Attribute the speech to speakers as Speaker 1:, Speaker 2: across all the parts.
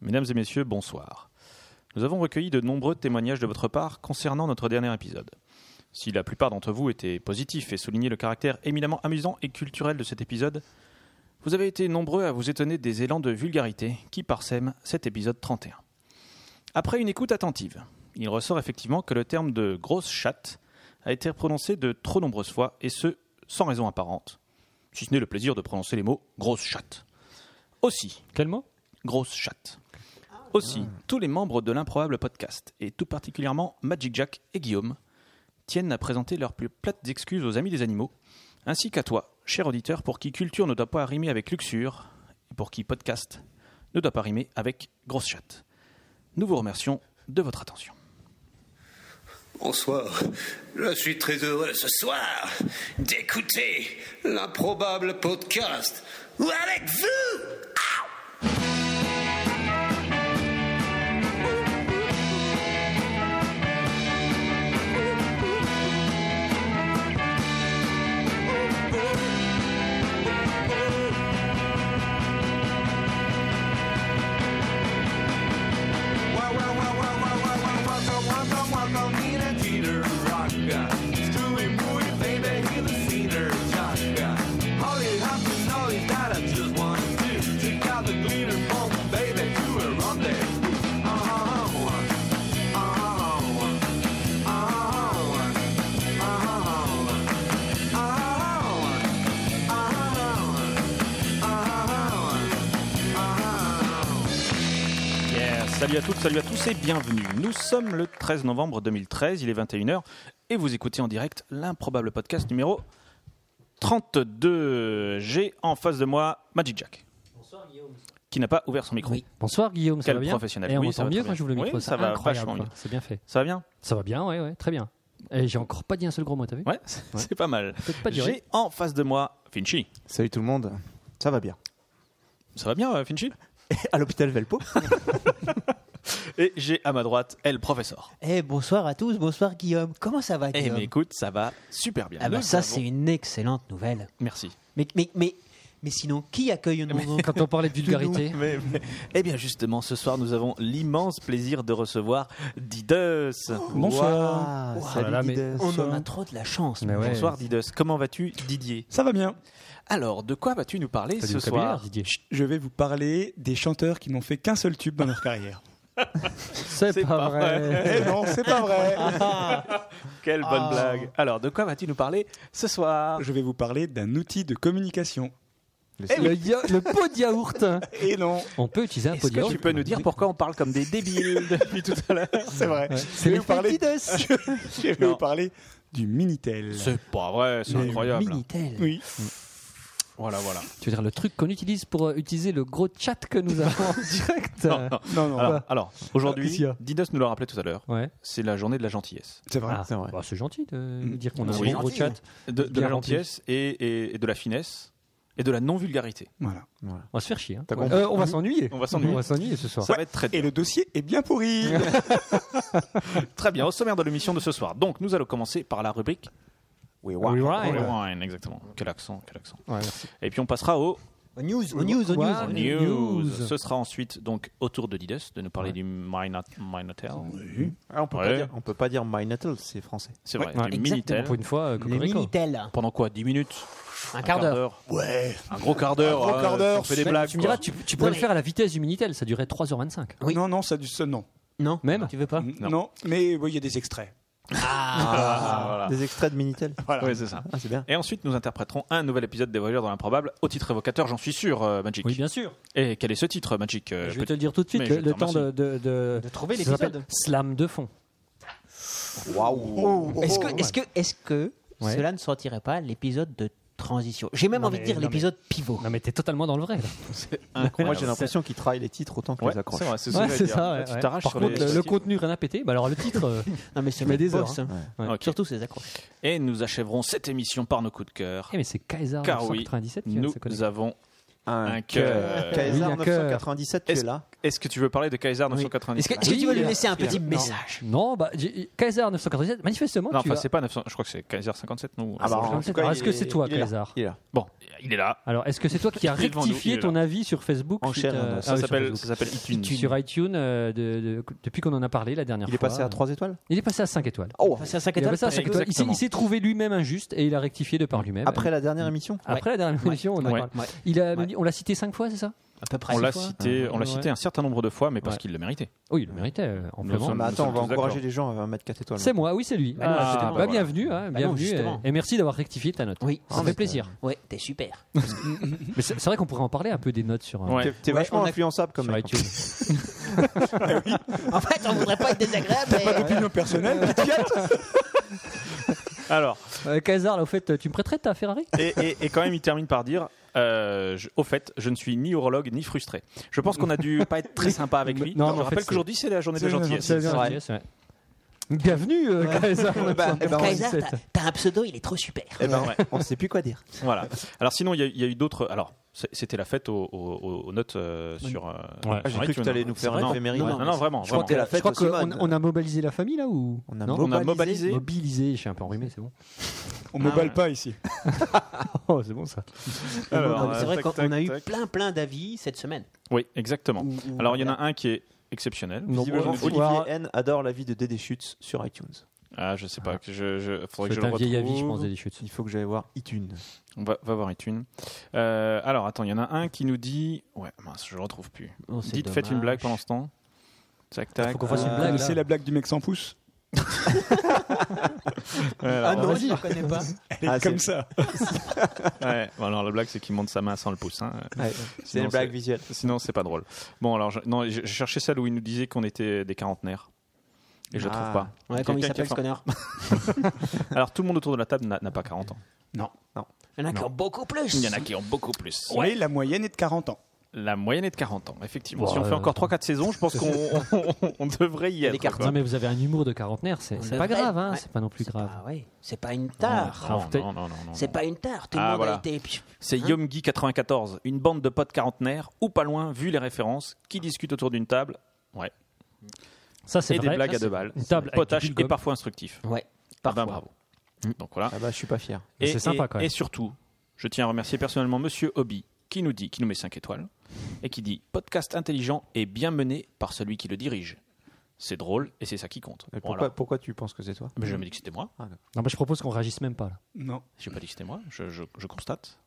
Speaker 1: Mesdames et messieurs, bonsoir. Nous avons recueilli de nombreux témoignages de votre part concernant notre dernier épisode. Si la plupart d'entre vous étaient positifs et soulignaient le caractère éminemment amusant et culturel de cet épisode, vous avez été nombreux à vous étonner des élans de vulgarité qui parsèment cet épisode 31. Après une écoute attentive, il ressort effectivement que le terme de grosse chatte a été prononcé de trop nombreuses fois, et ce, sans raison apparente, si ce n'est le plaisir de prononcer les mots grosse chatte. Aussi,
Speaker 2: Quel mot Ah.
Speaker 1: grosse chatte. Aussi, tous les membres de l'improbable podcast, et tout particulièrement Magic Jack et Guillaume, tiennent à présenter leurs plus plates excuses aux amis des animaux, ainsi qu'à toi, cher auditeur, pour qui culture ne doit pas rimer avec luxure, et pour qui podcast ne doit pas rimer avec grosse chatte. Nous vous remercions de votre attention.
Speaker 3: Bonsoir. Je suis très heureux ce soir d'écouter l'improbable podcast avec vous.
Speaker 1: Yeah, Salut à toutes, salut à tous et bienvenue. Nous sommes le 13 novembre 2013, il est 21h et vous écoutez en direct l'improbable podcast numéro 32. J'ai en face de moi Magic Jack. Qui n'a pas ouvert son micro.
Speaker 2: Bonsoir Guillaume, ça
Speaker 1: Quel
Speaker 2: va bien
Speaker 1: professionnel.
Speaker 2: Et on
Speaker 1: Oui, ça va
Speaker 2: m'entend mieux
Speaker 1: très
Speaker 2: quand
Speaker 1: bien.
Speaker 2: j'ouvre le
Speaker 1: Oui,
Speaker 2: micro,
Speaker 1: ça
Speaker 2: ça
Speaker 1: va
Speaker 2: incroyable,
Speaker 1: vachement
Speaker 2: quoi.
Speaker 1: bien.
Speaker 2: C'est bien fait.
Speaker 1: Ça va bien
Speaker 2: Ça va bien, ouais, ouais, très bien. Et j'ai encore pas dit un seul gros mot, t'as vu
Speaker 1: Ouais, c'est
Speaker 2: Ouais.
Speaker 1: c'est pas mal.
Speaker 2: Peut-être pas duré.
Speaker 1: J'ai en face de moi Finchi.
Speaker 4: Salut tout le monde, ça va bien.
Speaker 1: Ça va bien euh, Finchi
Speaker 4: À l'hôpital Velpo
Speaker 1: Et j'ai à ma droite elle professeur.
Speaker 5: Eh bonsoir à tous, bonsoir Guillaume. Comment ça va
Speaker 1: Eh
Speaker 5: Guillaume
Speaker 1: mais écoute, ça va super bien.
Speaker 5: Ah bah
Speaker 1: Nous
Speaker 5: ça
Speaker 1: avons-
Speaker 5: c'est une excellente nouvelle.
Speaker 1: Merci.
Speaker 5: Mais mais mais mais sinon qui accueille nos noms
Speaker 2: Quand on parlait de vulgarité,
Speaker 1: Mais- mais- Eh bien justement, ce soir, nous avons l'immense plaisir de recevoir Didus.
Speaker 4: Bonsoir.
Speaker 5: Wow.
Speaker 4: Salut
Speaker 2: Oh là là, mais
Speaker 4: Didas.
Speaker 5: On en a trop de la chance.
Speaker 2: Mais
Speaker 5: mon
Speaker 2: ouais.
Speaker 5: Dieu.
Speaker 1: Bonsoir Didus, comment vas-tu Didier
Speaker 6: Ça va bien.
Speaker 1: Alors, de quoi vas-tu nous parler
Speaker 2: T'as du
Speaker 1: ce
Speaker 2: vocabulaire,
Speaker 1: soir
Speaker 2: Didier.
Speaker 6: Je vais vous parler des chanteurs qui n'ont fait qu'un seul tube dans leur carrière.
Speaker 2: C'est pas vrai. Ah.
Speaker 6: Eh non, c'est pas vrai.
Speaker 1: Quelle bonne blague Ah. Alors, de quoi vas-tu nous parler ce soir Eh
Speaker 6: Je vais vous parler d'un outil de communication.
Speaker 2: Le, ya- le pot de yaourt.
Speaker 6: Et non,
Speaker 2: On peut utiliser un
Speaker 1: Est-ce
Speaker 2: pot de yaourt.
Speaker 1: que tu peux nous dire pourquoi on parle comme des débiles depuis tout à l'heure
Speaker 6: c'est vrai. Je vais vous parler. Je vais vous parler du Minitel.
Speaker 1: C'est pas vrai, c'est
Speaker 6: Mais
Speaker 1: incroyable.
Speaker 5: Minitel.
Speaker 6: Oui.
Speaker 1: Voilà, voilà.
Speaker 2: Tu veux dire le truc qu'on utilise pour euh, utiliser le gros chat que nous avons en direct euh,
Speaker 6: Non, non.
Speaker 1: Alors, alors,
Speaker 6: Qu'est-ce
Speaker 1: aujourd'hui,
Speaker 6: qu'il y a
Speaker 1: Didus nous l'a rappelé tout à l'heure,
Speaker 2: Ouais.
Speaker 1: c'est la journée de la gentillesse.
Speaker 6: C'est vrai.
Speaker 2: Ah,
Speaker 4: c'est vrai.
Speaker 2: bah, c'est gentil de
Speaker 6: Mm.
Speaker 2: nous dire
Speaker 6: Ah,
Speaker 2: qu'on a un
Speaker 1: Oui.
Speaker 2: bon gros chat.
Speaker 1: hein. De, de
Speaker 2: Bien
Speaker 1: la
Speaker 2: rempli.
Speaker 1: gentillesse et, et- et de la finesse et de la non-vulgarité.
Speaker 6: Voilà.
Speaker 2: On va se faire chier. hein.
Speaker 4: T'as
Speaker 2: Ouais.
Speaker 4: compris.
Speaker 2: Euh, on va s'ennuyer.
Speaker 1: On va s'ennuyer.
Speaker 2: On va s'ennuyer ce soir.
Speaker 1: Ça va être très
Speaker 6: Et le dossier est bien pourri.
Speaker 1: Très bien, au sommaire de l'émission de ce soir. Donc, nous allons commencer par la rubrique
Speaker 4: Oui,
Speaker 2: We ride.
Speaker 1: Rewind, exactement. Quel accent, quel accent.
Speaker 2: Ouais, merci.
Speaker 1: Et puis, on passera au
Speaker 5: Aux news, aux news, aux
Speaker 2: Wow.
Speaker 5: news.
Speaker 1: news.
Speaker 2: News.
Speaker 1: Ce sera ensuite donc au tour de Didus de nous parler du Minot- Minotel.
Speaker 4: Ah, on, peut
Speaker 1: Ouais.
Speaker 4: pas dire, on peut pas dire My Natal, c'est français.
Speaker 1: C'est vrai,
Speaker 2: Ouais,
Speaker 1: du
Speaker 5: exactement.
Speaker 1: Minitel.
Speaker 2: Pour une fois, euh,
Speaker 5: Le
Speaker 2: cocorico.
Speaker 5: Minitel.
Speaker 1: Pendant quoi 10 minutes
Speaker 5: Un quart d'heure.
Speaker 6: Ouais.
Speaker 1: Un gros quart d'heure.
Speaker 6: Un gros
Speaker 1: hein,
Speaker 6: quart d'heure.
Speaker 1: On fait des
Speaker 2: Mais
Speaker 1: blagues.
Speaker 2: tu me diras,
Speaker 1: quoi.
Speaker 2: tu, tu pourrais
Speaker 5: Non,
Speaker 2: le faire à la vitesse du Minitel, ça durait 3h25.
Speaker 5: Oui.
Speaker 6: Non, non, ça du ça, non.
Speaker 5: Non,
Speaker 2: Même
Speaker 5: tu veux pas
Speaker 6: Mm. Non. mais oui, il y a des extraits.
Speaker 1: Ah, voilà.
Speaker 4: Des extraits de Minitel
Speaker 6: Voilà.
Speaker 1: Ouais, c'est ça.
Speaker 4: Ah, c'est bien.
Speaker 1: Et ensuite, nous interpréterons un nouvel épisode des Voyageurs dans l'improbable au titre évocateur, j'en suis sûr, euh, Magic.
Speaker 2: Oui, bien sûr.
Speaker 1: Et quel est ce titre, Magic euh,
Speaker 2: je vais te
Speaker 1: petit-
Speaker 2: le dire tout de
Speaker 1: Mais
Speaker 2: suite,
Speaker 1: je
Speaker 2: le,
Speaker 1: te
Speaker 2: le temps de,
Speaker 1: remercie.
Speaker 2: de, de-
Speaker 5: De trouver
Speaker 2: ça
Speaker 5: l'épisode.
Speaker 2: s'appelle Slam de fond.
Speaker 4: Waouh Oh,
Speaker 5: Est-ce que est-ce que est-ce que
Speaker 2: Ouais.
Speaker 5: cela ne sortirait pas l'épisode de transition J'ai même
Speaker 2: Non,
Speaker 5: envie de
Speaker 2: mais-
Speaker 5: dire
Speaker 2: non, mais-
Speaker 5: l'épisode pivot.
Speaker 2: Non, mais t'es totalement dans le vrai. là.
Speaker 4: Moi,
Speaker 1: Incroyable.
Speaker 4: j'ai l'impression qu'ils travaillent les titres autant que
Speaker 1: Ouais,
Speaker 4: les accroches.
Speaker 1: c'est vrai, c'est
Speaker 2: Ouais,
Speaker 1: que
Speaker 2: c'est
Speaker 1: j'allais
Speaker 2: ça.
Speaker 1: dire.
Speaker 2: ouais,
Speaker 1: Tu
Speaker 2: ouais.
Speaker 1: t'arraches
Speaker 2: Par
Speaker 1: sur
Speaker 2: contre,
Speaker 1: les-
Speaker 2: le,
Speaker 1: sur
Speaker 2: le
Speaker 1: les titres.
Speaker 2: contenu, rien à péter. Bah, alors, le titre, euh,
Speaker 5: Non mais c'est
Speaker 2: mets
Speaker 5: mes
Speaker 2: des
Speaker 5: boss, hein.
Speaker 1: Ok.
Speaker 5: Surtout ces accroches.
Speaker 1: Et nous achèverons cette émission par nos coups de cœur.
Speaker 2: eh, mais c'est Kaiser
Speaker 1: Car oui,
Speaker 2: 997 qui vient de se
Speaker 1: Nous
Speaker 2: connecter.
Speaker 1: avons
Speaker 4: Un
Speaker 1: cœur.
Speaker 4: Kaiser
Speaker 2: Oui, un cœur.
Speaker 4: 997, tu
Speaker 1: Est-ce-
Speaker 4: es là
Speaker 1: Est-ce que tu veux parler de Kaiser
Speaker 5: Oui. Est-ce
Speaker 1: 997
Speaker 5: que, est-ce que
Speaker 2: Oui,
Speaker 5: tu veux lui
Speaker 2: euh,
Speaker 5: laisser un
Speaker 2: il y a-
Speaker 5: petit
Speaker 2: non.
Speaker 5: message
Speaker 2: Non, bah, j'ai- Kaiser 947, manifestement,
Speaker 1: Non,
Speaker 2: tu
Speaker 1: enfin,
Speaker 2: as-
Speaker 1: c'est pas 900, je crois que c'est Kaiser 57, nous.
Speaker 4: Ah bah, en
Speaker 2: Alors,
Speaker 4: tout cas,
Speaker 2: est-ce
Speaker 4: il
Speaker 2: que
Speaker 4: est-
Speaker 2: c'est toi,
Speaker 4: il est là.
Speaker 2: Kaiser
Speaker 4: Il est là.
Speaker 1: Bon, il est là.
Speaker 2: Alors, est-ce que c'est toi qui as
Speaker 1: Il est devant nous,
Speaker 2: rectifié
Speaker 1: il est
Speaker 2: ton
Speaker 1: là.
Speaker 2: avis sur Facebook
Speaker 4: En
Speaker 2: suite,
Speaker 4: chaîne,
Speaker 2: euh,
Speaker 4: non,
Speaker 1: hein, Ça
Speaker 2: ah oui, sur
Speaker 1: s'appelle
Speaker 2: Facebook.
Speaker 1: ça s'appelle iTunes.
Speaker 2: sur iTunes euh, de- de- depuis qu'on en a parlé la dernière
Speaker 4: Il
Speaker 2: fois.
Speaker 4: est
Speaker 2: euh,
Speaker 4: passé à 3 étoiles
Speaker 2: Il est passé à 5 étoiles.
Speaker 4: Oh
Speaker 5: Passer à 5
Speaker 2: Il, est
Speaker 5: étoiles
Speaker 2: passé à
Speaker 5: parce
Speaker 2: cinq
Speaker 5: que-
Speaker 2: étoiles. Euh, Il s'est-
Speaker 1: Exactement.
Speaker 2: il s'est trouvé lui-même injuste et il a rectifié de par lui-même.
Speaker 4: Après la dernière émission
Speaker 2: Après la dernière
Speaker 5: Ouais.
Speaker 2: émission, on en
Speaker 1: Ouais.
Speaker 2: parle.
Speaker 5: Ouais.
Speaker 2: Il a,
Speaker 5: Ouais.
Speaker 2: On l'a cité 5 fois, c'est ça
Speaker 5: à peu près
Speaker 1: On
Speaker 5: six
Speaker 1: l'a
Speaker 5: fois.
Speaker 1: cité, on l'a
Speaker 2: Ouais.
Speaker 1: cité un certain nombre de fois, mais parce
Speaker 2: Ouais.
Speaker 1: qu'il le méritait.
Speaker 2: Oui, il le méritait, euh, amplement.
Speaker 1: Nous sommes-
Speaker 4: Mais attends, on va
Speaker 1: tous d'accord.
Speaker 4: encourager les gens à mettre 4 étoiles.
Speaker 2: C'est moi, oui, c'est lui.
Speaker 1: Bah non,
Speaker 2: Ah,
Speaker 1: c'était
Speaker 2: bah,
Speaker 1: pas moi.
Speaker 2: bienvenue,
Speaker 5: Bah non,
Speaker 2: hein, bienvenue euh,
Speaker 5: justement.
Speaker 2: et, merci d'avoir rectifié ta note.
Speaker 5: Oui,
Speaker 2: ça fait plaisir.
Speaker 5: Ouais, t'es super.
Speaker 2: Mais c'est c'est vrai qu'on pourrait en parler un peu des notes sur, euh,
Speaker 1: Ouais.
Speaker 4: T'es t'es
Speaker 5: Ouais,
Speaker 4: vachement
Speaker 5: on a-
Speaker 4: influençable comme
Speaker 2: sur
Speaker 4: mec.
Speaker 2: iTunes.
Speaker 5: En fait, on voudrait pas être désagréable. mais- euh,
Speaker 6: Opinion personnelle,
Speaker 1: Alors,
Speaker 2: Euh, Kaiser, là, au fait, tu me prêterais ta Ferrari
Speaker 1: et, et- et quand même, il termine par dire euh, je- Au fait, je ne suis ni horologue ni frustré. Je pense qu'on a dû pas être très sympa avec lui.
Speaker 2: Non, mais
Speaker 1: je
Speaker 2: en fait,
Speaker 1: rappelle
Speaker 2: c'est-
Speaker 1: qu'aujourd'hui, c'est la journée de
Speaker 6: c'est la
Speaker 1: gentillesse.
Speaker 6: gentillesse.
Speaker 2: Ouais. Bienvenue, euh, Kaiser.
Speaker 4: bah,
Speaker 5: Kaiser,
Speaker 2: 997.
Speaker 5: t'as- t'as un pseudo, il est trop super.
Speaker 4: Eh ben,
Speaker 1: Ouais.
Speaker 4: on sait plus quoi dire.
Speaker 1: Voilà. Alors, sinon, il y, a- il y a eu d'autres. Alors, c'est- c'était la fête aux, aux- aux- aux notes euh, sur. euh,
Speaker 2: Ouais.
Speaker 1: sur
Speaker 4: Ah, J'ai cru que
Speaker 1: iTunes.
Speaker 4: t'allais nous faire
Speaker 1: C'est vrai,
Speaker 4: un
Speaker 1: non.
Speaker 4: éphéméride.
Speaker 1: Non, non, non, vraiment.
Speaker 4: Je
Speaker 1: vraiment.
Speaker 4: crois que t'es la
Speaker 2: Je
Speaker 4: fête
Speaker 2: crois
Speaker 4: de
Speaker 2: qu'on
Speaker 4: Simone.
Speaker 2: on a mobilisé la famille là ou
Speaker 4: On a
Speaker 2: non
Speaker 1: On a mobilisé.
Speaker 4: mobilisé.
Speaker 2: Mobilisé, je suis un peu enrhumé, c'est bon.
Speaker 6: on me balle pas ici.
Speaker 2: Oh, c'est bon ça.
Speaker 1: Alors,
Speaker 5: Ah Non, mais
Speaker 1: euh,
Speaker 5: C'est vrai
Speaker 1: tac,
Speaker 5: qu'on
Speaker 1: tac,
Speaker 5: on a eu
Speaker 1: tac.
Speaker 5: plein plein d'avis cette semaine.
Speaker 1: Oui, exactement. Alors, il y en a un qui est exceptionnel.
Speaker 4: Visiblement,
Speaker 2: Bon,
Speaker 4: Olivier N adore la vie de Dédé Schütz sur iTunes.
Speaker 1: Ah, je sais pas. Je, je, faudrait que je
Speaker 2: C'est
Speaker 1: le
Speaker 2: un vieil avis, je
Speaker 1: retrouve.
Speaker 2: pense, des chutes.
Speaker 4: Il faut que j'aille voir iTunes.
Speaker 1: On va, va voir iTunes. Euh, alors, attends, il y en a un qui nous dit. Ouais, mince, je le retrouve plus.
Speaker 2: Oh,
Speaker 1: Dites, faites une blague pendant ce temps. Tac, tac.
Speaker 2: Ah, Faut qu'on fasse
Speaker 1: Euh,
Speaker 2: une
Speaker 6: Vous
Speaker 2: blague,
Speaker 6: connaissez
Speaker 2: là.
Speaker 6: la blague du mec sans pouce
Speaker 1: alors,
Speaker 4: Ah non,
Speaker 5: Vas-y, je connais pas.
Speaker 6: Elle est
Speaker 4: Ah,
Speaker 6: comme
Speaker 4: c'est-
Speaker 6: ça.
Speaker 1: ouais. Bon, alors, la blague, c'est qu'il monte sa main sans le pouce. hein.
Speaker 4: C'est
Speaker 1: Sinon,
Speaker 4: une blague visuelle.
Speaker 1: Sinon, c'est pas drôle. Bon, alors, je, non, je, je cherchais celle où il nous disait qu'on était des quarantenaires. Et je la trouve
Speaker 4: Ah.
Speaker 1: pas.
Speaker 5: Ouais, comment il
Speaker 1: Quelqu'un
Speaker 5: s'appelle
Speaker 1: qui
Speaker 5: ce
Speaker 1: a faim.
Speaker 5: connard
Speaker 1: Alors, tout le monde autour de la table n'a n'a pas 40 ans.
Speaker 5: Il y en a qui
Speaker 1: Non.
Speaker 5: ont beaucoup plus.
Speaker 1: Il y en a qui ont beaucoup plus.
Speaker 6: Mais la moyenne est de 40 ans.
Speaker 1: La moyenne est de 40 ans, effectivement.
Speaker 2: Bon,
Speaker 1: si on fait
Speaker 2: euh,
Speaker 1: encore 3-4 saisons, je pense qu'on on- on devrait y être.
Speaker 5: cartes.
Speaker 1: quoi.
Speaker 2: Non, mais vous avez un humour de quarantenaire, c'est
Speaker 5: On
Speaker 2: c'est pas
Speaker 5: devrait-
Speaker 2: grave, hein,
Speaker 5: ouais.
Speaker 2: c'est pas non plus grave.
Speaker 5: Ah ouais, c'est pas une tare.
Speaker 1: Non,
Speaker 2: Ah, peut-être-
Speaker 1: non, non, non, non,
Speaker 5: C'est
Speaker 1: non.
Speaker 5: pas une tare. Tout le
Speaker 1: Ah,
Speaker 5: monde
Speaker 1: voilà.
Speaker 5: a été. Hein
Speaker 1: C'est Yomgi94, une bande de potes quarantenaires, ou pas loin, vu les références, qui discutent autour d'une table
Speaker 2: Ça, c'est
Speaker 1: et des
Speaker 2: vrai.
Speaker 1: blagues
Speaker 2: Ça,
Speaker 1: à deux balles.
Speaker 2: une table avec du
Speaker 1: Potache
Speaker 2: bubblegum.
Speaker 1: et parfois instructif.
Speaker 5: Ouais.
Speaker 1: Ah ben,
Speaker 5: Parfois.
Speaker 1: bravo. Donc voilà.
Speaker 4: Ah bah, je suis pas fier.
Speaker 2: Mais
Speaker 1: Et-
Speaker 2: c'est sympa,
Speaker 1: et-
Speaker 2: quand même.
Speaker 1: Et surtout, je tiens à remercier personnellement Monsieur Hobby, qui nous dit, qui nous met 5 étoiles, et qui dit podcast intelligent et bien mené par celui qui le dirige. C'est drôle et c'est ça qui compte.
Speaker 4: Mais pourquoi,
Speaker 1: Voilà.
Speaker 4: pourquoi tu penses que c'est toi
Speaker 1: Mais je me dis que c'était moi.
Speaker 2: Non, mais je propose qu'on réagisse même pas. Là.
Speaker 6: Non.
Speaker 1: J'ai pas dit que c'était moi. Je, je- je constate.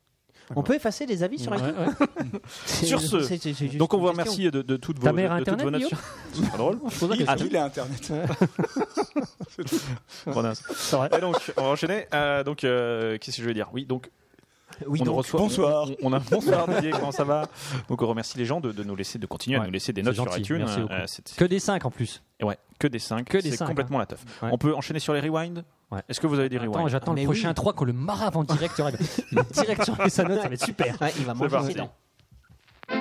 Speaker 5: On peut effacer les avis sur iTunes
Speaker 2: Ouais, ouais.
Speaker 5: C'est-
Speaker 1: Sur ce,
Speaker 5: c'est- c'est- c'est juste
Speaker 1: Donc on
Speaker 5: une
Speaker 1: vous
Speaker 5: question.
Speaker 1: remercie de, de toutes vos
Speaker 2: Ta mère a
Speaker 1: de toutes
Speaker 2: Internet,
Speaker 1: vos notes
Speaker 2: Guillaume
Speaker 1: sur- C'est pas drôle.
Speaker 2: Je pose la
Speaker 6: Il,
Speaker 2: question.
Speaker 6: il a Internet.
Speaker 1: Renasse.
Speaker 2: C'est vrai.
Speaker 1: Et donc, on va enchaîner. Euh, donc, euh, qu'est-ce que je veux dire Oui, donc,
Speaker 5: Oui,
Speaker 1: on
Speaker 5: donc,
Speaker 1: reçoit.
Speaker 6: bonsoir.
Speaker 1: On, on a bonsoir, Didier, comment ça va Donc, on remercie les gens de, de nous laisser, de continuer à
Speaker 2: Ouais,
Speaker 1: nous laisser des
Speaker 2: c'est
Speaker 1: notes sur
Speaker 2: gentil,
Speaker 1: iTunes. euh,
Speaker 2: merci beaucoup.
Speaker 1: c'est- c'est-
Speaker 2: Que des 5 en plus.
Speaker 1: ouais, que des 5.
Speaker 2: Que des
Speaker 1: C'est
Speaker 2: cinq, hein.
Speaker 1: complètement la teuf.
Speaker 2: Ouais.
Speaker 1: On peut enchaîner sur les rewinds
Speaker 2: Ouais.
Speaker 1: Est-ce que vous avez des
Speaker 2: Attends,
Speaker 1: rewinds
Speaker 2: j'attends
Speaker 5: Mais
Speaker 2: le prochain
Speaker 5: oui.
Speaker 2: 3 qu'on le marave en direct. il y aura- direct sur les sanotes, ça va être super.
Speaker 5: Ouais, il va
Speaker 1: C'est
Speaker 5: manger
Speaker 1: parti.
Speaker 5: ses dents.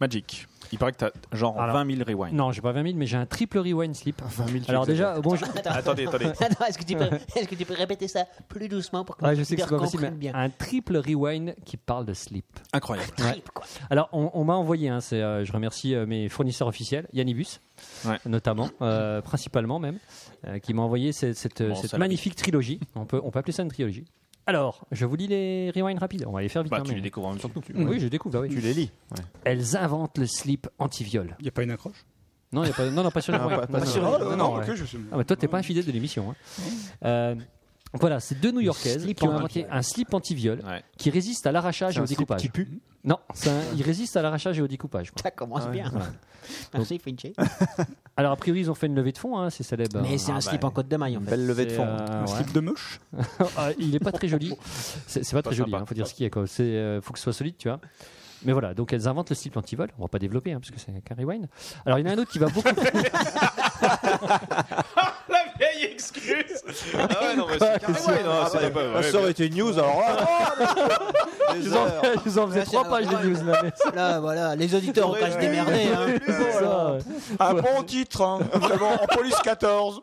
Speaker 1: Magic. Il paraît que t'as genre
Speaker 2: Alors.
Speaker 1: 20 000 rewinds.
Speaker 2: Non, j'ai pas 20 000, mais j'ai un triple rewind slip. Alors déjà, bon, je...
Speaker 1: Attendez, attendez.
Speaker 5: Attends, Ah est-ce que, tu peux, est-ce que tu peux répéter ça plus doucement pour que
Speaker 2: Ouais,
Speaker 5: les
Speaker 2: je sais que c'est
Speaker 5: auditeurs
Speaker 2: pas possible,
Speaker 5: comprennent
Speaker 2: mais
Speaker 5: bien
Speaker 2: un triple rewind qui parle de slip.
Speaker 1: Incroyable.
Speaker 5: Triple, quoi.
Speaker 2: Alors, on, on m'a envoyé, hein, c'est, euh, je remercie euh, mes fournisseurs officiels, Yannibus,
Speaker 1: Ouais.
Speaker 2: notamment, euh, principalement même, euh, qui m'a envoyé cette, cette,
Speaker 1: Bon,
Speaker 2: cette
Speaker 1: ça
Speaker 2: magnifique trilogie. On peut, on peut appeler ça une trilogie. Alors, je vous lis les rewinds rapides. On va les faire vite.
Speaker 1: Bah,
Speaker 2: hein,
Speaker 1: tu
Speaker 2: mais-
Speaker 1: les découvres en même temps que nous, tu-
Speaker 2: Oui, je découvre, là, oui.
Speaker 4: Tu les lis. Ouais.
Speaker 2: Elles inventent le slip anti-viol.
Speaker 6: Il n'y a pas une accroche
Speaker 2: Non, y a pas, non, non, pas sur les
Speaker 4: Ah,
Speaker 2: rewinds.
Speaker 4: pas- pas
Speaker 2: Non,
Speaker 4: sur
Speaker 2: non,
Speaker 4: les-
Speaker 2: non, non, ouais.
Speaker 6: ok, je sais.
Speaker 2: Ah bah toi, t'es pas un fidèle de l'émission. hein. Euh, voilà, c'est deux New-Yorkaises
Speaker 5: Slip
Speaker 2: qui
Speaker 5: en
Speaker 2: ont inventé
Speaker 5: anti-viol.
Speaker 2: un slip anti-viol
Speaker 1: Ouais.
Speaker 2: qui résiste à l'arrachage et au découpage.
Speaker 4: qui pue.
Speaker 2: Non, c'est un- il résiste à l'arrachage et au découpage. quoi.
Speaker 5: Ça commence
Speaker 4: Ouais.
Speaker 5: bien.
Speaker 2: Voilà.
Speaker 5: Merci, Fincher.
Speaker 2: Alors, a priori, ils ont fait une levée de fonds, hein, ces célèbres.
Speaker 5: Mais
Speaker 1: Ah,
Speaker 5: c'est un slip
Speaker 1: bah,
Speaker 5: en côte de maille, en
Speaker 4: Une
Speaker 5: fait.
Speaker 4: belle levée de
Speaker 2: C'est,
Speaker 4: fond.
Speaker 2: euh,
Speaker 6: Un
Speaker 2: ouais.
Speaker 6: slip de moche
Speaker 2: Ah, il est pas très joli. C'est c'est pas très joli.
Speaker 1: sympa.
Speaker 2: hein, faut dire ce qu'il y a. quoi. C'est euh, faut que ce soit solide, tu vois. Mais voilà, donc elles inventent le slip anti-vol. On va pas développer hein, parce
Speaker 1: Ah,
Speaker 2: que c'est un rewind. Alors il y en a un autre qui va beaucoup.
Speaker 1: La vieille excuse Ah ouais, non, mais c'est carrément- ouais, non,
Speaker 4: Ah,
Speaker 1: c'est
Speaker 4: bah,
Speaker 1: pas
Speaker 4: ah,
Speaker 1: vrai,
Speaker 4: Ça aurait été une news alors là. oh, des
Speaker 7: Ils en,
Speaker 4: heures.
Speaker 7: ils en faisaient
Speaker 5: Ouais,
Speaker 7: trois
Speaker 5: c'est
Speaker 7: pages de
Speaker 5: normal.
Speaker 7: news là. mais-
Speaker 5: Là, voilà, les auditeurs ont qu'à se démerder. Hein.
Speaker 1: Oh
Speaker 7: c'est ça, ouais.
Speaker 1: Ah
Speaker 6: Un bon titre, hein. Vraiment, en police 14.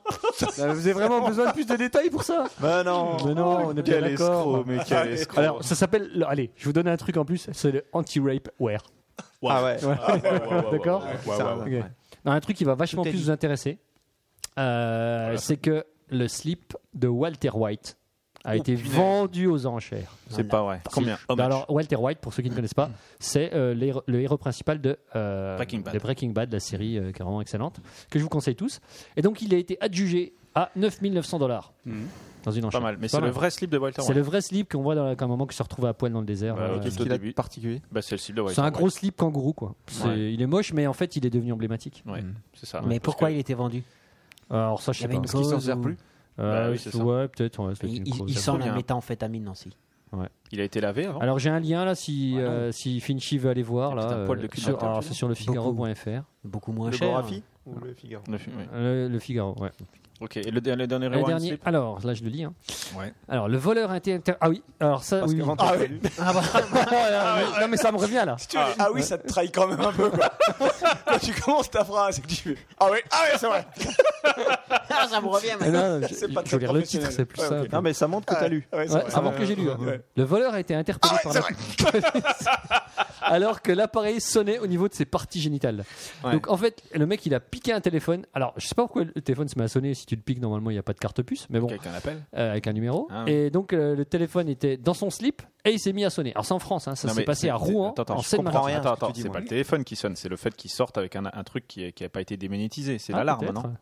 Speaker 7: Bah, Vous avez vraiment besoin de plus de détails pour ça
Speaker 4: Bah non.
Speaker 7: Mais non, on est bien
Speaker 1: Quel escroc,
Speaker 7: d'accord.
Speaker 1: mais
Speaker 4: Ah,
Speaker 1: quel escroc.
Speaker 2: Alors, ça s'appelle. le- Allez, je vous donne un truc en plus. C'est le anti-rapeware.
Speaker 4: Ah ouais.
Speaker 2: D'accord
Speaker 4: Ça, ouais.
Speaker 2: Ok. Non, un truc qui va vachement
Speaker 4: Tout est
Speaker 2: plus
Speaker 4: dit.
Speaker 2: vous intéresser, euh, c'est que le slip de Walter White
Speaker 4: Oh,
Speaker 2: a été vendu aux enchères.
Speaker 1: C'est pas vrai. Combien
Speaker 2: Bah alors Walter White, pour ceux qui ne connaissent
Speaker 4: Mm.
Speaker 2: pas, c'est euh, l'héro- le héros principal de, euh,
Speaker 1: Breaking Bad.
Speaker 2: de Breaking Bad, la série euh, qui est vraiment excellente, que je vous conseille tous. Et donc il a été adjugé à 9900 dollars
Speaker 4: Mm.
Speaker 2: dans une
Speaker 1: Pas
Speaker 2: enchère.
Speaker 1: mal, mais c'est le vrai slip de Walter White.
Speaker 2: C'est
Speaker 1: Bah,
Speaker 2: le vrai slip qu'on voit dans la- qu'à un moment qui se retrouve à poil dans le désert.
Speaker 1: Ouais,
Speaker 2: euh,
Speaker 1: ok.
Speaker 2: c'est-
Speaker 4: Qu'est-ce qu'il a de
Speaker 1: Début.
Speaker 4: particulier
Speaker 1: Bah, c'est le slip de Walter
Speaker 2: c'est un
Speaker 1: White.
Speaker 2: gros slip kangourou quoi. C'est-
Speaker 1: Ouais.
Speaker 2: Il est moche, mais en fait il est devenu emblématique.
Speaker 1: Ouais,
Speaker 4: Mm.
Speaker 1: c'est ça.
Speaker 5: Mais
Speaker 1: Parce
Speaker 5: pourquoi
Speaker 1: que-
Speaker 5: il était vendu
Speaker 2: Alors ça je sais
Speaker 5: avait
Speaker 2: pas.
Speaker 5: une
Speaker 4: Parce qu'il s'en
Speaker 5: Cause
Speaker 4: sert
Speaker 5: ou-
Speaker 4: plus.
Speaker 2: Euh,
Speaker 1: Bah oui, c'est ça.
Speaker 2: Ouais, peut-être. ouais, c'est
Speaker 5: Il,
Speaker 2: une
Speaker 5: il-
Speaker 2: cause.
Speaker 5: il sent
Speaker 1: bien.
Speaker 5: la méthamphétamine aussi.
Speaker 1: Il a été lavé avant
Speaker 2: Alors j'ai un lien là si, euh, si Finchy veut aller
Speaker 1: Il y
Speaker 2: voir.
Speaker 1: a
Speaker 2: là,
Speaker 1: peut-être un
Speaker 2: euh,
Speaker 1: poil de cul
Speaker 2: sur-
Speaker 1: dans le
Speaker 2: alors,
Speaker 1: tapis,
Speaker 2: c'est sur le Figaro.fr.
Speaker 5: Beaucoup moins
Speaker 4: Le
Speaker 5: cher.
Speaker 4: Gorafi ou le Figaro
Speaker 1: Le film, oui.
Speaker 2: Le, le Figaro, ouais.
Speaker 1: Ok, et le, der- le dernier
Speaker 2: Le
Speaker 1: Rowan
Speaker 2: dernier,
Speaker 1: slip
Speaker 2: alors là je le lis. hein.
Speaker 1: Ouais.
Speaker 2: Alors le voleur a été inter- Ah oui, alors ça.
Speaker 4: Parce
Speaker 2: oui,
Speaker 4: qu'avant,
Speaker 2: oui.
Speaker 4: t'as
Speaker 6: Ah ouais.
Speaker 4: fallu-
Speaker 2: bah. Ah, non mais ça me revient là.
Speaker 6: Ah, oui, ça te trahit quand même un peu. Quoi. quand tu commences ta phrase, et que tu fais, Ah oui, ah oui, c'est vrai.
Speaker 5: Ah, ça me revient.
Speaker 2: Ah, non, je,
Speaker 6: C'est pas
Speaker 2: je veux lire
Speaker 6: très
Speaker 2: le titre, c'est plus ça.
Speaker 6: professionnel. Ouais,
Speaker 4: Non mais ça montre que t'as lu.
Speaker 6: Ouais, c'est
Speaker 2: Ouais,
Speaker 6: vrai.
Speaker 2: avant que j'ai lu. hein.
Speaker 6: Ouais.
Speaker 2: Le voleur a été interpellé
Speaker 6: Ah ouais,
Speaker 2: par la
Speaker 6: c'est
Speaker 2: police alors que l'appareil sonnait au niveau de ses parties génitales.
Speaker 4: Ouais.
Speaker 2: Donc en fait, le mec il a piqué un téléphone. Alors je sais pas pourquoi le téléphone se met à sonner. Si tu le piques, normalement il n'y a pas de carte puce, mais bon,
Speaker 1: Quelqu'un l'appelle
Speaker 2: euh, avec un numéro.
Speaker 1: Ah.
Speaker 2: Et donc euh, le téléphone était dans son slip et il s'est mis à sonner. Alors c'est en France, hein, ça
Speaker 1: Non,
Speaker 2: s'est
Speaker 1: mais
Speaker 2: passé
Speaker 1: c'est-
Speaker 2: à Rouen,
Speaker 1: attends, attends,
Speaker 2: en
Speaker 1: je comprends
Speaker 2: Seine-Maritime.
Speaker 1: rien.
Speaker 4: Attends,
Speaker 1: Attends,
Speaker 4: attends,
Speaker 1: attends, c'est
Speaker 4: dis-moi.
Speaker 1: pas le téléphone qui sonne, c'est le fait qu'ils sortent avec un, un truc qui n'a qui a pas été démonétisé. C'est
Speaker 2: Ah,
Speaker 1: l'alarme,
Speaker 2: peut-être.
Speaker 1: non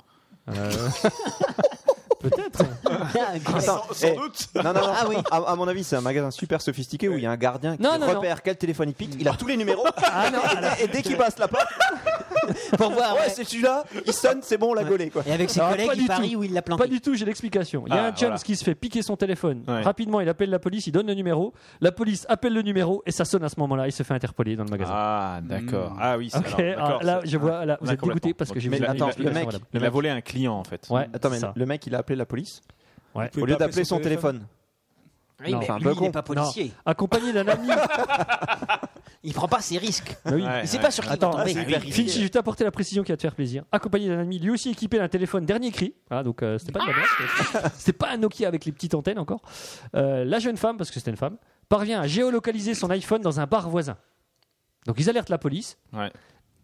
Speaker 2: Euh, Peut-être.
Speaker 4: Attends,
Speaker 6: Sans, sans
Speaker 4: eh,
Speaker 6: doute.
Speaker 4: Non, non,
Speaker 1: Ah
Speaker 4: non. À, à mon avis, c'est un magasin super sophistiqué où il y a un gardien qui
Speaker 2: Non, non,
Speaker 4: repère quel téléphone il pique. Il a tous les numéros.
Speaker 2: Ah non, alors-
Speaker 4: et dès qu'il passe la porte,
Speaker 5: Pour voir.
Speaker 4: ah ouais, c'est celui-là. Il sonne, c'est bon, on l'a gaulé quoi.
Speaker 5: Et avec ses
Speaker 2: Alors,
Speaker 5: collègues,
Speaker 2: pas du
Speaker 5: il parie
Speaker 2: tout.
Speaker 5: où il l'a planté.
Speaker 2: Pas du tout, j'ai l'explication. Il y a
Speaker 1: Ah,
Speaker 2: un chums
Speaker 1: voilà.
Speaker 2: qui se fait piquer son téléphone.
Speaker 1: Ouais.
Speaker 2: Rapidement, il appelle la police, il donne le numéro. La police appelle le numéro et ça sonne à ce moment-là. Il se fait interpeller dans le magasin.
Speaker 1: Ah, d'accord. Ah oui, c'est alors,
Speaker 2: ok, alors
Speaker 1: d'accord,
Speaker 2: là,
Speaker 1: c'est-
Speaker 2: je vois, là, vous
Speaker 1: Ah,
Speaker 2: êtes dégoûté
Speaker 1: complètement.
Speaker 2: parce que
Speaker 1: Donc,
Speaker 2: j'ai
Speaker 1: mais
Speaker 2: vu la-
Speaker 1: attends,
Speaker 2: la-
Speaker 1: le
Speaker 2: la-
Speaker 4: mec-
Speaker 2: la-
Speaker 1: Il a volé un client, en fait.
Speaker 2: Ouais,
Speaker 4: Attends,
Speaker 2: c'est
Speaker 4: mais
Speaker 2: ça.
Speaker 4: le mec, il a appelé la police
Speaker 2: Ouais.
Speaker 6: Vous
Speaker 4: au
Speaker 6: pouvez
Speaker 4: lieu
Speaker 6: pas
Speaker 4: d'appeler son téléphone.
Speaker 5: Oui,
Speaker 2: Non,
Speaker 5: mais
Speaker 2: c'est
Speaker 4: un
Speaker 5: lui,
Speaker 4: peu
Speaker 5: il
Speaker 4: con.
Speaker 5: n'est pas policier.
Speaker 2: Accompagné d'un ami.
Speaker 5: Il prend pas ses risques.
Speaker 2: Bah oui.
Speaker 1: Ouais,
Speaker 5: Il sait
Speaker 1: ouais.
Speaker 5: pas sur qui il va
Speaker 2: Attends,
Speaker 5: tomber.
Speaker 2: ah,
Speaker 1: c'est hyper risqué.
Speaker 2: Finchi, je vais t'apporter la précision qui va te faire plaisir. Accompagné d'un ami, lui aussi équipé d'un téléphone dernier cri. Ah, donc euh, c'était pas une bonne marque. C'était pas un Nokia avec les petites antennes encore. Euh, la jeune femme, parce que c'était une femme, parvient à géolocaliser son iPhone dans un bar voisin. Donc ils alertent la police,
Speaker 1: Ouais.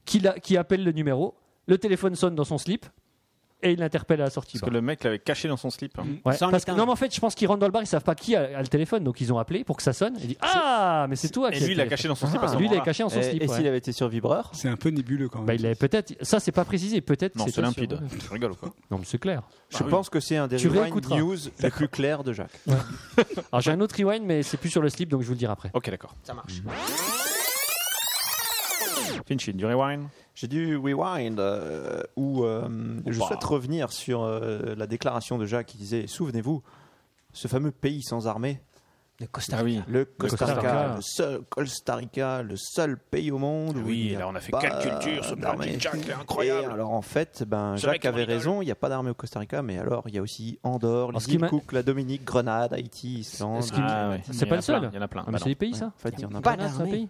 Speaker 2: qui, la- qui appelle le numéro. Le téléphone sonne dans son slip et il l'interpelle à la sortie.
Speaker 1: Parce que le mec l'avait caché dans son slip. hein.
Speaker 2: Ouais,
Speaker 5: Sans
Speaker 2: parce que,
Speaker 5: l'éteindre.
Speaker 2: non, mais en fait, je pense qu'ils rentrent dans le bar, ils savent pas qui a, a le téléphone, donc ils ont appelé pour que ça sonne. Il dit Ah, mais c'est toi
Speaker 1: Et
Speaker 2: qui as
Speaker 1: lui,
Speaker 2: le
Speaker 1: il l'a
Speaker 2: téléphone. Ah,
Speaker 1: caché dans son slip. à ce
Speaker 2: Lui, il l'a
Speaker 1: moment-là.
Speaker 2: caché dans son slip.
Speaker 4: Et, et
Speaker 2: ouais.
Speaker 4: s'il avait été sur vibreur
Speaker 6: C'est un peu nébuleux quand même.
Speaker 2: Bah, il avait peut-être. Ça, c'est pas précisé. Peut-être.
Speaker 1: Non, c'est
Speaker 2: c'était sur-
Speaker 1: limpide. Bah, Je rigole ou quoi
Speaker 2: Non, mais c'est clair.
Speaker 4: Je pense que c'est un des
Speaker 2: Tu
Speaker 4: rewind
Speaker 2: réécouteras.
Speaker 4: news les plus clairs de Jacques.
Speaker 2: Alors j'ai un autre rewind, mais c'est plus sur le slip, donc je vous le dirai après.
Speaker 1: Ok, d'accord.
Speaker 5: Ça marche.
Speaker 1: Finchy, du rewind
Speaker 4: J'ai dû rewind euh, où euh, je
Speaker 1: Oupa.
Speaker 4: souhaite revenir sur euh, la déclaration de Jacques qui disait Souvenez-vous, ce fameux pays sans armée,
Speaker 5: Le Costa
Speaker 1: Ah oui.
Speaker 4: le Costa
Speaker 2: Costa Rica.
Speaker 4: Rica, le seul Costa Rica, le seul pays au monde où
Speaker 1: Ah Oui,
Speaker 4: il n'y
Speaker 1: là, on a fait quelle
Speaker 4: pas
Speaker 1: culture, ce
Speaker 4: d'armée.
Speaker 1: petit Jack, il est
Speaker 4: Et
Speaker 1: incroyable.
Speaker 4: alors en fait, ben,
Speaker 1: Ce mec,
Speaker 4: Jacques
Speaker 1: il
Speaker 4: avait
Speaker 1: rigole.
Speaker 4: raison, il n'y a pas d'armée au Costa Rica, mais alors il y a aussi Andorre,
Speaker 2: Alors, ce
Speaker 4: les
Speaker 2: qui
Speaker 4: îles
Speaker 2: m'a-
Speaker 4: Cook, la Dominique, Grenade, Haïti, Islande.
Speaker 2: Ce qui-
Speaker 1: Ah, ouais.
Speaker 2: C'est
Speaker 1: Il y en
Speaker 2: pas
Speaker 1: a
Speaker 2: le seul.
Speaker 1: plein, Il y en a plein.
Speaker 2: Ah, mais
Speaker 1: Bah
Speaker 2: c'est
Speaker 1: non.
Speaker 2: les pays,
Speaker 4: Ouais,
Speaker 2: ça
Speaker 4: en fait, il y en a
Speaker 5: Pas
Speaker 4: plein.
Speaker 2: Grenade, c'est un
Speaker 5: d'armée.
Speaker 2: pays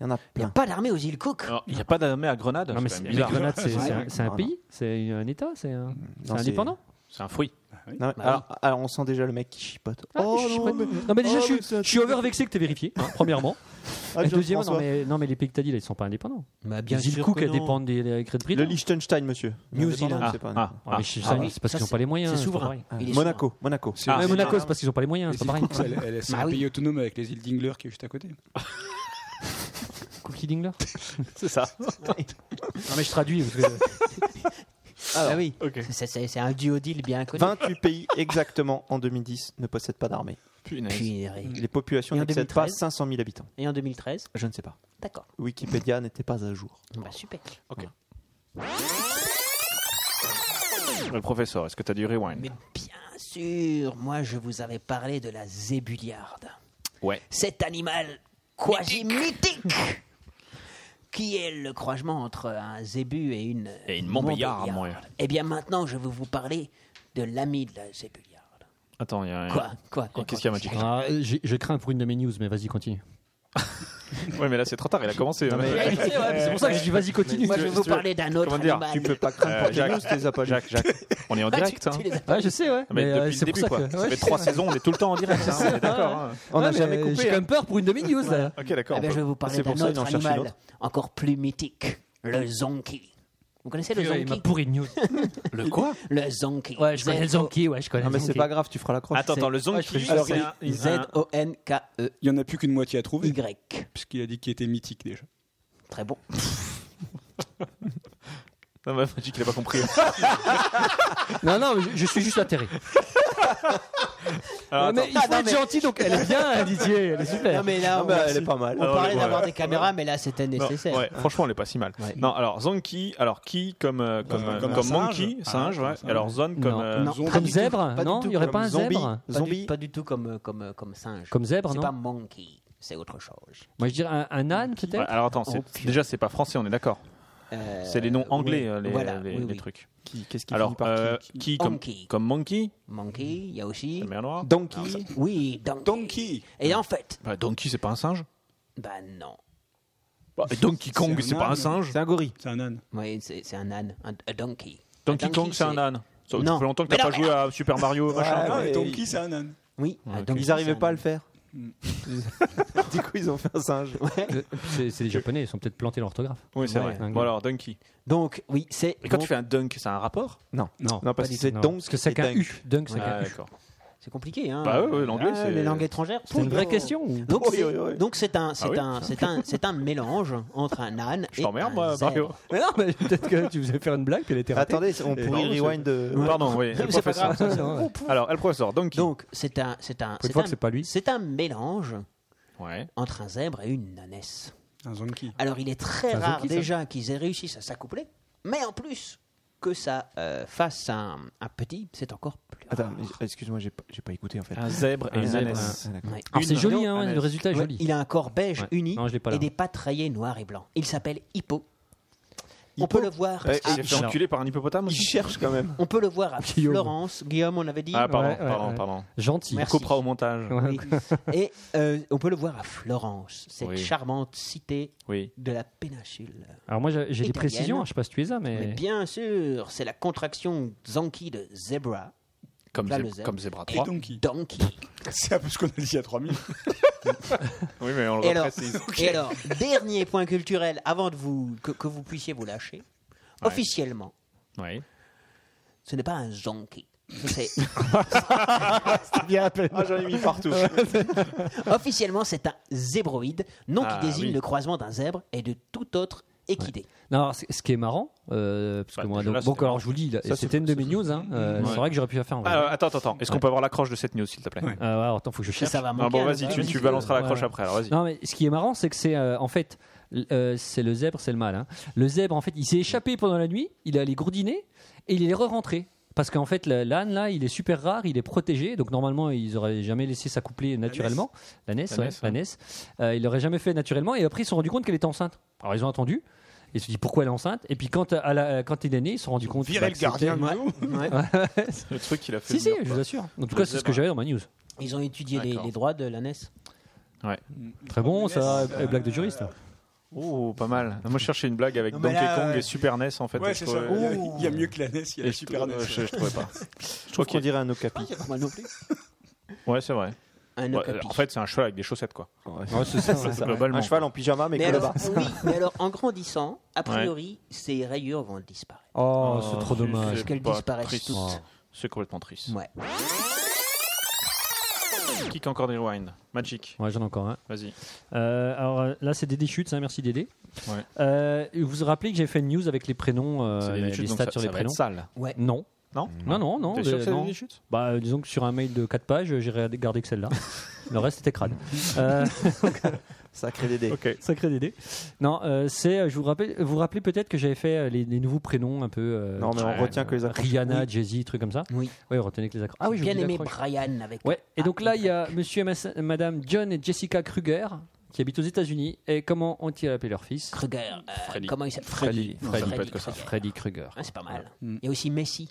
Speaker 4: Il y en a
Speaker 5: Il n'y
Speaker 4: plein.
Speaker 5: a pas d'armée aux îles Cook.
Speaker 1: Alors, Il n'y a pas d'armée à Grenade.
Speaker 2: Non, mais
Speaker 1: c'est quand
Speaker 2: c'est
Speaker 1: même
Speaker 2: mais
Speaker 1: bizarre.
Speaker 2: Grenade, c'est c'est un,
Speaker 4: Ouais.
Speaker 2: c'est un
Speaker 4: Non,
Speaker 2: pays C'est un État C'est un, c'est
Speaker 4: Non, c'est-
Speaker 2: indépendant
Speaker 1: C'est un fruit.
Speaker 4: Non,
Speaker 5: Bah
Speaker 4: alors, alors, on sent déjà le mec qui chipote. Oh,
Speaker 2: Ah, je suis pas- Non, mais déjà, je, suis- je suis overvexé que t'aies vérifié, hein, premièrement.
Speaker 4: Ah,
Speaker 2: Et
Speaker 4: John
Speaker 2: deuxièmement, non
Speaker 4: François.
Speaker 2: mais, non, mais les pays que t'as dit, là, ils sont pas indépendants.
Speaker 5: Bah,
Speaker 2: les îles Cook, elles dépendent des des Great Britain.
Speaker 4: Le Liechtenstein, monsieur.
Speaker 5: New
Speaker 4: Indépendant,
Speaker 5: Zealand.
Speaker 4: c'est pas-
Speaker 1: Ah,
Speaker 2: Ouais, mais je- ça,
Speaker 5: oui,
Speaker 2: c'est parce
Speaker 5: ça,
Speaker 2: qu'ils ont
Speaker 5: c'est-
Speaker 2: pas les moyens.
Speaker 5: C'est
Speaker 2: pas
Speaker 5: souverain.
Speaker 2: pareil.
Speaker 4: Ah.
Speaker 5: Il est
Speaker 4: Monaco, Monaco.
Speaker 6: C'est-
Speaker 2: Ouais,
Speaker 6: Ah, c'est-
Speaker 2: Monaco, c'est parce qu'ils ont pas les moyens.
Speaker 6: Les
Speaker 2: C'est
Speaker 6: îles
Speaker 2: pas pareil.
Speaker 6: Cook, c'est- elle- elle- c'est
Speaker 5: Bah
Speaker 6: un
Speaker 5: oui.
Speaker 6: pays autonome avec les îles Dingler qui est juste à côté.
Speaker 2: Cookie Dingler
Speaker 5: Ah
Speaker 1: c'est ça.
Speaker 2: Non, mais je traduis. parce que-
Speaker 5: souverain. Ah oui. C'est- C'est c'est un duo deal bien connu.
Speaker 4: 28 pays exactement en 2010 ne possèdent pas d'armée.
Speaker 1: Punaise.
Speaker 5: Purée.
Speaker 4: Les populations
Speaker 5: Et en
Speaker 4: n'excèdent pas
Speaker 5: 2013?
Speaker 4: 500 000 habitants.
Speaker 5: Et en 2013
Speaker 4: Je ne sais pas.
Speaker 5: D'accord.
Speaker 4: Wikipédia n'était pas à jour.
Speaker 5: Bah, super.
Speaker 1: Le professeur, est-ce que tu as du rewind
Speaker 5: Mais bien sûr, moi je vous avais parlé de la zébuliarde.
Speaker 1: Ouais.
Speaker 5: Cet animal quasi mythique qui est le croisement entre un zébu et une,
Speaker 1: Et une Montbéliarde, moi.
Speaker 5: Eh bien, maintenant, je vais vous parler de l'ami de la zébulliarde.
Speaker 1: Attends, il y a un-
Speaker 5: Quoi Quoi, quoi,
Speaker 1: Qu'est-ce qu'il y a,
Speaker 5: quoi,
Speaker 1: Magic
Speaker 2: Ah, j'ai- je crains pour une de mes news, mais vas-y, continue.
Speaker 1: Ouais, mais là c'est trop tard, il a commencé. hein.
Speaker 2: Ouais, c'est pour ça que je dis vas-y, continue.
Speaker 5: Moi,
Speaker 1: tu
Speaker 5: je vais
Speaker 1: veux-
Speaker 5: vous
Speaker 1: tu veux-
Speaker 5: parler d'un autre
Speaker 1: comment dire,
Speaker 5: animal.
Speaker 4: Tu peux pas craindre pour
Speaker 1: Euh,
Speaker 4: tes
Speaker 1: Jacques.
Speaker 4: news, tu les as pas lues.
Speaker 1: Jacques, Jacques, on est en
Speaker 5: Ah, tu-
Speaker 1: direct.
Speaker 5: tu
Speaker 1: hein.
Speaker 5: les as-
Speaker 7: Ouais, je sais, ouais. mais,
Speaker 1: Mais
Speaker 7: euh,
Speaker 1: depuis le
Speaker 7: c'est pour
Speaker 1: début,
Speaker 7: ça
Speaker 1: quoi.
Speaker 7: que.
Speaker 1: Ça
Speaker 7: ouais,
Speaker 1: fait
Speaker 7: je
Speaker 1: trois
Speaker 7: sais.
Speaker 1: saisons, on est tout le temps en direct. hein, on est d'accord. hein.
Speaker 4: On n'a
Speaker 7: Ouais,
Speaker 4: jamais
Speaker 7: mais
Speaker 4: coupé.
Speaker 7: J'ai
Speaker 4: hein.
Speaker 7: quand même peur pour une demi-news, là.
Speaker 1: Ok, d'accord.
Speaker 5: Eh bien, je vais vous parler
Speaker 4: c'est pour
Speaker 5: d'un
Speaker 4: ça, il
Speaker 5: autre
Speaker 4: en cherche une
Speaker 5: animal
Speaker 4: autre.
Speaker 5: encore plus mythique, le zonki. Vous connaissez le
Speaker 2: Il m'a
Speaker 5: zonki
Speaker 2: pourri une news.
Speaker 1: Le quoi
Speaker 5: Le zonki.
Speaker 2: Ouais, je connais le Zonki, ouais, je connais
Speaker 4: Non, mais
Speaker 2: le
Speaker 4: c'est
Speaker 2: Zonki.
Speaker 4: pas grave, tu feras l'accroche.
Speaker 1: Attends, attends, le Zonky,
Speaker 4: juste-
Speaker 1: c'est un- un-
Speaker 5: Z-O-N-K-E-Y.
Speaker 6: Il n'y en a plus qu'une moitié à trouver, puisqu'il a dit qu'il était mythique déjà.
Speaker 5: Très bon.
Speaker 1: Non, mais Magic, il a pas compris.
Speaker 2: Non, non, je, je suis juste atterré.
Speaker 1: Alors,
Speaker 2: Non, mais il faut être gentil, donc elle est bien, hein, Didier, elle est super.
Speaker 5: Non, mais là,
Speaker 4: Ah
Speaker 5: on,
Speaker 4: bah, elle est pas mal.
Speaker 5: on
Speaker 1: Ah,
Speaker 5: parlait
Speaker 1: ouais,
Speaker 5: d'avoir
Speaker 1: ouais.
Speaker 5: des caméras, mais là, c'était
Speaker 1: Non,
Speaker 5: nécessaire.
Speaker 1: ouais, franchement, on n'est pas si mal. Non, alors Zonky, alors qui comme euh, comme,
Speaker 6: Euh,
Speaker 1: euh,
Speaker 6: comme un
Speaker 1: comme
Speaker 6: singe.
Speaker 1: monkey,
Speaker 6: Ah,
Speaker 1: singe,
Speaker 6: comme
Speaker 1: ouais.
Speaker 6: un singe.
Speaker 1: Alors zone comme
Speaker 2: Non.
Speaker 1: euh,
Speaker 5: Non.
Speaker 6: Zombie.
Speaker 2: Comme
Speaker 5: du
Speaker 4: Pas
Speaker 2: zèbre
Speaker 4: du
Speaker 2: Non,
Speaker 4: tout,
Speaker 2: il n'y aurait
Speaker 4: comme
Speaker 2: pas un
Speaker 4: zombie.
Speaker 2: zèbre
Speaker 5: Pas, du,
Speaker 4: Zombie.
Speaker 5: pas du tout comme, comme, comme singe.
Speaker 2: Comme zèbre,
Speaker 5: C'est pas
Speaker 2: non
Speaker 5: monkey, c'est autre chose.
Speaker 2: Moi, je dirais un, un âne,
Speaker 1: ouais,
Speaker 2: peut-être
Speaker 1: alors attends, c'est-
Speaker 5: Oh, putain.
Speaker 1: déjà c'est pas français, on est d'accord.
Speaker 5: Euh,
Speaker 1: C'est les noms anglais euh, les,
Speaker 5: oui, voilà,
Speaker 1: les-
Speaker 5: oui,
Speaker 1: les
Speaker 5: oui.
Speaker 1: trucs.
Speaker 4: Qui- Qu'est-ce qui
Speaker 1: Alors
Speaker 4: finit par
Speaker 1: euh,
Speaker 4: qui
Speaker 1: qui comme
Speaker 5: Monkey.
Speaker 1: comme monkey,
Speaker 5: Monkey, il y a aussi.
Speaker 1: la mer noire. Ah,
Speaker 4: Donkey.
Speaker 5: Oui, donkey.
Speaker 6: Donkey
Speaker 5: Et en fait,
Speaker 1: Bah, donkey, c'est pas un singe.
Speaker 5: bah non.
Speaker 1: Bah, et Donkey Kong,
Speaker 6: un
Speaker 1: c'est pas un
Speaker 6: âne.
Speaker 1: singe.
Speaker 4: C'est un gorille.
Speaker 6: C'est un âne.
Speaker 5: Oui, c'est c'est un âne, un a donkey.
Speaker 1: Donkey
Speaker 5: Un
Speaker 1: Kong, c'est un âne. Ça ça
Speaker 5: Non.
Speaker 1: fait longtemps que
Speaker 5: Mais
Speaker 1: t'as
Speaker 5: non,
Speaker 1: pas
Speaker 5: mais
Speaker 1: joué à Super Mario, machin.
Speaker 4: Ah
Speaker 6: Ah,
Speaker 4: ouais,
Speaker 6: et
Speaker 4: il-
Speaker 6: Donkey, c'est un âne.
Speaker 5: Oui, un donkey,
Speaker 4: Ils
Speaker 5: c'est
Speaker 4: n'arrivaient
Speaker 5: un
Speaker 4: pas à le
Speaker 5: âne.
Speaker 4: faire.
Speaker 6: Mm.
Speaker 4: du coup, ils ont fait un singe.
Speaker 2: Euh, C'est c'est les Japonais, ils sont peut-être plantés l'orthographe.
Speaker 1: Oui, c'est
Speaker 2: Ouais,
Speaker 1: vrai.
Speaker 2: dingue.
Speaker 1: Bon alors Donkey.
Speaker 5: Donc, oui, c'est.
Speaker 1: Et quand
Speaker 5: donc-
Speaker 1: tu fais un dunk, ça a un rapport
Speaker 2: Non,
Speaker 4: Non, parce
Speaker 2: pas
Speaker 4: que
Speaker 2: du
Speaker 4: c'est
Speaker 2: tout, non.
Speaker 4: donc
Speaker 2: Parce que c'est
Speaker 4: et
Speaker 2: qu'un
Speaker 4: dingue.
Speaker 2: U. Dunk, c'est
Speaker 1: Ah,
Speaker 2: qu'un U.
Speaker 1: d'accord.
Speaker 5: C'est compliqué, hein.
Speaker 1: Bah ouais, ouais, l'anglais,
Speaker 5: Ah,
Speaker 1: c'est-
Speaker 5: Les langues étrangères.
Speaker 2: C'est une vraie
Speaker 5: pouh.
Speaker 2: question ou-
Speaker 5: Donc,
Speaker 4: Oui,
Speaker 5: c'est-
Speaker 4: oui, oui.
Speaker 5: donc c'est un, c'est
Speaker 1: oui.
Speaker 5: un, c'est un, c'est un mélange entre un âne
Speaker 1: Je
Speaker 5: et
Speaker 1: t'emmerde,
Speaker 5: un
Speaker 1: moi,
Speaker 5: zèbre.
Speaker 1: Mario.
Speaker 2: Mais non, mais peut-être que tu faisais faire une blague, puis elle était ratée.
Speaker 4: Attendez, on
Speaker 1: Et
Speaker 4: pourrait
Speaker 1: non, je-
Speaker 4: rewind. euh,
Speaker 1: Pardon, oui, le
Speaker 5: C'est pas
Speaker 1: professeur.
Speaker 5: grave.
Speaker 1: Alors, le professeur, Donkey.
Speaker 5: Donc c'est un, c'est un,
Speaker 2: Pour une
Speaker 5: c'est
Speaker 2: fois
Speaker 5: un-
Speaker 2: que c'est pas lui.
Speaker 5: c'est un mélange
Speaker 1: Ouais.
Speaker 5: entre un zèbre et une ânesse.
Speaker 6: Un Zonky.
Speaker 5: Alors il est très
Speaker 2: C'est un
Speaker 5: rare
Speaker 2: zombie, ça.
Speaker 5: déjà qu'ils aient réussi à s'accoupler, mais en plus que ça euh, fasse un, un petit, c'est encore plus. rare.
Speaker 4: Attends, excuse-moi, j'ai pas, j'ai pas écouté en fait.
Speaker 1: Un zèbre et
Speaker 2: Un
Speaker 1: une
Speaker 2: zèbre,
Speaker 1: ânesse.
Speaker 4: Ah, d'accord.
Speaker 5: Ouais.
Speaker 2: Alors, c'est
Speaker 1: Une.
Speaker 2: joli, hein,
Speaker 1: Non,
Speaker 2: ouais,
Speaker 1: un
Speaker 2: le résultat est
Speaker 5: Ouais,
Speaker 2: joli.
Speaker 5: il a un corps beige
Speaker 2: Ouais.
Speaker 5: uni
Speaker 2: Non, je l'ai pas là,
Speaker 5: et des
Speaker 2: hein.
Speaker 5: pattes rayées noires et blancs. Il s'appelle Hippo. On
Speaker 4: Hippo
Speaker 5: peut le voir.
Speaker 4: Ouais,
Speaker 5: à-
Speaker 1: Il s'est fait enculer par un hippopotame
Speaker 4: Il cherche quand même.
Speaker 5: On peut le voir à
Speaker 2: Guillaume.
Speaker 5: Florence. Guillaume, on l'avait dit.
Speaker 1: Ah, pardon,
Speaker 2: Ouais, ouais,
Speaker 1: pardon,
Speaker 2: ouais.
Speaker 1: pardon.
Speaker 2: Gentil.
Speaker 1: On
Speaker 5: Merci.
Speaker 1: coupera au montage.
Speaker 2: Ouais.
Speaker 5: Oui. Et euh, on peut le voir à Florence, cette
Speaker 1: Oui.
Speaker 5: charmante cité
Speaker 1: Oui.
Speaker 5: de la péninsule.
Speaker 2: Alors moi j'ai j'ai des
Speaker 5: Italienne.
Speaker 2: précisions, hein, je sais pas si tu les as, mais...
Speaker 5: Mais bien sûr, c'est la contraction Zonky de Zebra
Speaker 1: Comme,
Speaker 5: Là,
Speaker 1: zèbre-
Speaker 5: le zèbre.
Speaker 1: comme Zebra
Speaker 6: Et
Speaker 1: 3.
Speaker 6: Donkey.
Speaker 5: Donkey.
Speaker 6: C'est un peu ce qu'on a dit il y a 3000.
Speaker 1: Oui, mais on
Speaker 5: Et
Speaker 1: le
Speaker 5: alors,
Speaker 1: reprécise.
Speaker 5: et alors, dernier point culturel avant de vous, que, que vous puissiez vous lâcher.
Speaker 1: Ouais.
Speaker 5: Officiellement,
Speaker 1: Oui.
Speaker 5: ce n'est pas un Zonky. C'est-
Speaker 4: Ah, j'en ai mis partout.
Speaker 5: Officiellement, c'est un zébroïde, nom
Speaker 1: Ah,
Speaker 5: qui désigne
Speaker 1: oui.
Speaker 5: le croisement d'un zèbre et de tout autre équidé.
Speaker 2: Non, alors, c- ce qui est marrant, euh, parce
Speaker 1: Bah,
Speaker 2: que moi,
Speaker 1: déjà,
Speaker 2: donc,
Speaker 1: là,
Speaker 2: bon,
Speaker 1: c'était-
Speaker 2: alors je vous le dis, là,
Speaker 4: Ça,
Speaker 2: c'était
Speaker 4: c'est-
Speaker 2: une demi-news, hein, euh,
Speaker 1: Ouais.
Speaker 2: c'est vrai que j'aurais pu la faire. en vrai.
Speaker 1: Alors, Ah, euh, attends, attends, attends. Est-ce qu'on peut avoir l'accroche de cette news, s'il te plaît
Speaker 6: Ouais.
Speaker 2: Euh, alors, attends, faut que je
Speaker 5: Et
Speaker 2: cherche.
Speaker 5: Ça va manquer.
Speaker 1: Ah, Bon,
Speaker 5: hein,
Speaker 1: vas-y, tu,
Speaker 5: parce
Speaker 1: tu
Speaker 5: que-
Speaker 1: balanceras l'accroche
Speaker 2: Ouais.
Speaker 1: après. Alors, vas-y.
Speaker 2: Non, mais ce qui est marrant, c'est que c'est euh, en fait, l- euh, c'est le zèbre, c'est le mâle. hein. Le zèbre, en fait, il s'est échappé pendant la nuit, il est allé gourdiner et il est re-rentré. Parce qu'en fait, le- l'âne, là, il est super rare, il est protégé. Donc, normalement, ils auraient jamais laissé s'accoupler naturellement. La NES,
Speaker 1: La
Speaker 2: ouais,
Speaker 1: naisse,
Speaker 2: la NES. Euh, ils l'auraient jamais fait naturellement. Et après, ils se sont rendus compte qu'elle était enceinte. Alors, ils ont attendu. Ils se sont dit pourquoi elle est enceinte. Et puis, quand, euh, à la- quand il est né, ils se sont rendus compte. bah,
Speaker 6: Virer le
Speaker 2: que c'était-
Speaker 6: gardien de
Speaker 5: Ouais.
Speaker 6: l'eau.
Speaker 5: Ouais.
Speaker 1: Le truc qu'il a fait.
Speaker 2: Si, si,
Speaker 1: venir,
Speaker 2: je
Speaker 1: quoi.
Speaker 2: vous assure. En tout
Speaker 1: Le
Speaker 2: cas, c'est ce que
Speaker 1: zèbre.
Speaker 2: j'avais dans ma news.
Speaker 5: Ils ont étudié les,
Speaker 1: D'accord.
Speaker 5: les droits de la NES.
Speaker 2: Très bon, ça,
Speaker 6: Euh,
Speaker 2: blague de juriste.
Speaker 1: Oh, pas mal. Moi, je cherchais une blague avec
Speaker 6: Non, mais
Speaker 1: Donkey
Speaker 6: là,
Speaker 1: Kong
Speaker 6: ouais.
Speaker 1: et Super NES, en fait. euh,
Speaker 6: Ouais,
Speaker 1: Je
Speaker 6: c'est ça. Oh.
Speaker 1: trouvais-
Speaker 6: Il y a- Il y a mieux que la NES, il y a
Speaker 1: Et
Speaker 6: la
Speaker 1: je
Speaker 6: Super
Speaker 1: trou-
Speaker 6: NES.
Speaker 1: euh, Je je trouvais pas.
Speaker 4: Je trouve qu'on dirait un okapi.
Speaker 5: Ah, Moi non plus.
Speaker 1: Ouais, c'est vrai.
Speaker 5: Un
Speaker 1: Ouais,
Speaker 5: okapi.
Speaker 1: En fait, c'est un cheval avec des chaussettes, quoi. Globalement.
Speaker 4: Un cheval en pyjama, mais
Speaker 5: mais
Speaker 4: que le bas.
Speaker 5: alors, oui, mais alors, en grandissant, a priori, ces rayures vont disparaître.
Speaker 2: Oh, c'est trop
Speaker 1: c'est-
Speaker 2: dommage.
Speaker 5: Parce qu'elles
Speaker 1: pas
Speaker 5: disparaissent
Speaker 1: triste.
Speaker 4: Oh.
Speaker 5: toutes.
Speaker 1: C'est complètement triste.
Speaker 5: Ouais.
Speaker 1: Kick encore des rewinds. Magic,
Speaker 2: Ouais, j'en ai encore un.
Speaker 1: vas-y.
Speaker 2: Euh, alors euh, là, c'est Dédé Chutes, hein, merci Dédé.
Speaker 1: Ouais.
Speaker 2: Euh, vous vous rappelez que j'ai fait une news avec les prénoms, euh,
Speaker 1: C'est des
Speaker 2: les
Speaker 1: chutes, donc
Speaker 2: stats
Speaker 1: ça-
Speaker 2: sur
Speaker 1: ça
Speaker 2: les
Speaker 1: va être
Speaker 2: prénoms
Speaker 1: sale.
Speaker 2: Non.
Speaker 1: Non
Speaker 2: Non, non, non.
Speaker 1: T'es
Speaker 2: des-
Speaker 1: sûr que c'est
Speaker 2: non.
Speaker 1: des chutes
Speaker 2: Bah, euh, disons que sur un mail de 4 pages, euh, j'ai regardé que celle-là. Le reste était crade. Euh,
Speaker 4: Sacré Dédé.
Speaker 1: Ok.
Speaker 2: sacré Dédé. Non, euh, c'est, euh, je vous rappelle, vous vous rappelez peut-être que j'avais fait euh, les, les nouveaux prénoms un peu. euh,
Speaker 4: Non, mais on
Speaker 1: Ouais,
Speaker 4: retient que les accroches.
Speaker 2: Rihanna, Jay-Z, trucs comme ça.
Speaker 5: Oui.
Speaker 2: Ouais, retenez que les accro- Ah oui, j'ai
Speaker 5: Bien
Speaker 2: oublié
Speaker 5: aimé
Speaker 2: l'accroche.
Speaker 5: Brian avec.
Speaker 2: Ouais. Et
Speaker 5: Ah,
Speaker 2: donc là, il y a monsieur et mas- madame John et Jessica Kruger qui qui habitent aux États-Unis et comment ont-ils appelé leur fils
Speaker 5: Kruger. euh,
Speaker 1: Freddy.
Speaker 5: Comment il s'appelle
Speaker 1: Freddy.
Speaker 5: Non,
Speaker 1: Freddy, peut-être que ça.
Speaker 5: Krueger.
Speaker 2: Freddy Krueger.
Speaker 5: Ah, c'est pas mal.
Speaker 1: Mm.
Speaker 5: Il y a aussi Messi.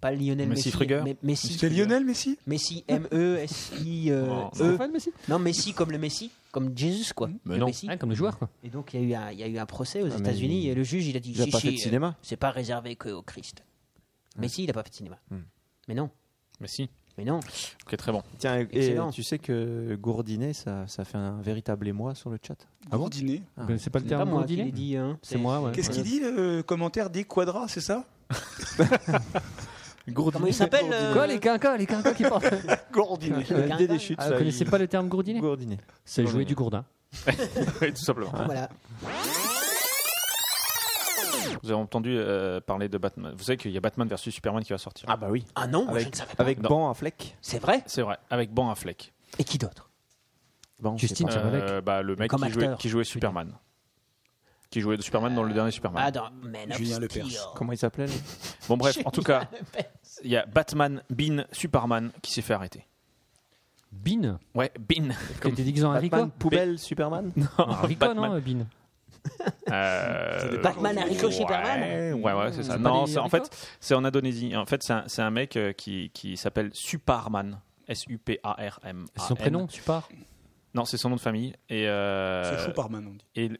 Speaker 5: Pas Lionel
Speaker 1: Messi
Speaker 5: Messi.
Speaker 1: Krueger.
Speaker 5: mais Messi.
Speaker 6: C'est Lionel Messi
Speaker 5: Messi, M-E-S-I. euh,
Speaker 1: Oh.
Speaker 5: E.
Speaker 2: Stéphane Messi
Speaker 5: Non, Messi comme le Messi, comme Jésus, quoi.
Speaker 1: Mais
Speaker 5: Le
Speaker 1: non.
Speaker 5: Messi.
Speaker 2: Ah, Comme le joueur, quoi.
Speaker 5: Et donc, il y, a eu un- il y a eu un procès aux
Speaker 4: Ah, mais
Speaker 5: États-Unis et le juge, il a dit
Speaker 4: Il n'a
Speaker 5: si,
Speaker 4: pas fait
Speaker 5: si,
Speaker 4: de
Speaker 5: euh,
Speaker 4: cinéma.
Speaker 5: C'est pas réservé que au Christ. Messi, il a pas fait de cinéma.
Speaker 4: Mm.
Speaker 5: Mais non,
Speaker 1: Mais si.
Speaker 5: mais non.
Speaker 1: Ok, très bon.
Speaker 4: Tiens, et- et
Speaker 5: Excellent.
Speaker 4: tu sais que gourdiner, ça, ça fait un véritable émoi sur le chat.
Speaker 6: Avant dîner.
Speaker 4: Ah.
Speaker 1: Ben,
Speaker 2: C'est pas le
Speaker 5: C'est pas
Speaker 2: terme
Speaker 5: moi qui
Speaker 2: ordinaire
Speaker 5: l'ai dit. hein.
Speaker 2: C'est moi, ouais.
Speaker 6: Qu'est-ce
Speaker 2: Ouais.
Speaker 6: qu'il dit le commentaire des quadras, c'est ça
Speaker 5: Comment il s'appelle euh,
Speaker 2: Quoi, les quinquas, les quinquas qui parlent
Speaker 4: Gourdiner.
Speaker 5: Le
Speaker 4: Le dé
Speaker 5: guindin.
Speaker 4: des chutes.
Speaker 2: Ah, Vous
Speaker 4: ça,
Speaker 2: connaissez
Speaker 4: il-
Speaker 2: pas le terme gourdiné
Speaker 4: Gourdiner.
Speaker 2: C'est jouer du gourdin.
Speaker 1: Oui, Tout simplement.
Speaker 5: Ah, Voilà.
Speaker 1: Vous avez entendu euh, parler de Batman. Vous savez qu'il y a Batman versus Superman qui va sortir.
Speaker 4: Ah bah oui.
Speaker 5: Ah non, moi, je
Speaker 4: Avec-
Speaker 5: ne savais pas.
Speaker 4: Avec
Speaker 1: Non.
Speaker 4: Ban à Fleck.
Speaker 5: C'est vrai
Speaker 1: C'est vrai, avec Ban Affleck.
Speaker 5: Et qui d'autre
Speaker 4: Ban,
Speaker 2: Justine,
Speaker 4: c'est
Speaker 2: ça
Speaker 4: pas-
Speaker 2: va avec.
Speaker 1: Euh, bah, le mec
Speaker 5: Comme
Speaker 1: qui jouait,
Speaker 5: acteur.
Speaker 1: qui jouait Superman. Qui jouait de Superman dans le dernier Superman.
Speaker 5: Ah, dans Man of
Speaker 6: Julien
Speaker 5: Steel.
Speaker 6: Lepers.
Speaker 4: Comment il s'appelait lui
Speaker 1: Bon, bref, en tout cas, il y a Batman, Bean, Superman qui s'est fait arrêter.
Speaker 2: Bean
Speaker 1: Ouais, Bean.
Speaker 2: Qui a été déguisé en haricot
Speaker 4: Batman, poubelle, Superman
Speaker 2: Haricot, non, Bean
Speaker 1: Euh,
Speaker 5: Batman, Haricot,
Speaker 1: ouais,
Speaker 5: Superman
Speaker 1: Ouais, ouais, c'est ça.
Speaker 2: C'est pas
Speaker 1: Non,
Speaker 2: des
Speaker 1: c'est- en
Speaker 2: haricots
Speaker 1: fait, c'est en Indonésie. En fait, c'est un, c'est un mec euh, qui, qui s'appelle Suparman. S-U-P-A-R-M.
Speaker 2: C'est son prénom, Supar
Speaker 1: Non, c'est son nom de famille. Et, euh,
Speaker 6: C'est chaud par man, on dit.
Speaker 1: et,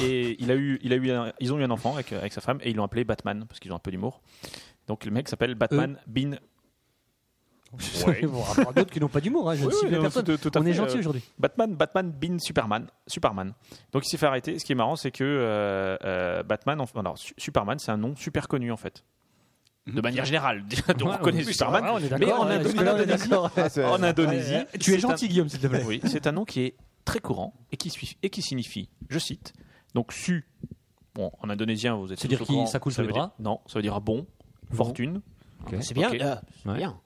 Speaker 1: et- et il a eu, il a eu un- ils ont eu un enfant avec, avec sa femme et ils l'ont appelé Batman parce qu'ils ont un peu d'humour. Donc le mec s'appelle Batman
Speaker 2: Euh.
Speaker 1: Bean. Ouais.
Speaker 2: Bon, à part d'autres qui n'ont pas d'humour, hein, je ne
Speaker 1: Oui,
Speaker 2: cible
Speaker 1: oui, non,
Speaker 2: personne.
Speaker 1: tout- tout à
Speaker 2: On
Speaker 1: fait,
Speaker 2: est gentil
Speaker 1: euh,
Speaker 2: aujourd'hui.
Speaker 1: Batman, Batman, Bean, Superman, Superman. Donc il s'est fait arrêter. Ce qui est marrant, c'est que euh, euh, Batman, enfin, alors, Su- Superman, c'est un nom super connu en fait. De manière générale, Ah, on
Speaker 2: Ouais,
Speaker 1: reconnaît
Speaker 2: oui,
Speaker 1: Superman,
Speaker 2: c'est vrai, on est
Speaker 1: mais
Speaker 2: d'accord,
Speaker 1: en
Speaker 2: ouais,
Speaker 1: Indonésie, Ah,
Speaker 2: jusque-là, on est d'accord. Ah,
Speaker 1: en Indonésie,
Speaker 2: Tu es
Speaker 1: c'est un-
Speaker 2: gentil, Guillaume, s'il te plaît.
Speaker 1: Oui, c'est un nom qui est très courant et qui, suit- et qui signifie, je cite, donc su, bon, en indonésien vous êtes
Speaker 2: C'est dire
Speaker 1: tous au
Speaker 2: qui-
Speaker 1: courant,
Speaker 2: ça coule sous les
Speaker 1: veut dire-
Speaker 2: bras
Speaker 1: Non, ça veut dire bon, fortune.
Speaker 2: Ok.
Speaker 5: C'est bien.
Speaker 1: Ok.
Speaker 5: euh, c'est
Speaker 2: Ouais.
Speaker 5: bien.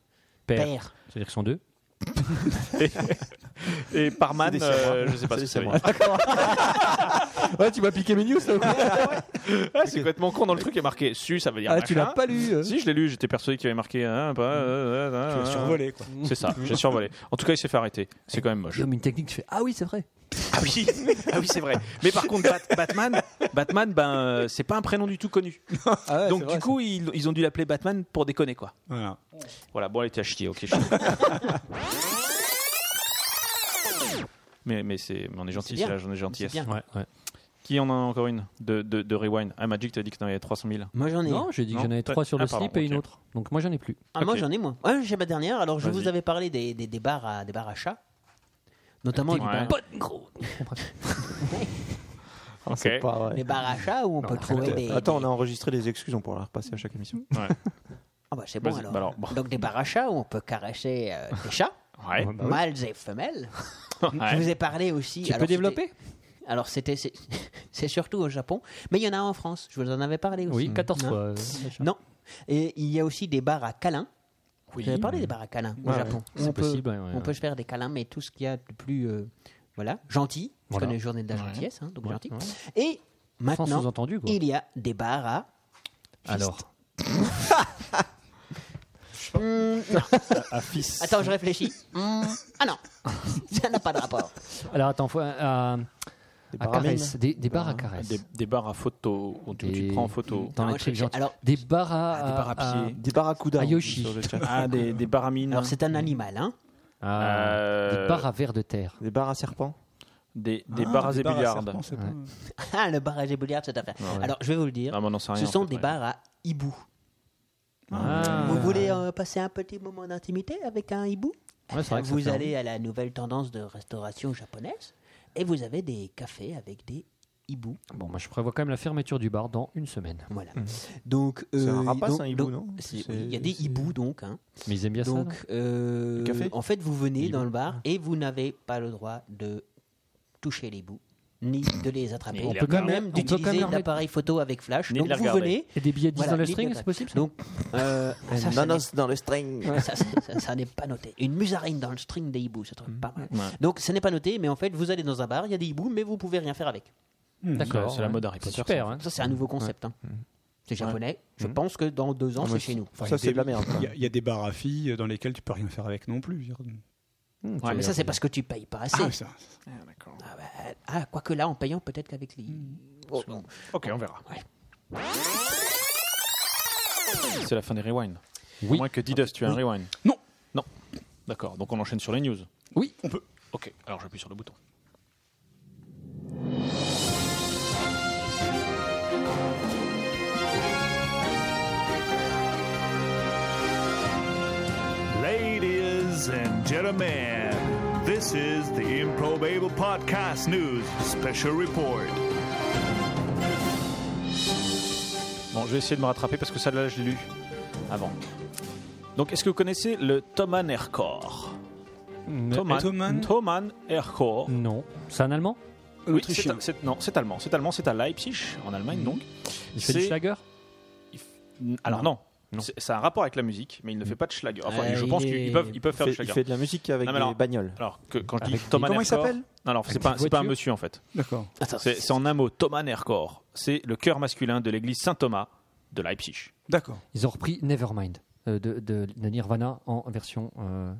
Speaker 2: Père.
Speaker 5: Père.
Speaker 2: C'est-à-dire qu'ils sont deux.
Speaker 1: Et parman,
Speaker 4: C'est des
Speaker 1: euh,
Speaker 4: siamois.
Speaker 1: je sais pas
Speaker 4: C'est
Speaker 1: ce
Speaker 4: des
Speaker 1: que ça veut
Speaker 4: siamois.
Speaker 1: dire.
Speaker 2: Ouais, tu m'as piqué mes news, là, ou quoi
Speaker 1: Ah, C'est complètement con dans le truc, il y a marqué su, ça veut dire
Speaker 2: Ah, tu
Speaker 1: machin.
Speaker 2: l'as pas lu. euh.
Speaker 1: Si, je l'ai lu, j'étais persuadé qu'il y avait marqué. hein, pas, euh, euh,
Speaker 6: Tu
Speaker 1: euh,
Speaker 6: l'as survolé, quoi.
Speaker 1: C'est ça, j'ai survolé. En tout cas, il s'est fait arrêter. C'est quand même moche.
Speaker 2: Guillaume, une technique, tu fais Ah oui, c'est vrai.
Speaker 1: Ah oui, ah oui c'est vrai. Mais par contre, Bat- Batman, Batman ben, euh, c'est pas un prénom du tout connu.
Speaker 2: Ah ouais,
Speaker 1: Donc,
Speaker 2: c'est
Speaker 1: du
Speaker 2: vrai,
Speaker 1: coup, ils, ils ont dû l'appeler Batman pour déconner, quoi.
Speaker 6: Voilà.
Speaker 1: Voilà, bon, elle était à chier, ok. je suis- mais mais, c'est- mais on est gentil,
Speaker 5: C'est bien.
Speaker 1: c'est la journée gentillesse.
Speaker 5: C'est bien.
Speaker 2: ça. Ouais, ouais.
Speaker 1: Qui en a encore une de, de, de Rewind Ah, Magic, t'as dit que t'en avais 300 000.
Speaker 5: Moi, j'en ai.
Speaker 2: Non, j'ai dit que
Speaker 1: Non,
Speaker 2: j'en avais
Speaker 1: t'as-
Speaker 2: trois sur
Speaker 1: ah,
Speaker 2: le
Speaker 1: pardon,
Speaker 2: slip et une
Speaker 1: ok.
Speaker 2: autre. Donc moi j'en ai plus.
Speaker 5: Ah, moi
Speaker 1: Ok.
Speaker 5: j'en ai moi. Ouais, j'ai ma dernière. Alors je
Speaker 1: Vas-y.
Speaker 5: vous avais parlé des, des, des bars à des bars à chats, notamment
Speaker 1: Des
Speaker 5: les,
Speaker 1: bars-
Speaker 5: bars,
Speaker 4: Ah, c'est
Speaker 1: Ok.
Speaker 4: pas vrai.
Speaker 5: les bars à chats où on peut trouver des.
Speaker 4: Attends, on
Speaker 5: des-
Speaker 4: a enregistré les excuses, on pourra la repasser à chaque émission.
Speaker 5: Ah bah c'est bon
Speaker 1: Vas-y,
Speaker 5: alors.
Speaker 1: bah alors, bon.
Speaker 5: Donc des bars à chats où on peut caresser euh, des chats,
Speaker 1: Ouais.
Speaker 5: mâles et femelles. Je
Speaker 1: Ouais.
Speaker 5: vous ai parlé aussi.
Speaker 2: bah Tu
Speaker 5: alors,
Speaker 2: peux
Speaker 5: c'était-
Speaker 2: développer
Speaker 5: Alors c'était c'est c'est surtout au Japon, mais il y en a en France. Je vous en avais parlé aussi.
Speaker 2: Oui, 14
Speaker 5: Non.
Speaker 2: fois. euh,
Speaker 5: Non. Et il y a aussi des bars à câlins.
Speaker 1: Oui.
Speaker 5: Vous avez parlé des bars à câlins au
Speaker 4: Ouais,
Speaker 5: Japon. Où
Speaker 2: C'est
Speaker 5: on peut
Speaker 2: possible. ouais, ouais,
Speaker 5: On
Speaker 2: ouais.
Speaker 5: peut se faire des câlins, mais tout ce qu'il y a de plus euh, voilà, gentil. Parce
Speaker 2: Voilà.
Speaker 5: qu'on est journée de la
Speaker 1: Ouais.
Speaker 5: gentillesse, hein, donc
Speaker 2: Ouais,
Speaker 5: gentil.
Speaker 2: ouais.
Speaker 5: Et
Speaker 2: Sans
Speaker 5: maintenant,
Speaker 2: sous-entendu, quoi.
Speaker 5: il y a des bars à.
Speaker 2: Alors,
Speaker 5: Hmm, non. Attends, je réfléchis. Hmm, ah non, ça n'a pas de rapport.
Speaker 2: alors attends, faut, euh, à,
Speaker 4: Des
Speaker 2: à
Speaker 4: baramines.
Speaker 2: Caresse, des, des bars à Caresse.
Speaker 1: Des, des barres à photo, où tu, tu
Speaker 2: Des-
Speaker 1: prends en photo. Ah,
Speaker 2: Dans
Speaker 5: Non,
Speaker 2: les
Speaker 5: moi,
Speaker 2: trucs
Speaker 5: j'ai-
Speaker 2: gentils.
Speaker 5: alors-
Speaker 2: Des bars à.
Speaker 1: des bars à pied.
Speaker 4: Des barracudas.
Speaker 2: Ah, Yoshi.
Speaker 4: Sur le chat.
Speaker 1: Ah, des, des barres à mines.
Speaker 5: Alors, c'est un animal, hein
Speaker 2: à- à-
Speaker 1: Euh,
Speaker 2: Ah. Des bars à verre de terre.
Speaker 4: Des barres à serpents.
Speaker 1: Des, des
Speaker 6: Ah,
Speaker 1: barres à zébilliard.
Speaker 6: serpents, c'est
Speaker 2: Ouais.
Speaker 6: bon.
Speaker 5: Ah, le bar à Gébuliard, cette affaire.
Speaker 1: ouais.
Speaker 5: Alors, je vais vous le dire.
Speaker 1: Ah, mais on en sait rien,
Speaker 5: Ce
Speaker 1: en
Speaker 5: sont
Speaker 1: fait,
Speaker 5: des
Speaker 1: ouais.
Speaker 5: bars à hibou.
Speaker 2: Ah.
Speaker 5: Vous voulez euh, passer un petit moment d'intimité avec un hibou
Speaker 2: Ouais, c'est vrai que ça
Speaker 5: Vous
Speaker 2: fait
Speaker 5: allez à la nouvelle tendance de restauration japonaise et vous avez des cafés avec des hiboux.
Speaker 2: envie. Bon, moi je prévois quand même la fermeture du bar dans une semaine. Mmh.
Speaker 5: Voilà. Donc,
Speaker 4: C'est
Speaker 5: euh,
Speaker 4: un rapace,
Speaker 2: hein,
Speaker 5: donc-
Speaker 4: un hibou,
Speaker 5: donc-
Speaker 4: non
Speaker 5: c'est- oui,
Speaker 4: C'est-
Speaker 5: Il y a des
Speaker 4: c'est-
Speaker 5: hiboux, donc. hein.
Speaker 2: Mais ils aiment bien ça. non
Speaker 5: Donc, euh,
Speaker 4: Le café
Speaker 5: en fait, vous venez dans le bar et vous n'avez pas le droit de toucher les bouts, ni de les attraper,
Speaker 1: Ni de
Speaker 5: ni
Speaker 1: les regarder.
Speaker 5: même
Speaker 2: On peut quand même
Speaker 5: d'utiliser
Speaker 2: leur mettre-
Speaker 5: l'appareil photo avec flash.
Speaker 1: Ni de
Speaker 5: Donc,
Speaker 1: les
Speaker 5: vous
Speaker 1: regarder.
Speaker 5: venez.
Speaker 2: Et des billets de 10
Speaker 5: Voilà,
Speaker 2: dans le
Speaker 5: ni
Speaker 2: string,
Speaker 5: de-
Speaker 2: c'est possible ça
Speaker 5: Donc, euh, ah, ça, ça n'est-
Speaker 4: Nanas dans le string.
Speaker 5: ça, ça, ça- ça n'est pas noté. Une musarine dans le string des hiboux, ça trouve pas mal.
Speaker 1: Ouais.
Speaker 5: Donc, ça n'est pas noté, mais en fait, vous allez dans un bar, il y a des hiboux, mais vous pouvez rien faire avec.
Speaker 2: D'accord.
Speaker 1: C'est la
Speaker 2: ouais.
Speaker 1: mode Harry Potter,
Speaker 2: Super. hein.
Speaker 5: Ça, c'est un nouveau concept. hein.
Speaker 6: Mm.
Speaker 5: C'est japonais. Je
Speaker 1: Hmm.
Speaker 5: pense que dans
Speaker 6: Ah,
Speaker 1: Ah,
Speaker 5: deux ans, c'est chez nous. hein.
Speaker 4: Ça, c'est de la merde.
Speaker 6: Il y a- il y, a des bars à filles dans lesquelles tu peux rien faire avec non plus. je veux dire.
Speaker 2: Hmm, tu
Speaker 1: Ouais,
Speaker 5: Mais
Speaker 2: regardes.
Speaker 5: ça, c'est parce que Mmh, tu payes pas assez.
Speaker 6: Ah, ça.
Speaker 5: Ah, bah, ah, quoique là, en payant, peut-être qu'avec les. Oh, bon.
Speaker 1: Ok, on verra.
Speaker 5: Ouais.
Speaker 6: Oh,
Speaker 1: C'est la fin des rewinds.
Speaker 2: Oui.
Speaker 1: À moins que Didus, tu as un rewind.
Speaker 6: Non.
Speaker 1: Non. D'accord, donc on enchaîne sur les news.
Speaker 6: Oui, on peut.
Speaker 1: Ok, alors j'appuie sur le bouton.
Speaker 8: Ladies and gentlemen, this is the Improbable Podcast News Special Report.
Speaker 1: Bon, je vais essayer de me rattraper parce que ça là, je l'ai lu avant. Donc, est-ce que vous connaissez le Thoman Aircore
Speaker 5: Mmh.
Speaker 6: Thomann
Speaker 1: Thoman Aircore.
Speaker 2: Non. C'est un Allemand
Speaker 1: Oui, c'est
Speaker 6: L'Autrichien.
Speaker 1: c'est- non, c'est allemand. C'est allemand, c'est à Leipzig, en Allemagne donc.
Speaker 2: Il fait du
Speaker 1: C'est-
Speaker 2: Schlager
Speaker 5: Mmh.
Speaker 1: Alors non,
Speaker 2: Non.
Speaker 1: C'est- ça a un rapport avec la musique, mais il ne fait pas de schlager. Enfin,
Speaker 5: Euh,
Speaker 1: je
Speaker 5: il
Speaker 1: pense
Speaker 5: est-
Speaker 1: qu'ils peuvent, ils peuvent faire
Speaker 4: fait,
Speaker 1: du
Speaker 4: Ah, il
Speaker 1: schlager.
Speaker 4: fait de la musique avec
Speaker 1: Non, mais alors-
Speaker 4: des bagnoles.
Speaker 1: Alors que quand je
Speaker 2: Avec
Speaker 1: dis Thomas
Speaker 6: Comment il
Speaker 1: Nercor-
Speaker 6: s'appelle
Speaker 1: Non, non, c'est
Speaker 2: Avec
Speaker 1: pas,
Speaker 2: une
Speaker 1: c'est pas un
Speaker 2: voiture
Speaker 1: monsieur en fait.
Speaker 6: D'accord.
Speaker 5: Attends,
Speaker 1: C'est c'est en un mot Thomas Nercor. C'est le cœur masculin de l'église Saint Thomas de Leipzig.
Speaker 6: D'accord.
Speaker 2: Ils ont repris Nevermind euh, de, de- de Nirvana en version. euh,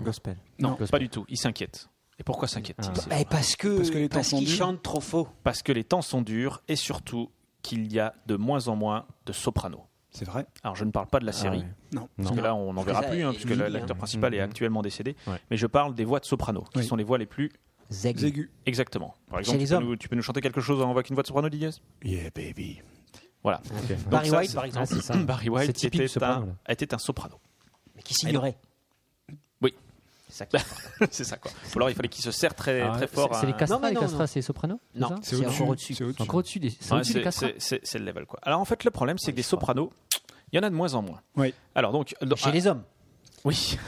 Speaker 4: Gospel.
Speaker 6: Non.
Speaker 1: Pas du tout. Il s'inquiète. Et pourquoi s'inquiète-t-il
Speaker 2: Ah.
Speaker 5: Bah, parce que
Speaker 6: Parce que les temps
Speaker 5: parce
Speaker 6: sont
Speaker 5: qu'ils
Speaker 6: durs.
Speaker 5: chantent trop faux.
Speaker 1: Parce que les temps sont durs et surtout qu'il y a de moins en moins de sopranos.
Speaker 6: C'est vrai. Ah
Speaker 1: Alors je ne parle pas de la série,
Speaker 2: ouais.
Speaker 6: Non. Mm-hmm.
Speaker 1: parce que là on n'en
Speaker 5: Parce que
Speaker 1: verra
Speaker 5: ça
Speaker 1: plus, hein,
Speaker 5: est
Speaker 1: puisque
Speaker 5: fini,
Speaker 1: l'acteur
Speaker 5: hein.
Speaker 1: principal est
Speaker 2: Mhm.
Speaker 1: actuellement décédé,
Speaker 2: Ouais.
Speaker 1: mais je parle des voix de sopranos, qui
Speaker 6: Oui.
Speaker 1: sont les voix les plus
Speaker 5: Zeg.
Speaker 6: Aigus.
Speaker 1: Exactement. Par
Speaker 5: Chez
Speaker 1: exemple,
Speaker 5: les
Speaker 1: tu peux,
Speaker 5: hommes.
Speaker 1: nous, tu peux nous chanter quelque chose en voix qu'une voix de soprano, Didier
Speaker 8: Yeah, baby.
Speaker 1: Voilà. Donc
Speaker 5: Barry
Speaker 1: ça,
Speaker 5: White,
Speaker 1: c'est-
Speaker 5: par exemple.
Speaker 2: c'est ça.
Speaker 1: Barry White
Speaker 2: C'est typique,
Speaker 1: était,
Speaker 2: soprano,
Speaker 1: un, était un soprano.
Speaker 5: Mais qui s'ignorait.
Speaker 1: Oui.
Speaker 5: C'est ça qui-
Speaker 1: c'est ça quoi. Ou alors il fallait qu'il se serre très,
Speaker 2: Ah,
Speaker 1: très
Speaker 2: c'est-
Speaker 1: fort.
Speaker 2: C'est les
Speaker 1: hein.
Speaker 2: castras,
Speaker 5: Non, mais
Speaker 2: les
Speaker 5: non,
Speaker 2: castras,
Speaker 5: non.
Speaker 2: c'est les sopranos c'est
Speaker 5: Non,
Speaker 2: ça
Speaker 5: c'est encore au-dessus.
Speaker 6: C'est au-dessus.
Speaker 2: Encore au-dessus des. C'est
Speaker 1: Ouais,
Speaker 2: au-dessus des
Speaker 1: c'est-
Speaker 2: castras
Speaker 1: c'est- c'est c'est le level quoi. Alors en fait le problème c'est que des
Speaker 2: je crois.
Speaker 1: sopranos, il y en a de moins en moins.
Speaker 6: Oui.
Speaker 1: Alors donc dans-
Speaker 5: Chez
Speaker 1: ah,
Speaker 5: les hommes.
Speaker 1: oui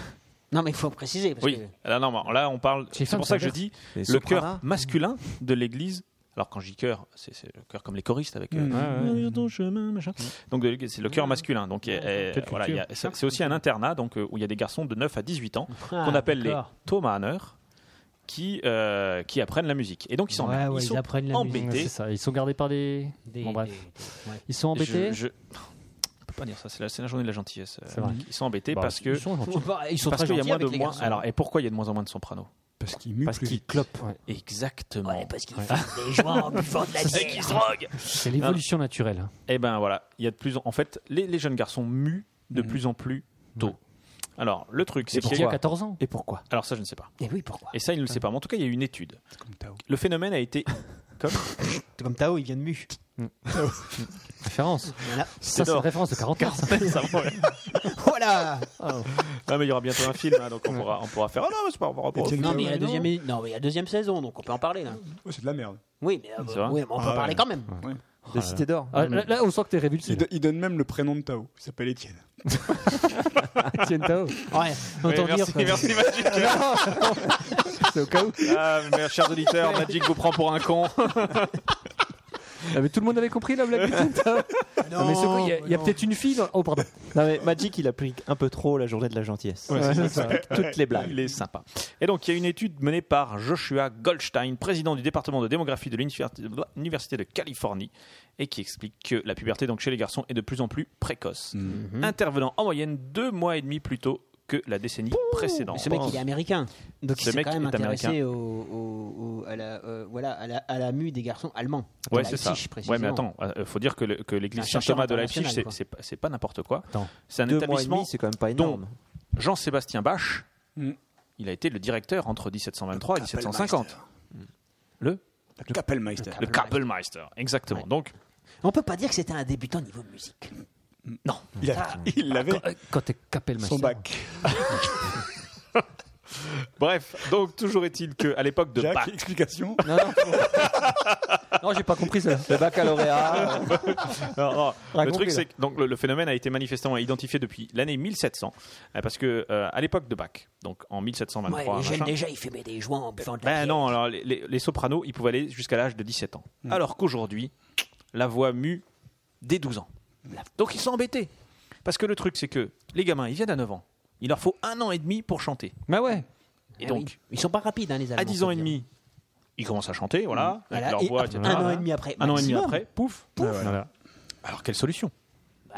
Speaker 5: Non, mais il faut préciser. Parce
Speaker 1: oui.
Speaker 5: que...
Speaker 1: Là, non, mais là on parle.
Speaker 2: Chez les
Speaker 1: C'est pour
Speaker 2: femmes,
Speaker 1: ça
Speaker 2: ça
Speaker 1: que je
Speaker 2: inverse.
Speaker 1: dis
Speaker 4: Les
Speaker 1: le
Speaker 4: sopranos.
Speaker 1: cœur masculin de l'Église. Alors quand je dis cœur, c'est c'est le cœur comme les choristes avec. euh,
Speaker 6: Mm.
Speaker 1: Navigue ton chemin, machin. Donc de- c'est le cœur masculin. Donc et- et-
Speaker 2: Quelle
Speaker 1: voilà, il y a-
Speaker 2: culture.
Speaker 1: c'est c'est aussi un internat donc euh, où il y a des garçons de 9 à 18 ans
Speaker 5: Ah,
Speaker 1: qu'on appelle les
Speaker 5: d'accord.
Speaker 1: Thomaner qui euh, qui apprennent la musique. Et donc ils sont
Speaker 5: Ouais, ouais,
Speaker 1: ils
Speaker 5: ils
Speaker 1: sont
Speaker 5: apprennent la musique.
Speaker 1: embêtés.
Speaker 2: Ouais, c'est ça. Ils sont gardés par des.
Speaker 5: Des-
Speaker 2: bon, bref.
Speaker 5: des- ouais.
Speaker 2: Ils sont embêtés.
Speaker 1: Je, je- On peut pas dire ça. C'est la, c'est la journée de la gentillesse. euh,
Speaker 2: C'est vrai.
Speaker 1: Ils sont embêtés
Speaker 2: Bah,
Speaker 1: parce que
Speaker 2: Ils sont gentils.
Speaker 5: Ils sont
Speaker 1: parce
Speaker 5: très
Speaker 1: qu'il y a
Speaker 5: gentils
Speaker 1: moins
Speaker 5: avec
Speaker 1: de
Speaker 5: les
Speaker 1: moins.
Speaker 5: garçons.
Speaker 1: Alors et pourquoi il y a de moins en moins de sopranos
Speaker 6: Parce qu'il mue
Speaker 1: Parce
Speaker 6: plus
Speaker 1: qu'ils
Speaker 6: vite.
Speaker 1: clopent.
Speaker 2: Ouais.
Speaker 1: Exactement.
Speaker 5: Ouais, parce qu'ils font des joints en buvant de la bière.
Speaker 1: droguent.
Speaker 2: C'est l'évolution naturelle. hein.
Speaker 1: Et ben voilà, il y a de plus en, en fait les, les jeunes garçons muent
Speaker 2: Mm.
Speaker 1: de plus en plus tôt. Alors le truc c'est
Speaker 2: C'est
Speaker 1: qu'il
Speaker 2: qu'il
Speaker 1: y
Speaker 2: y
Speaker 1: a-
Speaker 2: a 14 ans.
Speaker 4: Et pourquoi
Speaker 1: alors ça je ne sais pas.
Speaker 5: Et oui, pourquoi
Speaker 1: Et ça il ne le sait pas. Mais en tout cas il y a eu une étude.
Speaker 6: C'est comme Tao.
Speaker 1: Le phénomène a été
Speaker 5: Comme Tao, il vient de mu.
Speaker 2: Mm. Référence.
Speaker 5: Voilà.
Speaker 2: Ça, c'est
Speaker 1: Ténor.
Speaker 2: une référence de 40 ans.
Speaker 1: Ça, ouais.
Speaker 5: Voilà
Speaker 1: Ah, mais il y aura bientôt un film, hein, donc on pourra, on pourra faire. Ah non, mais c'est pas on pourra- on pourra-
Speaker 6: Étienne
Speaker 5: Non, mais il y a
Speaker 6: Dao.
Speaker 5: la deuxième, non, mais il y a la deuxième saison, donc on peut en parler. Là.
Speaker 6: Oh, c'est de la merde.
Speaker 5: Oui, mais, euh,
Speaker 1: C'est vrai
Speaker 5: oui, mais on peut
Speaker 6: Ah,
Speaker 5: en parler
Speaker 6: ouais.
Speaker 5: quand même.
Speaker 4: La Cité d'Or.
Speaker 2: Ah, là, là, on sent que t'es révulsé.
Speaker 6: Il, do- il donne même le prénom de Tao. Il s'appelle Étienne.
Speaker 2: Tiens, Tao.
Speaker 5: Ouais.
Speaker 1: Oui,
Speaker 2: Entends
Speaker 1: merci,
Speaker 2: dire, quoi.
Speaker 1: merci, Magic.
Speaker 2: C'est au cas où.
Speaker 1: Ah, mais chers auditeurs, Magic vous prend pour un con.
Speaker 2: Ah, mais tout le monde avait compris la blague de Tao. Non, mais c'est quoi, il y a- il y a, peut-être une fille. Dans... Oh, pardon.
Speaker 4: Non mais Magic il a pris un peu trop la journée de la gentillesse.
Speaker 2: c'est ça.
Speaker 4: Toutes les blagues.
Speaker 1: Il est sympa. Et donc, il y a une étude menée par Joshua Goldstein, président du département de démographie de l'Université de l'Université de Californie, et qui explique que la puberté donc, chez les garçons est de plus en plus précoce,
Speaker 5: Mhm.
Speaker 1: intervenant en moyenne deux mois et demi plus tôt que la décennie précédente.
Speaker 5: Mais ce mec, il est américain. Donc
Speaker 1: Ce
Speaker 5: il s'est
Speaker 1: mec
Speaker 5: quand même
Speaker 1: est américain.
Speaker 5: intéressé au, au- au- à, la, euh, voilà, à, la, à la mue des garçons allemands.
Speaker 1: Ouais,
Speaker 5: À
Speaker 1: c'est ça.
Speaker 5: Leipzig,
Speaker 1: Ouais, mais
Speaker 5: précisément.
Speaker 1: attends, il faut dire que, le- que l'église
Speaker 5: Un chercheur
Speaker 1: Saint-Thomas de Leipzig,
Speaker 5: international,
Speaker 1: c'est,
Speaker 5: quoi.
Speaker 1: c'est pas, c'est pas n'importe quoi.
Speaker 2: Attends.
Speaker 1: C'est un
Speaker 4: Deux mois et
Speaker 1: établissement
Speaker 4: demi, c'est quand même pas énorme.
Speaker 1: Jean-Sébastien Bach.
Speaker 6: Mm.
Speaker 1: Il a été le directeur entre 1723 et 1750.
Speaker 6: Le
Speaker 1: Le
Speaker 6: Kapellmeister.
Speaker 1: Le Kapellmeister, exactement. Donc,
Speaker 5: On peut pas dire que c'était un débutant niveau musique. Ah.
Speaker 6: Il a- il l'avait.
Speaker 2: Quand, euh, quand t'es capé le
Speaker 6: Son bac.
Speaker 1: bref, donc toujours est-il qu'à l'époque de
Speaker 6: Jack,
Speaker 1: Bach,
Speaker 6: explication.
Speaker 2: Non, non. non, j'ai pas compris ça.
Speaker 4: Le baccalauréat. euh,
Speaker 1: Non, non. le
Speaker 4: Raconte-le.
Speaker 1: truc, c'est que donc, le, le phénomène a été manifestement identifié depuis l'année 1700, euh, parce que euh, à l'époque de Bach, donc en
Speaker 5: Ouais,
Speaker 1: 1723,
Speaker 5: les jeunes
Speaker 1: machin,
Speaker 5: déjà, ils fumaient des joints en buvant de la
Speaker 1: ben
Speaker 5: bière.
Speaker 1: non, alors les, les- les sopranos, ils pouvaient aller jusqu'à l'âge de 17 ans.
Speaker 5: Hmm.
Speaker 1: Alors qu'aujourd'hui, la voix mue dès 12 ans. Donc ils sont embêtés. Parce que le truc, c'est que les gamins, ils viennent à 9 ans. Il leur faut un an et demi pour chanter.
Speaker 2: Bah ouais.
Speaker 1: Et
Speaker 5: Ah
Speaker 1: donc,
Speaker 5: oui. ils sont pas rapides, hein, les Allemands.
Speaker 1: à 10 ans
Speaker 5: faut
Speaker 1: et
Speaker 5: dire.
Speaker 1: demi, ils commencent à chanter, voilà, avec
Speaker 5: Voilà,
Speaker 1: leur
Speaker 5: et
Speaker 1: voix,
Speaker 5: un
Speaker 1: etc.
Speaker 5: an et demi après.
Speaker 1: Un an et demi
Speaker 5: maximum.
Speaker 1: après, pouf, pouf.
Speaker 2: Voilà.
Speaker 1: Alors quelle solution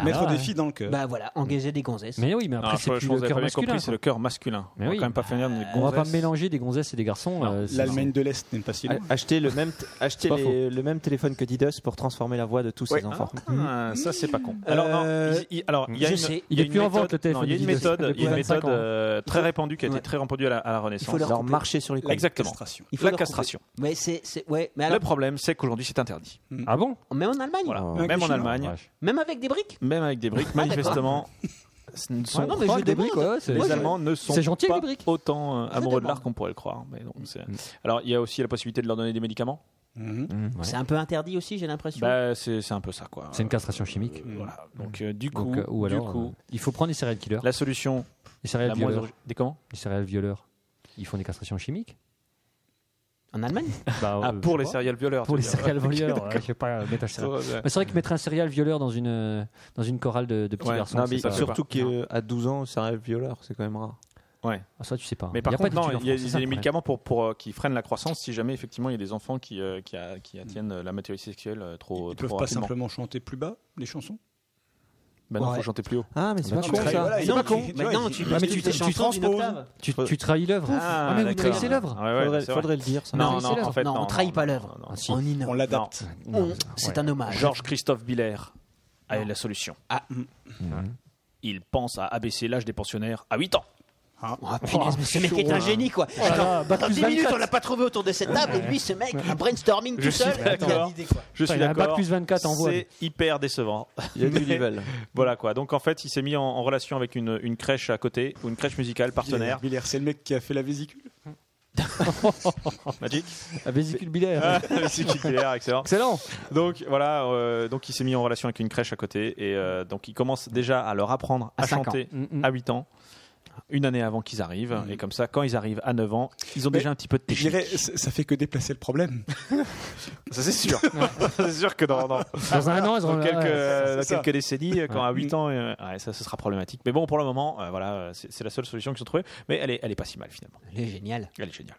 Speaker 6: Mettre
Speaker 2: ouais.
Speaker 6: des filles dans le cœur.
Speaker 5: Bah voilà, engager des gonzesses.
Speaker 2: Mais oui, mais après,
Speaker 1: Alors,
Speaker 2: c'est
Speaker 1: je,
Speaker 2: plus
Speaker 1: pense que vous avez
Speaker 2: le cœur
Speaker 1: pas bien
Speaker 2: masculin.
Speaker 1: compris, c'est
Speaker 2: quoi.
Speaker 1: le cœur masculin.
Speaker 2: Mais
Speaker 1: on va
Speaker 2: oui.
Speaker 1: quand même pas finir des
Speaker 2: On va pas
Speaker 1: gonzesses.
Speaker 2: mélanger des gonzesses et des garçons. euh, c'est-
Speaker 6: L'Allemagne de l'Est n'est pas si loin.
Speaker 4: Ah, Acheter le même, t- acheter
Speaker 2: pas
Speaker 4: les-
Speaker 2: faux.
Speaker 4: le même téléphone que Didus pour transformer la voix de tous ses enfants.
Speaker 1: Ah, ça c'est pas con. Alors non, il- il, alors il y a
Speaker 5: je
Speaker 1: une,
Speaker 5: sais.
Speaker 1: il y a
Speaker 2: Il est
Speaker 1: une
Speaker 2: plus en
Speaker 1: méthode-
Speaker 2: vente, le téléphone
Speaker 1: non, Il y a une
Speaker 2: Adidas.
Speaker 1: méthode,
Speaker 2: Depuis
Speaker 1: il y a une
Speaker 2: 25
Speaker 1: méthode
Speaker 2: ans.
Speaker 1: euh, très répandue qui a été
Speaker 5: Ouais.
Speaker 1: très répandue à la, à la Renaissance.
Speaker 5: leur
Speaker 4: Leur
Speaker 5: couper.
Speaker 4: marcher sur les couilles.
Speaker 1: Exactement.
Speaker 6: Castration.
Speaker 5: Il faut
Speaker 1: La
Speaker 5: leur couper.
Speaker 1: castration.
Speaker 5: Ouais, c'est, c'est- ouais, mais
Speaker 1: Le
Speaker 5: alors,
Speaker 1: problème, c'est qu'aujourd'hui c'est interdit.
Speaker 2: Ah bon
Speaker 5: même en Allemagne,
Speaker 1: Voilà.
Speaker 4: Oh.
Speaker 1: Même en
Speaker 6: Chinois.
Speaker 1: Allemagne,
Speaker 2: Vache.
Speaker 5: même avec des briques.
Speaker 1: même avec des briques, manifestement, ce ne sont
Speaker 5: Ah, non,
Speaker 1: pas-
Speaker 5: mais je
Speaker 2: Croque des
Speaker 5: demande.
Speaker 2: briques, ouais, ouais, c'est-
Speaker 1: les
Speaker 5: moi, je-
Speaker 1: Allemands ne sont
Speaker 2: C'est gentil,
Speaker 1: pas
Speaker 2: les briques.
Speaker 1: autant euh, amoureux de
Speaker 5: demande.
Speaker 1: l'art qu'on pourrait le croire. Mais non, c'est- Alors il y a aussi la possibilité de leur donner des médicaments.
Speaker 6: Mhm.
Speaker 2: Ouais.
Speaker 5: C'est un peu interdit aussi, j'ai l'impression.
Speaker 1: Bah, c'est c'est un peu ça quoi.
Speaker 2: C'est une castration chimique.
Speaker 1: Euh, voilà. Donc euh, du coup,
Speaker 2: Donc, euh, ou alors,
Speaker 1: du coup,
Speaker 2: euh, il faut prendre les céréales killers,
Speaker 1: la solution,
Speaker 2: les céréales
Speaker 1: la moins
Speaker 2: violeurs.
Speaker 1: origi- des comment
Speaker 2: Les céréales violeurs, ils font des castrations chimiques
Speaker 5: en Allemagne,
Speaker 2: Bah,
Speaker 1: Ah,
Speaker 2: euh,
Speaker 1: pour
Speaker 2: je
Speaker 1: les
Speaker 2: sais pas.
Speaker 1: céréales violeurs.
Speaker 2: Pour les
Speaker 1: tu veux dire.
Speaker 2: céréales
Speaker 1: Ok,
Speaker 2: violeurs,
Speaker 1: d'accord.
Speaker 2: ouais, je sais pas, euh, mettre un céréale-
Speaker 1: Ouais, ouais.
Speaker 2: Mais c'est vrai que mettre un céréale violeur dans une, euh, dans une chorale de, de petits
Speaker 1: Ouais,
Speaker 2: garçons,
Speaker 4: Non,
Speaker 2: c'est
Speaker 4: mais
Speaker 2: pas-
Speaker 4: surtout qu'à 12 ans, ça rêve violeur, c'est quand même rare.
Speaker 2: Ah, ça, tu sais pas.
Speaker 1: Mais par
Speaker 2: y a pas
Speaker 1: contre, non,
Speaker 2: d'études en
Speaker 1: il hein. y a, il y a
Speaker 2: France, c'est ça,
Speaker 1: des
Speaker 2: le problème.
Speaker 1: médicaments pour, pour, euh, qui freinent la croissance si jamais effectivement il y a des enfants qui, euh, qui, a- qui atteignent euh, la maturité sexuelle euh,
Speaker 6: Ils
Speaker 1: trop,
Speaker 6: peuvent
Speaker 1: trop
Speaker 6: pas
Speaker 1: rapidement.
Speaker 6: simplement chanter plus bas les chansons
Speaker 1: Ben non,
Speaker 5: Ouais.
Speaker 1: faut chanter plus haut.
Speaker 4: Ah, mais c'est
Speaker 2: Ah,
Speaker 4: pas
Speaker 2: bah,
Speaker 4: con
Speaker 2: tu
Speaker 6: trahis-
Speaker 4: ça.
Speaker 6: voilà,
Speaker 4: C'est
Speaker 6: il-
Speaker 4: pas con.
Speaker 6: il-
Speaker 5: maintenant, tu-
Speaker 6: mais
Speaker 5: tu-
Speaker 6: tu-
Speaker 5: tes
Speaker 6: tu
Speaker 5: chansons d'une
Speaker 6: transposes.
Speaker 5: octave.
Speaker 2: Tu, tu trahis l'œuvre.
Speaker 1: Ah,
Speaker 2: mais vous
Speaker 1: d'accord.
Speaker 2: trahissez l'œuvre.
Speaker 1: Ouais, ouais,
Speaker 4: Faudrait,
Speaker 1: c'est vrai.
Speaker 4: faudrait le dire, ça.
Speaker 1: Non,
Speaker 2: trahissez
Speaker 1: non, en
Speaker 2: l'œuvre.
Speaker 1: fait,
Speaker 5: non,
Speaker 1: non,
Speaker 5: on trahit
Speaker 1: non,
Speaker 5: pas
Speaker 1: non,
Speaker 5: l'œuvre.
Speaker 1: non, non.
Speaker 2: Ah, si.
Speaker 5: On innove.
Speaker 6: On l'adapte.
Speaker 2: Non,
Speaker 5: On-
Speaker 2: c'est-
Speaker 5: c'est
Speaker 2: ouais.
Speaker 5: un hommage.
Speaker 1: Georges Christophe Biller a la solution.
Speaker 5: Ah.
Speaker 1: Il pense à abaisser l'âge des pensionnaires à 8 ans.
Speaker 5: Oh, punaise, mais ce mec
Speaker 1: hein.
Speaker 5: est un génie quoi.
Speaker 1: Oh
Speaker 2: là,
Speaker 5: Dans,
Speaker 2: bac
Speaker 5: dans
Speaker 2: plus
Speaker 5: 10 minutes,
Speaker 2: 24.
Speaker 5: on l'a pas trouvé autour de cette table et lui, ce mec, un brainstorming
Speaker 1: Je
Speaker 5: tout
Speaker 1: suis
Speaker 5: seul. il a
Speaker 1: d'accord.
Speaker 5: l'idée, quoi.
Speaker 1: Je
Speaker 2: Enfin,
Speaker 1: suis
Speaker 2: il a un bac
Speaker 1: d'accord.
Speaker 2: plus 24 en voie.
Speaker 1: C'est hyper décevant.
Speaker 4: Il y a du level.
Speaker 1: voilà quoi. Donc en fait, il s'est mis en, en relation avec une, une crèche à côté ou une crèche musicale partenaire.
Speaker 6: Biller, c'est le mec qui a fait la vésicule.
Speaker 1: Magic.
Speaker 2: Un vésicule biliaire.
Speaker 1: Ah, c'est Kid Biller, excellent.
Speaker 2: Excellent.
Speaker 1: Donc voilà, euh, donc il s'est mis en relation avec une crèche à côté et euh, donc il commence déjà à leur apprendre à,
Speaker 5: À cinq
Speaker 1: chanter
Speaker 2: Mm, mm.
Speaker 1: à 8 ans, une année avant qu'ils arrivent et comme ça quand ils arrivent à 9 ans, ils ont
Speaker 6: Mais
Speaker 1: déjà un petit peu de
Speaker 6: Je
Speaker 1: technique.
Speaker 6: dirais, ça ça fait que déplacer le problème.
Speaker 1: Ça c'est sûr. c'est sûr que dans, dans-
Speaker 2: Dans un an, ils
Speaker 1: dans
Speaker 2: auront
Speaker 1: quelques, euh,
Speaker 6: c'est ça.
Speaker 1: quelques décennies, euh, quand à 8 ans, euh, ouais, ça ce sera problématique. Mais bon, pour le moment, euh, voilà, euh, c'est c'est la seule solution qu'ils ont trouvée, mais elle est, elle est pas si mal finalement.
Speaker 5: Il est génial.
Speaker 1: Elle est géniale.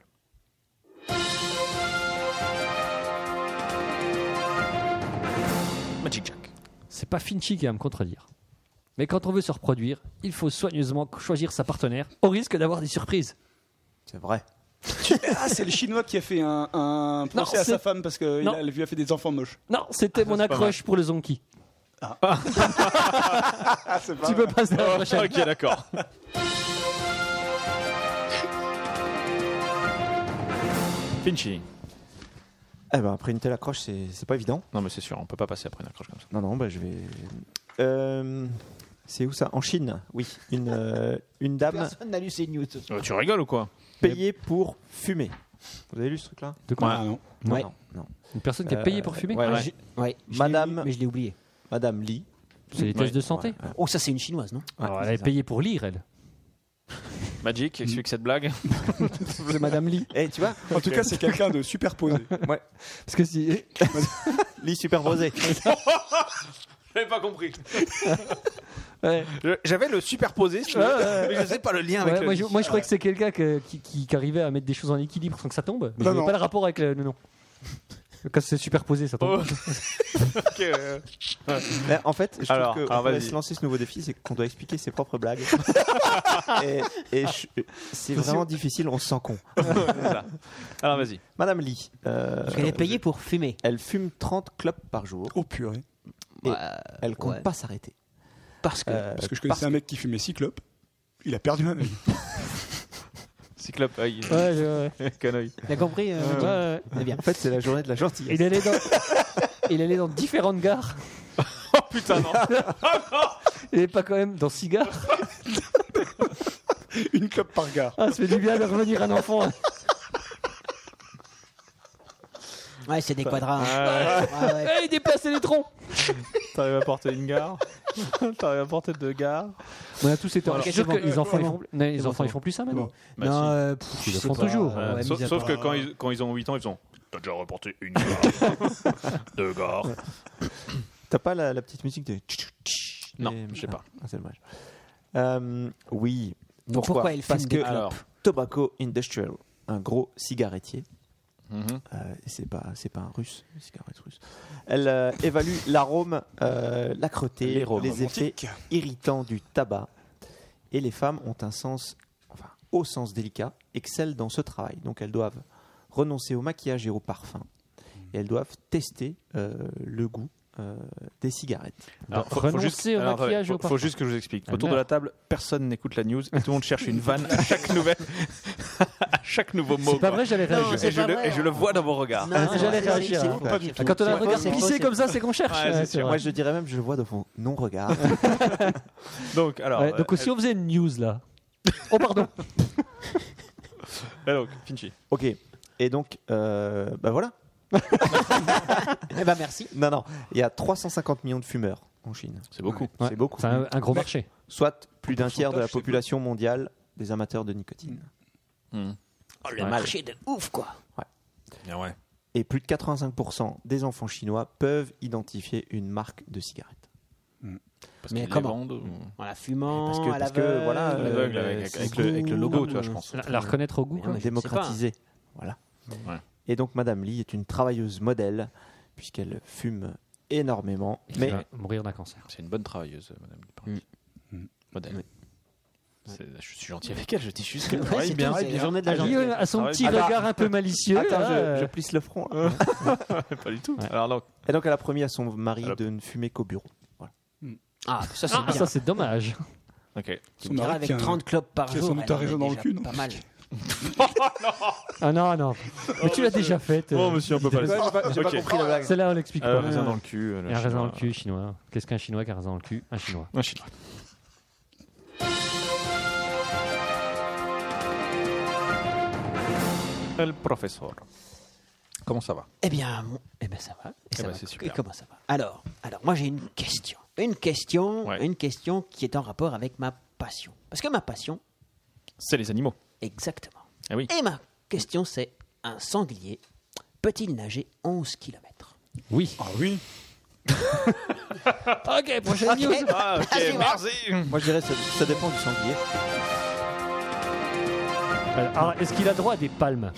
Speaker 1: Magic Jack.
Speaker 2: C'est pas Finchy qui va me contredire. Mais quand on veut se reproduire, il faut soigneusement choisir sa partenaire au risque d'avoir des surprises.
Speaker 4: C'est vrai.
Speaker 6: Ah, c'est le chinois qui a fait un, un procès à
Speaker 2: c'est-
Speaker 6: sa femme parce qu'elle
Speaker 2: Non.
Speaker 6: lui a fait des enfants moches.
Speaker 2: Non,
Speaker 1: Ah,
Speaker 2: c'était mon accroche pour le zonki.
Speaker 4: Ah.
Speaker 6: Ah, c'est pas
Speaker 2: Tu peux passer à la prochaine.
Speaker 1: ok, d'accord. Finchy.
Speaker 4: Eh ben, après une telle accroche, c'est c'est pas évident.
Speaker 1: Non, mais c'est sûr, on peut pas passer après une accroche comme ça.
Speaker 4: Non, non, bah, je vais. Euh, c'est où ça En Chine, oui. Une, euh, une dame
Speaker 5: Personne n'a lu ces news. ce soir.
Speaker 1: Euh,
Speaker 4: Oh,
Speaker 1: tu rigoles ou quoi
Speaker 4: payée pour fumer. Vous avez lu ce truc-là
Speaker 2: De quoi Ah,
Speaker 6: non.
Speaker 2: Ouais.
Speaker 4: Non, non. Euh,
Speaker 2: Une personne qui a payé pour fumer
Speaker 4: Ouais,
Speaker 5: Ouais,
Speaker 4: ouais.
Speaker 5: j'ai- ouais, je l'ai
Speaker 4: Madame-
Speaker 5: lu, mais je l'ai oublié.
Speaker 4: Madame Li.
Speaker 2: C'est les tests
Speaker 1: Ouais.
Speaker 2: de santé.
Speaker 5: Oh, ça, c'est une chinoise, non
Speaker 2: Alors, elle est payée pour lire, elle.
Speaker 1: Magic, explique cette blague.
Speaker 2: C'est Madame Lee.
Speaker 4: Eh, tu vois
Speaker 6: En tout cas, c'est quelqu'un de superposé.
Speaker 2: Parce que si.
Speaker 4: Li superposée.
Speaker 1: J'avais pas compris.
Speaker 2: Ouais.
Speaker 1: Je- J'avais le superposé, si tu veux, mais je sais pas le lien avec
Speaker 2: Ouais,
Speaker 1: le-
Speaker 2: moi, je, moi, je crois que c'est quelqu'un que- qui, qui- qui arrivait à mettre des choses en équilibre sans que ça tombe. Mais
Speaker 6: Non,
Speaker 2: je vois
Speaker 6: non.
Speaker 2: pas le rapport avec le. Non, non. Quand c'est superposé, ça
Speaker 1: Oh.
Speaker 2: tombe.
Speaker 1: Ok, euh,
Speaker 4: Ben, en fait, je
Speaker 1: Alors,
Speaker 4: trouve
Speaker 1: alors,
Speaker 4: qu'on va
Speaker 1: vas-y.
Speaker 4: se lancer ce nouveau défi, c'est qu'on doit expliquer ses propres blagues. et et je- Ah. c'est vraiment difficile, on se sent con.
Speaker 1: c'est ça. Alors vas-y.
Speaker 4: Madame Li, euh,
Speaker 5: Parce qu'elle est payée pour fumer.
Speaker 4: elle fume 30 clopes par jour.
Speaker 6: Oh purée.
Speaker 4: Et
Speaker 5: Ouais,
Speaker 4: Elle compte
Speaker 5: ouais.
Speaker 4: pas s'arrêter.
Speaker 5: Parce que.
Speaker 4: Euh,
Speaker 6: Parce que je connaissais un mec qui fumait cyclope. Il a perdu un œil.
Speaker 1: Cyclope, œil.
Speaker 2: Ouais, ouais,
Speaker 1: Canoï.
Speaker 5: T'as compris euh,
Speaker 2: ouais. Ouais, ouais.
Speaker 4: En fait, c'est la journée de la gentillesse.
Speaker 2: Eh Il allait dans. Il allait dans différentes gares.
Speaker 1: Oh, Putain, non.
Speaker 2: Il est pas quand même dans six gares.
Speaker 6: Une clope par gare.
Speaker 2: Ah, ça fait du bien de revenir un enfant. hein.
Speaker 5: Ouais, c'est des quadras. hein. Ouais, ouais.
Speaker 2: Eh, il déplaçait les troncs.
Speaker 1: T'arrives à porter une gare T'arrives à porter deux gares
Speaker 2: On a tous été
Speaker 1: Alors,
Speaker 2: Je suis sûr que les enfants, ils font, non, les
Speaker 5: euh, bon,
Speaker 2: enfants,
Speaker 5: c'est
Speaker 2: ils font plus ça maintenant.
Speaker 6: Bon.
Speaker 1: Bah,
Speaker 5: non,
Speaker 1: si.
Speaker 5: euh, pff,
Speaker 2: Ils
Speaker 5: je
Speaker 2: le
Speaker 5: sais
Speaker 2: font
Speaker 5: pas.
Speaker 2: toujours.
Speaker 1: Euh,
Speaker 5: Ouais,
Speaker 1: sauf
Speaker 5: mis à
Speaker 1: sauf que
Speaker 5: part-
Speaker 1: quand ils, quand ils ont 8 ans, ils font T'as déjà reporté une gare, deux gares.
Speaker 4: T'as pas la, la petite musique de.
Speaker 1: Non,
Speaker 4: Et-
Speaker 1: je sais pas.
Speaker 4: Ah, c'est dommage. Euh, oui.
Speaker 5: Donc pourquoi elle fume
Speaker 4: Parce
Speaker 5: des
Speaker 4: que
Speaker 5: clopes
Speaker 1: Alors,
Speaker 4: Tobacco Industrial, un gros cigarettier,
Speaker 1: Mhm.
Speaker 4: Euh, et c'est pas, c'est pas un russe, c'est qu'un russe russe. Elle euh, évalue l'arôme, euh, l'âcreté, les, effets
Speaker 6: Romantique.
Speaker 4: irritants du tabac. Et les femmes ont un sens, enfin, au sens délicat, excellent dans ce travail. Donc elles doivent renoncer au maquillage et au parfum. Et elles doivent tester euh, le goût euh, des cigarettes.
Speaker 1: Alors,
Speaker 2: renoncer au
Speaker 1: alors, attendez,
Speaker 2: maquillage et
Speaker 1: faut-
Speaker 2: au
Speaker 1: faut
Speaker 2: parfum.
Speaker 1: juste que je vous explique.
Speaker 2: Ah,
Speaker 1: Autour de
Speaker 2: merde.
Speaker 1: la table, personne n'écoute la news et tout le monde cherche une vanne à chaque nouvelle, à chaque nouveau mot.
Speaker 2: C'est pas
Speaker 1: quoi.
Speaker 2: vrai, j'allais
Speaker 5: Non,
Speaker 2: réagir.
Speaker 1: Et
Speaker 5: c'est
Speaker 1: je,
Speaker 5: pas
Speaker 1: le,
Speaker 5: vrai,
Speaker 1: et je le vois dans vos regards.
Speaker 5: Non, non,
Speaker 2: j'allais
Speaker 5: non,
Speaker 2: réagir,
Speaker 5: c'est
Speaker 2: hein.
Speaker 5: faux,
Speaker 4: Pas
Speaker 5: c'est
Speaker 4: du
Speaker 5: faux.
Speaker 4: tout.
Speaker 2: Quand on a un
Speaker 5: C'est
Speaker 2: regard
Speaker 5: faux, c'est
Speaker 2: pissé
Speaker 5: faux,
Speaker 2: comme ça, c'est qu'on cherche.
Speaker 1: Ouais, c'est
Speaker 2: Ouais,
Speaker 1: sûr.
Speaker 2: vrai.
Speaker 4: Moi, je dirais même, je le vois de fond, non regard.
Speaker 1: Donc, alors,
Speaker 2: Ouais, donc
Speaker 1: euh,
Speaker 2: si on faisait une news là. Oh pardon.
Speaker 1: euh, donc, Finchi.
Speaker 4: ok. Et donc, euh, bah voilà.
Speaker 5: Eh ben merci.
Speaker 4: Non, non. Il y a 350 millions de fumeurs en Chine.
Speaker 1: C'est beaucoup.
Speaker 2: Ouais.
Speaker 4: C'est beaucoup.
Speaker 2: C'est un, un gros marché.
Speaker 4: soit plus d'un tiers de la
Speaker 6: pourcentage, c'est
Speaker 4: population mondiale des amateurs de nicotine.
Speaker 5: Oh, le
Speaker 2: Ouais.
Speaker 5: marché de ouf, quoi.
Speaker 1: ouais.
Speaker 4: Et plus de 85% des enfants chinois peuvent identifier une marque de cigarette.
Speaker 1: Hmm. Parce
Speaker 5: Mais
Speaker 1: qu'ils les
Speaker 5: comment
Speaker 1: vendent. ou-
Speaker 5: En la fumant,
Speaker 4: Parce que-
Speaker 5: à
Speaker 4: parce que,
Speaker 5: l'aveugle,
Speaker 4: voilà,
Speaker 5: euh,
Speaker 1: Aveugle,
Speaker 4: euh,
Speaker 1: avec,
Speaker 4: c'est
Speaker 1: avec le, avec le logo, tu vois, je pense.
Speaker 2: La, la reconnaître au goût.
Speaker 5: Mais non,
Speaker 2: quoi.
Speaker 5: mais je ne sais pas.
Speaker 4: Démocratiser. Voilà.
Speaker 1: Ouais.
Speaker 4: Et donc, Madame Li est une travailleuse modèle, puisqu'elle fume énormément.
Speaker 2: Et qui
Speaker 4: Mais
Speaker 2: va mourir d'un cancer.
Speaker 1: C'est une bonne travailleuse, euh, Madame Lippard.
Speaker 6: Mm.
Speaker 1: Modèle. C'est- Je suis gentil avec elle, je dis juste
Speaker 5: Ouais,
Speaker 1: qu'elle travaille
Speaker 5: c'est
Speaker 1: bien.
Speaker 5: tout, c'est la journée de la
Speaker 2: Guillaume
Speaker 5: gentillesse.
Speaker 2: a son
Speaker 1: Ah ouais,
Speaker 2: petit
Speaker 1: ah bah.
Speaker 2: regard un peu malicieux.
Speaker 4: Attends,
Speaker 2: là,
Speaker 4: je,
Speaker 2: euh,
Speaker 4: je plisse le front. là.
Speaker 1: Pas du tout.
Speaker 2: Ouais.
Speaker 1: Alors, donc,
Speaker 4: Et donc, elle a Hmm. promis à son mari
Speaker 1: Alors-
Speaker 4: de ne fumer qu'au bureau.
Speaker 5: Ah, ça c'est
Speaker 2: Ah,
Speaker 5: bien.
Speaker 2: ça c'est dommage.
Speaker 1: ok.
Speaker 5: Tu me diras
Speaker 6: mari qui a
Speaker 5: avec
Speaker 6: un-
Speaker 5: 30 clopes par
Speaker 6: qui a
Speaker 5: jour.
Speaker 6: sans doute
Speaker 5: elle en
Speaker 6: un réseau
Speaker 5: est
Speaker 6: dans le
Speaker 5: déjà
Speaker 6: cul, non
Speaker 5: Pas mal.
Speaker 2: Ah non, non. Mais tu l'as déjà faite. euh,
Speaker 1: monsieur, on peut pas
Speaker 4: J'ai pas compris la blague.
Speaker 2: Celle-là, on l'explique pas.
Speaker 1: raisin dans le cul. euh, le
Speaker 2: Et un raisin
Speaker 1: chinois.
Speaker 2: dans le cul chinois. Qu'est-ce qu'un chinois qui a un raisin dans le cul Un chinois.
Speaker 1: Un chinois. El professeur. Comment ça va
Speaker 5: Eh bien, mon- eh ben ça va. Et ça
Speaker 1: ben,
Speaker 5: va.
Speaker 1: c'est super.
Speaker 5: Et comment ça va Alors, alors, moi j'ai une question, une question,
Speaker 1: Ouais.
Speaker 5: une question qui est en rapport avec ma passion. Parce que ma passion,
Speaker 1: C'est les animaux.
Speaker 5: exactement.
Speaker 1: Ah oui.
Speaker 5: Et ma question c'est un sanglier peut-il nager 11 km
Speaker 2: Oui.
Speaker 6: Ah oui
Speaker 2: Ok, prochaine news.
Speaker 1: Ah, ok, merci
Speaker 4: Moi, je dirais ça, ça dépend du sanglier.
Speaker 2: Alors, est-ce qu'il a droit à des palmes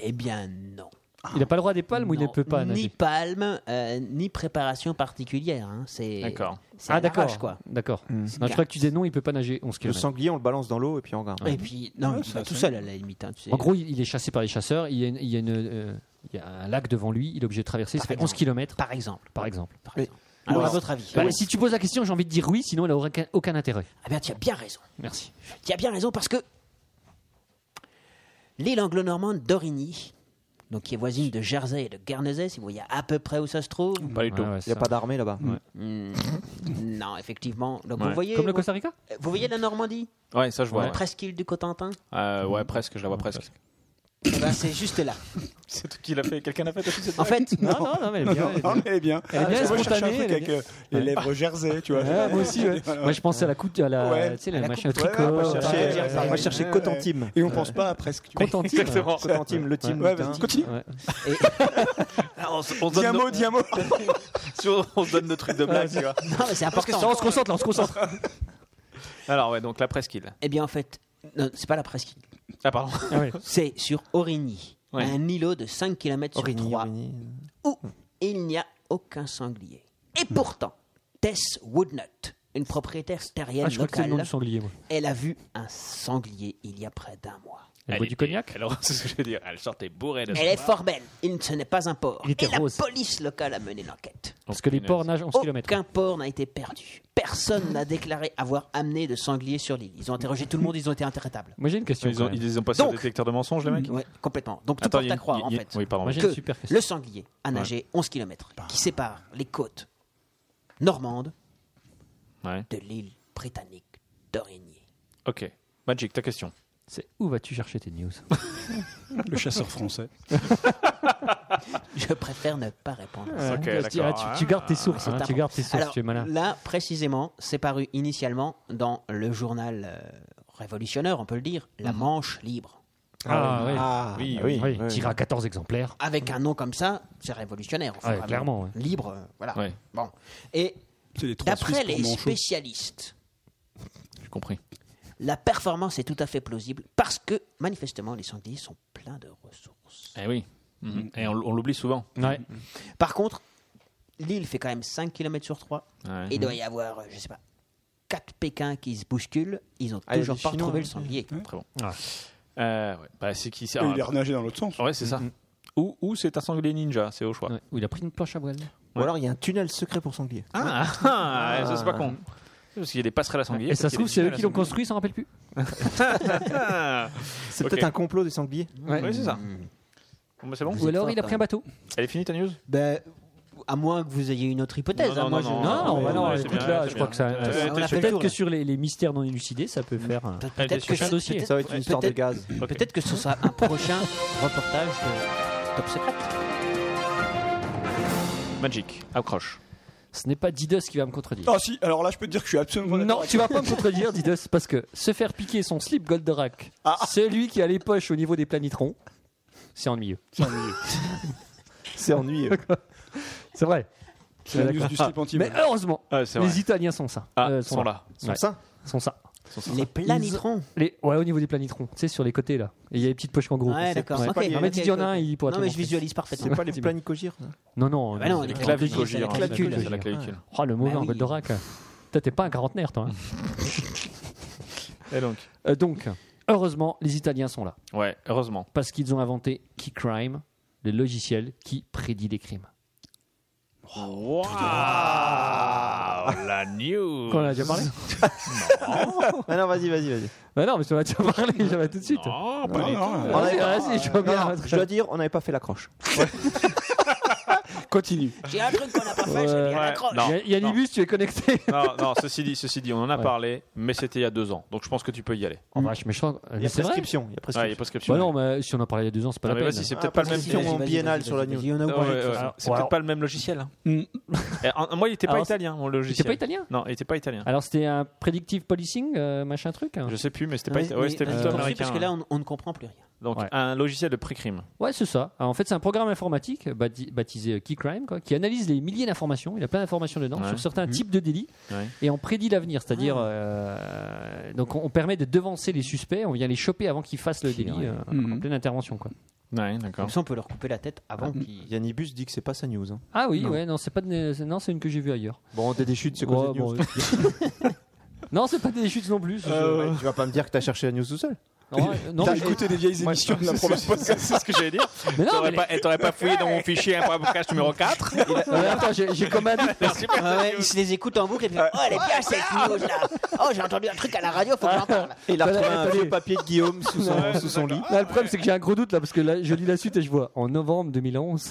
Speaker 5: Eh bien non.
Speaker 2: Il n'a pas le droit à des palmes ou il ne
Speaker 5: Non,
Speaker 2: peut pas
Speaker 5: Ni
Speaker 2: nager
Speaker 5: palme, euh, ni préparation particulière. hein. C'est
Speaker 1: D'accord. Hmm.
Speaker 5: c'est à
Speaker 2: Ah,
Speaker 5: la
Speaker 2: d'accord.
Speaker 5: rage, quoi.
Speaker 2: D'accord. Non,
Speaker 5: C'est
Speaker 2: Je crois que tu disais non, il peut pas nager 11
Speaker 4: Le
Speaker 2: km.
Speaker 4: sanglier, on le balance dans l'eau et puis on regarde.
Speaker 5: Et puis non,
Speaker 6: Ouais,
Speaker 5: il
Speaker 6: ça,
Speaker 5: va tout
Speaker 6: ça-
Speaker 5: seul à la limite. hein, tu sais.
Speaker 2: En gros, il est chassé par les chasseurs. Il y a, une- il y a une, euh, il y a un lac devant lui. Il est obligé de traverser. Ça
Speaker 5: Par
Speaker 2: fait
Speaker 5: exemple.
Speaker 2: 11 km,
Speaker 5: par exemple.
Speaker 2: par exemple.
Speaker 5: Par
Speaker 4: Mais-
Speaker 5: exemple. Alors,
Speaker 4: Ouais.
Speaker 5: à votre avis
Speaker 2: Bah, Si tu poses la question, j'ai envie de dire oui, sinon elle n'a aucun, aucun intérêt.
Speaker 5: Ah bien, tu as bien raison.
Speaker 2: Merci.
Speaker 5: Tu as bien raison parce que l'île anglo-normande d'Origny, donc qui est voisine de Jersey et de Guernesey, si vous voyez à peu près où ça se trouve.
Speaker 1: Pas du tout.
Speaker 2: Ouais, ouais,
Speaker 4: Il n'y
Speaker 2: ça.
Speaker 4: a pas d'armée là-bas.
Speaker 5: Hmm, non, effectivement. Donc
Speaker 1: Ouais.
Speaker 5: vous voyez,
Speaker 2: Comme le
Speaker 5: vous,
Speaker 2: Costa Rica
Speaker 5: vous voyez la Normandie,
Speaker 1: Ouais, ça je vois.
Speaker 5: la
Speaker 1: Ouais.
Speaker 5: presqu'île du Cotentin.
Speaker 1: Euh, ouais, presque, je la vois presque.
Speaker 5: Eh ben, c'est juste là.
Speaker 1: C'est tout qu'il a fait. Quelqu'un a fait aussi cette
Speaker 5: En fait,
Speaker 2: non, non, non, mais elle est bien. elle est bien.
Speaker 6: Non, mais elle est bien.
Speaker 2: Elle est bien
Speaker 6: Parce que moi, je cherchais un
Speaker 2: spontanée,
Speaker 6: truc
Speaker 2: elle est
Speaker 6: avec euh, les lèvres jersey, tu vois.
Speaker 2: Ouais, moi aussi, ouais. Moi je pensais à la coupe, à la,
Speaker 6: Ouais.
Speaker 2: tu sais, la
Speaker 6: À la
Speaker 2: machine à
Speaker 6: coupe, ouais,
Speaker 2: tricot.
Speaker 6: ouais, moi, je cherchais-
Speaker 2: ouais,
Speaker 6: cherchais-
Speaker 2: ouais,
Speaker 4: Moi,
Speaker 2: ouais.
Speaker 4: je cherchais Cotentim.
Speaker 6: Et on pense pas à presque. tu vois.
Speaker 2: Contentine.
Speaker 1: Exactement.
Speaker 4: Cotentim, le team.
Speaker 6: Ouais,
Speaker 4: putain.
Speaker 6: vas-y, continue.
Speaker 2: Ouais.
Speaker 9: Ah,
Speaker 1: on, se- on se donne
Speaker 6: Diamo, Diamo.
Speaker 1: nos, on se donne nos trucs de blague, tu vois.
Speaker 5: non, mais c'est important.
Speaker 2: Non, on se concentre là, on se concentre.
Speaker 1: Alors, ouais, donc la presqu'île.
Speaker 5: Eh bien, en fait, non, c'est pas la presqu'île.
Speaker 1: Ah, pardon.
Speaker 5: C'est sur Origny,
Speaker 1: Ouais.
Speaker 5: un îlot de 5 km sur
Speaker 4: Origny,
Speaker 5: 3
Speaker 4: Origny.
Speaker 5: où il n'y a aucun sanglier. Et
Speaker 2: Hmm.
Speaker 5: pourtant, Tess Woodnut, une propriétaire terrienne
Speaker 2: Ah, je crois que c'est le nom
Speaker 5: locale,
Speaker 2: du sanglier, moi.
Speaker 5: elle a vu un sanglier il y a près d'un mois.
Speaker 2: Elle boit du
Speaker 1: était-
Speaker 2: cognac
Speaker 1: Alors, c'est ce que je veux dire. Elle sortait bourrée de
Speaker 5: Elle est fort belle, il, ce n'est pas un porc.
Speaker 2: Il était
Speaker 5: Et la
Speaker 2: rose.
Speaker 5: police locale a mené l'enquête.
Speaker 2: Parce que les porcs nagent
Speaker 5: Oh.
Speaker 2: 11 km.
Speaker 5: Aucun porc n'a été perdu. Personne n'a déclaré avoir amené de sanglier sur l'île. Ils ont interrogé tout le monde, ils ont été intraitables.
Speaker 2: Moi j'ai une question.
Speaker 1: Ils ont,
Speaker 2: quand même.
Speaker 1: ils ont passé
Speaker 5: Donc-
Speaker 1: un détecteur de mensonges, les mecs
Speaker 5: Mm, Ouais, complètement. Donc tout
Speaker 1: Attends, il
Speaker 5: porte
Speaker 1: y a
Speaker 5: à
Speaker 1: une-
Speaker 5: croire, en
Speaker 1: il y a-
Speaker 5: fait.
Speaker 1: Oui, pardon.
Speaker 2: Moi, j'ai-
Speaker 5: que
Speaker 2: une super question.
Speaker 5: le sanglier a nagé 11 km qui sépare les côtes normandes
Speaker 1: Ouais.
Speaker 5: de l'île britannique d'Origny.
Speaker 1: Ok. Magic, ta question.
Speaker 2: C'est où vas-tu chercher tes news
Speaker 6: Le chasseur français.
Speaker 5: Je préfère ne pas répondre. à ça.
Speaker 1: Ok,
Speaker 2: Ah, tu,
Speaker 1: d'accord.
Speaker 2: ah, tu- tu gardes tes sources,
Speaker 5: Ah,
Speaker 2: hein,
Speaker 5: c'est
Speaker 2: tu gardes tes sources,
Speaker 5: Alors
Speaker 2: tu es malin.
Speaker 5: là, précisément, c'est paru initialement dans le journal euh, révolutionnaire, on peut le dire, La Manche Libre.
Speaker 2: Mhm. Ah, ouais.
Speaker 4: Ah,
Speaker 1: Oui,
Speaker 4: bah oui.
Speaker 2: oui,
Speaker 4: oui.
Speaker 2: tiré à 14 exemplaires.
Speaker 5: Avec un nom comme ça, c'est révolutionnaire. enfin,
Speaker 2: Ouais,
Speaker 5: vraiment.
Speaker 2: clairement, ouais.
Speaker 5: Libre, euh, voilà.
Speaker 1: Ouais.
Speaker 5: Bon. Et
Speaker 6: C'est les trois
Speaker 5: d'après
Speaker 6: Suisses
Speaker 5: les
Speaker 6: pour manchots.
Speaker 5: spécialistes,
Speaker 1: J'ai compris.
Speaker 5: la performance est tout à fait plausible parce que manifestement les sangliers sont pleins de ressources.
Speaker 1: Eh oui. Mhm. Et on, on l'oublie souvent.
Speaker 2: Mm-hmm.
Speaker 1: Mm-hmm.
Speaker 2: Ouais. Ah,
Speaker 5: Par contre, l'île fait quand même 5 km sur 3.
Speaker 1: Ouais.
Speaker 5: Il doit y avoir, euh, je sais pas, 4 Pékins qui se bousculent. Ils ont
Speaker 4: Ah, il y a
Speaker 5: toujours
Speaker 4: des
Speaker 5: pas
Speaker 4: Chinois,
Speaker 5: retrouvé le
Speaker 4: hein.
Speaker 5: sanglier.
Speaker 1: Très bon.
Speaker 2: Ah.
Speaker 1: Euh, ouais. Bah, c'est qui c'est-
Speaker 6: Il est renagé dans l'autre sens.
Speaker 1: Ouais, c'est ça. Ou, ou c'est un sanglier ninja, c'est au choix.
Speaker 2: Mm-hmm. Ouais. Ou il a pris une planche à voile.
Speaker 4: Ou alors il y a un tunnel secret pour sanglier.
Speaker 1: Ah, ah, ça, c'est pas con. Parce qu'il y a des passerelles à sanglier.
Speaker 2: Et ça
Speaker 1: parce
Speaker 2: se
Speaker 1: qu'il y a des
Speaker 2: trouve, c'est eux
Speaker 1: tunnels à
Speaker 2: qui l'ont
Speaker 1: sanglier.
Speaker 2: construit, ils s'en rappellent plus.
Speaker 1: Ah,
Speaker 4: C'est
Speaker 1: Ok.
Speaker 4: peut-être un complot des sangliers.
Speaker 1: ouais, c'est ça. Bon, bah, c'est bon.
Speaker 2: Ou alors
Speaker 5: êtes
Speaker 2: il a
Speaker 5: fort,
Speaker 2: pris un bateau.
Speaker 1: Elle est finie ta news
Speaker 5: Ben, à moins que vous ayez une autre hypothèse. hein, moi, je-
Speaker 2: Non, non, bah non,
Speaker 1: ouais, c'est
Speaker 2: écoute,
Speaker 1: bien,
Speaker 2: là,
Speaker 1: c'est
Speaker 2: je crois
Speaker 1: bien.
Speaker 2: que ça-
Speaker 1: Ouais,
Speaker 2: ça-
Speaker 1: t'es
Speaker 5: on
Speaker 1: sûr.
Speaker 5: a fait le
Speaker 2: Peut-être
Speaker 5: tour,
Speaker 2: que
Speaker 5: là.
Speaker 2: sur les, les mystères non élucidés, ça peut faire. euh, un-
Speaker 1: Elle est
Speaker 5: Peut-être que,
Speaker 1: sur
Speaker 5: ce-
Speaker 1: un
Speaker 2: dossier.
Speaker 5: peut-être-
Speaker 4: Ça va être une histoire de
Speaker 5: peut-être-
Speaker 4: gaz.
Speaker 5: peut-être que ce sera un prochain reportage de Top Secret.
Speaker 1: Magic, accroche.
Speaker 2: Ce n'est pas Didus qui va me contredire.
Speaker 6: Ah si, alors là je peux te dire que je suis absolument
Speaker 2: Non,
Speaker 6: d'accord
Speaker 2: tu vas pas me contredire, Didus, parce que se faire piquer son slip Goldorak,
Speaker 6: Ah.
Speaker 2: c'est lui qui a les poches au niveau des planitrons, c'est ennuyeux.
Speaker 4: C'est ennuyeux.
Speaker 2: C'est vrai.
Speaker 6: C'est la news
Speaker 2: D'accord.
Speaker 6: du slip anti
Speaker 2: Mais heureusement,
Speaker 1: Ah, c'est vrai.
Speaker 2: les Italiens sont ça.
Speaker 1: Ah,
Speaker 2: Euh,
Speaker 1: ils sont là.
Speaker 2: Ouais,
Speaker 4: Comme ça
Speaker 2: sont ça.
Speaker 5: Les planitrons.
Speaker 2: Les- ouais, au niveau des planitrons, tu sais, sur les côtés là. Et il y a les petites poches kangourous.
Speaker 5: Ouais,
Speaker 2: tu sais.
Speaker 5: d'accord.
Speaker 2: Ouais.
Speaker 5: Ok,
Speaker 2: Non, mais
Speaker 5: ok,
Speaker 2: Didier en
Speaker 5: ok.
Speaker 2: a un, il pourra
Speaker 5: Non,
Speaker 2: te
Speaker 5: mais je
Speaker 2: montrer.
Speaker 5: visualise parfaitement.
Speaker 4: C'est pas les planicogires là
Speaker 2: Non, non.
Speaker 5: Ah non,
Speaker 2: c'est-
Speaker 5: les
Speaker 1: bah Les
Speaker 5: clavicules,
Speaker 1: clavicules,
Speaker 5: c'est la
Speaker 1: hein, c'est la
Speaker 5: clavicule.
Speaker 1: clavicule, c'est la clavicule.
Speaker 2: Oh, le mauvais
Speaker 5: Bah
Speaker 2: en
Speaker 5: oui.
Speaker 2: Goldorak. Toi, t'es pas un quarantenaire, toi. hein.
Speaker 1: Et donc
Speaker 2: Euh, donc, heureusement, les Italiens sont là.
Speaker 1: Ouais, heureusement.
Speaker 2: Parce qu'ils ont inventé KeyCrime, le logiciel qui prédit les crimes.
Speaker 1: Waouh La news
Speaker 2: Qu'on en a déjà parlé
Speaker 4: Ah non, vas-y, vas-y, vas-y.
Speaker 2: Bah non, mais tu en as déjà parlé, j'en ai tout de suite.
Speaker 1: Non, pas
Speaker 6: Non,
Speaker 1: du tout.
Speaker 6: non,
Speaker 4: On avait-
Speaker 2: Ah, vas-y, je vois
Speaker 4: Non,
Speaker 2: bien.
Speaker 4: non, je dois dire, on n'avait pas fait l'accroche.
Speaker 6: Continue.
Speaker 5: J'ai un truc qu'on n'a pas fait,
Speaker 2: Ouais.
Speaker 5: c'est bien
Speaker 1: Ouais,
Speaker 5: l'accroche.
Speaker 1: non,
Speaker 2: Y- Yannibus, tu es connecté.
Speaker 1: Non, non, ceci dit, ceci dit, on en a
Speaker 2: Ouais.
Speaker 1: parlé, mais c'était il y a deux ans, donc je pense que tu peux y aller.
Speaker 2: Oh vache, méchant.
Speaker 4: Il y a
Speaker 2: C'est vrai
Speaker 4: prescription. Il y a
Speaker 1: Ouais, il y a
Speaker 4: prescription.
Speaker 1: prescription.
Speaker 2: Bah non, mais si on en parlait il y a deux ans, c'est pas
Speaker 1: Non,
Speaker 2: la
Speaker 1: mais
Speaker 2: peine.
Speaker 1: vas-y, c'est
Speaker 4: Ah,
Speaker 1: peut-être pas le même.
Speaker 4: prescription
Speaker 1: thème.
Speaker 4: en biennale sur la news. Ah
Speaker 5: Il y en a
Speaker 1: Ouais,
Speaker 5: ou pas
Speaker 1: ouais, ouais.
Speaker 2: Alors,
Speaker 1: C'est peut-être
Speaker 2: alors-
Speaker 1: pas le même logiciel. hein.
Speaker 6: Mm.
Speaker 1: Eh, en- Moi, il était pas
Speaker 2: Alors,
Speaker 1: italien, mon
Speaker 2: C'était
Speaker 1: logiciel.
Speaker 2: pas italien
Speaker 1: Non, il était pas italien.
Speaker 2: Alors, c'était un predictive policing, euh, machin truc hein
Speaker 1: Je sais plus, mais c'était
Speaker 5: Ouais,
Speaker 4: Ah,
Speaker 1: pas italien. Ouais,
Speaker 5: mais-
Speaker 1: c'était
Speaker 5: mais
Speaker 1: plutôt
Speaker 5: poursuis,
Speaker 1: américain.
Speaker 5: Parce que là,
Speaker 1: hein.
Speaker 5: on, on ne comprend plus rien.
Speaker 1: Donc,
Speaker 2: Ouais.
Speaker 1: un logiciel de pré-crime.
Speaker 2: Ouais, c'est ça. Alors, en fait, c'est un programme informatique bati- baptisé euh, KeyCrime, quoi, qui analyse les milliers d'informations. Il a plein d'informations dedans
Speaker 1: Ouais.
Speaker 2: sur certains
Speaker 4: Mmh.
Speaker 2: types de délits
Speaker 1: Ouais.
Speaker 2: et on prédit l'avenir. C'est-à-dire,
Speaker 4: Ah.
Speaker 2: euh, donc, on, on permet de devancer les suspects, on vient les choper avant qu'ils fassent le délit euh, en
Speaker 6: Mhm.
Speaker 2: pleine intervention, quoi.
Speaker 1: Ouais,
Speaker 5: Comme
Speaker 1: d'accord.
Speaker 5: ça, on peut leur couper la tête avant qu'ils.
Speaker 4: Yannibus dit que c'est pas sa news. hein.
Speaker 2: Ah oui, ouais, non, c'est pas de- c'est- non, c'est une que j'ai vue ailleurs.
Speaker 4: Bon, t'es déçu de ce
Speaker 2: Ouais,
Speaker 4: côté de news.
Speaker 2: bon, euh, non, c'est pas des chutes non plus.
Speaker 6: Euh,
Speaker 4: Tu vas pas me dire que t'as cherché la news tout seul
Speaker 2: Non, ouais, non,
Speaker 6: T'as
Speaker 2: mais-
Speaker 6: écouté des vieilles émissions de la première fois.
Speaker 1: C'est ce que j'allais dire.
Speaker 2: mais non, mais
Speaker 1: T'aurais pas, eh, t'aurais pas fouillé dans mon fichier hein, un podcast numéro 4
Speaker 2: Ouais, attends, j'ai j'ai comme un doute.
Speaker 5: Ah ouais, ils se les écoutent en boucle et puis oh elle est bien cette
Speaker 1: Ah,
Speaker 5: news là. Oh j'ai entendu un truc à la radio, faut que j'en parle.
Speaker 4: Et il a
Speaker 2: Attendez,
Speaker 4: retrouvé un
Speaker 2: attendez.
Speaker 4: vieux papier de Guillaume sous son,
Speaker 6: Ouais,
Speaker 4: sous son lit.
Speaker 2: Là, le problème, c'est que j'ai un gros doute là, parce que là, je lis la suite et je vois en novembre 2011.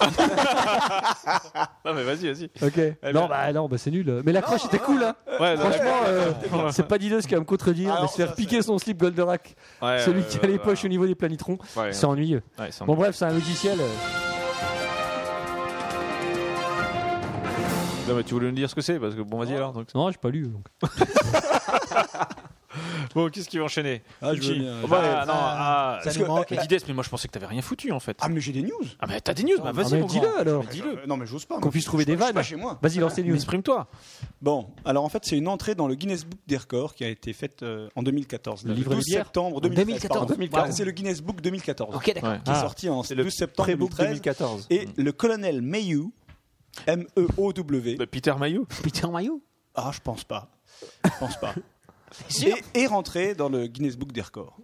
Speaker 1: Non, mais vas-y, vas-y.
Speaker 2: ok. Non, bah non, bah c'est nul. Mais l'accroche était cool, hein.
Speaker 1: Eh Ouais, Ah
Speaker 2: Franchement, euh, c'est pas Didos qui va me contredire,
Speaker 6: Alors,
Speaker 2: mais se faire
Speaker 6: ça,
Speaker 2: piquer son slip Goldorak,
Speaker 1: ouais,
Speaker 2: celui
Speaker 1: ouais,
Speaker 2: qui a
Speaker 1: ouais,
Speaker 2: les
Speaker 1: ouais.
Speaker 2: poches au niveau des planitrons,
Speaker 1: Ouais,
Speaker 2: c'est ennuyeux.
Speaker 1: ouais, c'est
Speaker 2: Bon, bref, c'est un logiciel. euh,
Speaker 1: Non, mais tu voulais nous dire ce que c'est Parce que bon, vas-y alors. donc.
Speaker 2: Non, j'ai pas lu. donc.
Speaker 1: Bon, qu'est-ce qui va enchaîner
Speaker 6: Ah, je veux
Speaker 1: Qui
Speaker 6: bien.
Speaker 1: Oh, bah, non, ah,
Speaker 5: Ça
Speaker 1: parce
Speaker 5: nous
Speaker 1: que-
Speaker 5: manque.
Speaker 1: mais Dides, mais moi je pensais que t'avais rien foutu en fait.
Speaker 6: Ah, mais j'ai des news.
Speaker 1: Ah, mais t'as des news, bah
Speaker 2: Ah,
Speaker 1: vas-y,
Speaker 2: mais
Speaker 1: mon grand.
Speaker 2: dis-le alors.
Speaker 1: Mais dis-le.
Speaker 6: Euh, Non, mais j'ose pas.
Speaker 2: Qu'on
Speaker 6: moi.
Speaker 2: puisse trouver
Speaker 6: Je suis
Speaker 2: des
Speaker 6: pas- je suis
Speaker 2: vannes.
Speaker 6: pas chez moi.
Speaker 2: Vas-y, lancez news.
Speaker 1: Exprime-toi.
Speaker 6: Bon, alors en fait, c'est une entrée dans le Guinness Book des records qui a été faite euh, en 2014. Le
Speaker 2: Livre
Speaker 6: 12
Speaker 2: de bière
Speaker 6: septembre
Speaker 5: 2014,
Speaker 6: 2014. pardon.
Speaker 5: 2014.
Speaker 6: Voilà, C'est le Guinness Book 2014
Speaker 5: Ok d'accord.
Speaker 1: Ouais.
Speaker 6: qui
Speaker 2: Ah.
Speaker 6: est sorti en
Speaker 1: le
Speaker 6: 12 septembre
Speaker 4: Pré-book
Speaker 6: 2013.
Speaker 4: 2014.
Speaker 6: Et le colonel Mayhew, M-E-O-W,
Speaker 1: De Bah, Peter Mayou
Speaker 5: Peter Maillot.
Speaker 6: ah, je pense pas. Je pense pas. et est rentré dans le Guinness Book des records.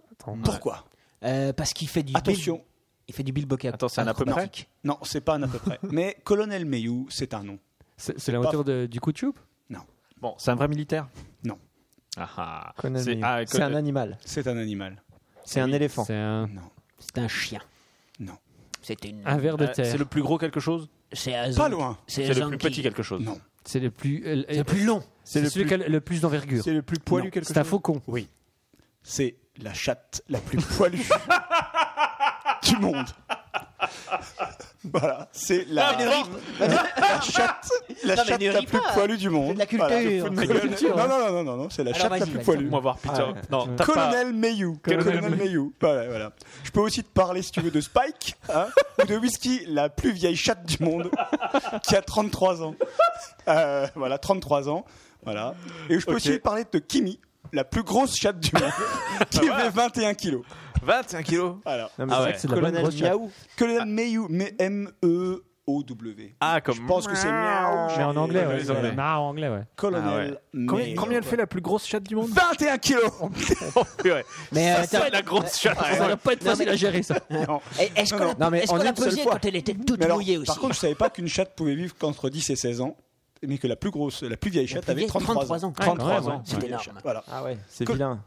Speaker 6: Pourquoi
Speaker 5: Euh, parce qu'il fait du
Speaker 6: Attention,
Speaker 5: Bill, il fait du Bill Bocca-
Speaker 1: Attends, c'est un à peu près
Speaker 5: acrobatique.
Speaker 6: non, c'est pas un à peu près. Mais colonel Mayhew, c'est un nom.
Speaker 2: C'est c'est la hauteur de- du coup de choupe
Speaker 1: Bon, c'est un vrai militaire
Speaker 6: Non.
Speaker 1: Ah, ah.
Speaker 4: Conan
Speaker 1: C'est-
Speaker 4: Mayhew.
Speaker 1: ah,
Speaker 4: C'est
Speaker 1: Con-
Speaker 4: un animal.
Speaker 6: C'est un animal.
Speaker 4: C'est un éléphant.
Speaker 2: C'est un,
Speaker 5: C'est un chien.
Speaker 6: Non.
Speaker 5: C'est une.
Speaker 2: un verre de
Speaker 1: euh, C'est
Speaker 2: terre.
Speaker 1: le plus gros quelque chose
Speaker 5: C'est un
Speaker 6: Pas
Speaker 5: zong-
Speaker 6: loin.
Speaker 5: C'est
Speaker 1: C'est
Speaker 5: un
Speaker 1: le plus
Speaker 5: zong qui-
Speaker 1: petit quelque chose
Speaker 6: Non.
Speaker 2: C'est le plus. euh, euh,
Speaker 5: plus long.
Speaker 2: C'est
Speaker 4: le
Speaker 2: celui qui a le plus d'envergure.
Speaker 4: C'est le plus
Speaker 2: Non,
Speaker 4: poilu quelque
Speaker 2: C'est un
Speaker 4: chose.
Speaker 2: faucon.
Speaker 6: Oui. C'est la chatte la plus poilue du monde. Voilà, c'est la, la chatte, la,
Speaker 5: Non, mais
Speaker 6: chatte
Speaker 5: ne
Speaker 6: la
Speaker 5: ris
Speaker 6: plus
Speaker 5: pas.
Speaker 6: poilue du monde.
Speaker 5: de la
Speaker 6: Voilà, je
Speaker 5: culture. hein.
Speaker 6: fous
Speaker 5: C'est
Speaker 6: de ma
Speaker 5: de la
Speaker 6: gueule.
Speaker 2: culture.
Speaker 6: Non, non, non, non, non, c'est la
Speaker 5: Alors,
Speaker 6: chatte la
Speaker 5: vas-y,
Speaker 6: plus
Speaker 5: vas-y.
Speaker 6: poilue.
Speaker 1: Moi voir Peter.
Speaker 4: Ah,
Speaker 1: Non, t'as pas-
Speaker 6: Colonel Mayou.
Speaker 1: Colonel
Speaker 6: Colonel Mayou. Voilà, voilà. Je peux aussi te parler, si tu veux, de Spike hein, ou de Whisky, la plus vieille chatte du monde, qui a 33 ans. Euh, voilà, 33 ans. Voilà.
Speaker 1: Bah
Speaker 6: Et je peux aussi te parler de Kimi, la plus grosse chatte du monde, qui fait 21 kilos.
Speaker 4: 21 kilos
Speaker 6: Voilà.
Speaker 4: non,
Speaker 1: Ah
Speaker 4: c'est
Speaker 1: ouais.
Speaker 4: vrai que c'est
Speaker 7: la bonne
Speaker 4: Colonel
Speaker 7: grosse
Speaker 4: Miaou.
Speaker 6: Colonel Mayou, mais M-E-O-W.
Speaker 1: Ah, comme.
Speaker 6: Je pense que c'est miaou.
Speaker 2: Mais en anglais, ouais.
Speaker 1: les Anglais.
Speaker 2: Non, en anglais, ouais.
Speaker 6: Colonel
Speaker 1: Combien,
Speaker 6: Mayou.
Speaker 1: combien elle fait la plus grosse chatte du monde
Speaker 6: 21 kilos
Speaker 1: Ouais.
Speaker 5: Mais euh,
Speaker 1: Ça,
Speaker 5: attends,
Speaker 1: la grosse chatte.
Speaker 2: Ça va pas être facile à gérer, ça.
Speaker 5: et- est-ce qu'on
Speaker 6: Non,
Speaker 5: la-
Speaker 4: non, mais
Speaker 5: est-ce
Speaker 4: en
Speaker 5: qu'on la
Speaker 4: une seule
Speaker 5: pesait
Speaker 4: fois.
Speaker 5: quand elle était toute
Speaker 6: Mais alors,
Speaker 5: mouillée aussi
Speaker 6: Par contre, je savais pas qu'une chatte pouvait vivre qu'entre 10 et 16 ans, mais que la plus grosse, la plus vieille
Speaker 5: La
Speaker 6: chatte
Speaker 5: plus
Speaker 6: avait
Speaker 5: vieille,
Speaker 6: 33,
Speaker 5: 33 ans.
Speaker 6: ans. 33
Speaker 2: Ouais, quand même,
Speaker 6: ans.
Speaker 2: ouais.
Speaker 5: C'est
Speaker 6: Une
Speaker 5: énorme.
Speaker 6: chatte, Voilà.
Speaker 4: Ah ouais, c'est
Speaker 6: Col-
Speaker 4: vilain.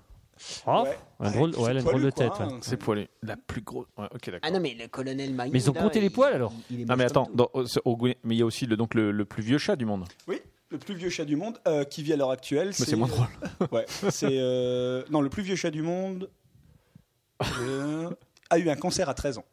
Speaker 2: Oh,
Speaker 6: Ouais.
Speaker 2: un drôle, ouais, elle a une drôle
Speaker 6: poilu,
Speaker 2: de tête.
Speaker 6: quoi,
Speaker 2: ouais.
Speaker 6: hein.
Speaker 1: C'est poilé. La plus grosse. Ouais, ok, d'accord.
Speaker 5: Ah non, mais le colonel
Speaker 6: Bah,
Speaker 5: euh, Maillot.
Speaker 2: Mais ils ont compté les poils, alors
Speaker 1: Non mais attends, dans- au- au Guiné- mais il y a aussi le, donc le, le plus vieux chat du monde.
Speaker 6: Oui, le plus vieux chat du monde euh, qui vit à l'heure actuelle. euh,
Speaker 1: Mais c'est moins drôle.
Speaker 6: Ouais, c'est. euh, Non, le plus vieux chat du monde euh, a eu un cancer à 13 ans.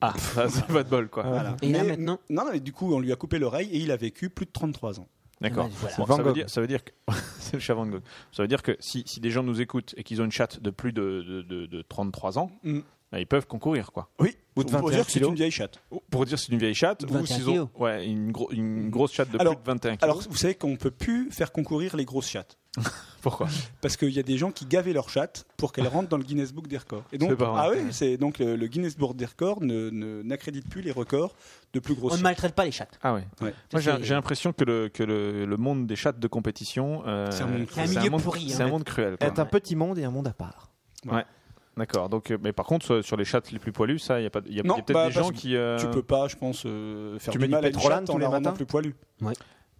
Speaker 1: Ah, ça c'est pas de bol quoi.
Speaker 6: Voilà.
Speaker 5: Et là,
Speaker 6: Mais-
Speaker 5: maintenant
Speaker 6: Non, non, mais du coup, on lui a coupé l'oreille et il a vécu plus de 33 ans.
Speaker 1: D'accord.
Speaker 5: Ouais, voilà.
Speaker 1: Bon,
Speaker 4: Van
Speaker 1: ça, veut
Speaker 4: Gogh.
Speaker 1: dire, ça veut dire que c'est le chat Van Gogh. Ça veut dire que si, si des gens nous écoutent et qu'ils ont une chatte de plus de, de, de- de 33 ans,
Speaker 6: Mm.
Speaker 1: bah, ils peuvent concourir quoi.
Speaker 6: Oui,
Speaker 4: Ou de
Speaker 6: pour
Speaker 4: 21
Speaker 6: dire que c'est
Speaker 4: kilos.
Speaker 6: une vieille chatte.
Speaker 1: Pour dire si c'est une vieille chatte
Speaker 5: De
Speaker 1: ou
Speaker 5: 21
Speaker 1: s'ils ont
Speaker 5: kilos.
Speaker 1: ouais, une, gro- une grosse chatte de
Speaker 6: Mm. Alors-
Speaker 1: plus de 21 kilos.
Speaker 6: Alors, vous savez qu'on peut plus faire concourir les grosses chattes.
Speaker 1: Pourquoi
Speaker 6: Parce qu'il y a des gens qui gavaient leurs chattes pour qu'elles rentrent dans le Guinness Book des records. Et donc,
Speaker 1: C'est pas vrai.
Speaker 6: ah oui, c'est donc euh, le Guinness Book des records ne- ne- n'accrédite plus les records de plus
Speaker 5: On
Speaker 6: grosses.
Speaker 5: ne
Speaker 6: chattes.
Speaker 5: maltraite pas les chattes.
Speaker 1: Ah ouais.
Speaker 6: Ouais.
Speaker 1: Moi j'ai
Speaker 5: C'est-
Speaker 1: j'ai l'impression que le que le, le monde des chattes de compétition euh,
Speaker 6: C'est un monde
Speaker 1: c'est
Speaker 5: cruel. Un milieu pourri,
Speaker 1: C'est
Speaker 5: hein.
Speaker 1: un monde cruel. quoi.
Speaker 4: Est un petit monde et un monde à part.
Speaker 1: D'accord. Donc euh, mais par contre sur- sur les chattes les plus poilues ça il y a pas il y a, il y a
Speaker 6: Non,
Speaker 1: peut-être
Speaker 6: bah,
Speaker 1: des
Speaker 6: parce
Speaker 1: gens
Speaker 6: que
Speaker 1: qui euh,
Speaker 6: Tu peux pas, je pense, euh, faire
Speaker 4: Tu
Speaker 6: du
Speaker 4: mets
Speaker 6: mal
Speaker 4: du
Speaker 6: à une
Speaker 4: pétrolane
Speaker 6: chatte
Speaker 4: tous
Speaker 6: en
Speaker 4: les
Speaker 6: la rendant
Speaker 4: matins
Speaker 6: plus poilue.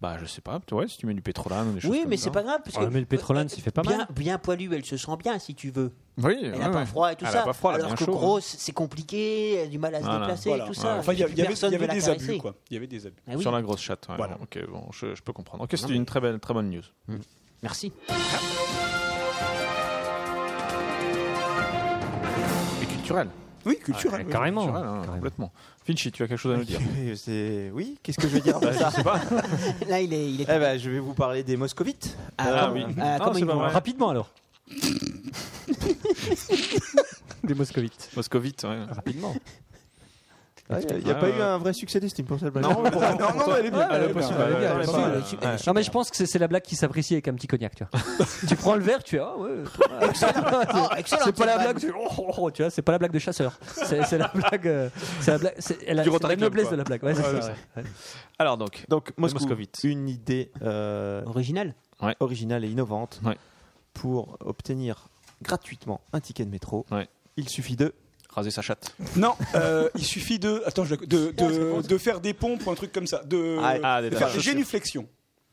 Speaker 1: Bah, je sais pas, tu vois, si tu mets du pétrolane ou des choses
Speaker 5: Oui,
Speaker 1: comme
Speaker 5: mais
Speaker 1: ça.
Speaker 5: c'est pas grave. Parce
Speaker 2: Ouais,
Speaker 5: que euh,
Speaker 2: mais le pétrolane, ça fait pas
Speaker 5: bien,
Speaker 2: mal.
Speaker 5: Bien poilu, elle se sent bien si tu veux.
Speaker 1: Oui,
Speaker 5: Elle
Speaker 1: ouais,
Speaker 5: n'a pas
Speaker 1: ouais.
Speaker 5: froid et tout
Speaker 1: Elle a
Speaker 5: ça.
Speaker 1: pas froid, elle a
Speaker 5: Alors
Speaker 1: bien
Speaker 5: que
Speaker 1: chaud, hein.
Speaker 5: grosse, c'est compliqué, elle a du mal à se
Speaker 1: Voilà.
Speaker 5: déplacer
Speaker 6: Voilà.
Speaker 5: et tout ça.
Speaker 6: Enfin, il y, a- il y avait,
Speaker 5: Personne
Speaker 6: il y avait
Speaker 5: veut la
Speaker 6: des abus,
Speaker 5: caresser.
Speaker 6: quoi. Il y avait des abus.
Speaker 5: Ah oui.
Speaker 1: Sur la grosse chatte. ouais,
Speaker 6: Voilà.
Speaker 1: bon, ok, bon, je, je peux comprendre. Ok,
Speaker 5: mais- Mm.
Speaker 1: c'était une très belle, très bonne news.
Speaker 5: Merci.
Speaker 1: Et culturelle.
Speaker 6: Oui, culturel.
Speaker 1: Ouais,
Speaker 6: oui.
Speaker 2: Carrément.
Speaker 1: Culturelle, hein,
Speaker 2: Carrément.
Speaker 1: complètement. Finchy, tu as quelque chose à nous dire
Speaker 4: Et c'est- Oui, qu'est-ce que je veux dire
Speaker 1: Bah, je sais pas.
Speaker 5: Là, il est. Il est...
Speaker 4: Eh ben, je vais vous parler des moscovites.
Speaker 1: Ah
Speaker 5: comment-
Speaker 1: oui.
Speaker 5: ah, comment
Speaker 1: c'est
Speaker 5: ils
Speaker 1: pas
Speaker 5: vont
Speaker 1: vrai.
Speaker 2: Rapidement, alors. Des moscovites.
Speaker 1: Moscovite, ouais.
Speaker 2: Rapidement.
Speaker 4: Il n'y
Speaker 1: Ouais,
Speaker 4: a pas
Speaker 1: Ah, ouais.
Speaker 4: eu un vrai succès d'estime pour cette blague.
Speaker 1: Non, pourtant,
Speaker 6: Non, non, elle est bien.
Speaker 1: Ah,
Speaker 6: elle est
Speaker 1: le
Speaker 6: bien.
Speaker 1: possible,
Speaker 4: elle est bien,
Speaker 1: ouais,
Speaker 4: elle est
Speaker 2: hein.
Speaker 1: pas
Speaker 4: bien.
Speaker 1: mal.
Speaker 5: super.
Speaker 1: Ouais.
Speaker 2: Non, mais je pense que c'est c'est la blague qui s'apprécie avec un petit cognac, tu vois. tu prends le verre, tu vois. ouais. Oh,
Speaker 5: Ah, excellent,
Speaker 2: C'est pas la
Speaker 5: Stéphane.
Speaker 2: blague, de- oh, oh, oh, tu vois, c'est pas la blague de chasseur. C'est c'est la blague, euh, c'est la blague, c'est elle a-
Speaker 1: Du
Speaker 2: c'est la
Speaker 1: Rotary Club,
Speaker 2: noblesse
Speaker 1: quoi.
Speaker 2: de la blague. Ouais, c'est
Speaker 1: Ouais,
Speaker 2: ça,
Speaker 1: ouais.
Speaker 2: ouais.
Speaker 1: Alors donc,
Speaker 4: Donc, Moscou,
Speaker 1: moscovite.
Speaker 4: une idée euh,
Speaker 5: Original.
Speaker 4: originale et innovante
Speaker 1: Ouais.
Speaker 4: pour obtenir gratuitement un ticket de métro.
Speaker 1: Ouais.
Speaker 4: Il suffit de.
Speaker 1: raser sa chatte.
Speaker 6: Non, euh, il suffit de, attends, je la- de, de, de faire des pompes ou un truc comme ça, de,
Speaker 4: Ah,
Speaker 1: ah,
Speaker 6: de
Speaker 1: des-
Speaker 6: faire
Speaker 1: des
Speaker 6: des
Speaker 1: chaussures.
Speaker 6: génuflexions.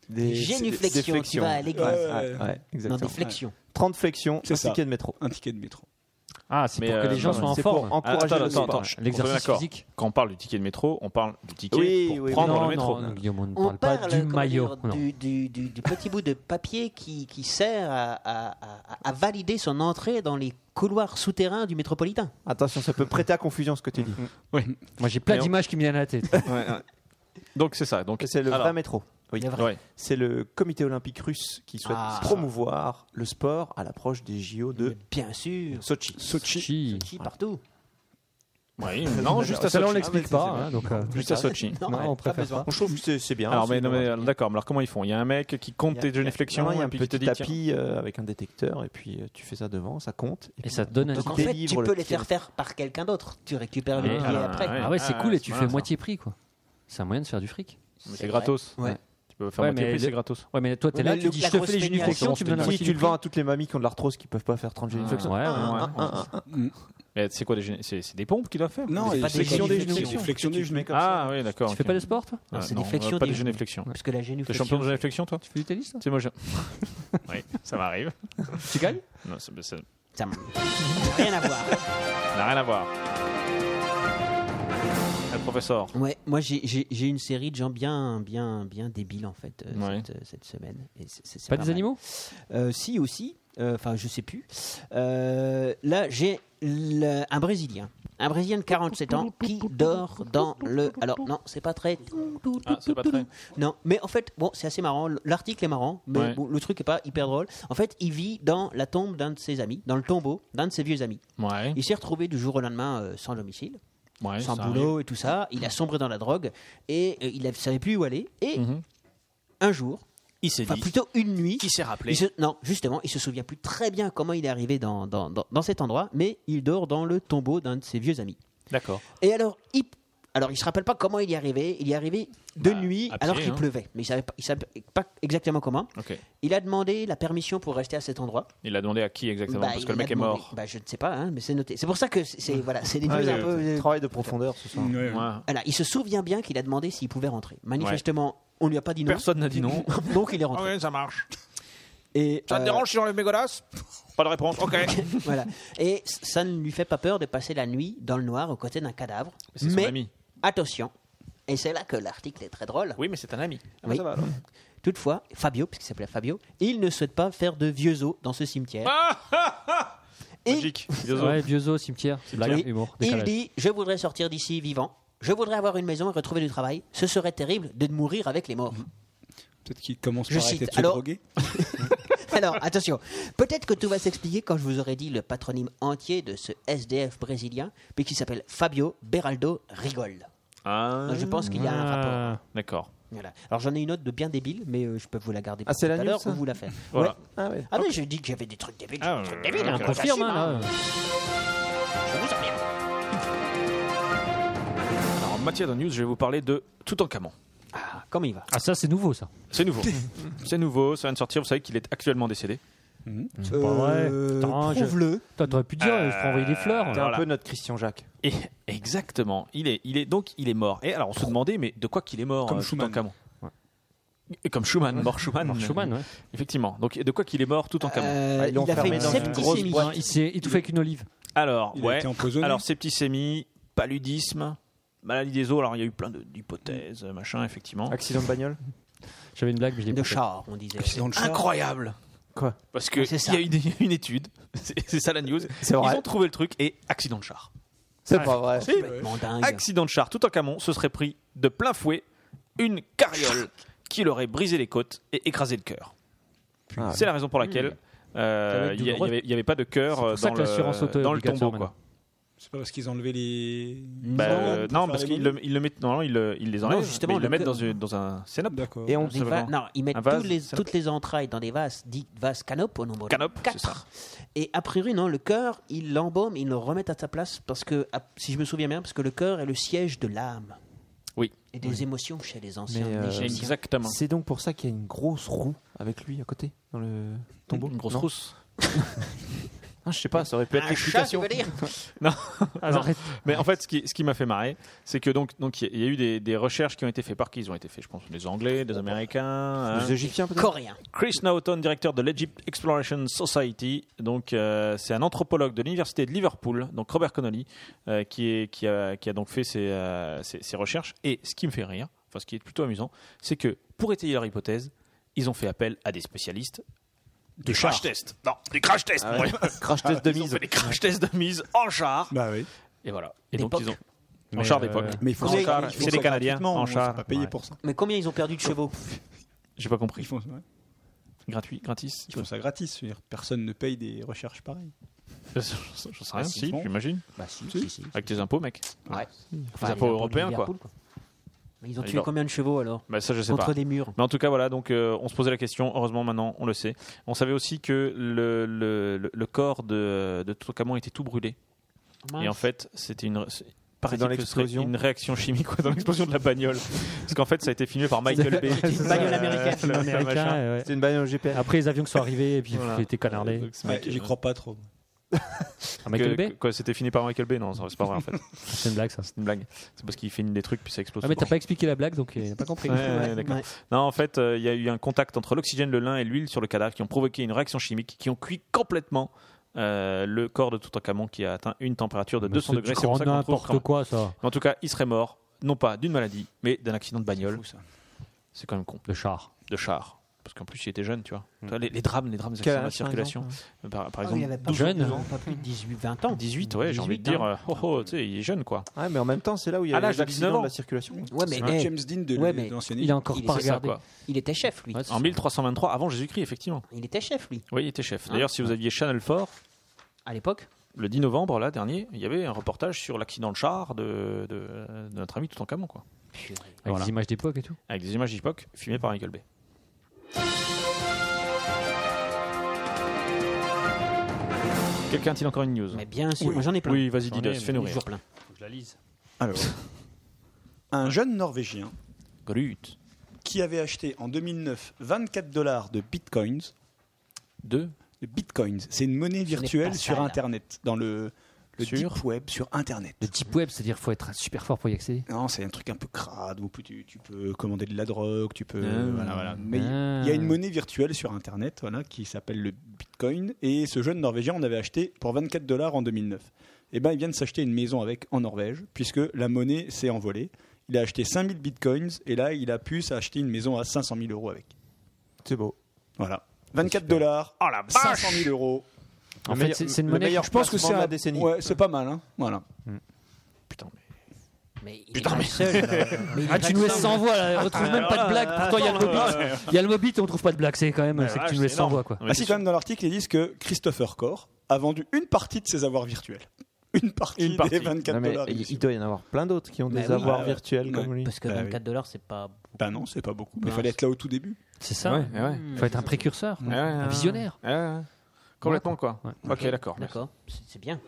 Speaker 4: Des,
Speaker 5: Génuflexion,
Speaker 1: des
Speaker 5: tu vas à l'église.
Speaker 6: Ouais.
Speaker 4: Ouais, ouais,
Speaker 5: non,
Speaker 4: exactement.
Speaker 5: des flexions.
Speaker 4: 30 flexions,
Speaker 6: C'est
Speaker 4: un
Speaker 6: ça.
Speaker 4: ticket de métro.
Speaker 6: Un ticket de métro.
Speaker 2: Ah, c'est
Speaker 1: Mais,
Speaker 2: pour que
Speaker 1: euh,
Speaker 2: les gens
Speaker 1: non,
Speaker 2: soient en
Speaker 4: C'est pour
Speaker 2: forme.
Speaker 1: Ah,
Speaker 4: encourager
Speaker 1: attends,
Speaker 4: le
Speaker 1: attends,
Speaker 4: sport.
Speaker 1: attends, je- on est
Speaker 2: L'exercice
Speaker 1: d'accord.
Speaker 2: physique.
Speaker 1: Quand on parle du ticket de métro, on parle du ticket
Speaker 4: Oui,
Speaker 1: pour
Speaker 4: oui,
Speaker 1: prendre
Speaker 2: non,
Speaker 1: le métro.
Speaker 2: non, non, Guillaume, on ne
Speaker 5: On
Speaker 2: parle pas du
Speaker 5: comment
Speaker 2: maillot.
Speaker 5: dire,
Speaker 2: non.
Speaker 5: du, du- du- du petit bout de papier qui, qui sert à, à- à- à valider son entrée dans les couloirs souterrains du métropolitain.
Speaker 4: Attention, ça peut prêter à confusion ce que tu dis.
Speaker 2: Moi, j'ai plein
Speaker 1: Mais on-
Speaker 2: d'images qui me viennent à la tête.
Speaker 1: Donc c'est ça. Donc
Speaker 4: C'est le
Speaker 1: alors,
Speaker 4: vrai métro. Oui.
Speaker 1: ouais.
Speaker 4: C'est le comité olympique russe qui souhaite
Speaker 5: Ah.
Speaker 4: promouvoir le sport à l'approche des JO de
Speaker 5: Bien sûr.
Speaker 4: Sochi.
Speaker 2: Chi.
Speaker 5: Sochi, partout.
Speaker 1: Ouais, non, juste à
Speaker 2: Celle-là, on
Speaker 1: Sochi.
Speaker 2: l'explique
Speaker 4: Ah, mais
Speaker 2: pas,
Speaker 4: c'est-
Speaker 2: hein, donc euh,
Speaker 1: Juste à Sochi.
Speaker 5: Non,
Speaker 2: non, on préfère pas.
Speaker 4: Je trouve que c'est- c'est bien.
Speaker 1: Alors,
Speaker 4: c'est
Speaker 1: mais, non,
Speaker 4: une
Speaker 1: mais,
Speaker 4: bonne-
Speaker 1: euh, d'accord, mais alors comment ils font Il y a un mec qui
Speaker 4: Il
Speaker 1: compte
Speaker 4: y a-
Speaker 1: tes génuflexions
Speaker 4: il y a
Speaker 1: et
Speaker 4: un
Speaker 1: puis il te
Speaker 4: petit
Speaker 1: dit tiens.
Speaker 4: tapis euh, avec un détecteur et puis euh, tu fais ça devant, ça compte.
Speaker 2: Et ça te donne un
Speaker 5: Donc en
Speaker 4: Qui
Speaker 5: fait, tu
Speaker 4: délivre
Speaker 5: peux
Speaker 4: le
Speaker 5: les faire
Speaker 4: ticket.
Speaker 5: faire par quelqu'un d'autre. Tu récupères
Speaker 1: Ouais,
Speaker 5: le billet
Speaker 1: ah,
Speaker 5: après.
Speaker 1: ouais.
Speaker 2: Ah ouais, c'est
Speaker 1: Ah,
Speaker 2: cool et
Speaker 1: c'est
Speaker 2: tu
Speaker 1: malin,
Speaker 2: fais
Speaker 1: ça.
Speaker 2: moitié prix, quoi. C'est un moyen de faire du fric.
Speaker 1: Mais
Speaker 5: C'est
Speaker 1: c'est gratos.
Speaker 5: vrai. Ouais.
Speaker 1: Tu peux faire
Speaker 2: Ouais,
Speaker 1: moitié
Speaker 2: mais
Speaker 1: prix,
Speaker 2: le-
Speaker 1: c'est gratos.
Speaker 2: Ouais, mais toi, t'es
Speaker 5: Oui,
Speaker 2: là,
Speaker 5: mais
Speaker 2: tu
Speaker 5: le-
Speaker 2: dis,
Speaker 5: la
Speaker 2: je te
Speaker 5: grosse
Speaker 2: fais les
Speaker 5: peignade,
Speaker 2: génuflexions, tu me donnes la
Speaker 4: Si
Speaker 2: moitié
Speaker 4: tu
Speaker 2: du
Speaker 4: le
Speaker 2: prix.
Speaker 4: vends à toutes les mamies qui ont de l'arthrose qui peuvent pas faire 30
Speaker 2: Ouais,
Speaker 4: génuflexions. Ah,
Speaker 2: ouais,
Speaker 1: Ah,
Speaker 2: ouais.
Speaker 1: Mais C'est quoi les gén- c'est c'est des pompes qu'il doit faire
Speaker 6: Non,
Speaker 5: c'est
Speaker 6: et
Speaker 5: pas des
Speaker 6: flexions
Speaker 5: génuflexions.
Speaker 6: genoux. Flexions des genoux.
Speaker 1: Ah oui, d'accord.
Speaker 2: Tu
Speaker 1: ok.
Speaker 2: fais pas de sport, toi
Speaker 1: Ah,
Speaker 5: Non, c'est
Speaker 1: non,
Speaker 5: des flexions
Speaker 1: Pas
Speaker 5: des
Speaker 1: des
Speaker 5: genoux.
Speaker 1: génuflexions.
Speaker 5: Parce que la
Speaker 1: T'es
Speaker 5: génuflexion.
Speaker 1: champion de génuflexion, toi
Speaker 2: Tu fais du tennis, toi
Speaker 1: Tu sais, moi je. oui, ça m'arrive.
Speaker 2: Tu gagnes
Speaker 1: Non, ça ça
Speaker 5: Ça n'a rien à voir.
Speaker 1: n'a rien à voir. Ah, Le professeur.
Speaker 5: Ouais, moi j'ai- j'ai j'ai une série de gens bien, bien, bien débiles en fait euh,
Speaker 1: Ouais.
Speaker 5: cette, euh, cette semaine. Et c'est- c'est- c'est
Speaker 2: Pas des
Speaker 5: mal.
Speaker 2: animaux
Speaker 5: Euh, Si aussi, Euh, enfin je sais plus. Euh, là j'ai le- un Brésilien, un Brésilien de 47 ans qui dort dans le. Alors non, c'est pas très.
Speaker 1: Ah, c'est pas très.
Speaker 5: Non, mais en fait, bon, c'est assez marrant. L'article est marrant, mais
Speaker 1: Ouais.
Speaker 5: bon, le truc est pas hyper drôle. En fait, il vit dans la tombe d'un de ses amis, dans le tombeau d'un de ses vieux amis.
Speaker 1: Ouais,
Speaker 5: Il s'est retrouvé du jour au lendemain euh, sans domicile
Speaker 1: ouais.
Speaker 5: sans
Speaker 1: ça
Speaker 5: boulot et tout ça. Il a sombré dans la drogue et euh, il ne savait plus où aller. Et
Speaker 1: Mhm.
Speaker 5: un jour,
Speaker 1: Il s'est
Speaker 5: Enfin,
Speaker 1: dit.
Speaker 5: plutôt une nuit.
Speaker 1: Il s'est rappelé.
Speaker 5: Il se- non, justement, il se souvient plus très bien comment il est arrivé dans, dans, dans- dans cet endroit, mais il dort dans le tombeau d'un de ses vieux amis.
Speaker 1: D'accord.
Speaker 5: Et alors, il alors, il se rappelle pas comment il y est arrivé. Il y est arrivé de
Speaker 1: Bah,
Speaker 5: nuit,
Speaker 1: à
Speaker 5: alors
Speaker 1: pied,
Speaker 5: qu'il
Speaker 1: hein.
Speaker 5: pleuvait. Mais il savait pas, il savait pas exactement comment.
Speaker 1: Ok.
Speaker 5: Il a demandé la permission pour rester à cet endroit.
Speaker 1: Il a demandé à qui exactement
Speaker 5: Bah,
Speaker 1: Parce
Speaker 5: il
Speaker 1: que le
Speaker 5: l'a
Speaker 1: mec est
Speaker 5: demandé.
Speaker 1: mort.
Speaker 5: Bah, je ne sais pas, hein, mais c'est noté. C'est pour ça que c'est- c'est voilà, c'est des news
Speaker 4: Ouais,
Speaker 5: un peu. euh,
Speaker 4: Travail de profondeur ce soir.
Speaker 6: Ouais.
Speaker 1: Ouais.
Speaker 5: Voilà, il se souvient bien qu'il a demandé s'il pouvait rentrer. Manifestement, on lui a pas dit non.
Speaker 1: Personne n'a dit non.
Speaker 5: Donc il est rentré.
Speaker 1: Ah ça marche.
Speaker 5: Et, euh,
Speaker 1: si j'enlève mes godasses Pas de réponse. Ok.
Speaker 5: voilà. Et c- ça ne lui fait pas peur de passer la nuit dans le noir aux côtés d'un cadavre.
Speaker 1: C'est son
Speaker 5: Mais
Speaker 1: ami.
Speaker 5: attention, et c'est là que l'article est très drôle.
Speaker 1: Oui, mais c'est un ami. Ah,
Speaker 5: Oui. Toutefois, Fabio, puisqu'il s'appelait Fabio, il ne souhaite pas faire de vieux os dans ce cimetière.
Speaker 1: Ah,
Speaker 5: Et-
Speaker 1: Logique. Ils osent.
Speaker 2: Ouais, vieux zoo, cimetière, blague, hein,
Speaker 5: Oui.
Speaker 2: humour,
Speaker 5: Il
Speaker 2: décalage.
Speaker 5: dit Je voudrais sortir d'ici vivant. Je voudrais avoir une maison et retrouver du travail. Ce serait terrible de mourir avec les morts.
Speaker 6: Peut-être qu'il commence
Speaker 5: Je
Speaker 6: par
Speaker 5: cite,
Speaker 6: arrêter de se
Speaker 5: alors-
Speaker 6: droguer.
Speaker 5: Alors, attention. Peut-être que tout va s'expliquer quand je vous aurai dit le patronyme entier de ce SDF brésilien, puis qui s'appelle Fabio Beraldo Rigol.
Speaker 1: Ah.
Speaker 5: Donc, Euh, je pense qu'il y a un rapport.
Speaker 2: Ah,
Speaker 1: D'accord.
Speaker 5: Voilà. Alors, j'en ai une autre de bien débile, mais euh, je peux vous la garder
Speaker 4: Ah,
Speaker 5: pour
Speaker 4: c'est
Speaker 5: tout
Speaker 4: la
Speaker 5: à
Speaker 4: news,
Speaker 5: l'heure
Speaker 4: ça
Speaker 5: ou vous la faire.
Speaker 1: Voilà.
Speaker 5: Ouais.
Speaker 4: Ah ouais.
Speaker 5: Ah, mais j'ai dit que j'avais des trucs débiles.
Speaker 1: Ah,
Speaker 5: des trucs débiles,
Speaker 1: ok.
Speaker 5: hein,
Speaker 2: on
Speaker 1: Ok.
Speaker 2: confirme,
Speaker 5: j'assume, hein.
Speaker 2: hein, là.
Speaker 1: Alors, en matière de news, je vais vous parler de Toutankhamon.
Speaker 5: Ah, comment il va
Speaker 2: Ah, ça, c'est nouveau, ça.
Speaker 1: C'est nouveau. c'est nouveau, ça vient de sortir. Vous savez qu'il est actuellement décédé.
Speaker 2: C'est pas vrai. Putain, je-
Speaker 5: Mhm. Euh, Prouve-le.
Speaker 2: Putain, T'aurais pu dire, je prends envoyer des fleurs.
Speaker 4: C'est
Speaker 1: Euh, Voilà.
Speaker 4: un peu notre Christian Jacques.
Speaker 1: Et exactement. Il est, il est donc il est mort. Et alors on se demandait mais de quoi qu'il est mort
Speaker 6: Comme
Speaker 1: euh,
Speaker 6: Schumann.
Speaker 1: Toutankhamon Et Comme Schumann, mort Schumann.
Speaker 2: Mark Schumann, ouais. Ah,
Speaker 1: Effectivement. Donc de quoi qu'il est mort Toutankhamon
Speaker 5: Euh,
Speaker 4: ils l'ont
Speaker 5: il a fait
Speaker 4: fermé
Speaker 5: une
Speaker 4: dans une grosse
Speaker 5: septicémie.
Speaker 2: Non, il s'est étouffé avec une olive.
Speaker 1: Alors,
Speaker 6: Il a
Speaker 1: ouais.
Speaker 6: été empoisonné.
Speaker 1: Alors, septicémie, paludisme, maladie des os. Alors, il y a eu plein de- d'hypothèses, machin, effectivement.
Speaker 4: Accident de bagnole
Speaker 2: J'avais une blague, mais je l'ai
Speaker 5: De
Speaker 2: pas faite.
Speaker 5: char, on disait.
Speaker 6: Accident de char.
Speaker 1: Incroyable
Speaker 4: Quoi
Speaker 1: Parce que
Speaker 5: Ah, c'est
Speaker 1: il y a
Speaker 5: ça.
Speaker 1: eu une, une étude, c'est c'est ça la news.
Speaker 4: C'est
Speaker 1: Ils
Speaker 4: vrai.
Speaker 1: ont trouvé le truc et accident de char.
Speaker 4: C'est pas vrai.
Speaker 1: Si,
Speaker 5: Complètement dingue.
Speaker 1: accident de char tout en camon, se serait pris de plein fouet une carriole qui leur aurait brisé les côtes et écrasé le cœur.
Speaker 4: Ah ouais.
Speaker 1: C'est la raison pour laquelle
Speaker 2: Hmm. Ça
Speaker 1: euh,
Speaker 2: va être
Speaker 1: il n'y
Speaker 2: douloureux.
Speaker 1: avait, il y avait pas de
Speaker 2: C'est pour
Speaker 1: cœur euh,
Speaker 2: ça
Speaker 1: dans
Speaker 2: que l'assurance auto
Speaker 1: le,
Speaker 2: est
Speaker 1: dans le tombeau.
Speaker 2: obligatoire
Speaker 1: Quoi.
Speaker 6: C'est pas parce qu'ils ont enlevé les.
Speaker 1: Bah,
Speaker 6: les
Speaker 1: euh,
Speaker 6: jambes pour
Speaker 1: non,
Speaker 6: faire
Speaker 1: parce
Speaker 6: les
Speaker 1: qu'ils
Speaker 6: mobiles.
Speaker 1: le, ils le mettent, normalement, ils, le- ils les enlèvent,
Speaker 5: justement,
Speaker 1: mais ils le
Speaker 5: le
Speaker 1: mettent
Speaker 5: cœur-
Speaker 1: dans, une- dans un cénope.
Speaker 6: D'accord.
Speaker 4: Et on
Speaker 5: Des va- non, ils mettent
Speaker 1: Un vase,
Speaker 5: tous les-
Speaker 1: c'est-
Speaker 5: toutes les entrailles dans des vases, dits vases canopes au nombre de
Speaker 1: Canopes, c'est
Speaker 5: quatre. Et a priori, non, le cœur, ils l'embaument, ils le remettent à sa place, parce que, à- si je me souviens bien, parce que le cœur est le siège de l'âme.
Speaker 1: Oui.
Speaker 5: Et des émotions chez les anciens
Speaker 4: Mais, euh,
Speaker 5: Égyptiens.
Speaker 1: Exactement.
Speaker 4: C'est donc pour ça qu'il y a une grosse roue avec lui à côté dans le tombeau.
Speaker 1: Une grosse
Speaker 4: Non
Speaker 1: rousse.
Speaker 4: Ah, je sais pas, ça aurait pu être
Speaker 5: Un chat, tu
Speaker 4: l'explication.
Speaker 5: veux dire
Speaker 2: Ah,
Speaker 1: Non.
Speaker 2: arrête.
Speaker 1: Mais en fait, ce qui, ce qui m'a fait marrer, c'est que donc, donc, il y a eu des, des recherches qui ont été faites par qui Ils ont été faits, je pense, des Anglais, des Américains. hein.
Speaker 4: Les Égyptiens peut-être
Speaker 5: Coréen.
Speaker 1: Chris Naughton, directeur de l'Egypt Exploration Society. Donc, euh, c'est un anthropologue de l'université de Liverpool, donc Robert Connolly, euh, qui, est, qui, a, qui a donc fait ses, euh, ses- ses recherches. Et ce qui me fait rire, enfin ce qui est plutôt amusant, c'est que pour étayer leur hypothèse, ils ont fait appel à des spécialistes. Des crash tests. Non, des crash tests.
Speaker 9: Ah
Speaker 1: mon gars.
Speaker 4: Crash test de
Speaker 1: Ah Ils ont
Speaker 4: mise.
Speaker 1: fait des crash tests de mise en char.
Speaker 6: Bah oui.
Speaker 1: Et voilà. Et donc,
Speaker 5: D'époque.
Speaker 1: ils ont. En
Speaker 2: Mais,
Speaker 1: char
Speaker 2: euh,
Speaker 1: d'époque.
Speaker 6: Mais il faut
Speaker 1: En
Speaker 6: ça-
Speaker 1: char,
Speaker 6: il faut
Speaker 1: c'est
Speaker 6: ça
Speaker 1: les Canadiens,
Speaker 6: gratuitement,
Speaker 1: en
Speaker 6: on
Speaker 1: char.
Speaker 6: s'est pas payé
Speaker 1: Ouais.
Speaker 6: pour ça.
Speaker 5: Mais combien ils ont perdu de chevaux
Speaker 1: J'ai pas compris.
Speaker 6: Ils font, ouais,
Speaker 1: Gratuit, gratis.
Speaker 6: ils font ça gratis. je veux dire, Personne ne paye des recherches pareilles.
Speaker 1: J'en sais rien.
Speaker 6: Ah,
Speaker 1: Si,
Speaker 6: ils font.
Speaker 1: j'imagine.
Speaker 5: Bah, si,
Speaker 6: Si.
Speaker 5: si.
Speaker 1: Avec tes impôts, mec.
Speaker 5: Ouais.
Speaker 1: Les impôts
Speaker 5: les
Speaker 1: européens,
Speaker 5: de
Speaker 1: quoi.
Speaker 5: Liverpool, Mais ils ont
Speaker 1: Ah,
Speaker 5: tué
Speaker 1: ils ont-
Speaker 5: combien de chevaux alors
Speaker 1: Bah, ça, je sais
Speaker 5: Contre
Speaker 1: pas.
Speaker 5: des murs.
Speaker 1: Mais en tout cas, voilà, donc euh, on se posait la question. Heureusement, maintenant, on le sait. On savait aussi que le, le, le- le corps de, de Toutankhamon était tout brûlé.
Speaker 2: Ah,
Speaker 1: Et en fait, c'était une. c'est- paraît-il
Speaker 4: dans
Speaker 1: que ce serait
Speaker 4: l'explosion.
Speaker 1: Une réaction chimique quoi, dans l'explosion de la bagnole. Parce qu'en fait, ça a été filmé par Michael Bay.
Speaker 2: C'est ça,
Speaker 5: bagnole
Speaker 2: euh,
Speaker 5: américaine.
Speaker 2: le
Speaker 1: Le
Speaker 2: américain,
Speaker 1: machin.
Speaker 2: euh, ouais.
Speaker 4: C'était une bagnole GPS.
Speaker 2: Après, les avions qui sont arrivés, et puis
Speaker 1: Voilà.
Speaker 2: ils étaient canardés.
Speaker 1: Ce
Speaker 6: Ouais,
Speaker 1: mec,
Speaker 6: J'y
Speaker 1: euh,
Speaker 6: crois pas trop.
Speaker 2: Ah,
Speaker 1: que-
Speaker 2: Michael
Speaker 1: que-
Speaker 2: Bay
Speaker 1: Quoi, c'était fini par Michael Bay Non, ça, c'est pas vrai en fait.
Speaker 2: C'est une blague, ça.
Speaker 1: C'est une blague. C'est parce qu'il finit des trucs puis ça explose.
Speaker 2: Ah, mais t'as pas expliqué la blague, donc il a pas compris.
Speaker 1: Ouais, ouais, d'accord. Non, en fait, euh, il y a eu un contact entre l'oxygène, le lin et l'huile sur le cadavre qui ont provoqué une réaction chimique qui ont cuit complètement euh, le corps de Toutankhamon qui a atteint une température de 200 degrés. C'est pour ça qu'on trouve
Speaker 2: n'importe
Speaker 1: Toutankhamon.
Speaker 2: quoi, ça.
Speaker 1: Mais En tout cas, il serait mort, non pas d'une maladie, mais d'un accident de bagnole.
Speaker 6: ça.
Speaker 1: C'est quand même con.
Speaker 2: Le char.
Speaker 1: De char. Parce qu'en plus, il était jeune, tu vois. Tu vois, Les, les drames, les drames des
Speaker 4: Quel
Speaker 1: accidents de la
Speaker 4: âge, par
Speaker 1: circulation. Euh, Par, par exemple,
Speaker 5: Mm. Oh, il avait pas
Speaker 2: Jeune.
Speaker 5: plus de- pas plus de 18, 20 ans.
Speaker 1: 18, ouais, j'ai envie de
Speaker 5: 18,
Speaker 1: dire,
Speaker 5: hein.
Speaker 1: euh, oh, oh, tu sais, il est jeune, quoi.
Speaker 4: Ouais, mais en même temps, c'est là où il y
Speaker 1: À
Speaker 4: a
Speaker 1: l'âge
Speaker 4: les
Speaker 1: de 19
Speaker 4: accidents
Speaker 1: ans.
Speaker 4: de la circulation.
Speaker 5: Ouais, mais
Speaker 6: C'est
Speaker 5: eh,
Speaker 6: un James Dean de
Speaker 5: ouais,
Speaker 6: l-
Speaker 5: mais
Speaker 6: de l'ancien
Speaker 2: Il a
Speaker 6: Égypte.
Speaker 2: encore
Speaker 5: Il
Speaker 2: pas
Speaker 5: est- c'est ça,
Speaker 2: regardé.
Speaker 1: quoi.
Speaker 5: il était chef, lui.
Speaker 2: Ouais, c'est
Speaker 1: En
Speaker 2: ça.
Speaker 1: 1323 avant Jésus-Christ, effectivement.
Speaker 5: Il était chef, lui, Hein
Speaker 1: Oui, il était chef. D'ailleurs, si vous aviez Channel 4,
Speaker 5: à l'époque.
Speaker 1: le 10 novembre là dernier, il y avait un reportage sur l'accident de char de, de- de notre ami Toutankhamon quoi.
Speaker 2: Avec
Speaker 1: Voilà.
Speaker 2: des images d'époque et tout.
Speaker 1: Avec des images d'époque filmées par Michael Bay. Quelqu'un a-t-il encore une news
Speaker 5: Mais bien sûr, moi, j'en ai plein.
Speaker 1: Oui, vas-y, dis-le,
Speaker 5: J'en ai,
Speaker 1: fais-nous
Speaker 5: j'en ai
Speaker 1: rire.
Speaker 5: toujours plein.
Speaker 6: Alors, un jeune Norvégien
Speaker 1: Grut.
Speaker 6: qui avait acheté en 2009 24 dollars de bitcoins.
Speaker 1: Deux.
Speaker 6: De bitcoins, c'est une monnaie
Speaker 5: n'est pas
Speaker 6: virtuelle
Speaker 5: ça,
Speaker 6: sur
Speaker 5: là.
Speaker 6: Internet, dans le, le
Speaker 1: Sur
Speaker 6: deep web, sur Internet.
Speaker 2: Le type web, c'est-à-dire faut être super fort pour y accéder.
Speaker 6: Non, c'est un truc un peu crade où tu, tu peux commander de la drogue, tu peux.
Speaker 1: Ah.
Speaker 6: voilà, voilà. Mais
Speaker 2: Ah.
Speaker 6: il y a une monnaie virtuelle sur Internet voilà, qui s'appelle le Bitcoin. Et ce jeune Norvégien, on avait acheté pour 24 dollars en 2009. Et ben, il vient de s'acheter une maison avec en Norvège, puisque la monnaie s'est envolée. Il a acheté 5000 bitcoins et là, il a pu s'acheter une maison à 500 000 euros avec.
Speaker 4: C'est beau. Oh
Speaker 6: Voilà. 24 dollars, 500 000 euros.
Speaker 2: En
Speaker 1: Le
Speaker 2: fait,
Speaker 1: meilleur-
Speaker 2: c'est c'est une
Speaker 4: le
Speaker 2: monnaie.
Speaker 4: meilleur-
Speaker 6: Je pense que
Speaker 4: placement
Speaker 6: c'est
Speaker 4: de la
Speaker 6: un-
Speaker 4: décennie.
Speaker 6: Ouais, c'est pas mal. hein. Voilà.
Speaker 5: Mais il est pas le seul. Mais il
Speaker 2: Ah,
Speaker 5: est pas
Speaker 2: tu
Speaker 5: le
Speaker 2: nous laisses
Speaker 5: seul. euh,
Speaker 2: sans voix, là. On retrouve même pas de blague. Pourtant, il y a le Mobit. Il y a le Mobit et on trouve pas de blague. C'est quand même, c'est que tu nous laisses sans voix, quoi.
Speaker 1: Ah,
Speaker 6: Ah si, quand même, dans l'article, ils disent que Christopher Core a vendu une partie de ses avoirs virtuels. Une partie,
Speaker 1: Une partie.
Speaker 6: des 24
Speaker 4: Non, mais
Speaker 6: dollars.
Speaker 4: il, il doit y en avoir plein d'autres qui ont
Speaker 5: Bah
Speaker 4: des
Speaker 5: oui.
Speaker 4: avoirs
Speaker 6: Ouais.
Speaker 4: virtuels
Speaker 6: Ouais.
Speaker 4: comme lui.
Speaker 5: Parce que
Speaker 6: Bah oui.
Speaker 5: 24 dollars, c'est pas.
Speaker 6: Bah non, c'est pas beaucoup. Mais
Speaker 5: Non,
Speaker 6: fallait être là au tout début.
Speaker 2: C'est ça.
Speaker 5: Mmh.
Speaker 2: Faut être un précurseur,
Speaker 1: ouais,
Speaker 2: un
Speaker 1: ouais,
Speaker 2: visionnaire.
Speaker 1: ouais, ouais. Complètement, quoi.
Speaker 2: Ouais.
Speaker 1: Ok, d'accord. merci.
Speaker 5: D'accord, c'est c'est bien.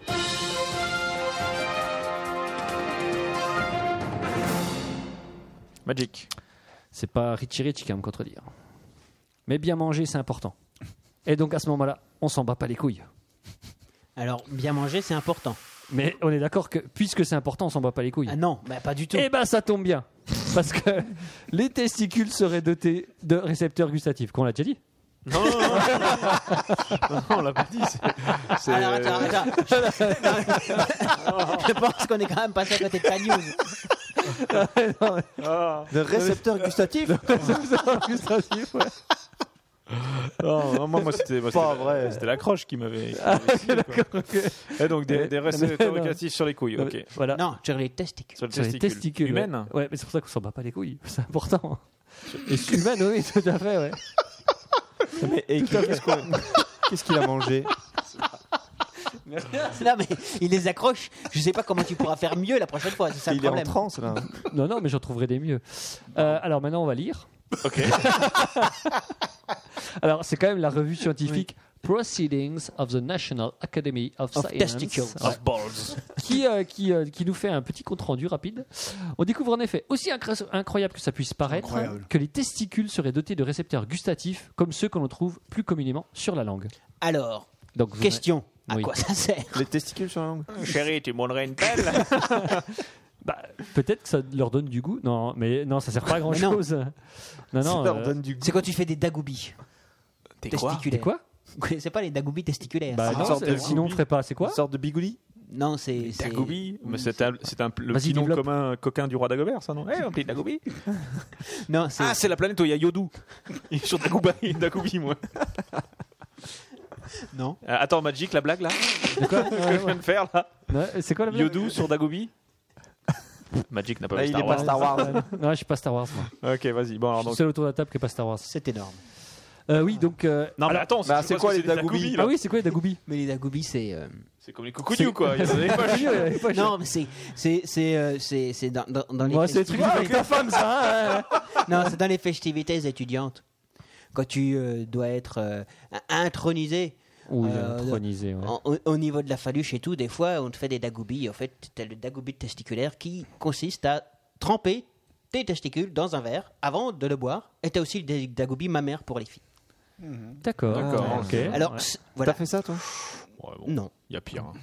Speaker 1: Magic.
Speaker 2: C'est pas Richie Rich qui va me contredire. Mais bien manger, c'est important. Et donc à ce moment-là, on s'en bat pas les couilles.
Speaker 5: Alors, bien manger, c'est important.
Speaker 2: Mais on est d'accord que puisque c'est important, on s'en bat pas les couilles.
Speaker 5: Ah non, bah pas du tout.
Speaker 2: Eh ben ça tombe bien. Parce que les testicules seraient dotés de récepteurs gustatifs, qu'on l'a déjà dit.
Speaker 8: Oh.
Speaker 1: on l'a pas dit.
Speaker 5: Alors, attends, attends.
Speaker 2: Euh.
Speaker 5: Je pense qu'on est quand même passé à côté de ta news.
Speaker 4: De récepteur gustatif
Speaker 2: Gustatifs, ouais.
Speaker 1: Non, non, moi, moi, c'était moi,
Speaker 4: Pas
Speaker 1: c'était-
Speaker 4: vrai.
Speaker 1: C'était l'accroche qui m'avait. qui
Speaker 5: Ah,
Speaker 1: m'avait scié, Ah, quoi. Et donc des, des restes
Speaker 2: Mais Ah, non.
Speaker 1: interrogatifs sur les couilles. Ok.
Speaker 2: Voilà.
Speaker 5: Non, sur les testicules.
Speaker 1: Sur, le
Speaker 2: Sur les
Speaker 1: testicule.
Speaker 2: testicules.
Speaker 1: Humaine.
Speaker 2: Ouais, Ouais, mais c'est pour ça qu'on s'en bat pas les couilles. C'est important. Et humaine, oui, tout à fait, ouais.
Speaker 4: Mais et qu'est-ce qu'on- qu'est-ce qu'il a mangé
Speaker 5: Non, mais il les accroche. Je sais pas comment tu pourras faire mieux la prochaine fois. C'est ça le
Speaker 4: Il est en
Speaker 5: problème.
Speaker 4: transe là.
Speaker 2: Non, non, mais j'en trouverai des mieux.
Speaker 5: Ah.
Speaker 2: Euh, alors maintenant, on va lire.
Speaker 1: Ok.
Speaker 2: Alors, c'est quand même la revue scientifique Proceedings of the National Academy of,
Speaker 5: Of testicles.
Speaker 2: Science Ouais. qui, euh, qui, euh, qui nous fait un petit compte-rendu rapide. On découvre en effet, aussi incra- incroyable que ça puisse paraître,
Speaker 6: Incroyable.
Speaker 2: que les testicules seraient dotés de récepteurs gustatifs comme ceux que l'on trouve plus communément sur la langue.
Speaker 5: Alors,
Speaker 2: Donc, vous-
Speaker 5: question. À
Speaker 2: Oui.
Speaker 5: quoi ça sert
Speaker 4: Les testicules sur la langue
Speaker 2: Ah,
Speaker 1: Chérie, tu m'enlèves une pelle
Speaker 2: bah, peut-être que ça leur donne du goût. Non, mais non, ça sert pas à grand
Speaker 5: Mais non.
Speaker 2: chose. Non,
Speaker 4: Ça
Speaker 2: non.
Speaker 4: leur
Speaker 2: euh,
Speaker 4: donne du goût.
Speaker 5: C'est quand tu fais des dagoubis. T'es
Speaker 1: quoi
Speaker 2: T'es quoi
Speaker 5: C'est pas les dagoubis testiculaires.
Speaker 2: Bah
Speaker 5: C'est
Speaker 2: non,
Speaker 5: une sorte
Speaker 2: c'est-
Speaker 5: de-
Speaker 2: sinon on ferait pas. C'est quoi
Speaker 4: Une sorte de bigouli
Speaker 5: Non, c'est. c'est-
Speaker 1: Dagobi Mais c'est un, c'est un- le
Speaker 2: Vas-y,
Speaker 1: petit nom
Speaker 2: développe.
Speaker 1: commun euh, coquin du roi Dagobert, ça non Eh, on dit Dagobi
Speaker 5: Non, c'est.
Speaker 1: Ah, c'est la planète où il y a Yodou Il est sur Dagobi, Dagobi moi.
Speaker 5: Non.
Speaker 1: Euh, attends, Magic, la blague là
Speaker 2: De quoi
Speaker 1: que
Speaker 2: Ouais,
Speaker 1: je
Speaker 2: ouais.
Speaker 1: viens de faire là
Speaker 2: Ouais, C'est quoi la blague
Speaker 1: Yodou sur Dagobi Magic n'a pas
Speaker 4: Là,
Speaker 1: vu
Speaker 4: Bah, il
Speaker 1: Star
Speaker 4: est
Speaker 1: Wars.
Speaker 4: pas Star Wars.
Speaker 2: Non, je suis pas Star Wars. Moi.
Speaker 1: Ok, vas-y. Bon, alors
Speaker 2: Je suis
Speaker 1: donc.
Speaker 2: seul autour de la table qui est pas Star Wars.
Speaker 5: C'est énorme.
Speaker 2: Euh, oui, donc. euh,
Speaker 1: Non, mais attends,
Speaker 4: bah,
Speaker 1: je
Speaker 4: c'est
Speaker 1: vois
Speaker 4: quoi
Speaker 1: ce que
Speaker 4: les
Speaker 1: des
Speaker 4: Dagobi
Speaker 1: Dagobi, là
Speaker 2: Ah oui, c'est quoi les Dagoubis
Speaker 5: Mais les dagoubis, c'est. euh,
Speaker 1: C'est comme les coucougnous quoi. Il y en a des poches.
Speaker 5: Non, mais c'est c'est c'est euh, c'est c'est dans, dans, dans les
Speaker 2: Ouais, c'est des trucs
Speaker 5: festivités.
Speaker 2: avec ta femme, ça. hein, ouais,
Speaker 5: non,
Speaker 2: ouais.
Speaker 5: c'est dans les festivités étudiantes quand tu euh, dois être euh, intronisé
Speaker 2: Ou
Speaker 5: Euh,
Speaker 2: intronisé, ouais.
Speaker 5: en- au, au niveau de la phaluche et tout. Des fois, on te fait des dagoubis. En fait, t'as le dagoubi testiculaire qui consiste à tremper tes testicules dans un verre avant de le boire. Et t'as aussi des dagoubis mammaires pour les filles.
Speaker 4: Mhm.
Speaker 2: D'accord.
Speaker 1: D'accord,
Speaker 4: Ah,
Speaker 2: ok.
Speaker 1: ouais.
Speaker 5: Alors
Speaker 2: Ouais.
Speaker 5: c'est- voilà.
Speaker 4: T'as fait ça toi
Speaker 1: Ouais, bon,
Speaker 5: Non,
Speaker 1: Il y a pire. hein.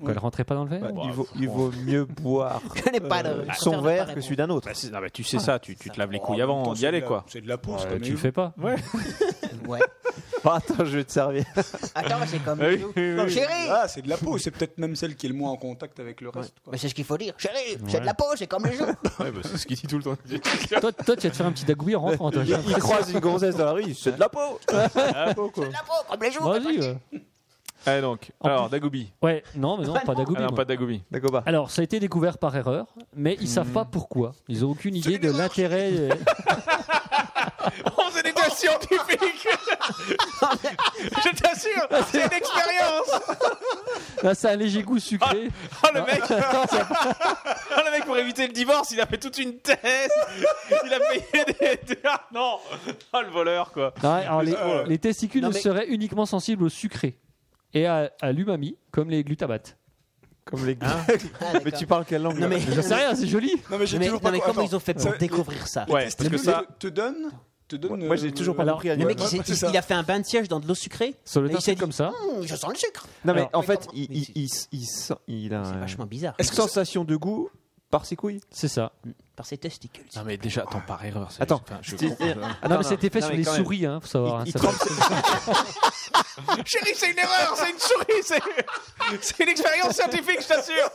Speaker 2: Quoi, elle rentrait pas dans le verre
Speaker 4: Bah,
Speaker 1: Bah,
Speaker 4: il, vaut,
Speaker 1: franchement.
Speaker 4: il vaut mieux boire
Speaker 5: je n'ai pas
Speaker 4: euh,
Speaker 5: le- je préfère
Speaker 4: son
Speaker 5: ne
Speaker 4: verre
Speaker 5: pas
Speaker 4: que celui d'un autre.
Speaker 1: Bah, c'est- non, mais tu sais ça, tu, tu te laves les couilles avant d'y aller quoi.
Speaker 6: C'est de la peau,
Speaker 2: Euh, tu le fais pas.
Speaker 5: répondre. Ouais.
Speaker 4: Ah, attends, je vais te servir.
Speaker 5: Attends, c'est comme
Speaker 1: Oui,
Speaker 5: tout.
Speaker 1: oui, oui.
Speaker 5: Chérie,
Speaker 6: Ah, c'est de la peau. C'est peut-être même celle qui est le moins en contact avec le reste.
Speaker 5: Mais
Speaker 6: quoi.
Speaker 5: Bah, c'est ce qu'il faut dire. Chérie, c'est de la peau, c'est comme les gens.
Speaker 1: Ouais, bah, c'est ce qu'il dit tout le temps.
Speaker 2: toi, toi, tu vas te faire un petit dagoubi en rentrant. Toi,
Speaker 4: Il, il croise une gonzesse dans la rue, il se dit, c'est de la peau. Ah,
Speaker 5: C'est de la peau, comme les jours.
Speaker 2: Vas-y. ouais.
Speaker 1: Allez Eh, donc,
Speaker 2: En
Speaker 1: alors Dagobi.
Speaker 2: Ouais, non, mais non, pas
Speaker 1: Ah
Speaker 2: d'agoubi.
Speaker 1: non,
Speaker 2: moi.
Speaker 1: pas Dagobi.
Speaker 4: Dagoba.
Speaker 2: Alors, ça a été découvert par erreur, mais ils
Speaker 4: Hmm.
Speaker 2: savent pas pourquoi. Ils ont aucune idée de l'intérêt. euh,
Speaker 8: Oh,
Speaker 1: On faisait des tests scientifiques Je t'assure, c'est une expérience
Speaker 2: Là, Ah, c'est un léger goût sucré.
Speaker 1: Oh le mec
Speaker 2: Ah,
Speaker 1: Oh le mec, pour éviter le divorce, il a fait toute une thèse Il a payé des... Ah non Oh le voleur, quoi
Speaker 6: Ah,
Speaker 1: euh,
Speaker 2: Non, alors, les, les testicules
Speaker 5: Non,
Speaker 2: ne
Speaker 5: mais-
Speaker 2: seraient uniquement sensibles au sucré. et à, à l'umami, comme les glutamates.
Speaker 4: Comme les
Speaker 6: Hein
Speaker 4: gars.
Speaker 5: Ah,
Speaker 4: mais
Speaker 5: d'accord.
Speaker 4: tu parles quelle langue là
Speaker 5: Non, mais-
Speaker 2: J'en sais rien, c'est joli.
Speaker 6: Non, mais j'ai
Speaker 5: Mais,
Speaker 6: toujours pas
Speaker 5: non, mais
Speaker 6: compris.
Speaker 5: comment
Speaker 6: Attends,
Speaker 5: ils ont fait pour
Speaker 6: ça-
Speaker 5: découvrir ça
Speaker 1: Ouais, parce que
Speaker 6: le
Speaker 1: ça.
Speaker 6: mec te donne. Te donne
Speaker 4: Moi, j'ai toujours pas
Speaker 2: alors,
Speaker 4: compris.
Speaker 5: euh, Le mec,
Speaker 4: Animal.
Speaker 5: il, s'est-
Speaker 6: Ouais, c'est ça.
Speaker 5: il a fait un bain de siège dans de l'eau sucrée.
Speaker 2: Sur le
Speaker 5: Et il
Speaker 2: tas,
Speaker 5: s'est
Speaker 2: c'est comme ça.
Speaker 5: Hum, je sens le sucre.
Speaker 4: Non, mais
Speaker 2: Alors,
Speaker 4: en
Speaker 5: mais
Speaker 4: fait,
Speaker 5: comment-
Speaker 4: il,
Speaker 5: mais
Speaker 4: il,
Speaker 5: c'est-
Speaker 4: il, s- il sent- il a
Speaker 5: C'est
Speaker 4: une
Speaker 5: vachement bizarre. Mm.
Speaker 4: sensation de goût par ses couilles.
Speaker 2: C'est ça.
Speaker 5: Par ses testicules.
Speaker 1: Non, mais déjà, attends, par erreur. c'est-
Speaker 4: Attends.
Speaker 1: enfin, je-
Speaker 2: Ah non, mais c'était fait sur les souris, hein, faut savoir. hein,
Speaker 4: Il- il
Speaker 2: ça
Speaker 4: trempe-
Speaker 2: fait-
Speaker 8: Chérie, c'est une erreur, c'est une souris, c'est- c'est une expérience scientifique, je t'assure.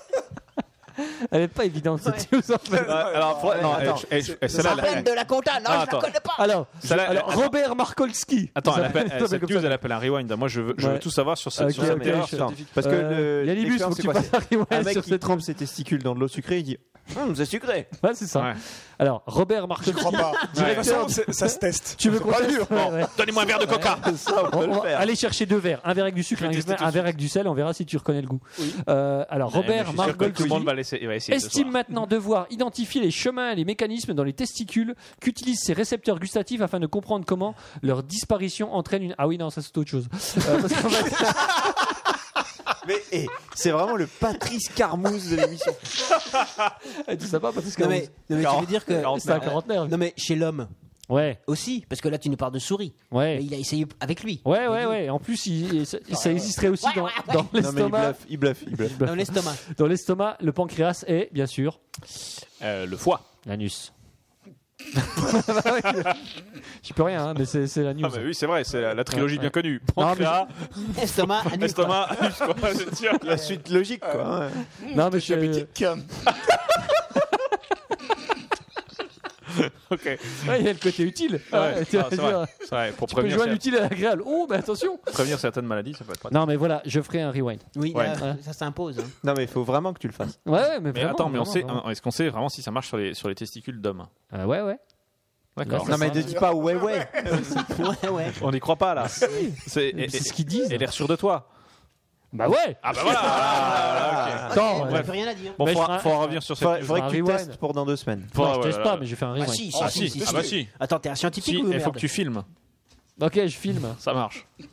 Speaker 2: Elle est pas évidente cette news en fait.
Speaker 1: Ouais, Alors, faut- non,
Speaker 4: attends,
Speaker 1: elle- elle- elle- celle-là,
Speaker 5: Ça
Speaker 1: elle-
Speaker 5: peine de la compta, non,
Speaker 1: Ah,
Speaker 5: je la
Speaker 1: attends.
Speaker 5: connais pas.
Speaker 2: Alors,
Speaker 1: celle-là, elle-
Speaker 2: alors, Robert Markolski.
Speaker 1: Attends,
Speaker 2: Ça
Speaker 1: elle appelle,
Speaker 2: s'appelle- ça s'appelle
Speaker 1: cette
Speaker 2: comme
Speaker 1: news,
Speaker 2: ça.
Speaker 1: elle appelle un rewind. Moi, je veux, je veux
Speaker 2: Ouais.
Speaker 1: tout savoir sur cette,
Speaker 2: Ok,
Speaker 1: sur cette
Speaker 2: ok.
Speaker 1: erreur.
Speaker 2: je-
Speaker 4: Attends, Parce que
Speaker 2: Euh,
Speaker 4: le-
Speaker 2: Yalibus,
Speaker 4: l'expérience,
Speaker 2: faut que
Speaker 4: c'est
Speaker 2: tu
Speaker 4: quoi,
Speaker 2: passes
Speaker 4: c'est-
Speaker 2: un rewind
Speaker 4: Un mec
Speaker 2: sur
Speaker 4: qui
Speaker 2: cette
Speaker 4: trempe ses testicules dans de l'eau sucrée, il dit Hum, c'est sucré.
Speaker 2: Ouais, c'est ça.
Speaker 1: Ouais.
Speaker 2: Alors, Robert Marcos.
Speaker 6: Je crois pas. De toute façon, c'est- ça se teste.
Speaker 2: Tu veux qu'on
Speaker 6: C'est pas
Speaker 2: teste
Speaker 6: dur.
Speaker 2: Ouais, ouais.
Speaker 1: Donnez-moi un verre de coca.
Speaker 4: Ça, on peut le
Speaker 2: On- on-
Speaker 4: faire.
Speaker 2: allez chercher deux verres, un verre avec du sucre,
Speaker 1: Je vais
Speaker 2: un,
Speaker 1: tester
Speaker 2: verre-
Speaker 1: tout de
Speaker 2: un verre avec du sel, on verra si tu reconnais le goût. Euh, alors
Speaker 1: Ouais, mais je
Speaker 2: Robert
Speaker 1: suis sûr que Tout le
Speaker 2: Margolski
Speaker 1: monde va laisser. il va essayer ce
Speaker 2: estime
Speaker 1: soir.
Speaker 2: maintenant devoir identifier les chemins et les mécanismes dans les testicules qu'utilisent ces récepteurs gustatifs afin de comprendre comment leur disparition entraîne une. Ah oui non, ça c'est autre chose. Euh, parce qu'en fait,
Speaker 4: Mais eh, c'est vraiment le Patrice Carmouze de l'émission.
Speaker 2: elle dit ça va parce que
Speaker 5: Non, mais, non, mais tu veux dire que.
Speaker 2: c'est un quarantenaire.
Speaker 5: Non, mais chez l'homme
Speaker 2: Ouais,
Speaker 5: aussi, parce que là, tu nous parles de souris.
Speaker 2: ouais.
Speaker 5: Mais il a essayé avec lui.
Speaker 2: Ouais, ouais, ouais. En plus, il- il- ça, ça existerait aussi dans, dans
Speaker 4: Non, mais il
Speaker 2: l'estomac.
Speaker 4: bluffe, il bluffe, il bluffe.
Speaker 5: Dans l'estomac.
Speaker 2: Dans l'estomac, le pancréas et, bien sûr,
Speaker 1: Euh, le foie.
Speaker 2: l'anus. Je peux rien, hein, mais c'est c'est la news.
Speaker 1: Ah bah oui, c'est vrai, c'est la, la trilogie
Speaker 2: Ouais,
Speaker 1: bien
Speaker 2: ouais.
Speaker 1: connue.
Speaker 2: Non, mais-
Speaker 1: Pancréas,
Speaker 5: Estomac, anus. quoi.
Speaker 1: estomac, anus, quoi, c'est sûr.
Speaker 4: La suite logique, quoi. ouais.
Speaker 2: non, mais je-
Speaker 1: Ok. Ah
Speaker 2: ouais, il y a le côté utile.
Speaker 1: Ouais,
Speaker 2: Ouais, tu
Speaker 1: non,
Speaker 2: vois,
Speaker 1: c'est
Speaker 2: je veux
Speaker 1: vrai.
Speaker 2: dire,
Speaker 1: C'est vrai, Pour
Speaker 2: tu peux
Speaker 1: prévenir,
Speaker 2: jouer à
Speaker 1: cer-
Speaker 2: l'utile et à l'agréable. Oh, mais attention
Speaker 1: prévenir certaines maladies, ça peut être pratique.
Speaker 2: Non, mais voilà, je ferai un rewind.
Speaker 5: Oui,
Speaker 1: Ouais.
Speaker 5: là, ça s'impose. hein.
Speaker 4: Non, mais il faut vraiment que tu le fasses.
Speaker 2: Ouais, ouais,
Speaker 1: Mais
Speaker 2: mais vraiment,
Speaker 1: attends, mais on
Speaker 2: vraiment,
Speaker 1: sait,
Speaker 2: vraiment.
Speaker 1: hein, est-ce qu'on sait vraiment si ça marche sur les, sur les testicules d'hommes
Speaker 2: Euh, ouais, ouais.
Speaker 1: D'accord.
Speaker 2: Là,
Speaker 4: Non,
Speaker 2: ça
Speaker 4: mais ne
Speaker 2: sera-
Speaker 4: dis pas ouais, ouais.
Speaker 5: Ouais, ouais.
Speaker 1: On n'y croit pas là. C'est
Speaker 2: Mais
Speaker 1: et-
Speaker 2: C'est
Speaker 1: et-
Speaker 2: ce qu'ils disent.
Speaker 1: et l'air sûr de toi.
Speaker 2: Bah ouais
Speaker 1: Ah bah voilà. voilà, ok.
Speaker 2: Attends,
Speaker 5: on
Speaker 2: ouais.
Speaker 5: n'a plus rien à dire.
Speaker 1: Bon,
Speaker 2: Mais
Speaker 1: faut,
Speaker 2: je ferai-
Speaker 1: faut en revenir sur cette.
Speaker 4: Faudrait, faudrait que tu
Speaker 2: Rewind.
Speaker 4: testes pour dans deux semaines.
Speaker 1: Faut-
Speaker 2: Non, je
Speaker 1: ouais,
Speaker 2: teste
Speaker 1: ouais,
Speaker 2: pas,
Speaker 1: ouais.
Speaker 2: mais je fais un
Speaker 5: Ah,
Speaker 2: rewind.
Speaker 5: si, si,
Speaker 1: Ah
Speaker 5: si,
Speaker 1: si,
Speaker 5: si,
Speaker 1: ah bah si.
Speaker 5: Attends, t'es un
Speaker 1: Si,
Speaker 5: scientifique ou
Speaker 1: il faut
Speaker 5: merde
Speaker 1: que tu filmes.
Speaker 2: Ok, je filme.
Speaker 1: Ça marche. Qui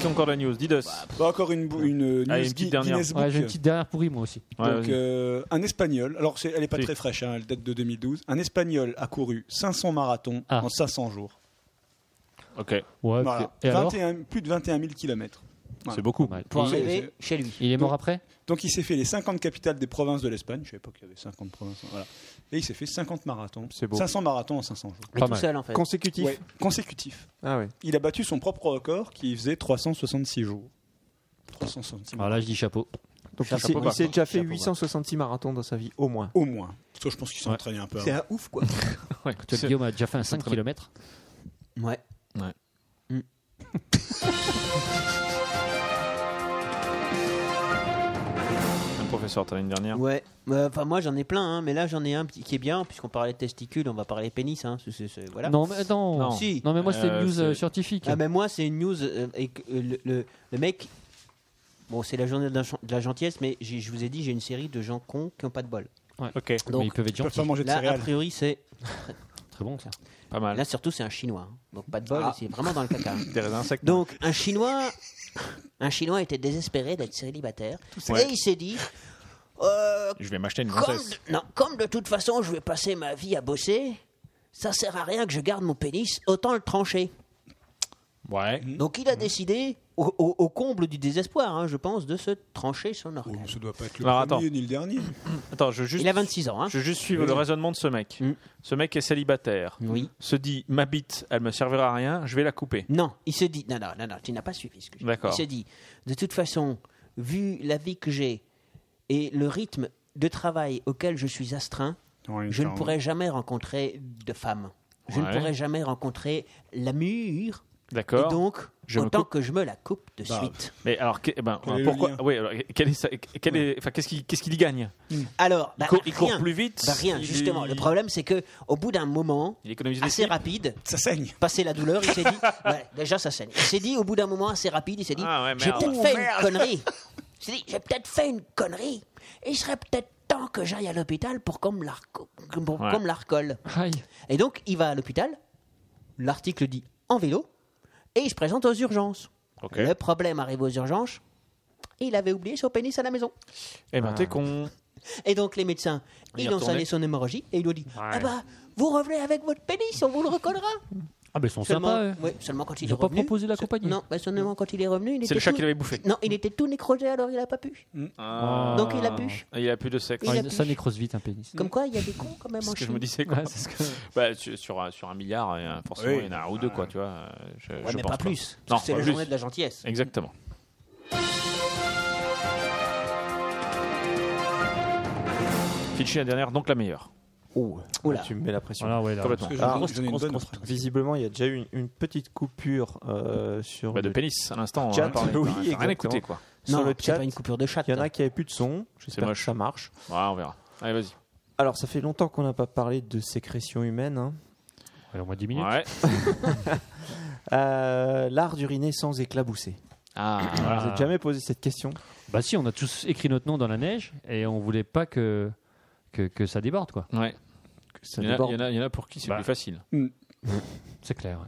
Speaker 1: qui a encore la news Didus.
Speaker 6: Bon, Bah, encore une, bou- une euh, news
Speaker 1: Allez, une
Speaker 6: Gui-
Speaker 1: petite dernière.
Speaker 6: Guinness
Speaker 2: Ouais, j'ai une
Speaker 6: Book.
Speaker 2: petite dernière pourrie, moi aussi.
Speaker 1: Ouais,
Speaker 6: Donc,
Speaker 1: vas-y.
Speaker 6: euh, un Espagnol, alors c'est- elle n'est pas
Speaker 1: Oui.
Speaker 6: très fraîche, hein, elle date de 2012. Un Espagnol a couru 500 marathons
Speaker 2: Ah.
Speaker 6: en 500 jours.
Speaker 1: Ok.
Speaker 2: Ouais,
Speaker 6: Voilà.
Speaker 2: et alors
Speaker 6: 21 plus de 21 000 kilomètres. Voilà.
Speaker 1: C'est beaucoup.
Speaker 2: Mal.
Speaker 5: Pour
Speaker 6: Oui,
Speaker 5: arriver chez lui.
Speaker 2: Il est mort après
Speaker 6: Donc il s'est fait les 50 capitales des provinces de l'Espagne. Je ne savais pas qu'il y avait 50 provinces. hein, Voilà. Et il s'est fait 50 marathons.
Speaker 4: C'est beau.
Speaker 6: 500 marathons en 500 jours.
Speaker 5: Mais
Speaker 2: Pas
Speaker 5: tout
Speaker 2: mal.
Speaker 5: seul, en fait.
Speaker 4: Consécutif.
Speaker 6: Ouais, consécutifs.
Speaker 4: Ah ouais.
Speaker 6: Il a battu son propre record qui faisait 366 jours. 366
Speaker 2: Alors là, je dis chapeau.
Speaker 4: Donc il
Speaker 1: Chapeau
Speaker 4: s'est-
Speaker 1: bas,
Speaker 4: il s'est
Speaker 1: quoi.
Speaker 4: déjà fait
Speaker 1: Chapeau bas.
Speaker 4: 866 marathons dans sa vie, au moins.
Speaker 6: au moins. Parce que je pense qu'il s'est
Speaker 1: Ouais.
Speaker 6: entraîné un peu
Speaker 4: C'est
Speaker 6: avant.
Speaker 4: un ouf, quoi.
Speaker 2: Toi, Guillaume a déjà fait un 5
Speaker 1: très bien.
Speaker 2: km.
Speaker 5: Ouais.
Speaker 1: Professeur, t'as une dernière.
Speaker 5: Ouais. Euh, Enfin, moi, j'en ai plein, hein, mais là, j'en ai un petit- qui est bien, puisqu'on parlait de testicules, on va parler pénis. Hein, c'est- c'est- c'est- voilà.
Speaker 2: Non, mais non.
Speaker 1: Non.
Speaker 2: Non,
Speaker 5: Si.
Speaker 2: mais moi, c'était
Speaker 1: Euh,
Speaker 2: une news euh,
Speaker 1: c'est-
Speaker 2: scientifique.
Speaker 5: Ah, mais moi, c'est une news. euh, et que, euh, le, le- le mec. Bon, c'est la journée de la, gen- de la gentillesse, mais j'ai- je vous ai dit, j'ai une série de gens cons qui n'ont pas de bol.
Speaker 1: Ok.
Speaker 5: donc,
Speaker 2: Mais ils peuvent être
Speaker 6: Ils peuvent
Speaker 2: gentils.
Speaker 6: pas manger de
Speaker 5: Là, a
Speaker 6: céréales.
Speaker 5: priori, c'est.
Speaker 2: Très bon, ça.
Speaker 1: Pas mal. Ah.
Speaker 5: Là, surtout, c'est un chinois. hein. Donc, pas de bol, c'est vraiment dans le caca. hein.
Speaker 1: Des raisins secs.
Speaker 5: Donc, un chinois. Un chinois était désespéré d'être célibataire. Et il s'est dit. Euh,
Speaker 1: Je vais m'acheter une
Speaker 5: comme,
Speaker 1: grossesse.
Speaker 5: non, comme de toute façon, je vais passer ma vie à bosser, ça sert à rien que je garde mon pénis, autant le trancher.
Speaker 1: Ouais. Mhm.
Speaker 5: Donc il a décidé, au, au- au comble du désespoir, hein, je pense, de se trancher son
Speaker 6: Oh,
Speaker 5: organe.
Speaker 6: ça doit pas être le
Speaker 1: Alors,
Speaker 6: premier
Speaker 1: attends.
Speaker 6: ni le dernier.
Speaker 1: Attends, je veux juste.
Speaker 5: Il a 26 ans. Hein.
Speaker 1: Je veux juste suivre le raisonnement de ce mec.
Speaker 5: Mm.
Speaker 1: Ce mec est célibataire.
Speaker 5: Oui.
Speaker 1: Se dit, ma bite, elle me servira à rien, je vais la couper.
Speaker 5: Non, il se dit, non, non, Ah, non, non, tu n'as pas suivi ce que je dis.
Speaker 1: D'accord.
Speaker 5: Il se dit, de toute façon, vu la vie que j'ai et le rythme de travail auquel je suis astreint, je ne pourrai jamais rencontrer de femme. Je
Speaker 1: Ouais.
Speaker 5: ne pourrai jamais rencontrer la mûre. Et
Speaker 1: D'accord.
Speaker 5: donc,
Speaker 1: je me
Speaker 5: autant
Speaker 1: coupe.
Speaker 5: que je me la coupe de
Speaker 6: Bah,
Speaker 5: suite.
Speaker 1: Mais alors, que- eh ben,
Speaker 6: Quel est le
Speaker 1: pourquoi
Speaker 6: lien
Speaker 1: Oui. alors, quel est sa- quel est- enfin, qu'est-ce qu'il qu'est-ce qu'il y gagne
Speaker 5: Alors, bah,
Speaker 1: Il court- Il
Speaker 5: rien.
Speaker 1: court plus vite.
Speaker 5: Bah, rien,
Speaker 1: il-
Speaker 5: justement. Le problème, c'est que au bout d'un moment,
Speaker 1: Il économise des
Speaker 5: assez
Speaker 1: sous.
Speaker 5: rapide,
Speaker 6: Ça saigne.
Speaker 5: passer la douleur, il s'est dit, Ouais, déjà ça saigne. Il s'est dit, au bout d'un moment assez rapide, il s'est dit,
Speaker 1: Ah ouais,
Speaker 5: j'ai
Speaker 1: merde.
Speaker 5: peut-être
Speaker 6: Oh,
Speaker 5: fait une connerie. Il s'est dit, j'ai peut-être fait une connerie. Et il serait peut-être temps que j'aille à l'hôpital pour qu'on me la, reco- pour
Speaker 1: Ouais.
Speaker 5: qu'on me la recolle.
Speaker 2: Aïe.
Speaker 5: Et donc, il va à l'hôpital. l'article dit en vélo, et il se présente aux urgences. Le problème arrive aux urgences, et il avait oublié son pénis à la maison.
Speaker 1: Eh ben,
Speaker 2: Ah.
Speaker 1: t'es con.
Speaker 5: Et donc les médecins, ils ont
Speaker 1: retourné.
Speaker 5: salé son hémorragie et ils lui ont dit Ah bah, vous revenez avec votre pénis, on vous le recollera.
Speaker 2: Ah, ben ils sont
Speaker 5: Seulement,
Speaker 1: hein.
Speaker 2: sympas, eux.
Speaker 5: oui, seulement quand il
Speaker 2: Ils
Speaker 5: est
Speaker 2: ont pas
Speaker 5: revenu.
Speaker 2: proposé la compagnie.
Speaker 5: Non, bah, seulement quand il est revenu, il
Speaker 1: C'est
Speaker 5: était
Speaker 1: le chat
Speaker 5: tout-
Speaker 1: qui l'avait bouffé.
Speaker 5: Non, il était tout nécrosé alors il a pas pu.
Speaker 4: Mm.
Speaker 5: Donc il a pu.
Speaker 1: Ah. Il a plus de sexe.
Speaker 5: Il
Speaker 2: Ouais,
Speaker 5: a pu.
Speaker 2: ça nécrose vite un pénis.
Speaker 5: Comme quoi, il y a des cons quand même
Speaker 1: C'est
Speaker 5: en
Speaker 1: ce que je
Speaker 5: Chine.
Speaker 1: me disais. Quoi.
Speaker 2: Ouais, c'est ce que-
Speaker 1: Bah, sur, sur un- sur un milliard, euh, forcément,
Speaker 6: Oui.
Speaker 1: il y en a un ou deux, quoi, tu vois. euh, Je,
Speaker 5: Ouais,
Speaker 1: je
Speaker 5: mais
Speaker 1: pense
Speaker 5: pas plus.
Speaker 1: Non,
Speaker 5: parce que c'est
Speaker 1: pas
Speaker 5: la
Speaker 1: plus.
Speaker 5: journée de la gentillesse.
Speaker 1: Exactement. Fitchy la dernière, donc la meilleure.
Speaker 4: Oh,
Speaker 5: Oula.
Speaker 4: tu me mets la pression.
Speaker 2: Voilà, Ah, ouais, là.
Speaker 1: Complètement.
Speaker 6: Parce que
Speaker 4: Alors,
Speaker 6: j'en ai- j'en ai une
Speaker 4: grosse-
Speaker 6: bonne
Speaker 4: grosse-
Speaker 6: après.
Speaker 4: visiblement, il y a déjà eu une, une petite coupure euh, sur
Speaker 1: Bah, de
Speaker 4: le-
Speaker 1: pénis, à l'instant.
Speaker 4: Chat,
Speaker 1: on en parlait,
Speaker 4: oui,
Speaker 1: t'as rien
Speaker 4: exactement.
Speaker 1: écouté, quoi.
Speaker 4: sur
Speaker 5: non,
Speaker 4: le
Speaker 5: c'est
Speaker 4: chat.
Speaker 5: pas une coupure de chatte.
Speaker 4: Il y en
Speaker 5: hein.
Speaker 4: a qui n'avaient plus de son. J'espère que
Speaker 1: moche.
Speaker 4: ça marche.
Speaker 1: Ouais, Bah, on verra. Allez, vas-y.
Speaker 4: Alors, ça fait longtemps qu'on n'a pas parlé de sécrétion humaine. hein.
Speaker 2: Ouais, au moins 10 minutes.
Speaker 1: Ouais.
Speaker 4: Euh, L'art d'uriner sans éclabousser.
Speaker 1: Ah,
Speaker 4: Vous
Speaker 1: voilà.
Speaker 4: n'avez jamais posé cette question
Speaker 2: Bah, si, on a tous écrit notre nom dans la neige et on voulait pas que, que, que ça déborde, quoi.
Speaker 1: Ouais.
Speaker 4: Ça
Speaker 1: Il y, en a,
Speaker 4: déborde.
Speaker 1: il y en a- il y en a pour qui c'est
Speaker 2: Bah.
Speaker 1: plus facile.
Speaker 2: C'est clair,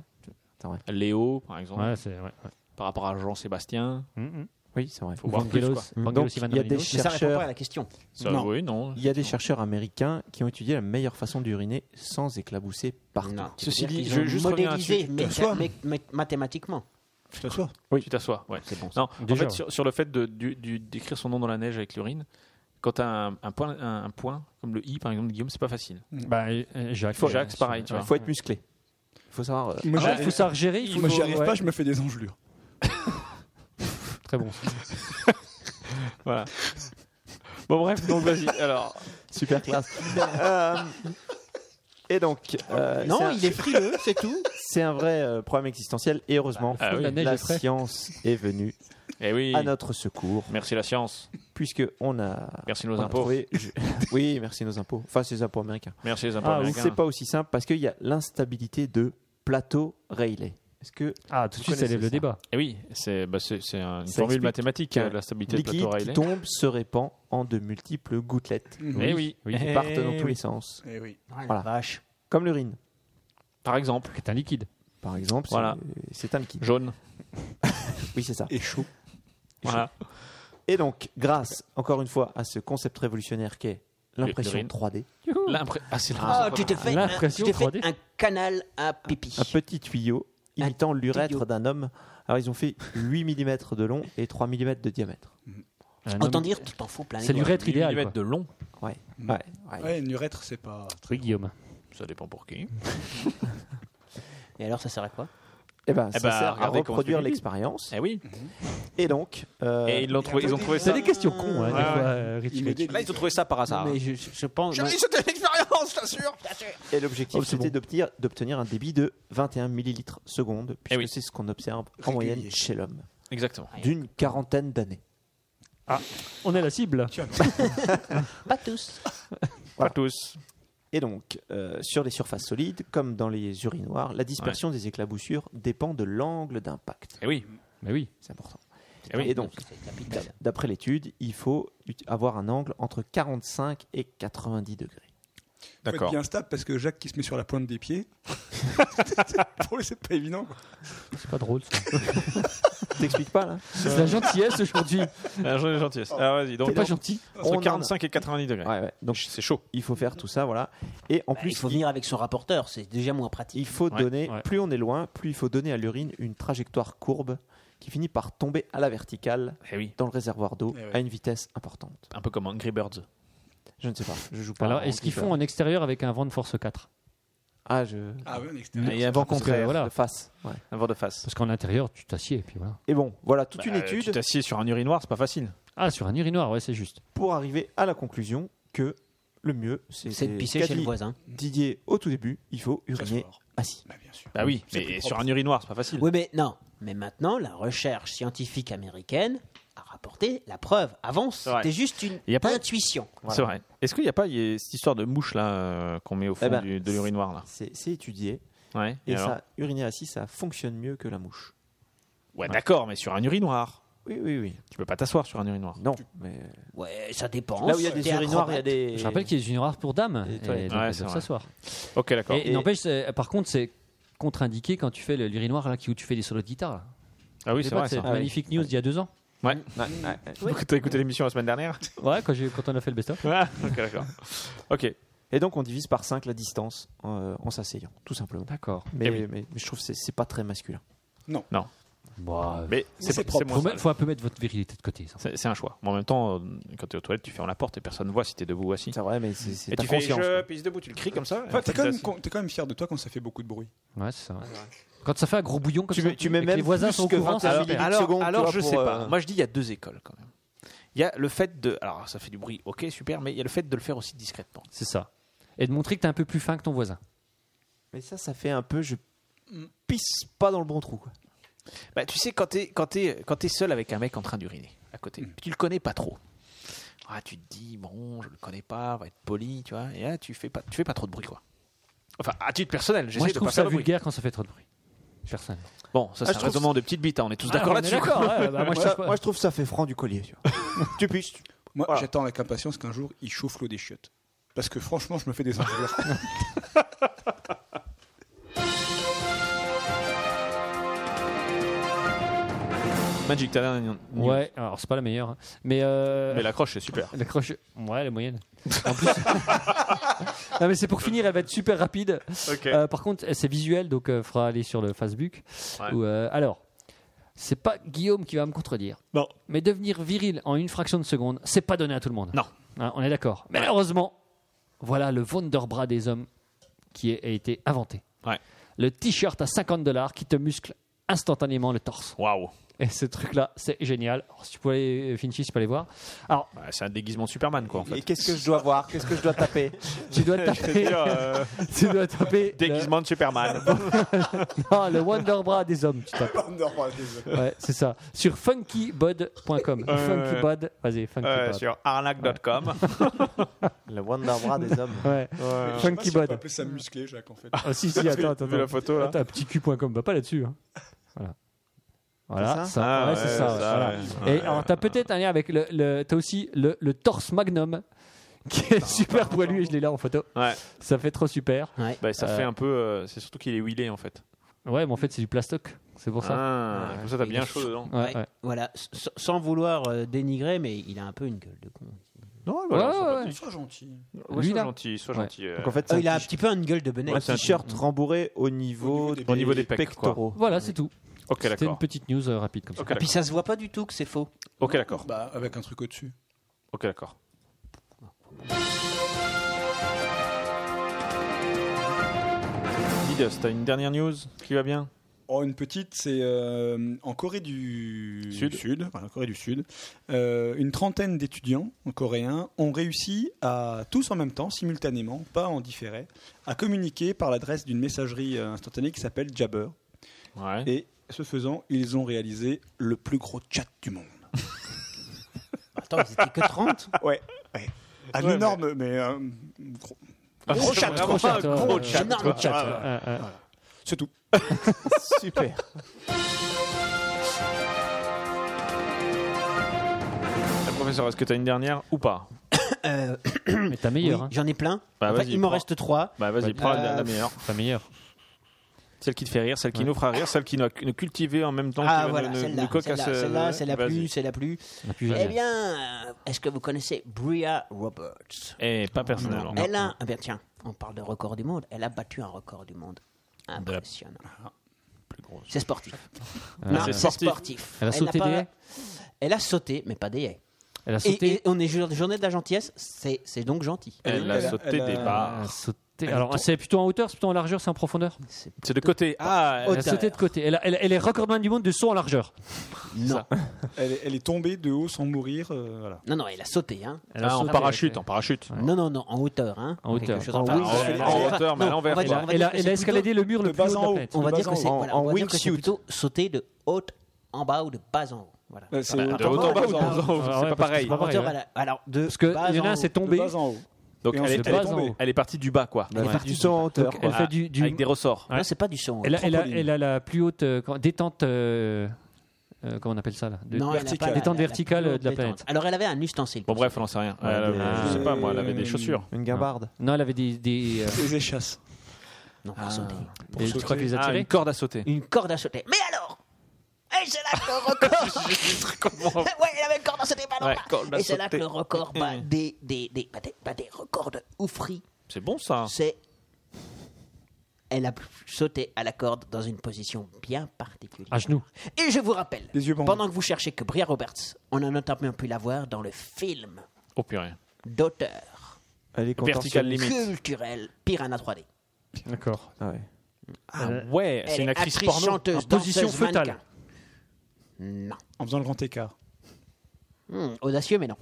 Speaker 2: ouais.
Speaker 1: Léo, par exemple,
Speaker 2: Ouais, c'est. Ouais, ouais.
Speaker 1: par rapport à Jean-Sébastien.
Speaker 2: Mhm, mhm.
Speaker 4: Oui, c'est vrai.
Speaker 1: Faut voir plus,
Speaker 2: Vangelos,
Speaker 1: quoi.
Speaker 2: Vangelos
Speaker 4: Donc,
Speaker 2: Ivan
Speaker 4: il y a des
Speaker 2: Rainos.
Speaker 5: Mais ça répond pas à
Speaker 4: chercheurs,
Speaker 5: la question.
Speaker 1: Ça,
Speaker 6: Non.
Speaker 1: Oui, non.
Speaker 4: il y a des chercheurs américains qui ont étudié la meilleure façon d'uriner sans éclabousser partout.
Speaker 5: Non.
Speaker 1: Ceci dit,
Speaker 5: Ils
Speaker 1: je
Speaker 5: ont
Speaker 1: vais juste revenir
Speaker 5: modélisé
Speaker 1: là-dessus.
Speaker 5: méca-
Speaker 6: Soit.
Speaker 5: mé- mé- mathématiquement.
Speaker 6: Je t'assois.
Speaker 1: Oui. Tu t'assois, ouais.
Speaker 5: C'est bon.
Speaker 1: Non,
Speaker 2: Déjà,
Speaker 1: en
Speaker 2: ouais.
Speaker 1: fait, sur, sur le fait de- du- du- d'écrire son nom dans la neige avec l'urine, quand tu as un, un point, un, un point, comme le I par exemple, de Guillaume, c'est pas facile.
Speaker 4: Mm.
Speaker 2: Bah, euh, Jacques.
Speaker 1: Faut- Jacques, c'est pareil, tu
Speaker 4: Il faut être musclé. Il faut savoir. euh,
Speaker 6: Moi,
Speaker 2: Ah, il faut ça gérer. il faut-
Speaker 6: j'y arrive
Speaker 2: ouais.
Speaker 6: pas, je me fais des engelures.
Speaker 2: Très bon.
Speaker 1: Voilà. bon, bref, donc vas-y. Alors,
Speaker 4: Super classe. Euh, et donc, euh, c'est
Speaker 5: Non,
Speaker 4: un-
Speaker 5: il est frileux, c'est tout.
Speaker 4: c'est un vrai euh, problème existentiel. Et heureusement,
Speaker 1: Ah oui.
Speaker 2: La neige
Speaker 4: la
Speaker 2: est frais.
Speaker 4: science est venue
Speaker 1: eh oui,
Speaker 4: à notre secours,
Speaker 1: merci la science,
Speaker 4: puisque on a.
Speaker 1: merci nos
Speaker 4: on a
Speaker 1: impôts,
Speaker 4: trouvé- je- oui, merci nos impôts. Enfin, c'est les impôts américains.
Speaker 1: merci les impôts
Speaker 2: Ah,
Speaker 1: américains.
Speaker 4: C'est pas aussi simple parce qu'il y a l'instabilité de plateau Rayleigh. Est-ce que
Speaker 2: Ah, tout
Speaker 4: Vous
Speaker 2: de suite, ça lève
Speaker 4: connaissez
Speaker 2: le
Speaker 4: ça.
Speaker 2: débat.
Speaker 1: Eh oui, c'est bah, c'est- c'est un- une
Speaker 4: Ça
Speaker 1: formule
Speaker 4: explique
Speaker 1: mathématique,
Speaker 4: qu'un
Speaker 1: euh, la stabilité de
Speaker 4: liquide
Speaker 1: plateau
Speaker 4: qui
Speaker 1: Rayleigh.
Speaker 4: tombe se répand en de multiples gouttelettes
Speaker 1: Eh oui,
Speaker 2: Oui.
Speaker 4: qui
Speaker 1: Eh
Speaker 4: partent dans tous
Speaker 1: oui.
Speaker 4: les sens,
Speaker 6: Mm-hmm. Eh oui.
Speaker 4: Voilà.
Speaker 5: Vache.
Speaker 4: comme l'urine,
Speaker 1: Par exemple,
Speaker 2: C'est un liquide.
Speaker 4: par exemple. c'est-
Speaker 1: Voilà.
Speaker 4: C'est un liquide.
Speaker 1: jaune.
Speaker 4: Oui, c'est ça.
Speaker 6: Et chaud.
Speaker 1: Voilà.
Speaker 4: Et donc, grâce, encore une fois, à ce concept révolutionnaire qu'est l'impression
Speaker 1: L'urine.
Speaker 4: 3D,
Speaker 1: L'impré- Ah, c'est
Speaker 5: Ah,
Speaker 1: l'impression.
Speaker 5: tu t'es fait, un,
Speaker 2: L'impression
Speaker 5: tu t'es fait
Speaker 2: 3D.
Speaker 5: un canal à pipi.
Speaker 4: un petit tuyau
Speaker 5: Un
Speaker 4: imitant l'urètre
Speaker 5: tuyau.
Speaker 4: d'un homme. Alors, ils ont fait 8 mm de long et 3 mm de diamètre.
Speaker 2: Un
Speaker 5: Autant
Speaker 2: homme-
Speaker 5: dire, tu t'en fous plein les
Speaker 2: Euh, C'est
Speaker 5: doigts.
Speaker 2: l'urètre
Speaker 1: Huit
Speaker 2: idéal.
Speaker 1: millimètres
Speaker 2: quoi.
Speaker 1: de long,
Speaker 4: Ouais.
Speaker 6: Mm.
Speaker 4: ouais, ouais.
Speaker 6: Ouais, une urètre, c'est pas.
Speaker 2: Oui, Guillaume.
Speaker 1: ça dépend pour qui.
Speaker 5: Et alors, ça sert à quoi
Speaker 4: Eh ben, ça
Speaker 1: Eh ben,
Speaker 4: sert à
Speaker 1: regardez comment
Speaker 4: reproduire
Speaker 1: tu le dis.
Speaker 4: l'expérience. Mm-hmm.
Speaker 1: Eh oui.
Speaker 4: Et donc, euh,
Speaker 1: Et ils l'ont trouvé, ils ont trouvé
Speaker 2: C'est
Speaker 1: ça.
Speaker 2: des questions
Speaker 5: Ah.
Speaker 2: cons, hein, des
Speaker 1: Ouais,
Speaker 2: fois,
Speaker 1: ouais.
Speaker 2: euh, Rich
Speaker 6: Il me
Speaker 2: Rich.
Speaker 6: dit-
Speaker 1: Là, ils ont trouvé ça par hasard.
Speaker 5: Mais je, je- je pense.
Speaker 8: J'ai réussi cette expérience, je t'assure.
Speaker 4: et l'objectif,
Speaker 2: Oh, c'est
Speaker 4: c'était
Speaker 2: bon.
Speaker 4: d'obtenir- d'obtenir un débit de 21 millilitres seconde,
Speaker 1: Eh
Speaker 4: puisque
Speaker 1: oui.
Speaker 4: c'est ce qu'on observe en
Speaker 6: Régulier.
Speaker 4: moyenne chez l'homme,
Speaker 1: Exactement.
Speaker 4: d'une quarantaine d'années.
Speaker 1: Ah.
Speaker 2: On est la cible.
Speaker 5: Pas tous.
Speaker 1: Pas tous.
Speaker 4: Et donc, euh, sur les surfaces solides, comme dans les urinoirs, la dispersion des éclaboussures dépend de l'angle d'impact.
Speaker 1: Eh oui.
Speaker 2: Mais oui.
Speaker 4: C'est important.
Speaker 1: Eh oui.
Speaker 4: Et donc,
Speaker 5: C'est capital.
Speaker 4: d'après l'étude, il faut ut- avoir un angle entre 45 et 90 degrés.
Speaker 6: Faut être bien stable parce que Jacques qui se met sur la pointe des pieds. Pour lui, c'est pas évident. quoi.
Speaker 2: C'est pas drôle. ça.
Speaker 4: T'expliques pas là
Speaker 2: C'est de la gentillesse aujourd'hui.
Speaker 1: Ah, j'en ai
Speaker 4: Oh.
Speaker 1: gentillesse. Alors vas-y, donc
Speaker 2: T'es pas gentil.
Speaker 1: entre
Speaker 4: On en a.
Speaker 1: 45 et 90 degrés.
Speaker 4: Ouais, ouais. Donc,
Speaker 1: C'est chaud.
Speaker 4: il faut faire tout ça, voilà. Et en
Speaker 5: Bah,
Speaker 4: plus,
Speaker 5: il faut venir avec son rapporteur, c'est déjà moins pratique.
Speaker 4: il faut
Speaker 1: Ouais,
Speaker 4: donner,
Speaker 2: ouais.
Speaker 4: plus on est loin, plus il faut donner à l'urine une trajectoire courbe qui finit par tomber à la verticale
Speaker 1: Eh oui.
Speaker 4: dans le réservoir d'eau
Speaker 6: Eh ouais.
Speaker 4: à une vitesse importante.
Speaker 1: Un peu comme Angry Birds.
Speaker 4: Je ne sais pas, je joue pas.
Speaker 2: Alors,
Speaker 1: Ah,
Speaker 4: en
Speaker 2: est-ce qu'ils
Speaker 4: Angleterre.
Speaker 2: font en extérieur avec un vent de force 4
Speaker 4: Ah, je.
Speaker 6: Ah ouais, un extérieur.
Speaker 1: Et avant
Speaker 4: Vent
Speaker 2: parce que,
Speaker 4: contraire,
Speaker 2: voilà.
Speaker 4: de face. ouais.
Speaker 1: Un vent de face.
Speaker 2: Parce qu'en intérieur, tu t'assieds et puis voilà.
Speaker 4: Et bon, voilà toute
Speaker 1: Bah,
Speaker 4: une
Speaker 1: euh, Tu
Speaker 4: étude
Speaker 1: t'assieds sur un urinoir, c'est pas facile.
Speaker 2: Ah, sur un urinoir, ouais, c'est juste.
Speaker 4: pour arriver à la conclusion que le mieux, c'est
Speaker 5: C'est de pisser
Speaker 4: qu'a
Speaker 5: chez le
Speaker 4: dit
Speaker 5: voisin.
Speaker 4: Didier au tout début, il faut
Speaker 6: Très
Speaker 4: uriner
Speaker 6: fort.
Speaker 4: assis.
Speaker 6: Bah, bien sûr.
Speaker 1: Bah oui,
Speaker 6: C'est plus
Speaker 1: mais
Speaker 6: propre.
Speaker 1: sur un urinoir, c'est pas facile.
Speaker 5: Oui, mais non. Mais maintenant, la recherche scientifique américaine a rapporté la preuve. Avant,
Speaker 1: vrai.
Speaker 5: c'était juste une
Speaker 1: Il y a pas-
Speaker 5: intuition.
Speaker 1: C'est vrai. Est-ce qu'il n'y a pas il y a cette histoire de mouche là euh, qu'on met au fond
Speaker 4: Eh ben,
Speaker 1: du- de l'urinoir là
Speaker 4: C'est c'est étudié.
Speaker 1: Ouais.
Speaker 4: Et,
Speaker 1: et alors
Speaker 4: ça, uriner assis, ça fonctionne mieux que la mouche.
Speaker 1: Ouais, d'accord, mais sur un urinoir.
Speaker 4: Oui, oui, oui.
Speaker 1: Tu peux pas t'asseoir sur un urinoir.
Speaker 4: Non, mais
Speaker 5: Ouais, ça dépend.
Speaker 4: là où il y a des
Speaker 5: T'es
Speaker 4: urinoirs, il y a
Speaker 5: acrobate.
Speaker 4: des.
Speaker 2: Je rappelle qu'il y a des urinoirs pour dames.
Speaker 4: Et
Speaker 2: Et
Speaker 4: toilettes.
Speaker 2: donc,
Speaker 1: Ouais,
Speaker 2: elles
Speaker 1: c'est
Speaker 2: peuvent
Speaker 1: vrai.
Speaker 2: s'asseoir.
Speaker 1: Ok, d'accord.
Speaker 2: Et,
Speaker 4: Et-
Speaker 2: n'empêche, c'est- par contre, c'est contre-indiqué quand tu fais le- l'urinoir là, qui- où tu fais des solos de guitare. là.
Speaker 1: Ah oui,
Speaker 2: Tu sais
Speaker 1: c'est
Speaker 2: pas
Speaker 1: vrai
Speaker 2: de cette
Speaker 1: ça.
Speaker 2: magnifique news d'il y a deux ans. Mm.
Speaker 1: Mm. Ouais. Donc, T'as écouté l'émission la semaine dernière
Speaker 2: Ouais, quand, j'ai- quand on a fait le best-of.
Speaker 1: Ah, ok, d'accord. Ok.
Speaker 4: Et donc on divise par 5 la distance euh, en s'asseyant, tout simplement.
Speaker 2: D'accord.
Speaker 4: Mais,
Speaker 1: Eh oui.
Speaker 4: mais- mais je trouve que c'est- c'est pas très masculin.
Speaker 2: Bah,
Speaker 1: Mais c'est
Speaker 6: c'est
Speaker 1: c'est
Speaker 6: propre.
Speaker 1: moins
Speaker 2: faut,
Speaker 1: sale.
Speaker 2: me- faut un peu mettre votre virilité de côté. ça.
Speaker 1: C'est c'est un choix. Mais en même temps, euh, quand t'es aux toilettes, tu fermes la porte et personne voit si t'es debout ou assis.
Speaker 4: C'est vrai, mais c'est c'est
Speaker 1: Et
Speaker 4: ta
Speaker 1: tu fais
Speaker 4: conscience.
Speaker 1: je
Speaker 4: quoi.
Speaker 1: pisse debout, tu le cries comme ça. et
Speaker 6: Enfin,
Speaker 1: en
Speaker 6: t'es
Speaker 1: fait,
Speaker 6: quand,
Speaker 1: t'es
Speaker 6: même
Speaker 1: assis.
Speaker 6: con- t'es quand même fier de toi quand ça fait beaucoup de bruit.
Speaker 2: Ouais, c'est ça. Quand ça fait un gros bouillon comme
Speaker 4: Tu
Speaker 2: ça,
Speaker 4: mets- tu mets
Speaker 2: et que
Speaker 4: même
Speaker 2: les voisins
Speaker 4: plus
Speaker 2: sont au
Speaker 4: que
Speaker 2: courant, ça
Speaker 4: 21
Speaker 1: Alors,
Speaker 2: fait-
Speaker 4: minutes.
Speaker 1: alors,
Speaker 4: secondes,
Speaker 1: alors,
Speaker 4: toi,
Speaker 1: je
Speaker 4: pour,
Speaker 1: sais
Speaker 4: euh,
Speaker 1: pas. Moi, je dis il y a deux écoles quand même. Il y a le fait de. Alors, ça fait du bruit, ok, super, mais il y a le fait de le faire aussi discrètement.
Speaker 2: c'est ça. Et de montrer que t'es un peu plus fin que ton voisin.
Speaker 4: Mais ça, ça fait un peu je
Speaker 1: Mm.
Speaker 4: pisse pas dans le bon trou. quoi.
Speaker 1: Bah, tu sais, quand t'es quand es, quand es seul avec un mec en train d'uriner à côté, puis tu le connais pas trop. Ah, tu te dis bon, je le connais pas, on va être poli, tu vois. Et là, tu fais pas, tu fais pas trop de bruit, quoi. Enfin, à titre personnel,
Speaker 2: Moi,
Speaker 1: j'essaie
Speaker 2: je
Speaker 1: de pas
Speaker 2: trouve
Speaker 1: faire
Speaker 2: ça
Speaker 1: de bruit.
Speaker 2: vulgaire quand ça fait trop de bruit. Personne.
Speaker 1: Bon, ça, c'est
Speaker 4: Ah, je
Speaker 1: un
Speaker 4: trouve
Speaker 1: raisonnement de petite bite, hein, on est tous
Speaker 2: Ah,
Speaker 1: d'accord
Speaker 2: on est
Speaker 1: là-dessus. quoi.
Speaker 2: D'accord. ouais, bah, moi, je
Speaker 4: Ça,
Speaker 2: cherche pas.
Speaker 4: moi, je trouve ça fait franc du collier. Tu, vois. tu pisses.
Speaker 6: Moi,
Speaker 4: Voilà.
Speaker 6: j'attends avec impatience qu'un jour, il chauffe l'eau des chiottes. Parce que franchement, je me fais des injures.
Speaker 1: Magic Talent.
Speaker 2: Ouais, alors c'est pas la meilleure. hein. Mais, euh,
Speaker 1: Mais la croche, c'est super.
Speaker 2: La croche. Ouais, elle est moyenne. En plus. non, mais c'est pour finir, elle va être super rapide.
Speaker 1: Ok.
Speaker 2: Euh, par contre, c'est visuel, donc il faudra aller sur le Facebook.
Speaker 1: Ouais.
Speaker 2: Où, euh, alors, c'est pas Guillaume qui va me contredire.
Speaker 1: Non.
Speaker 2: Mais devenir viril en une fraction de seconde, c'est pas donné à tout le monde.
Speaker 1: Non.
Speaker 2: Hein, on est d'accord. Mais heureusement, voilà le Wonderbra des hommes qui a a été inventé.
Speaker 1: Ouais.
Speaker 2: Le t-shirt à 50 dollars qui te muscle instantanément le torse.
Speaker 1: Waouh.
Speaker 2: Et ce truc-là, c'est génial. Alors, si tu peux aller, Finchy, si tu peux aller voir. Alors,
Speaker 1: Bah, c'est un déguisement de Superman, quoi, en fait.
Speaker 4: Et qu'est-ce que je dois voir Qu'est-ce que je dois taper
Speaker 2: tu dois taper,
Speaker 1: euh,
Speaker 2: tu dois taper le,
Speaker 1: de Superman.
Speaker 2: non, le Wonderbra des hommes. Tu tapes. Ouais, c'est ça. Sur funkybod.com.
Speaker 1: Euh,
Speaker 2: funkybod, vas-y, funkybod.
Speaker 1: sur arnaque.com.
Speaker 4: Le Wonderbra des hommes.
Speaker 2: Ouais.
Speaker 6: Je sais pas si on peut
Speaker 2: Funkybod.
Speaker 6: appeler ça musclé, Jacques, en fait.
Speaker 2: Ah, si, si, attends, attends.
Speaker 1: Vu la photo, là.
Speaker 2: Attends, petit cul.com, va pas là-dessus. hein. Voilà. Voilà,
Speaker 4: C'est ça
Speaker 2: ça,
Speaker 1: Ah,
Speaker 2: ouais, c'est ça. voilà.
Speaker 1: ouais.
Speaker 2: Et alors, t'as peut-être un lien avec le. le t'as aussi le, le torse magnum qui est super poilu et je l'ai là en photo.
Speaker 1: Ah, Ouais.
Speaker 2: Ça fait trop super.
Speaker 1: Bah, ça
Speaker 2: Euh.
Speaker 1: fait un peu. euh, c'est surtout qu'il est wheelé en fait.
Speaker 2: Ouais, mais en fait, c'est du plastoc. C'est pour ça.
Speaker 1: Ah, comme ça, t'as
Speaker 5: Il
Speaker 1: bien
Speaker 5: est
Speaker 1: chaud dedans.
Speaker 2: Ouais, ouais.
Speaker 5: Voilà, S- sans vouloir euh, dénigrer, mais il a un peu une gueule de con.
Speaker 1: Non,
Speaker 6: Oh
Speaker 2: voilà, Ouais, ouais, sympathique.
Speaker 6: Sois gentil.
Speaker 2: Lui,
Speaker 1: sois
Speaker 2: là.
Speaker 1: gentil, sois
Speaker 2: Ouais.
Speaker 1: gentil. euh.
Speaker 4: Donc en fait, c'est
Speaker 5: Euh,
Speaker 4: un
Speaker 5: il a un
Speaker 4: t-
Speaker 5: petit peu une gueule de bonnet.
Speaker 4: un t-shirt rembourré au niveau,
Speaker 6: Au niveau des- au
Speaker 1: niveau des pecs, quoi.
Speaker 4: pectoraux.
Speaker 2: Voilà, c'est tout.
Speaker 1: ok,
Speaker 2: C'était une
Speaker 1: d'accord.
Speaker 2: petite news euh, rapide comme ça.
Speaker 1: Ok,
Speaker 5: Et puis
Speaker 1: d'accord.
Speaker 5: ça se voit pas du tout que c'est faux.
Speaker 1: Ok, d'accord.
Speaker 6: Bah, avec un truc au-dessus.
Speaker 1: Ok, d'accord. Didus, t'as une dernière news qui va bien
Speaker 6: Oh, une petite, c'est euh, en Corée du
Speaker 1: Sud.
Speaker 6: voilà, en Corée du Sud, euh, une trentaine d'étudiants coréens ont réussi à tous en même temps, simultanément, pas en différé, à communiquer par l'adresse d'une messagerie euh, instantanée qui s'appelle Jabber.
Speaker 1: Ouais.
Speaker 6: Et ce faisant, ils ont réalisé le plus gros chat du monde.
Speaker 5: Attends, ils étaient que 30.
Speaker 6: Ouais, ouais. Un
Speaker 1: Ouais,
Speaker 6: énorme, mais, euh, gros-
Speaker 1: Gros
Speaker 6: chat,
Speaker 1: Ah, vraiment
Speaker 2: gros chat,
Speaker 1: un
Speaker 2: ouais,
Speaker 1: gros
Speaker 2: ouais.
Speaker 1: chat.
Speaker 5: Énorme
Speaker 1: quoi.
Speaker 5: chat,
Speaker 1: Ah,
Speaker 5: ouais.
Speaker 1: ouais.
Speaker 2: Euh, euh,
Speaker 6: c'est tout.
Speaker 4: Super.
Speaker 1: Eh, Professeur, est-ce que t'as une dernière ou pas
Speaker 5: Euh,
Speaker 2: Mais ta
Speaker 5: oui,
Speaker 2: meilleure. hein.
Speaker 5: J'en ai plein.
Speaker 1: Bah,
Speaker 5: En fait,
Speaker 1: vas-y,
Speaker 5: il m'en
Speaker 1: prends.
Speaker 5: reste 3.
Speaker 1: Bah vas-y,
Speaker 2: Ouais.
Speaker 1: prends la,
Speaker 5: Euh,
Speaker 1: la meilleure.
Speaker 2: Ta meilleure.
Speaker 1: Celle qui te fait rire, celle qui
Speaker 2: Ouais.
Speaker 1: nous fera rire, celle qui nous, a- nous cultiver en même temps.
Speaker 5: Ah
Speaker 1: qui va
Speaker 5: voilà,
Speaker 1: nous- nous-
Speaker 5: celle-là,
Speaker 1: nous coque à
Speaker 5: celle-là,
Speaker 1: ce-
Speaker 5: celle-là, c'est la
Speaker 1: Vas-y.
Speaker 5: plus, c'est la plus.
Speaker 2: La plus
Speaker 5: Eh
Speaker 2: jeune.
Speaker 5: bien, euh, est-ce que vous connaissez Bria Roberts
Speaker 1: Eh, pas personnellement.
Speaker 5: Elle a, ah ben tiens, on parle de record du monde. Elle a battu un record du monde. Impressionnant. C'est sportif. Non,
Speaker 1: c'est
Speaker 5: c'est
Speaker 1: sportif.
Speaker 5: sportif.
Speaker 2: Euh, Elle a sauté
Speaker 5: n'a
Speaker 2: des
Speaker 5: pas-
Speaker 2: haies
Speaker 5: Elle a sauté, mais pas des haies.
Speaker 2: Elle a
Speaker 5: Et,
Speaker 2: sauté.
Speaker 5: et on est jour- journée de la gentillesse, c'est c'est donc gentil.
Speaker 1: Elle, a
Speaker 6: Elle a-
Speaker 1: sauté
Speaker 6: elle a-
Speaker 1: des
Speaker 2: Elle a
Speaker 1: barres.
Speaker 2: sauté. Alors, c'est plutôt en hauteur, c'est plutôt en largeur, c'est en profondeur.
Speaker 5: C'est-
Speaker 1: C'est de côté. Ah,
Speaker 2: Elle a sauté de côté. Elle, a- elle- elle est recordman du monde de saut en largeur.
Speaker 5: Non.
Speaker 6: Elle, est- elle est tombée de haut sans mourir. euh, voilà.
Speaker 5: non, non, elle a sauté. Hein.
Speaker 2: Elle a
Speaker 1: ah, en
Speaker 2: sauté.
Speaker 1: parachute, en parachute.
Speaker 5: Non, non, non, en hauteur. Hein.
Speaker 2: En
Speaker 5: Quelque
Speaker 2: hauteur.
Speaker 5: chose
Speaker 2: En
Speaker 5: enfin,
Speaker 1: wing-
Speaker 5: en-
Speaker 1: en
Speaker 5: enfin,
Speaker 1: hauteur, mais à
Speaker 5: non,
Speaker 1: l'envers.
Speaker 5: on va dire-
Speaker 1: Elle a-
Speaker 5: on va
Speaker 2: Elle
Speaker 5: dire
Speaker 2: a,
Speaker 5: que
Speaker 2: elle
Speaker 5: c'est
Speaker 2: a escaladé
Speaker 5: plutôt-
Speaker 2: le mur le
Speaker 6: de
Speaker 2: plus haut
Speaker 6: bas
Speaker 2: de la
Speaker 6: en haut.
Speaker 2: planète.
Speaker 5: On va
Speaker 6: de
Speaker 5: dire
Speaker 6: bas
Speaker 5: que
Speaker 6: en
Speaker 5: c'est
Speaker 6: haut.
Speaker 5: voilà,
Speaker 1: En
Speaker 5: on va dire que
Speaker 1: wingsuit.
Speaker 5: c'est plutôt sauter de haute en bas ou de bas en haut. Voilà.
Speaker 6: Euh, C'est
Speaker 1: Bah, de haut en bas,
Speaker 6: de
Speaker 1: en haut, en haut,
Speaker 2: Ah ouais,
Speaker 1: c'est pas
Speaker 2: parce que c'est
Speaker 1: pareil.
Speaker 2: pas
Speaker 5: En hauteur,
Speaker 2: ouais.
Speaker 5: voilà. Alors, de
Speaker 2: Parce que
Speaker 5: bas
Speaker 2: il y en a
Speaker 5: en
Speaker 2: un,
Speaker 5: haut.
Speaker 2: c'est
Speaker 6: de
Speaker 2: tombé.
Speaker 6: bas en haut.
Speaker 1: Donc
Speaker 6: Et
Speaker 1: elle,
Speaker 6: ensuite,
Speaker 1: est-
Speaker 6: de
Speaker 1: elle est
Speaker 6: bas en
Speaker 1: tombée.
Speaker 6: haut.
Speaker 1: Elle est partie du bas, quoi.
Speaker 4: Elle
Speaker 2: Ouais.
Speaker 4: a fait du saut en hauteur.
Speaker 2: Elle
Speaker 4: quoi.
Speaker 2: fait du. du-
Speaker 1: Avec des ressorts.
Speaker 2: Ouais.
Speaker 5: Non, c'est pas du son.
Speaker 2: elle, a, elle a-
Speaker 6: trampoline.
Speaker 2: elle a la plus haute euh, quand- détente. euh, euh, comment on appelle ça là De-
Speaker 5: Non, elle a
Speaker 6: verticale.
Speaker 5: pas la-
Speaker 2: Détente
Speaker 5: la- la
Speaker 2: verticale
Speaker 5: plus haute
Speaker 2: de la
Speaker 5: détente.
Speaker 2: planète.
Speaker 5: Alors, elle avait un ustensile.
Speaker 1: Bon, bref, on n'en sait rien.
Speaker 4: Ouais,
Speaker 1: Elle avait-
Speaker 4: des-
Speaker 1: Je sais pas, moi, elle avait des
Speaker 6: Euh,
Speaker 1: chaussures.
Speaker 4: Une guimbarde.
Speaker 2: Non, elle avait des. des, euh,
Speaker 6: Les échasses.
Speaker 5: Non, pas sauter.
Speaker 2: Et tu crois qu'ils les a
Speaker 1: Ah,
Speaker 2: tirés
Speaker 1: une corde à sauter.
Speaker 5: Une corde à sauter. Mais alors Et c'est là que le record. Oh. ouais, il avait une corde à sauter, pas
Speaker 1: Ouais,
Speaker 5: non
Speaker 1: corde à
Speaker 5: Et c'est là que
Speaker 1: sauter.
Speaker 5: le record bat des, des, des, bah, des, bah, des records de oufri.
Speaker 1: Mm. C'est bon ça.
Speaker 5: C'est. Elle a sauté à la corde dans une position bien particulière.
Speaker 2: À genoux.
Speaker 5: Et je vous rappelle,
Speaker 6: Les yeux bandés.
Speaker 5: pendant que vous cherchez que Bria Roberts, on a notamment pu la voir dans le film
Speaker 1: Oh purée.
Speaker 5: d'auteur
Speaker 4: Elle est
Speaker 1: Vertical
Speaker 4: contentieux.
Speaker 1: limite.
Speaker 5: culturel Piranha 3D.
Speaker 2: D'accord.
Speaker 4: Ah ouais.
Speaker 1: Ah ouais,
Speaker 5: Elle
Speaker 1: c'est une
Speaker 5: est
Speaker 1: actrice,
Speaker 5: actrice
Speaker 1: porno.
Speaker 5: chanteuse,
Speaker 1: en position
Speaker 5: danseuse,
Speaker 1: fœtale.
Speaker 5: mannequin. Non.
Speaker 1: hein.
Speaker 6: En faisant le grand écart.
Speaker 5: Hmm, audacieux, mais non.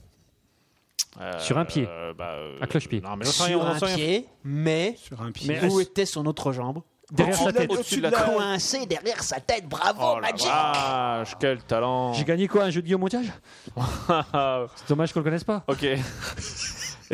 Speaker 1: Euh,
Speaker 2: Sur un pied.
Speaker 1: euh, bah, euh,
Speaker 2: À cloche-pied.
Speaker 1: Non, mais j'en sais rien,
Speaker 5: Sur
Speaker 1: j'en
Speaker 5: un
Speaker 1: sais rien.
Speaker 5: pied, mais
Speaker 6: Sur un pied.
Speaker 2: Mais
Speaker 5: où
Speaker 2: est-ce-
Speaker 5: était son autre jambe
Speaker 2: derrière sa tête.
Speaker 1: Au-dessus de la tête.
Speaker 5: Coincé derrière sa tête. Bravo,
Speaker 1: Oh la
Speaker 5: Magic
Speaker 1: vache, quel talent.
Speaker 2: J'ai gagné quoi Un jeu de Guillaume Montage C'est dommage qu'on le connaisse pas.
Speaker 1: ok. Et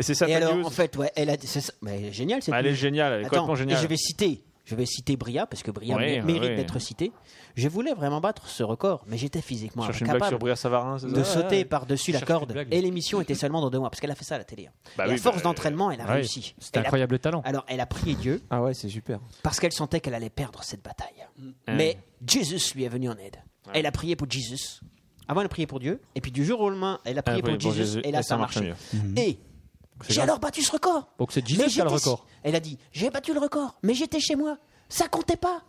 Speaker 1: c'est ça
Speaker 5: Et
Speaker 1: ta
Speaker 5: alors,
Speaker 1: news
Speaker 5: en fait, ouais, elle a. c'est ça- Mais génial, cette
Speaker 1: Elle est
Speaker 5: news.
Speaker 1: géniale, elle est
Speaker 5: Attends,
Speaker 1: complètement
Speaker 5: et je
Speaker 1: géniale.
Speaker 5: vais citer, je vais citer Bria parce que Bria
Speaker 1: Ouais,
Speaker 5: mé- mérite
Speaker 1: ouais.
Speaker 5: d'être citée. Je voulais vraiment battre ce record, mais j'étais physiquement
Speaker 1: Cherche une blague sur
Speaker 5: incapable
Speaker 1: Bria Savarin, c'est
Speaker 5: de
Speaker 1: ça
Speaker 5: sauter par-dessus la
Speaker 2: Cherche une
Speaker 5: corde.
Speaker 2: blague.
Speaker 5: Et l'émission était seulement dans deux mois parce qu'elle a fait ça à la télé. hein.
Speaker 1: Bah
Speaker 5: et
Speaker 1: oui,
Speaker 5: à force
Speaker 1: bah,
Speaker 5: d'entraînement, elle a
Speaker 2: Ouais,
Speaker 5: réussi.
Speaker 2: C'est
Speaker 5: Elle a-
Speaker 2: incroyable le talent.
Speaker 5: Alors, elle a prié Dieu
Speaker 4: Ah ouais, c'est super.
Speaker 5: parce qu'elle sentait qu'elle allait perdre cette bataille.
Speaker 1: Mm.
Speaker 5: Mais Jésus lui est venu en aide. Elle a prié pour Jésus. Avant, elle a prié pour Dieu. Et puis, du jour au lendemain, elle a prié pour, Jésus. Et là, ah, ça Mhm. a marché. Et j'ai alors battu ce record.
Speaker 2: Donc c'est
Speaker 5: Mais
Speaker 2: Jesus qui a le
Speaker 5: j'étais-
Speaker 2: record.
Speaker 5: Elle a dit J'ai battu le record, mais j'étais chez moi. Ça comptait pas.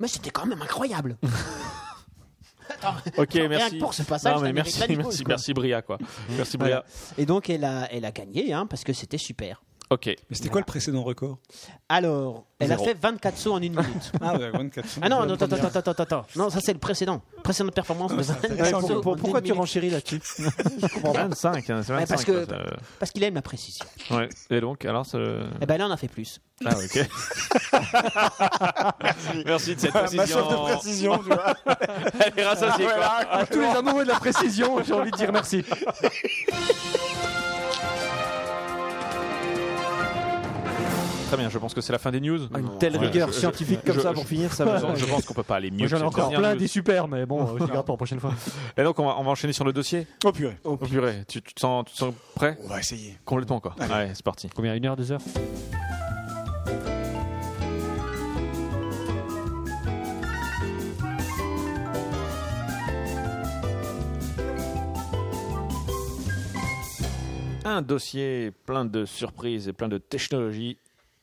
Speaker 5: Mais c'était quand même incroyable. Attends,
Speaker 1: Ok,
Speaker 5: rien que
Speaker 1: merci.
Speaker 5: pour ce passage,
Speaker 1: Non, mais
Speaker 5: ça mérite
Speaker 1: merci,
Speaker 5: pas du coup,
Speaker 1: merci,
Speaker 5: quoi. Mhm.
Speaker 1: merci Bria quoi. Merci Bria.
Speaker 5: Voilà. Et donc, elle a, elle a gagné, hein, parce que c'était super.
Speaker 1: Ok.
Speaker 6: Mais c'était quoi le précédent record
Speaker 5: Alors, elle
Speaker 1: Zéro.
Speaker 5: a fait 24 sauts en une minute.
Speaker 6: Ah, ouais, 24
Speaker 5: Ah non, non, attends, attends, attends, attends, attends. Non, ça c'est le précédent. Précédente performance.
Speaker 6: Ah,
Speaker 5: de 24
Speaker 4: Ouais, pour-
Speaker 5: sauts
Speaker 4: pour-
Speaker 5: en
Speaker 4: pourquoi
Speaker 5: une
Speaker 4: tu
Speaker 5: minute.
Speaker 4: renchéris là-dessus
Speaker 1: 25, hein, c'est 25.
Speaker 5: Ouais, parce que-
Speaker 1: quoi, ça.
Speaker 5: Parce qu'il aime la précision.
Speaker 1: Ouais. Et donc, alors ça.
Speaker 5: Et ben là, on a fait plus.
Speaker 1: Ah, ok. merci. Merci de cette précision.
Speaker 6: précision, tu vois.
Speaker 1: Elle est rassasiée, quoi.
Speaker 2: À tous les amoureux de la précision, j'ai envie de dire merci.
Speaker 1: Très bien, je pense que c'est la fin des news.
Speaker 4: Une telle
Speaker 1: Ouais,
Speaker 4: rigueur
Speaker 1: je- je-
Speaker 4: scientifique comme
Speaker 1: je-
Speaker 4: ça
Speaker 1: je-
Speaker 4: pour finir, ça
Speaker 1: Je
Speaker 4: va.
Speaker 1: pense- je pense qu'on peut pas aller mieux.
Speaker 2: Moi,
Speaker 1: que
Speaker 2: J'en ai
Speaker 1: cette
Speaker 2: encore
Speaker 1: dernière
Speaker 2: plein
Speaker 1: news.
Speaker 2: des super, mais bon, euh, je les garde pour la prochaine fois.
Speaker 1: Et donc, on va, on va enchaîner sur le dossier.
Speaker 6: Oh purée.
Speaker 1: Oh purée, tu, tu te, sens, tu te sens prêt
Speaker 6: On va essayer.
Speaker 1: Complètement, quoi. Ouais, c'est parti.
Speaker 2: Combien Une heure, deux heures
Speaker 1: Un dossier plein de surprises et plein de technologies.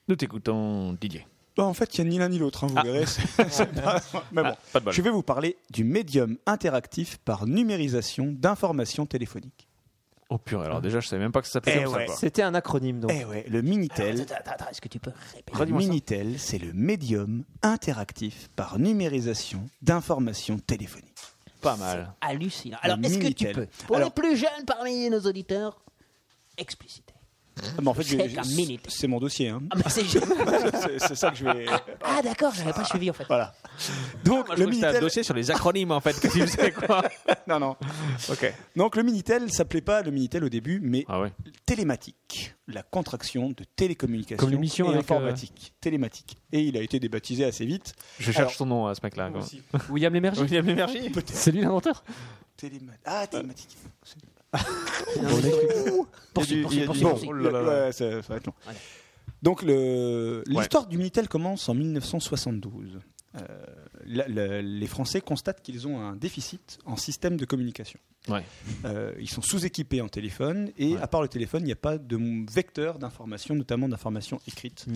Speaker 1: Nous t'écoutons, Didier.
Speaker 6: Bah, en fait, il n'y a ni l'un ni l'autre, hein,
Speaker 5: Ah.
Speaker 6: vous verrez. c'est- c'est pas- Mais bon.
Speaker 1: Ah, pas de bol.
Speaker 6: Je vais vous parler du médium interactif par numérisation d'informations téléphoniques.
Speaker 1: Oh purée, alors déjà, je savais même pas que ça s'appelait
Speaker 6: Eh
Speaker 1: comme
Speaker 6: ouais.
Speaker 1: ça. quoi.
Speaker 4: C'était un acronyme donc.
Speaker 6: Eh ouais, le Minitel.
Speaker 5: Ah, Attends, attends, attends, est-ce que tu peux répéter
Speaker 6: Le Minitel, c'est le médium interactif par numérisation d'informations téléphoniques.
Speaker 1: Pas mal.
Speaker 5: Hallucinant. Alors, est-ce que tu
Speaker 6: Minitel.
Speaker 5: peux, pour
Speaker 6: Alors-
Speaker 5: les plus jeunes parmi nos auditeurs, expliciter
Speaker 6: Ah, mais en fait,
Speaker 5: C'est
Speaker 6: je-
Speaker 5: un
Speaker 6: c'est-
Speaker 5: Minitel.
Speaker 6: c'est mon dossier. hein.
Speaker 5: Ah, mais c'est génial.
Speaker 6: C'est c'est ça que je vais.
Speaker 5: Ah, d'accord, j'avais pas suivi en fait.
Speaker 6: Voilà. Donc,
Speaker 1: Moi, je crois que
Speaker 6: le
Speaker 1: c'était un
Speaker 6: Minitel.
Speaker 1: dossier sur les acronymes, en fait, que tu faisais, quoi.
Speaker 6: Non, non.
Speaker 1: Ok.
Speaker 6: Donc, le Minitel s'appelait pas le Minitel au début, mais
Speaker 1: Ah ouais.
Speaker 6: télématique, la contraction de télécommunication
Speaker 2: Comme l'émission
Speaker 6: et
Speaker 2: avec, euh,
Speaker 6: informatique, télématique. Et il a été débaptisé assez vite.
Speaker 1: Je cherche
Speaker 6: Alors-
Speaker 1: son nom à ce mec-là. quoi.
Speaker 2: William Lémergie
Speaker 1: William Lémergie
Speaker 6: Peut-être
Speaker 2: C'est lui l'inventeur Ah.
Speaker 6: téléma- Ah, télématique.
Speaker 5: Poursuis, poursuis, poursuis,
Speaker 6: Bon,
Speaker 5: poursuis.
Speaker 1: là là là.
Speaker 6: ouais, ça, ça va être long.
Speaker 5: Allez.
Speaker 6: Donc le- l'histoire du Minitel commence en 1972. Euh, la- la- les Français constatent qu'ils ont un déficit en système de communication.
Speaker 1: Ouais.
Speaker 6: Euh, ils sont sous-équipés en téléphone et
Speaker 1: Ouais.
Speaker 6: à part le téléphone, il n'y a pas de m- vecteur d'information, notamment d'information écrite.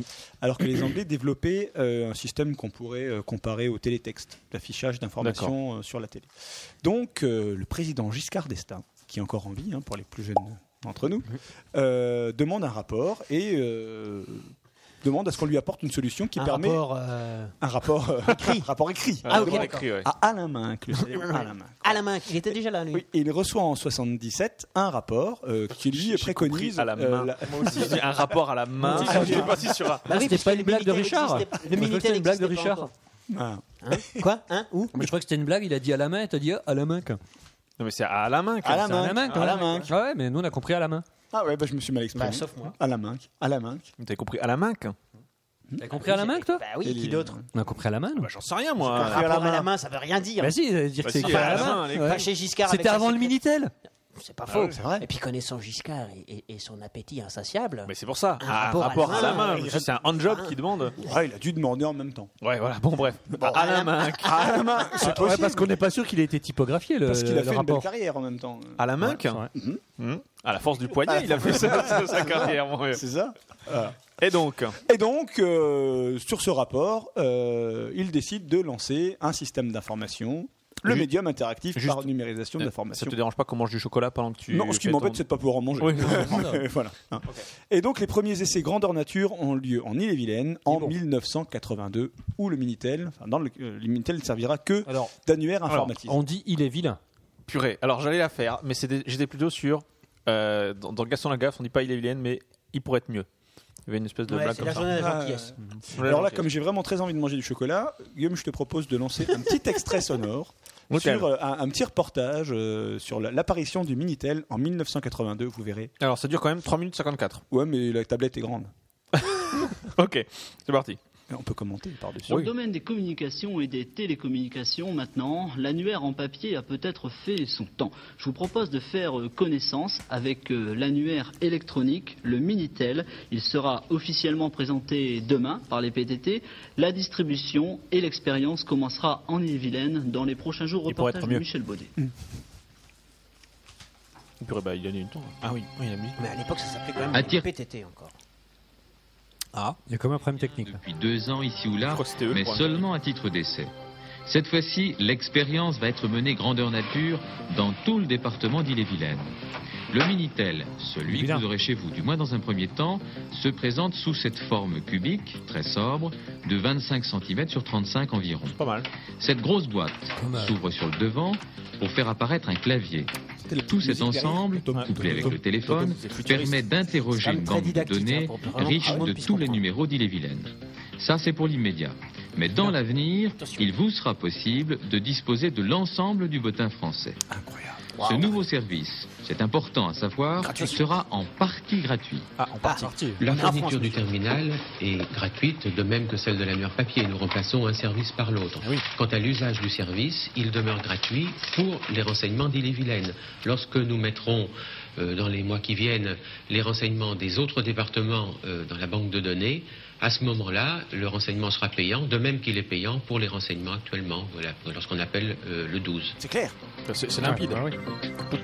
Speaker 6: Alors que les Anglais développaient euh, un système qu'on pourrait euh, comparer au télétexte, l'affichage d'informations euh, sur la télé. Donc euh, le président Giscard d'Estaing, qui est encore en vie hein, pour les plus jeunes d'entre nous, euh, demande un rapport et euh, demande à ce qu'on lui apporte une solution qui
Speaker 5: Un
Speaker 6: permet
Speaker 5: rapport, euh,
Speaker 6: un rapport euh, un rapport écrit
Speaker 5: Ah, ok,
Speaker 1: Comment
Speaker 5: d'accord.
Speaker 1: écrit, ouais.
Speaker 6: à Alain Minck, le célèbre Alain Minck.
Speaker 5: À la main, il était déjà là, lui.
Speaker 6: Oui, et il reçoit en 77 un rapport euh, qui lui préconise
Speaker 1: compris, à la
Speaker 6: euh,
Speaker 1: main.
Speaker 6: la-
Speaker 1: Ah, Moi aussi, j'ai un rapport à la main.
Speaker 5: Ah,
Speaker 1: Je suis parti sur un-
Speaker 5: Bah oui,
Speaker 2: c'était
Speaker 5: parce
Speaker 2: pas
Speaker 5: que
Speaker 2: une
Speaker 5: le
Speaker 2: blague de
Speaker 5: Minitel
Speaker 2: Richard.
Speaker 5: existait- Le
Speaker 2: Je crois que c'était
Speaker 5: Minitel
Speaker 2: une blague de
Speaker 5: existait pas
Speaker 2: Richard.
Speaker 5: encore.
Speaker 6: Ah.
Speaker 5: Hein Quoi Hein Où
Speaker 2: Je crois que c'était une blague, il a dit à la main, t'as dit à la main. quoi.
Speaker 1: Non, mais c'est à la main.
Speaker 6: À la
Speaker 2: C'est à la
Speaker 6: main,
Speaker 2: main,
Speaker 6: à la main.
Speaker 2: Ah ouais, mais nous on a compris à la main.
Speaker 6: Ah ouais, bah, je me suis mal exprimé.
Speaker 5: Bah, sauf moi.
Speaker 6: À la Minck, à la Minck.
Speaker 1: T'as compris à la main quoi.
Speaker 2: T'as compris à la main, toi
Speaker 5: Bah oui,
Speaker 6: Et
Speaker 5: qui
Speaker 6: les-
Speaker 5: d'autre
Speaker 2: On a compris à la main. nous.
Speaker 1: Bah, J'en sais rien, moi.
Speaker 5: Rapport à la main, ça veut rien dire.
Speaker 2: Bah si, dire que
Speaker 1: Bah si,
Speaker 2: c'est écrit à la
Speaker 1: à la
Speaker 2: main.
Speaker 1: main, Ah, les
Speaker 2: Ouais.
Speaker 5: Enfin, chez Giscard.
Speaker 2: C'était
Speaker 5: avec sa
Speaker 2: avant le
Speaker 5: secrétaire-
Speaker 2: Minitel
Speaker 5: C'est pas faux. Et puis connaissant Giscard et, et- et son appétit insatiable,
Speaker 1: Mais c'est pour ça.
Speaker 5: Un
Speaker 1: Ah,
Speaker 5: rapport à
Speaker 1: rapport à
Speaker 5: la
Speaker 1: la
Speaker 5: main,
Speaker 1: main.
Speaker 5: il
Speaker 1: je sais, C'est un handjob qui demande.
Speaker 6: Ouais, Ah, il a dû demander en même temps.
Speaker 1: Ouais, voilà. Bon, bref. à la main.
Speaker 6: Ah, la main, c'est
Speaker 2: Ouais,
Speaker 6: possible.
Speaker 2: parce qu'on n'est pas sûr qu'il ait été typographié le,
Speaker 6: Parce qu'il
Speaker 2: le
Speaker 6: a fait une belle
Speaker 2: rapport.
Speaker 6: carrière en même temps.
Speaker 1: À la main. Mmh.
Speaker 2: Ouais.
Speaker 1: À la force du poignet, il a fait ça ça, sa carrière. mon vieux.
Speaker 6: C'est ça
Speaker 1: Et donc,
Speaker 6: Et donc, euh, sur ce rapport, euh, il décide de lancer un système d'information, le
Speaker 1: Ju-
Speaker 6: médium interactif
Speaker 1: juste-
Speaker 6: par numérisation de
Speaker 1: Euh, ça
Speaker 6: l'information.
Speaker 1: te dérange pas qu'on mange du chocolat pendant que tu.
Speaker 6: Non, ce qui
Speaker 1: fais
Speaker 6: m'embête,
Speaker 1: ton-
Speaker 6: c'est de pas pouvoir en manger.
Speaker 1: Oui, non,
Speaker 6: voilà. hein. Et donc, les premiers essais grandeur nature ont lieu en Ille-et-Vilaine en 1982, où le Minitel, enfin, dans le, euh, le Minitel ne servira que
Speaker 2: Alors,
Speaker 6: d'annuaire informatique.
Speaker 2: on dit il est vilain.
Speaker 1: Purée. Alors j'allais la faire, mais c'était- j'étais plutôt sûr. euh, dans, dans Gaston Lagaffe, on dit pas il est vilaine, mais il pourrait être mieux. Il y avait une espèce de
Speaker 5: Ouais,
Speaker 1: blague
Speaker 5: c'est
Speaker 1: comme
Speaker 5: la
Speaker 1: ça. Mmh.
Speaker 5: journée de la
Speaker 6: Ah,
Speaker 5: gentillesse.
Speaker 6: Alors là, comme j'ai vraiment très envie de manger du chocolat, Guillaume, je te propose de lancer un petit extrait sonore
Speaker 1: Ok.
Speaker 6: sur euh, un, un petit reportage euh, sur la- l'apparition du Minitel en 1982. Vous verrez.
Speaker 1: Alors ça dure quand même 3 minutes 54.
Speaker 6: Ouais, mais la tablette est grande.
Speaker 1: Ok, c'est parti.
Speaker 6: Et Euh, On peut commenter par-dessus.
Speaker 10: Sur le domaine des communications et des télécommunications, maintenant, l'annuaire en papier a peut-être fait son temps. Je vous propose de faire euh, connaissance avec euh, l'annuaire électronique, le Minitel. Il sera officiellement présenté demain par les PTT. La distribution et l'expérience commencera en Ille-Vilaine dans les prochains jours.
Speaker 1: Il pourrait
Speaker 10: Reportage
Speaker 1: être
Speaker 10: de
Speaker 1: mieux.
Speaker 10: Michel Baudet.
Speaker 1: Purée, bah il a mis une tour. Ah oui, oui, il a mis.
Speaker 5: mais à l'époque ça s'appelait quand
Speaker 11: Un
Speaker 5: même
Speaker 11: tir-
Speaker 5: PTT encore.
Speaker 2: Ah, Il y a comme un problème technique. là.
Speaker 11: depuis deux ans ici ou
Speaker 1: Je
Speaker 11: là,
Speaker 1: crois que c'était eux,
Speaker 11: mais
Speaker 1: le point.
Speaker 11: seulement à titre d'essai. Cette fois-ci, l'expérience va être menée grandeur nature dans tout le département d'Ille-et-Vilaine. Le Minitel, celui que
Speaker 2: Évidemment.
Speaker 11: vous aurez chez vous, du moins dans un premier temps, se présente sous cette forme cubique, très sobre, de 25 cm sur 35 environ.
Speaker 1: Pas mal.
Speaker 11: Cette grosse boîte s'ouvre sur le devant pour faire apparaître un clavier. Tout cet ensemble, couplé avec le téléphone, permet d'interroger une banque de données riche de tous les numéros d'Ille-et-Vilaine. Ça, c'est pour l'immédiat. Mais dans l'avenir, il vous sera possible de disposer de l'ensemble du bottin français. Ce nouveau service, c'est important à savoir, sera en partie gratuit.
Speaker 12: Ah,
Speaker 13: La fourniture du terminal est gratuite, de même que celle de l'annuaire papier. Nous remplaçons un service par l'autre. Quant à l'usage du service, il demeure gratuit pour les renseignements d'Ille-et-Vilaine. Lorsque nous mettrons euh, dans les mois qui viennent les renseignements des autres départements euh, dans la banque de données, à ce moment-là, le renseignement sera payant, de même qu'il est payant pour les renseignements actuellement, voilà, lorsqu'on appelle euh, le 12.
Speaker 6: C'est clair.
Speaker 1: C'est c'est limpide.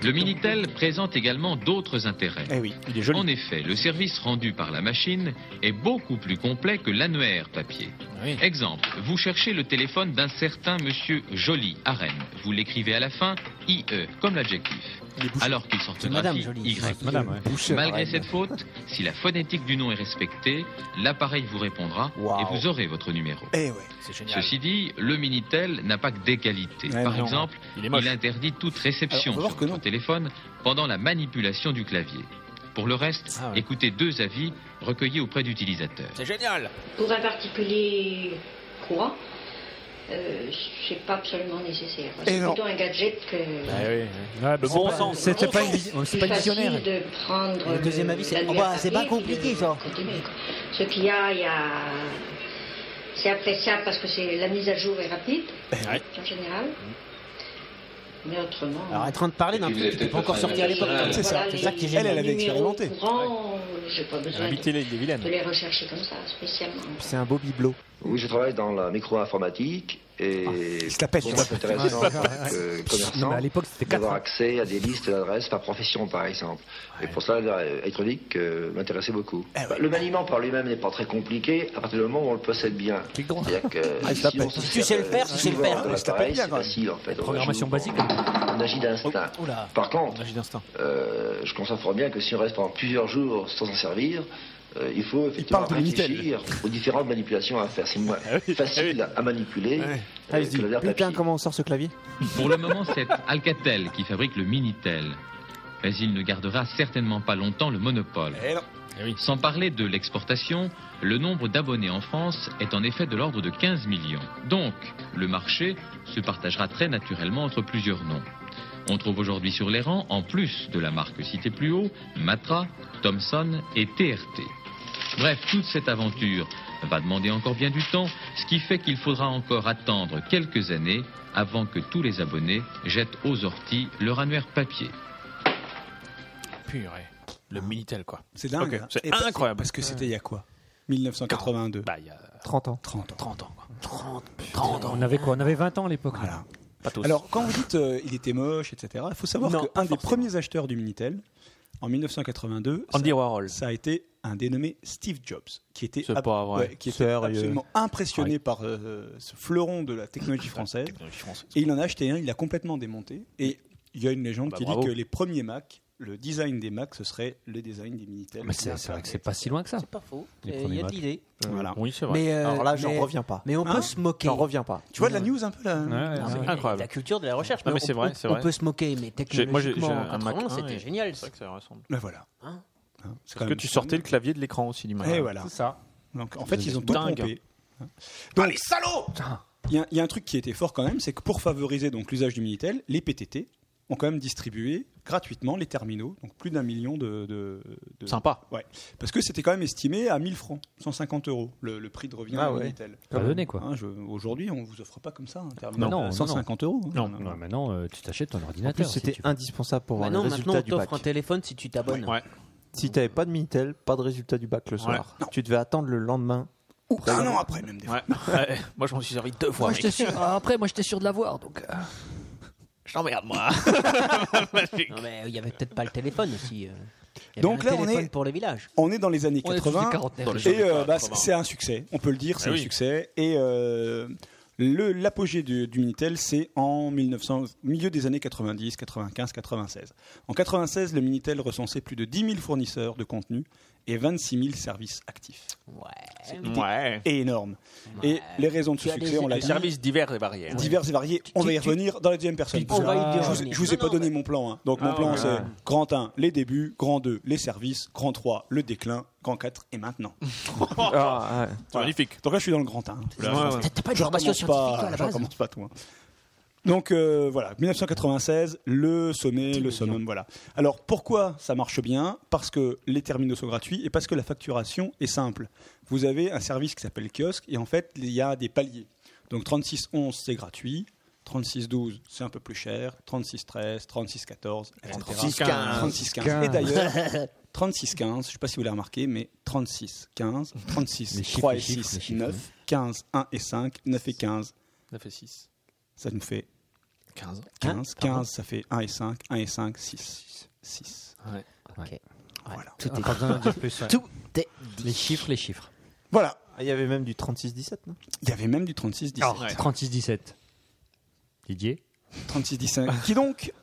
Speaker 11: Le Minitel présente également d'autres intérêts.
Speaker 6: Eh oui.
Speaker 1: Il est joli.
Speaker 11: En effet, le service rendu par la machine est beaucoup plus complet que l'annuaire papier.
Speaker 1: Oui.
Speaker 11: Exemple, vous cherchez le téléphone d'un certain monsieur Joly à Rennes. Vous l'écrivez à la fin IE comme l'adjectif, alors qu'il s'orthographie Y.
Speaker 2: Madame, ouais.
Speaker 11: Malgré cette faute, si la phonétique du nom est respectée, l'appareil vous répondra
Speaker 6: Waouh.
Speaker 11: et vous aurez votre numéro.
Speaker 6: Eh ouais.
Speaker 11: Ceci dit, le Minitel n'a pas que des qualités.
Speaker 6: Ouais,
Speaker 11: Par
Speaker 6: non.
Speaker 11: exemple,
Speaker 1: Il est
Speaker 11: il
Speaker 1: moche.
Speaker 11: interdit toute
Speaker 6: Alors,
Speaker 11: réception
Speaker 6: on va voir
Speaker 11: sur
Speaker 6: que
Speaker 11: votre
Speaker 6: non.
Speaker 11: téléphone pendant la manipulation du clavier. Pour le reste, écoutez deux avis recueillis auprès d'utilisateurs.
Speaker 1: Ah C'est génial.
Speaker 14: Pour un particulier, quoi euh, C'est pas absolument nécessaire.
Speaker 6: Et
Speaker 14: C'est
Speaker 6: non.
Speaker 14: plutôt un gadget que.
Speaker 5: Ah,
Speaker 2: C'est pas- C'était pas, une vision- c'est
Speaker 14: plus
Speaker 2: pas une
Speaker 14: facile
Speaker 2: visionnaire.
Speaker 14: de prendre
Speaker 5: Le deuxième avis, c'est-
Speaker 14: l'annuaire
Speaker 5: oh bah, c'est pas
Speaker 14: papier et puis
Speaker 5: compliqué,
Speaker 14: de
Speaker 5: genre.
Speaker 14: continuer, quoi. Ce qu'il y a, il y a. C'est appréciable parce que c'est la mise à jour est rapide,
Speaker 1: Eh
Speaker 14: en général. Mais autrement.
Speaker 5: Alors, en train de parler d'un truc qui n'était pas encore sorti à l'époque.
Speaker 6: C'est ça, c'est ça qui est
Speaker 14: les-
Speaker 6: génial. Elle, elle avait
Speaker 14: les
Speaker 6: expérimenté.
Speaker 14: numéros courants, J'ai pas besoin de,
Speaker 1: Invitez-les, il est
Speaker 14: de
Speaker 1: vilaine.
Speaker 14: les rechercher comme ça, spécialement.
Speaker 4: C'est un beau bibelot.
Speaker 15: Oui, je travaille dans la micro-informatique et
Speaker 6: Ah, Il se la pète. Ah,
Speaker 15: pour moi, c'est intéressant en tant que
Speaker 2: Non, mais à
Speaker 15: commerçant
Speaker 2: l'époque, c'était 4.
Speaker 15: d'avoir accès à des listes d'adresses par profession, par exemple. Et pour ça, l'électronique euh, m'intéressait beaucoup.
Speaker 6: Eh
Speaker 15: Bah, Le maniement par lui-même n'est pas très compliqué à partir du moment où on le possède bien. C'est-à-dire que
Speaker 6: Ah, il se la pète.
Speaker 15: on se
Speaker 5: Si
Speaker 15: sert
Speaker 5: tu sais le faire,
Speaker 15: de-
Speaker 5: si tu sais le
Speaker 15: souvent
Speaker 5: faire.
Speaker 15: de
Speaker 6: Il se la
Speaker 15: l'appareil,
Speaker 6: pète bien,
Speaker 15: c'est
Speaker 6: quand même.
Speaker 15: facile, en fait. On
Speaker 2: Programmation
Speaker 15: joue,
Speaker 2: basique.
Speaker 15: On, on agit d'instinct.
Speaker 5: Oula.
Speaker 15: Par contre,
Speaker 1: Magie d'instinct.
Speaker 15: euh, je conçois fort bien que si on reste pendant plusieurs jours sans en servir, euh, il faut effectivement
Speaker 6: parle de Minitel.
Speaker 15: réfléchir aux différentes manipulations à faire. C'est moins facile à manipuler euh,
Speaker 4: Ah, il se
Speaker 15: que
Speaker 4: dit,
Speaker 15: le verre
Speaker 4: putain,
Speaker 15: papier.
Speaker 4: comment on sort ce clavier
Speaker 11: Pour le moment, c'est Alcatel qui fabrique le Minitel. Mais il ne gardera certainement pas longtemps le monopole. Sans parler de l'exportation, le nombre d'abonnés en France est en effet de l'ordre de 15 millions. Donc, le marché se partagera très naturellement entre plusieurs noms. On trouve aujourd'hui sur les rangs, en plus de la marque citée plus haut, Matra, Thomson et TRT. Bref, toute cette aventure va demander encore bien du temps, ce qui fait qu'il faudra encore attendre quelques années avant que tous les abonnés jettent aux orties leur annuaire papier.
Speaker 8: purée. Le Minitel, quoi.
Speaker 6: C'est dingue.
Speaker 8: Ok,
Speaker 6: hein.
Speaker 8: C'est
Speaker 6: Et parce-
Speaker 8: incroyable.
Speaker 6: Parce que c'était il y a quoi 1982.
Speaker 1: Bah, il y a
Speaker 4: 30 ans.
Speaker 6: 30 ans.
Speaker 8: 30 ans.
Speaker 6: 30,
Speaker 2: On avait quoi On avait 20 ans à l'époque. Voilà.
Speaker 6: Alors, quand vous dites euh, il était moche, etc., il faut savoir
Speaker 2: Non,
Speaker 6: qu'un des premiers acheteurs du Minitel, en 1982, ça, ça a été un dénommé Steve Jobs, qui était,
Speaker 1: C'est
Speaker 6: ab-
Speaker 1: pas vrai.
Speaker 6: ouais, qui était
Speaker 1: Sérieux.
Speaker 6: absolument impressionné
Speaker 1: Ouais.
Speaker 6: par euh, ce fleuron de la technologie française.
Speaker 1: technologie française.
Speaker 6: Et il en a acheté un, il l'a complètement démonté. Et il y a une légende
Speaker 1: Ah bah
Speaker 6: qui
Speaker 1: bravo.
Speaker 6: dit que les premiers Mac, le design des Mac, ce serait le design des Minitel.
Speaker 2: Ah, Mais c'est- c'est vrai que c'est pas si loin que ça.
Speaker 5: Pas faux.
Speaker 2: Les
Speaker 5: Euh, Il
Speaker 2: premiers
Speaker 5: y a de
Speaker 2: Mac.
Speaker 5: l'idée.
Speaker 6: Voilà.
Speaker 1: Oui, c'est
Speaker 5: Mais, euh,
Speaker 4: Alors là, j'en
Speaker 5: mais-
Speaker 4: reviens pas.
Speaker 5: Mais on
Speaker 4: Hein
Speaker 5: peut se moquer.
Speaker 4: J'en reviens pas.
Speaker 6: Tu vois de la news un peu là
Speaker 1: Ouais,
Speaker 5: Non,
Speaker 1: c'est
Speaker 5: mais
Speaker 1: incroyable.
Speaker 5: La culture de la recherche.
Speaker 1: Non, mais
Speaker 5: on-
Speaker 1: c'est vrai,
Speaker 5: on-
Speaker 1: c'est vrai.
Speaker 5: On peut se moquer, mais
Speaker 1: J'ai-
Speaker 5: technologiquement,
Speaker 1: moi, j'ai- j'ai un
Speaker 5: en
Speaker 1: Mac
Speaker 5: 80,
Speaker 1: un
Speaker 5: c'était
Speaker 1: et-
Speaker 5: génial.
Speaker 1: C'est vrai que ça ressemble.
Speaker 6: Ben voilà.
Speaker 5: Hein
Speaker 6: Hein, c'est quand
Speaker 1: Parce que
Speaker 6: même
Speaker 1: tu
Speaker 6: fou.
Speaker 1: sortais le clavier de l'écran aussi du Mac.
Speaker 6: Et voilà.
Speaker 1: C'est ça.
Speaker 6: Donc, en fait,
Speaker 1: Vous
Speaker 6: ils ont
Speaker 1: êtes
Speaker 6: tout
Speaker 1: dingue.
Speaker 6: pompé.
Speaker 2: Ah,
Speaker 6: Donc, les salauds Il y, a- il y a un truc qui était fort quand même, c'est que pour favoriser donc l'usage du Minitel, les PTT ont quand même distribué gratuitement les terminaux, donc plus d'un million de, de, de-
Speaker 1: Sympa.
Speaker 6: Ouais, parce que c'était quand même estimé à 1000 francs, 150 euros, le, le prix de revient
Speaker 4: Ah
Speaker 6: du
Speaker 4: ouais.
Speaker 6: Minitel.
Speaker 2: Pas donné, quoi.
Speaker 6: Hein, je- Aujourd'hui, on vous offre pas comme ça un terminal.
Speaker 2: Non, non, non.
Speaker 6: 150 euros. hein.
Speaker 2: Non, non, maintenant euh, tu t'achètes ton
Speaker 4: En plus,
Speaker 2: ordinateur. si
Speaker 4: c'était
Speaker 2: tu veux.
Speaker 4: indispensable pour voir le
Speaker 5: Maintenant, Bah maintenant,
Speaker 4: résultat
Speaker 5: on
Speaker 4: du bac.
Speaker 5: t'offre un téléphone si tu t'abonnes.
Speaker 1: Ouais.
Speaker 4: Si t'avais pas de Minitel, pas de résultat du bac le soir. Tu devais attendre le lendemain.
Speaker 6: Ou un an après même. Des fois.
Speaker 1: Ouais. Ouais. Moi, je m'en suis servi deux
Speaker 7: Moi,
Speaker 1: fois. mec.
Speaker 7: j'étais sûr. Ah, Après, moi, j'étais sûr de l'avoir. Donc, euh,
Speaker 1: Je t'emmerde, moi.
Speaker 5: Non, mais il y avait peut-être pas le téléphone aussi. euh. Il y avait
Speaker 6: Donc
Speaker 5: un
Speaker 6: là, on
Speaker 5: téléphone
Speaker 6: est-
Speaker 5: pour les villages.
Speaker 6: On est dans les années
Speaker 7: on est tous
Speaker 6: 80.
Speaker 7: des quarantenaires.
Speaker 6: Et euh, bah, c'est c'est un succès, on peut le dire, c'est
Speaker 1: Ah
Speaker 6: un
Speaker 1: oui.
Speaker 6: succès. Et euh, le- l'apogée du, du Minitel, c'est en 1900, milieu des années 90, 95, 96. En 96, le Minitel recensait plus de 10 000 fournisseurs de contenu et 26 000 services actifs.
Speaker 5: Ouais.
Speaker 1: Ouais.
Speaker 6: Énorme. Et les raisons de ce
Speaker 5: Tu as
Speaker 6: succès,
Speaker 5: des-
Speaker 6: on l'a
Speaker 1: Les
Speaker 6: dit,
Speaker 1: services divers et variés. hein.
Speaker 6: diverses et variées. On va y revenir dans la deuxième personne.
Speaker 5: On va y
Speaker 6: Je vous-
Speaker 5: revenir.
Speaker 6: Je vous
Speaker 5: Non,
Speaker 6: ai pas
Speaker 5: non,
Speaker 6: donné mon plan. hein. Donc mon
Speaker 1: Ah,
Speaker 6: plan,
Speaker 1: ouais.
Speaker 6: c'est grand 1, les débuts, grand 2, les services, grand 3, le déclin, grand 4 et maintenant.
Speaker 4: Ah, ouais.
Speaker 1: C'est Magnifique.
Speaker 6: Donc là, je suis dans le grand 1.
Speaker 1: Ouais, ouais.
Speaker 5: T'as t'as pas de formation
Speaker 6: Je recommence
Speaker 5: scientifique
Speaker 6: pas,
Speaker 5: toi, à la
Speaker 6: je
Speaker 5: base
Speaker 6: recommence pas tout. hein. Donc euh, voilà, 1996, le sommet, le summum, voilà. Alors pourquoi ça marche bien Parce que les terminaux sont gratuits et parce que la facturation est simple. Vous avez un service qui s'appelle kiosque et en fait il y a des paliers. Donc 3611 c'est gratuit, 3612 c'est un peu plus cher, 3613, 3614, etc.
Speaker 1: 3615.
Speaker 6: 3615. Et d'ailleurs 3615, je ne sais pas si vous l'avez remarqué, mais 3615, 36
Speaker 2: Les chiffres,
Speaker 6: 3 et
Speaker 2: les chiffres, les
Speaker 6: 6,
Speaker 2: chiffres,
Speaker 6: 9,
Speaker 2: ouais.
Speaker 6: 15, 1 et 5, 9 et 15,
Speaker 1: 9 et 6.
Speaker 6: ça nous fait
Speaker 1: 15.
Speaker 6: 15. 15, ça fait 1 et 5. 1 et 5, 6. 6.
Speaker 5: Voilà.
Speaker 2: Ah, pas besoin d'en dire plus, ouais.
Speaker 5: Tout est
Speaker 2: Les chiffres, les chiffres.
Speaker 6: Voilà.
Speaker 4: Ah, Il y avait même du 36-17, non
Speaker 6: Il y avait même du 36, 17.
Speaker 2: Alors, 36-17. Didier Hmm.
Speaker 6: 36, 17. Qui donc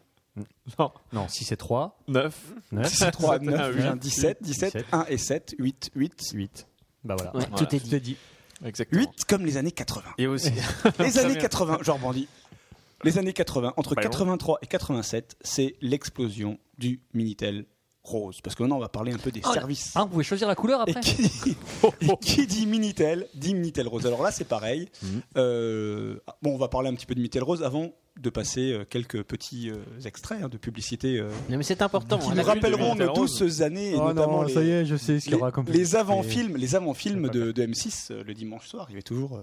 Speaker 1: Non.
Speaker 2: Non, 6 et 3.
Speaker 1: 9.
Speaker 2: 9.
Speaker 6: 3,
Speaker 1: 9,
Speaker 6: 9,
Speaker 1: 8,
Speaker 6: 17, 17, 1 et 7, 8, 8.
Speaker 2: 8. Bah voilà.
Speaker 5: Ouais,
Speaker 1: Voilà.
Speaker 5: Tout est dit.
Speaker 1: Exactement.
Speaker 6: 8 comme les années 80.
Speaker 1: Et aussi.
Speaker 6: Les
Speaker 1: Ça
Speaker 6: années
Speaker 1: vient.
Speaker 6: 80, je rebondis. Les années 80, entre
Speaker 1: Bah,
Speaker 6: 83 et 87, c'est l'explosion du Minitel rose. Parce que maintenant, on va parler un peu des
Speaker 5: Oh
Speaker 6: services.
Speaker 2: Ah, vous pouvez choisir la couleur
Speaker 6: Et
Speaker 2: après
Speaker 6: qui, et qui dit Minitel dit Minitel Rose. Alors là, c'est pareil.
Speaker 2: Mhm.
Speaker 6: Euh, bon, on va parler un petit peu de Minitel Rose avant de passer euh, quelques petits euh, extraits hein, de publicité euh,
Speaker 5: Non, mais c'est important.
Speaker 6: qui
Speaker 5: hein,
Speaker 6: nous
Speaker 5: la-
Speaker 6: rappelleront
Speaker 1: Minitel
Speaker 6: nos
Speaker 1: Rose.
Speaker 6: douces années.
Speaker 2: Oh
Speaker 5: Oh
Speaker 6: et notamment les,
Speaker 2: est, je sais ce
Speaker 6: les- les avant-films, les avant-films de, de M6 euh, le dimanche soir. Il y avait toujours euh,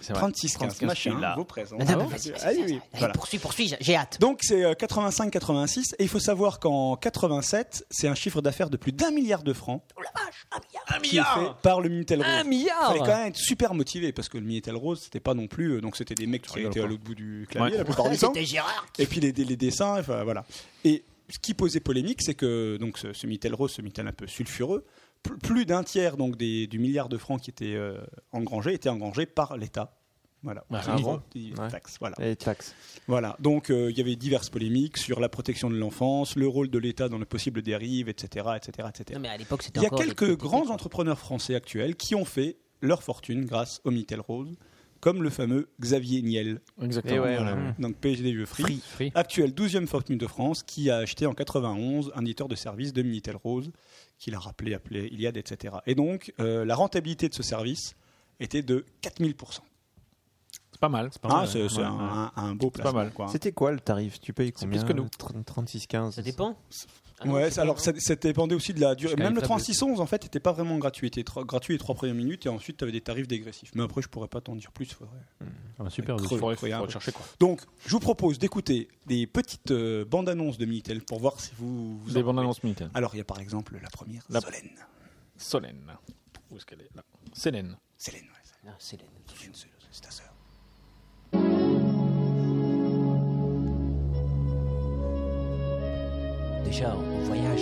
Speaker 1: C'est vrai.
Speaker 6: 36, 15,
Speaker 1: 35,
Speaker 6: machin,
Speaker 1: là.
Speaker 6: vos présents.
Speaker 5: Ah, non, bah, vas-y, vas-y,
Speaker 6: Ah oui,
Speaker 5: vas-y,
Speaker 6: oui,
Speaker 5: vas-y,
Speaker 6: voilà.
Speaker 5: Poursuis, poursuis, j'ai- j'ai hâte.
Speaker 6: Donc c'est 85-86 et il faut savoir qu'en 87, c'est un chiffre d'affaires de plus d'un milliard de francs
Speaker 5: Oh la vache, un milliard.
Speaker 6: qui est fait par le Minitel Rose.
Speaker 7: Un
Speaker 6: Il
Speaker 7: milliard
Speaker 6: fallait quand même être super motivé parce que le Minitel Rose, c'était pas non plus. euh, Donc c'était des mecs qui
Speaker 1: rigoles,
Speaker 6: étaient à
Speaker 1: quoi.
Speaker 6: l'autre bout du clavier
Speaker 1: Ouais.
Speaker 6: la plupart du temps.
Speaker 5: C'était Gérard.
Speaker 6: Et puis les, les dessins, enfin, voilà. Et ce qui posait polémique, c'est que donc ce, ce Minitel Rose, ce Minitel un peu sulfureux, pl- plus d'un tiers donc des, du milliard de francs qui était euh, engrangé était engrangé par l'État. Voilà.
Speaker 1: Ah,
Speaker 6: Qui-
Speaker 1: ah bon
Speaker 6: qui-
Speaker 4: Ouais.
Speaker 6: taxe, voilà.
Speaker 4: Les taxes.
Speaker 6: Voilà, donc euh, il y avait diverses polémiques sur la protection de l'enfance, le rôle de l'État dans les possibles dérives, etc. etc., etc.
Speaker 5: Non, mais à l'époque, c'était
Speaker 6: Il y a
Speaker 5: encore. des
Speaker 6: quelques
Speaker 5: petites
Speaker 6: grands
Speaker 5: équipes.
Speaker 6: entrepreneurs français actuels qui ont fait leur fortune grâce au Minitel Rose, comme le fameux Xavier Niel,
Speaker 1: Exactement. Voilà.
Speaker 6: donc PG des Vieux Free,
Speaker 2: Free. Free.
Speaker 6: actuel 12e fortune de France, qui a acheté en 91 un éditeur de service de Minitel Rose, qu'il a rappelé, appelé Iliad, etc. Et donc, euh, la rentabilité de ce service était de 4000%.
Speaker 1: C'est pas mal. C'est pas
Speaker 6: Ah,
Speaker 1: mal.
Speaker 6: c'est c'est
Speaker 1: Ouais,
Speaker 6: un,
Speaker 1: ouais.
Speaker 6: un- un beau
Speaker 1: C'est pas
Speaker 6: placement.
Speaker 1: mal.
Speaker 6: quoi.
Speaker 4: C'était quoi le tarif Tu payes
Speaker 1: C'est
Speaker 4: combien
Speaker 1: plus que nous.
Speaker 4: 36-15.
Speaker 5: Ça dépend.
Speaker 4: Ah
Speaker 6: ouais, ça- alors ça, ça dépendait aussi de la durée.
Speaker 2: Jusqu'à
Speaker 6: Même le
Speaker 2: l'étape de-
Speaker 6: 3611 en fait n'était pas vraiment gratuit, était tro- gratuit les trois premières minutes et ensuite tu avais des tarifs dégressifs. Mais après je pourrais pas t'en dire plus, faudrait.
Speaker 2: Ah bah, super,
Speaker 6: faudrait
Speaker 2: il faudrait-
Speaker 6: creuser un
Speaker 2: faudrait
Speaker 6: peu.
Speaker 2: chercher, quoi.
Speaker 6: Donc je vous propose d'écouter des petites euh, bandes annonces de Minitel pour voir si vous. vous
Speaker 1: Des
Speaker 6: en-
Speaker 1: bandes annonces Minitel.
Speaker 6: Alors il y a par exemple la première,
Speaker 1: La-
Speaker 6: Solène.
Speaker 1: Solène. Où est-ce qu'elle est Là. Ah, Célène.
Speaker 6: Célène,
Speaker 5: ouais. Célène.
Speaker 6: C'est ta sœur.
Speaker 5: Déjà, on voyage.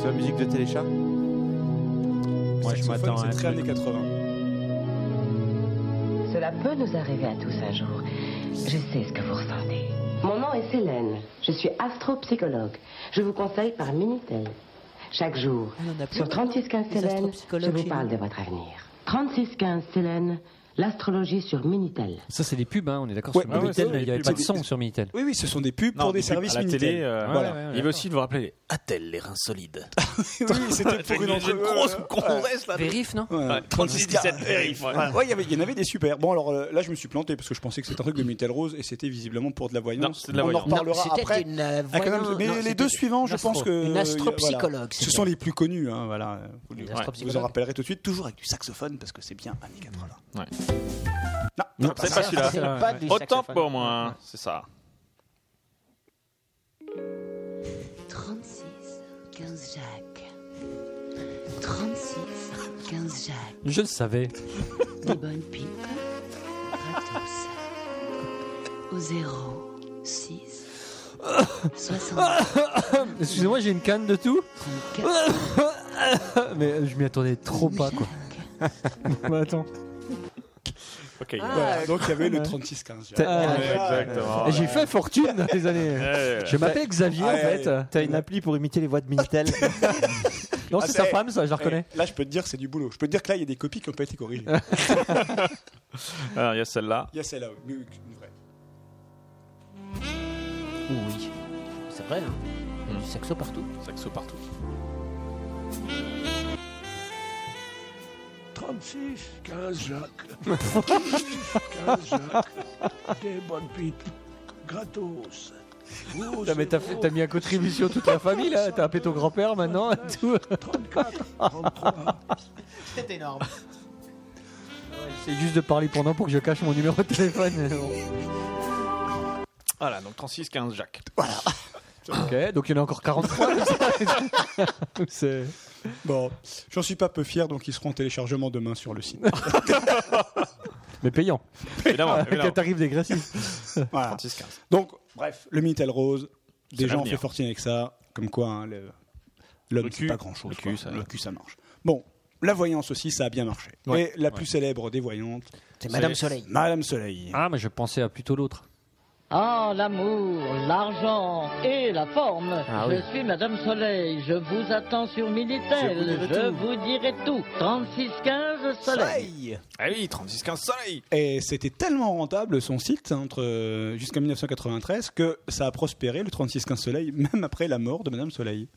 Speaker 4: c'est la musique de Téléchat Moi, je
Speaker 6: Saxophone,
Speaker 4: m'attends à
Speaker 6: c'est
Speaker 4: un
Speaker 6: très
Speaker 4: truc.
Speaker 6: années 80.
Speaker 16: Cela peut nous arriver à tous un jour. Je sais ce que vous ressentez. Mon nom est Célène. Je suis astropsychologue. Je vous conseille par Minitel. Chaque jour, sur 3615
Speaker 14: maintenant, les
Speaker 16: Célène, je
Speaker 14: astropsychologues
Speaker 16: vous
Speaker 14: chez
Speaker 16: parle
Speaker 14: nous.
Speaker 16: de votre avenir. 3615 Célène, l'astrologie sur Minitel.
Speaker 2: Ça, c'est des pubs, hein, on est d'accord
Speaker 16: Ouais,
Speaker 2: sur
Speaker 16: bah ouais,
Speaker 2: Minitel,
Speaker 16: c'est
Speaker 2: il n'y avait
Speaker 16: des
Speaker 2: pas
Speaker 16: pubs.
Speaker 2: de son sur Minitel.
Speaker 6: Oui, oui, ce sont des pubs pour des services
Speaker 1: à la
Speaker 6: Minitel.
Speaker 1: télé. euh,
Speaker 6: Voilà.
Speaker 1: voilà. Il va aussi devoir appeler A-t-elle les reins solides
Speaker 6: oui, c'était pour une
Speaker 1: J'ai
Speaker 6: entrevue.
Speaker 1: grosse
Speaker 6: congresse là.
Speaker 7: Vérif, non
Speaker 6: Ouais,
Speaker 1: 36-17 Vérif, ouais.
Speaker 6: Ouais, il y avait- il y en avait des super. Bon, alors euh, là, je me suis planté parce que je pensais que c'était un truc de Minitel Rose et c'était visiblement pour de la voyance.
Speaker 1: c'est de la
Speaker 6: On
Speaker 1: voyance.
Speaker 6: en reparlera
Speaker 5: Non, c'était
Speaker 6: après.
Speaker 5: une, euh,
Speaker 6: Ah, quand même,
Speaker 5: voyance-
Speaker 6: mais
Speaker 5: non,
Speaker 6: les
Speaker 5: c'était
Speaker 6: deux suivants,
Speaker 5: une
Speaker 6: je
Speaker 5: astro-
Speaker 6: pense que.
Speaker 5: une
Speaker 6: euh,
Speaker 5: astropsychologue,
Speaker 6: voilà. Ce
Speaker 5: c'était.
Speaker 6: sont les plus connus. hein, voilà. Vous,
Speaker 5: Une
Speaker 6: ouais,
Speaker 5: astropsychologue.
Speaker 6: vous en rappellerez tout de suite, toujours avec du saxophone parce que c'est bien années 80.
Speaker 1: Ouais.
Speaker 6: Non,
Speaker 1: Non, c'est
Speaker 6: ça,
Speaker 1: pas
Speaker 6: c'est
Speaker 1: celui-là.
Speaker 6: pas du
Speaker 1: Autant
Speaker 6: saxophone.
Speaker 1: pour moi, hein. c'est ça.
Speaker 12: 36, 15 Jacques. 36, 15 Jacques.
Speaker 2: Je le savais.
Speaker 12: Des bonnes pipes. Gratos. Au 0, 6, 60.
Speaker 2: Excusez-moi, j'ai une canne de tout. Mais euh, je m'y attendais trop pas, quoi. Bon, attends.
Speaker 1: Ok.
Speaker 6: Voilà, donc il y avait le 36-15.
Speaker 2: Ah,
Speaker 4: exactement.
Speaker 2: J'ai fait fortune dans les années. Je m'appelle Xavier, en fait.
Speaker 4: T'as une appli pour imiter les voix de Minitel
Speaker 2: Non, c'est sa femme, ça, je la
Speaker 6: eh,
Speaker 2: reconnais.
Speaker 6: Là, je peux te dire, c'est du boulot. Je peux te dire que là, il y a des copies qui n'ont pas été corrigées.
Speaker 1: Alors, Ah, il y a celle-là.
Speaker 6: Il y a celle-là, oui, mais oui, une vraie.
Speaker 5: Oh Oui. C'est vrai, hein. Il y a du saxo partout.
Speaker 1: Saxo partout.
Speaker 9: 36, 15 Jacques. 15 Jacques. Des bonnes pipes. Gratos. oh, Vous,
Speaker 2: T'as, mais t'as, fait- t'as mis à contribution toute la famille là, t'as appelé ton grand-père maintenant et tout.
Speaker 5: C'est énorme.
Speaker 2: C'est juste de parler pendant pour que je cache mon numéro de téléphone.
Speaker 1: Voilà, donc 36-15 Jacques.
Speaker 6: Voilà.
Speaker 2: ok, donc il y en a encore 43.
Speaker 1: Ah
Speaker 6: Bon, j'en suis pas peu fier, donc ils seront en téléchargement demain sur le site.
Speaker 2: mais payant.
Speaker 6: Évidemment,
Speaker 2: Avec
Speaker 6: évidemment.
Speaker 2: un tarif dégressif.
Speaker 6: Voilà. Donc, bref, le Minitel Rose, des
Speaker 2: C'est
Speaker 6: gens ont
Speaker 2: l'avenir.
Speaker 6: fait fortune avec ça, comme quoi hein, le- l'homme,
Speaker 1: Le
Speaker 6: c'est
Speaker 1: cul.
Speaker 6: pas grand-chose.
Speaker 1: Le
Speaker 6: quoi.
Speaker 1: cul, ça-
Speaker 6: Le cul, ça marche. Bon, la voyance aussi, ça a bien marché.
Speaker 2: Ouais.
Speaker 6: Et la
Speaker 2: Ouais.
Speaker 6: plus célèbre des voyantes,
Speaker 2: C'est Madame Soleil.
Speaker 6: Madame Soleil.
Speaker 2: Ah, mais je pensais à plutôt l'autre.
Speaker 17: Ah, l'amour, l'argent et la forme.
Speaker 2: Ah
Speaker 17: je
Speaker 2: oui.
Speaker 17: suis Madame Soleil. Je vous attends sur Minitel.
Speaker 1: Je vous dirai
Speaker 17: Je
Speaker 1: tout.
Speaker 17: vous dirai tout. 3615 Soleil.
Speaker 1: Ah oui, 36-15 Soleil
Speaker 6: Et c'était tellement rentable son site hein, entre euh, jusqu'en 1993 que ça a prospéré le 3615 Soleil même après la mort de Madame Soleil.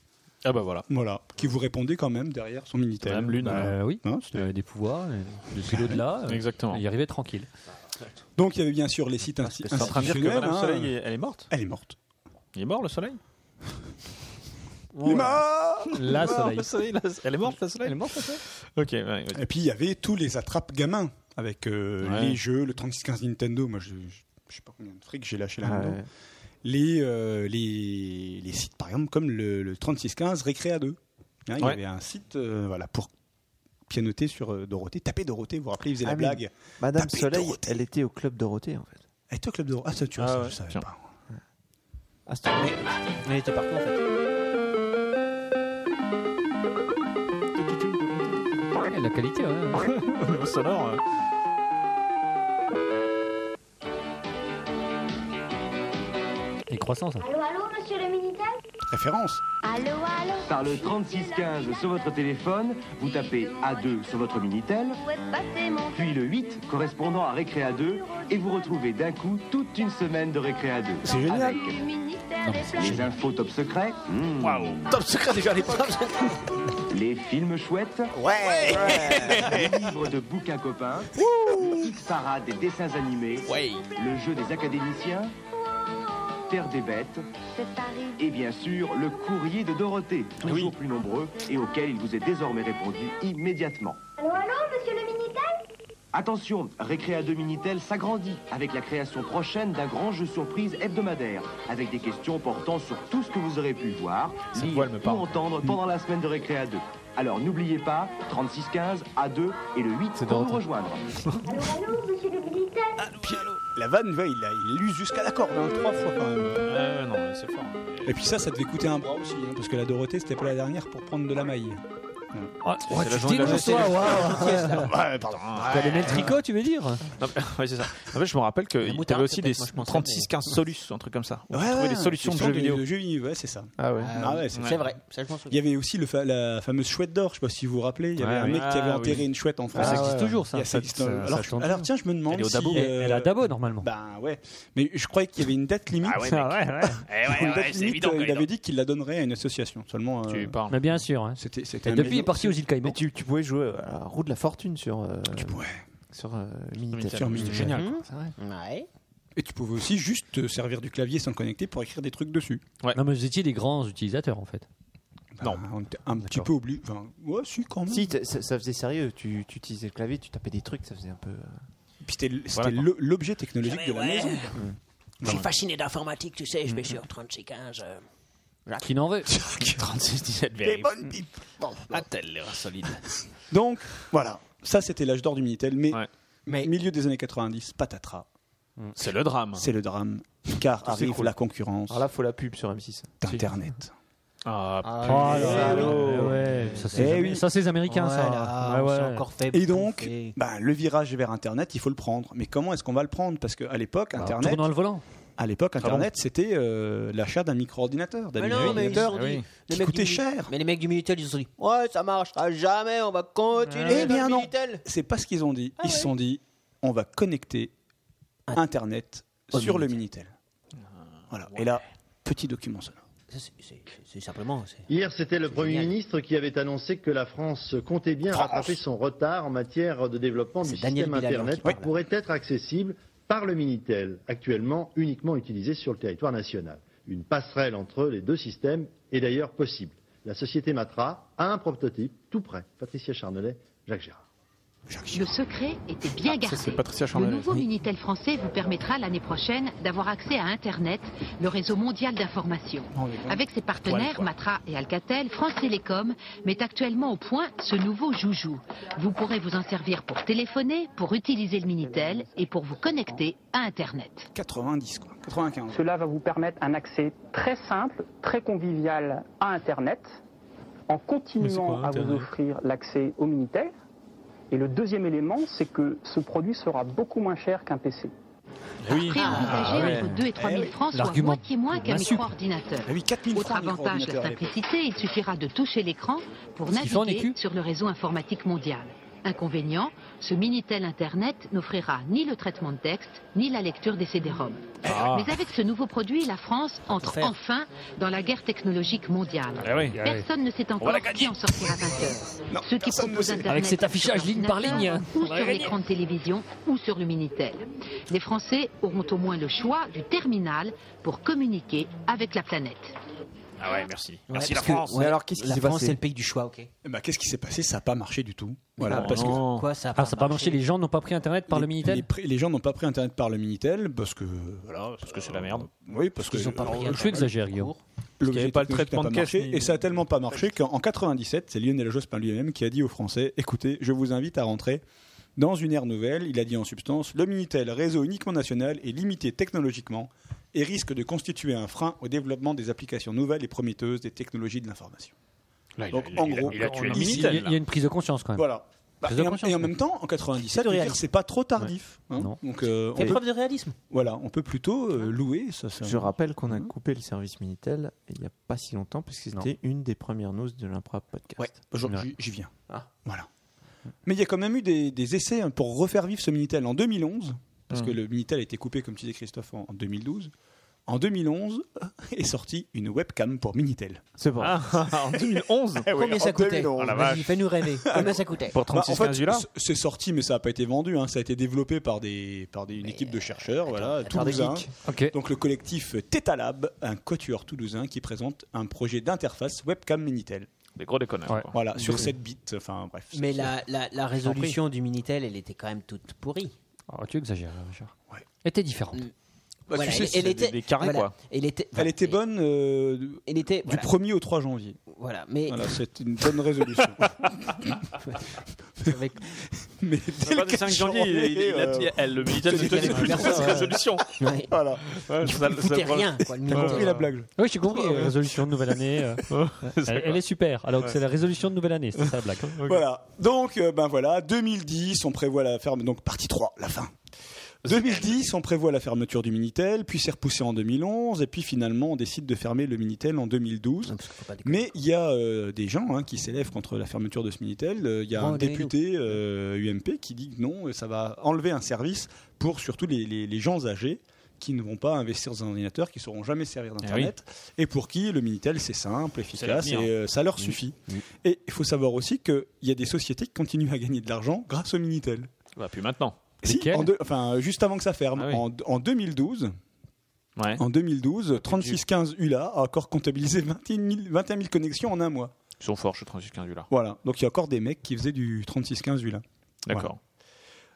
Speaker 1: Ah bah voilà.
Speaker 6: Voilà, qui vous répondait quand même derrière son minitel.
Speaker 2: Madame Lune,
Speaker 6: Bah,
Speaker 2: euh, oui.
Speaker 6: hein, c'était-
Speaker 2: Elle avait des pouvoirs, euh, depuis l'au-delà. euh,
Speaker 1: Exactement.
Speaker 2: Il arrivait tranquille.
Speaker 6: Donc il y avait bien sûr les sites insti-
Speaker 1: T'es en train de dire que
Speaker 6: institutionnels,
Speaker 1: Madame
Speaker 6: Ah, hein.
Speaker 1: Soleil, elle est morte
Speaker 6: Elle est morte.
Speaker 1: Il est mort le Soleil
Speaker 6: Il est mort
Speaker 1: La
Speaker 6: Il est mort,
Speaker 1: Soleil.
Speaker 6: le
Speaker 1: la- Elle est morte la Soleil Elle est morte la Soleil Ok, ouais, ouais.
Speaker 6: Et puis il y avait tous les attrapes gamins avec euh,
Speaker 1: Ouais.
Speaker 6: les jeux, le 3615 Nintendo. Moi, je, je, je sais pas combien de fric j'ai lâché là-dedans.
Speaker 4: Ouais.
Speaker 6: Les, euh, les, les sites, par exemple, comme le, le 3615 Récréa 2. Hein, Il y
Speaker 4: Ouais.
Speaker 6: avait un site euh, voilà, pour pianoter sur euh, Dorothée, taper Dorothée, vous vous rappelez, il faisait
Speaker 4: Ah
Speaker 6: la
Speaker 4: oui.
Speaker 6: blague.
Speaker 4: Madame
Speaker 6: Taper
Speaker 4: Soleil,
Speaker 6: Dorothée.
Speaker 4: elle était au club Dorothée, en fait.
Speaker 6: Elle était au club Dorothée. Ah, ça, tu vois,
Speaker 4: Ah
Speaker 6: ça,
Speaker 4: ouais.
Speaker 6: je savais
Speaker 4: Tiens.
Speaker 6: pas.
Speaker 4: Ah, c'était-
Speaker 5: Elle était partout en fait.
Speaker 2: la qualité,
Speaker 1: Au niveau sonore.
Speaker 6: hein.
Speaker 1: euh.
Speaker 2: Et croissance. hein.
Speaker 18: Allô, allô, monsieur le Minitel
Speaker 6: Référence.
Speaker 18: Allô, allô
Speaker 3: Par le 3615 sur votre téléphone, vous tapez A2 sur votre Minitel,
Speaker 18: Où est passé mon
Speaker 3: puis le 8 correspondant à Récréa 2, et vous retrouvez d'un coup toute une semaine de Récréa 2. C'est génial Les infos top secret. Waouh Top secret déjà à l'époque Les films chouettes. Ouais, Les livres de bouquins copains. Petite parade des dessins animés. Le jeu des académiciens. Terre des Bêtes
Speaker 18: C'est Paris.
Speaker 3: et bien sûr le courrier de Dorothée, toujours plus nombreux et auquel il vous est désormais répondu immédiatement.
Speaker 18: Allô, allô, monsieur le Minitel
Speaker 3: Attention, Récréa de Minitel s'agrandit avec la création prochaine d'un grand jeu surprise hebdomadaire, avec des questions portant sur tout ce que vous aurez pu voir, lire ou entendre pendant la semaine de Récréa 2. Alors n'oubliez pas, 3615, A2 et le 8 pour nous rejoindre.
Speaker 18: Allô, allô, monsieur le Minitel
Speaker 6: La vanne, ouais, il a- il l'use jusqu'à la corde, hein, trois fois quand même.
Speaker 1: non, c'est fort.
Speaker 6: Et puis ça, ça devait coûter un bras aussi, hein, parce que la Dorothée, c'était pas la dernière pour prendre de la maille.
Speaker 1: Ah,
Speaker 6: ouais,
Speaker 1: c'est
Speaker 6: tu
Speaker 1: journée de
Speaker 6: dénonces,
Speaker 1: justice.
Speaker 6: toi, waouh.
Speaker 1: Ouais, pardon.
Speaker 6: T'as donné
Speaker 2: le tricot, tu veux dire
Speaker 1: Non, mais- ouais, c'est ça. En fait, je me rappelle qu'il y
Speaker 6: moutarde,
Speaker 1: avait aussi des
Speaker 6: peut-être, moi, je pensais,
Speaker 1: 36-15 Solus, un truc comme ça. Où tu trouvais des solutions de jeux vidéo.
Speaker 6: ouais, c'est ça.
Speaker 1: Ah ouais.
Speaker 6: Ah ouais,
Speaker 1: C'est vrai,
Speaker 5: ça, je m'en souviens.
Speaker 6: Il y avait aussi le fa- la fameuse chouette d'or, je sais pas si vous vous rappelez. Il y avait
Speaker 1: Ouais,
Speaker 6: un
Speaker 1: oui.
Speaker 6: mec qui avait
Speaker 1: Ah,
Speaker 6: enterré
Speaker 1: oui.
Speaker 6: une chouette en
Speaker 1: Ah,
Speaker 6: France.
Speaker 1: ça existe ouais. toujours, ça.
Speaker 6: Il y a-
Speaker 1: Ça-
Speaker 6: existe,
Speaker 1: ça-
Speaker 6: euh,
Speaker 1: ça
Speaker 6: alors,
Speaker 1: tourne
Speaker 6: alors,
Speaker 1: toujours.
Speaker 6: tiens, je me demande.
Speaker 1: Elle est au
Speaker 6: si,
Speaker 1: Dabo.
Speaker 6: euh,
Speaker 1: Elle est à Dabo, normalement.
Speaker 6: Ben ouais. Mais je croyais qu'il y avait une date limite.
Speaker 1: Ah ouais, mec. Ah ouais, ouais. Eh ouais,
Speaker 6: Une
Speaker 1: ouais,
Speaker 6: date
Speaker 1: c'est
Speaker 6: limite,
Speaker 1: évident,
Speaker 6: euh, Il
Speaker 1: évident.
Speaker 6: avait dit qu'il la donnerait à une association. Seulement. euh, Tu parles.
Speaker 2: Mais bien sûr. hein.
Speaker 6: C'était.
Speaker 2: Et depuis, il est parti aux îles Caïmans.
Speaker 4: Mais tu, tu pouvais jouer à la roue de la fortune sur. euh, Sur euh, Minitel. Mmh.
Speaker 6: Sur Minitel. C'était génial,
Speaker 1: Mhm.
Speaker 6: quoi.
Speaker 5: Ouais.
Speaker 6: Et tu pouvais aussi juste te servir du clavier sans le connecter pour écrire des trucs dessus.
Speaker 2: Non, mais vous étiez des grands utilisateurs en fait.
Speaker 6: Non, on était un petit peu obligé. Enfin, ouais, si, quand même.
Speaker 4: Si, t- ça, ça faisait sérieux. Tu, tu utilisais le clavier, tu tapais des trucs, ça faisait un peu. euh,
Speaker 6: Puis c'était c'était le- l'objet technologique de la maison.
Speaker 5: Je suis fasciné d'informatique, tu sais, je vais sur 3615. euh,
Speaker 2: Qui n'en veut
Speaker 1: 36 17
Speaker 6: Des bonnes Ah,
Speaker 1: pipes. Bon, Attel, solide.
Speaker 6: Donc, voilà. Ça, c'était l'âge d'or du Minitel. Mais, mais milieu des années 90, patatras.
Speaker 2: Mm.
Speaker 1: C'est le drame.
Speaker 6: C'est le drame. Car
Speaker 5: Ah,
Speaker 4: Tout
Speaker 6: arrive
Speaker 4: s'écroule.
Speaker 6: la concurrence
Speaker 4: Alors là, faut la pub sur M6.
Speaker 6: d'Internet.
Speaker 1: Ah,
Speaker 2: là
Speaker 5: Oh
Speaker 2: là, ouais, Eh ouais, ça, c'est
Speaker 5: Eh
Speaker 2: les Am- ça, c'est les Américains, ça. Ouais, ouais.
Speaker 6: Et donc, bah, le virage vers Internet, il faut le prendre. Mais comment est-ce qu'on va le prendre Parce qu'à l'époque,
Speaker 2: en
Speaker 6: Internet.
Speaker 2: tournant le volant.
Speaker 6: À l'époque,
Speaker 2: Ah bon
Speaker 6: Internet, c'était euh, l'achat d'un micro-ordinateur, d'un
Speaker 5: Mais non, mais ils
Speaker 6: mini-ordinateur
Speaker 5: ont dit,
Speaker 2: Eh
Speaker 5: les
Speaker 6: qui
Speaker 5: mecs du
Speaker 6: coûtait
Speaker 5: Mini-
Speaker 6: cher.
Speaker 5: Mais les mecs du Minitel, ils se sont dit Ouais, ça marchera jamais, on va continuer.
Speaker 6: Eh bien
Speaker 5: dans le
Speaker 6: non,
Speaker 5: Minitel.
Speaker 6: c'est pas ce qu'ils ont dit. Ils se sont dit, on va connecter Internet
Speaker 5: Ah. Au
Speaker 6: sur le Minitel. Voilà. Et là, petit document sonore.
Speaker 5: Ça, c'est- c'est- C'est simplement. c'est-
Speaker 19: Hier, c'était le Premier
Speaker 5: Génial.
Speaker 19: ministre qui avait annoncé que la France comptait bien rattraper son retard en matière de développement du
Speaker 5: C'est Daniel
Speaker 19: système
Speaker 5: Bilal, hein,
Speaker 19: Internet
Speaker 5: qui
Speaker 19: qui pourrait être accessible par le Minitel, actuellement uniquement utilisé sur le territoire national. Une passerelle entre les deux systèmes est d'ailleurs possible. La société Matra a un prototype tout prêt. Patricia Charnelet, Jacques Gérard.
Speaker 12: Le secret était bien
Speaker 19: Ah, ça,
Speaker 12: gardé.
Speaker 19: c'est Patricia
Speaker 12: le
Speaker 19: Charmelet.
Speaker 12: nouveau Minitel français vous permettra l'année prochaine d'avoir accès à Internet, le réseau mondial d'information. Avec ses partenaires Matra et Alcatel, France Télécom met actuellement au point ce nouveau joujou. Vous pourrez vous en servir pour téléphoner, pour utiliser le Minitel et pour vous connecter à Internet.
Speaker 6: 90, quoi. 95.
Speaker 20: Cela va vous permettre un accès très simple, très convivial à Internet, en continuant à vous offrir l'accès au Minitel. Et le deuxième élément, c'est que ce produit sera beaucoup moins cher qu'un PC.
Speaker 12: Oui. Prix envisagé
Speaker 20: Ah ouais.
Speaker 12: entre 2 et 3
Speaker 20: Eh
Speaker 12: 000
Speaker 20: oui.
Speaker 12: francs, soit
Speaker 20: L'argument.
Speaker 12: moitié moins qu'un
Speaker 20: La soupe.
Speaker 12: micro-ordinateur.
Speaker 20: Eh oui, 4 000
Speaker 12: Autre
Speaker 20: francs,
Speaker 12: avantage, la
Speaker 20: micro-ordinateur à l'époque.
Speaker 12: simplicité, il suffira de toucher l'écran pour
Speaker 20: Ce qu'ils font, les
Speaker 12: naviguer sur le réseau informatique mondial. Inconvénient, ce Minitel Internet n'offrira ni le traitement de texte, ni la lecture des CD-ROM.
Speaker 20: Ah.
Speaker 12: Mais avec ce nouveau produit, la France entre
Speaker 20: Faire.
Speaker 12: enfin dans la guerre technologique mondiale.
Speaker 20: Eh oui.
Speaker 12: Personne ne sait encore
Speaker 20: la
Speaker 12: qui en sortira vainqueur. Ceux qui proposent Internet
Speaker 2: Avec cet affichage
Speaker 12: sur leur
Speaker 2: ligne par ligne, hein.
Speaker 12: ou
Speaker 2: On va
Speaker 12: sur
Speaker 2: gagner.
Speaker 12: l'écran de télévision ou sur le Minitel. Les Français auront au moins le choix du terminal pour communiquer avec la planète.
Speaker 1: Ah ouais, merci.
Speaker 5: Ouais,
Speaker 1: merci la
Speaker 5: parce que-
Speaker 1: France.
Speaker 5: ouais, Mais alors, qu'est-ce qui la s'est France, passé c'est le pays du choix, ok.
Speaker 6: Bah, qu'est-ce qui s'est passé Ça n'a pas marché du tout. Voilà,
Speaker 2: Ah,
Speaker 6: parce que
Speaker 2: non. Ah, ça n'a pas marché. Les gens n'ont pas pris Internet par le Minitel
Speaker 6: les, prix- les gens n'ont pas pris Internet par le Minitel parce que voilà, euh,
Speaker 1: parce que c'est la merde.
Speaker 6: Oui, parce que
Speaker 1: qu'ils ont pas pris Internet.
Speaker 2: Tu exagères, Guillaume.
Speaker 1: Parce qu'il y avait pas le
Speaker 6: technologique
Speaker 1: traitement
Speaker 6: n'a
Speaker 1: de
Speaker 6: pas
Speaker 1: cache,
Speaker 6: marché,
Speaker 1: ni-
Speaker 6: et ça a tellement pas marché qu'en en 97, c'est Lionel Jospin lui-même qui a dit aux Français "Écoutez, je vous invite à rentrer dans une ère nouvelle." Il a dit en substance "Le Minitel, réseau uniquement national, est limité technologiquement et risque de constituer un frein au développement des applications nouvelles et prometteuses des technologies de l'information."
Speaker 1: Là, il a-
Speaker 6: Donc
Speaker 1: il a-
Speaker 6: en
Speaker 1: il a-
Speaker 6: gros,
Speaker 1: il a tué
Speaker 6: on
Speaker 1: le
Speaker 6: ici-
Speaker 1: Minitel,
Speaker 6: il y a-
Speaker 1: là.
Speaker 2: Il y a une prise de conscience quand même.
Speaker 6: Voilà. Bah,
Speaker 2: Prise de
Speaker 6: et, en,
Speaker 2: conscience,
Speaker 6: et en même temps, en 97, je veux dire,
Speaker 2: réalisme.
Speaker 6: c'est pas trop tardif. hein. Donc, euh,
Speaker 5: Fais
Speaker 6: on
Speaker 5: preuve
Speaker 6: peut-
Speaker 5: de réalisme.
Speaker 6: Voilà, on peut plutôt euh, louer ça. Hein ça-
Speaker 4: Hein Je rappelle qu'on a coupé le service Minitel il n'y a pas si longtemps parce que c'était une des premières news de l'Impra Podcast. Ah.
Speaker 6: Ouais, aujourd'hui, j'y viens. Voilà. Mais il y a quand même eu des, des essais hein, pour refaire vivre ce Minitel en 2011, parce
Speaker 4: Mm.
Speaker 2: Mmh.
Speaker 6: que le Minitel a été coupé, comme tu disais Christophe, en, en 2012. en 2011 est sortie une webcam pour Minitel. Eh
Speaker 4: C'est vrai.
Speaker 6: Ah,
Speaker 1: en 2011
Speaker 5: Combien ça coûtait Oh Vas-y, fais-nous rêver. Combien Eh ben, ça coûtait
Speaker 6: Bah, en fait, c- C'est sorti, mais ça n'a pas été vendu. hein. Ça a été développé par, des, par des- une équipe
Speaker 5: euh,
Speaker 6: de chercheurs, voilà,
Speaker 2: par des
Speaker 6: toulousains.
Speaker 2: geeks.
Speaker 6: Donc le collectif Theta Lab, un quatuor toulousain qui présente un projet d'interface webcam Minitel.
Speaker 1: Des gros déconneurs.
Speaker 6: Voilà,
Speaker 5: Des-
Speaker 6: sur 7 bits. Enfin bref.
Speaker 5: Mais la, la, la résolution du Minitel, elle était quand même toute pourrie.
Speaker 6: Oh,
Speaker 5: Mm.
Speaker 2: tu exagères, Richard. Elle était différente.
Speaker 6: Bah, tu sais,
Speaker 5: elle-
Speaker 6: c'est
Speaker 5: elle
Speaker 6: des-
Speaker 5: était-
Speaker 6: des carrés,
Speaker 5: voilà.
Speaker 6: quoi.
Speaker 5: Elle était,
Speaker 6: Elle était bonne euh,
Speaker 5: elle était,
Speaker 6: du 1er au 3 janvier.
Speaker 5: Voilà, mais
Speaker 6: Voilà, c'est une bonne résolution. Mais dès
Speaker 1: Le
Speaker 6: le
Speaker 1: 5
Speaker 6: 4
Speaker 1: janvier, il- il- il a-
Speaker 6: euh,
Speaker 1: elle- le Minitel lui donnait plus de grosses résolutions.
Speaker 5: Ouais.
Speaker 6: Voilà.
Speaker 1: Ouais, ça- ça-
Speaker 5: foutait rien, quoi, le
Speaker 1: Ouais.
Speaker 5: Minitel.
Speaker 2: J'ai compris la
Speaker 6: blague.
Speaker 2: Oui, j'ai compris. euh,
Speaker 6: Ouais.
Speaker 2: Résolution de nouvelle année. euh, elle, elle est super. Alors que
Speaker 6: Ouais.
Speaker 2: c'est la résolution de nouvelle année, c'est ça la blague.
Speaker 6: Voilà. Donc, euh, ben voilà, 2010, on prévoit la ferme. Donc, partie 3, la fin. 2010, on prévoit la fermeture du Minitel, puis c'est repoussé en 2011, et puis finalement, on décide de fermer le Minitel en 2012. Mais il y a euh, des gens hein, qui s'élèvent contre la fermeture de ce Minitel. Euh, Il y a un
Speaker 5: Rendez-nous.
Speaker 6: député euh, UMP qui dit que non, ça va enlever un service pour surtout les, les- les gens âgés qui ne vont pas investir dans un ordinateur, qui ne sauront jamais servir d'Internet, et pour qui le Minitel, c'est simple, efficace, et
Speaker 1: l'avenir.
Speaker 6: euh, ça leur suffit. Et il faut savoir aussi qu'il y a des sociétés qui continuent à gagner de l'argent grâce au Minitel.
Speaker 1: Bah, puis maintenant.
Speaker 6: Si, en deux- enfin, juste avant que ça ferme, en, en 2012. En 2012, 3615 ULA a encore comptabilisé 21 000, 21 000 connexions en un mois.
Speaker 1: Ils sont forts, je 36 15 là.
Speaker 6: Voilà, donc il y a encore des mecs qui faisaient du 3615 ULA.
Speaker 1: D'accord.
Speaker 6: Voilà.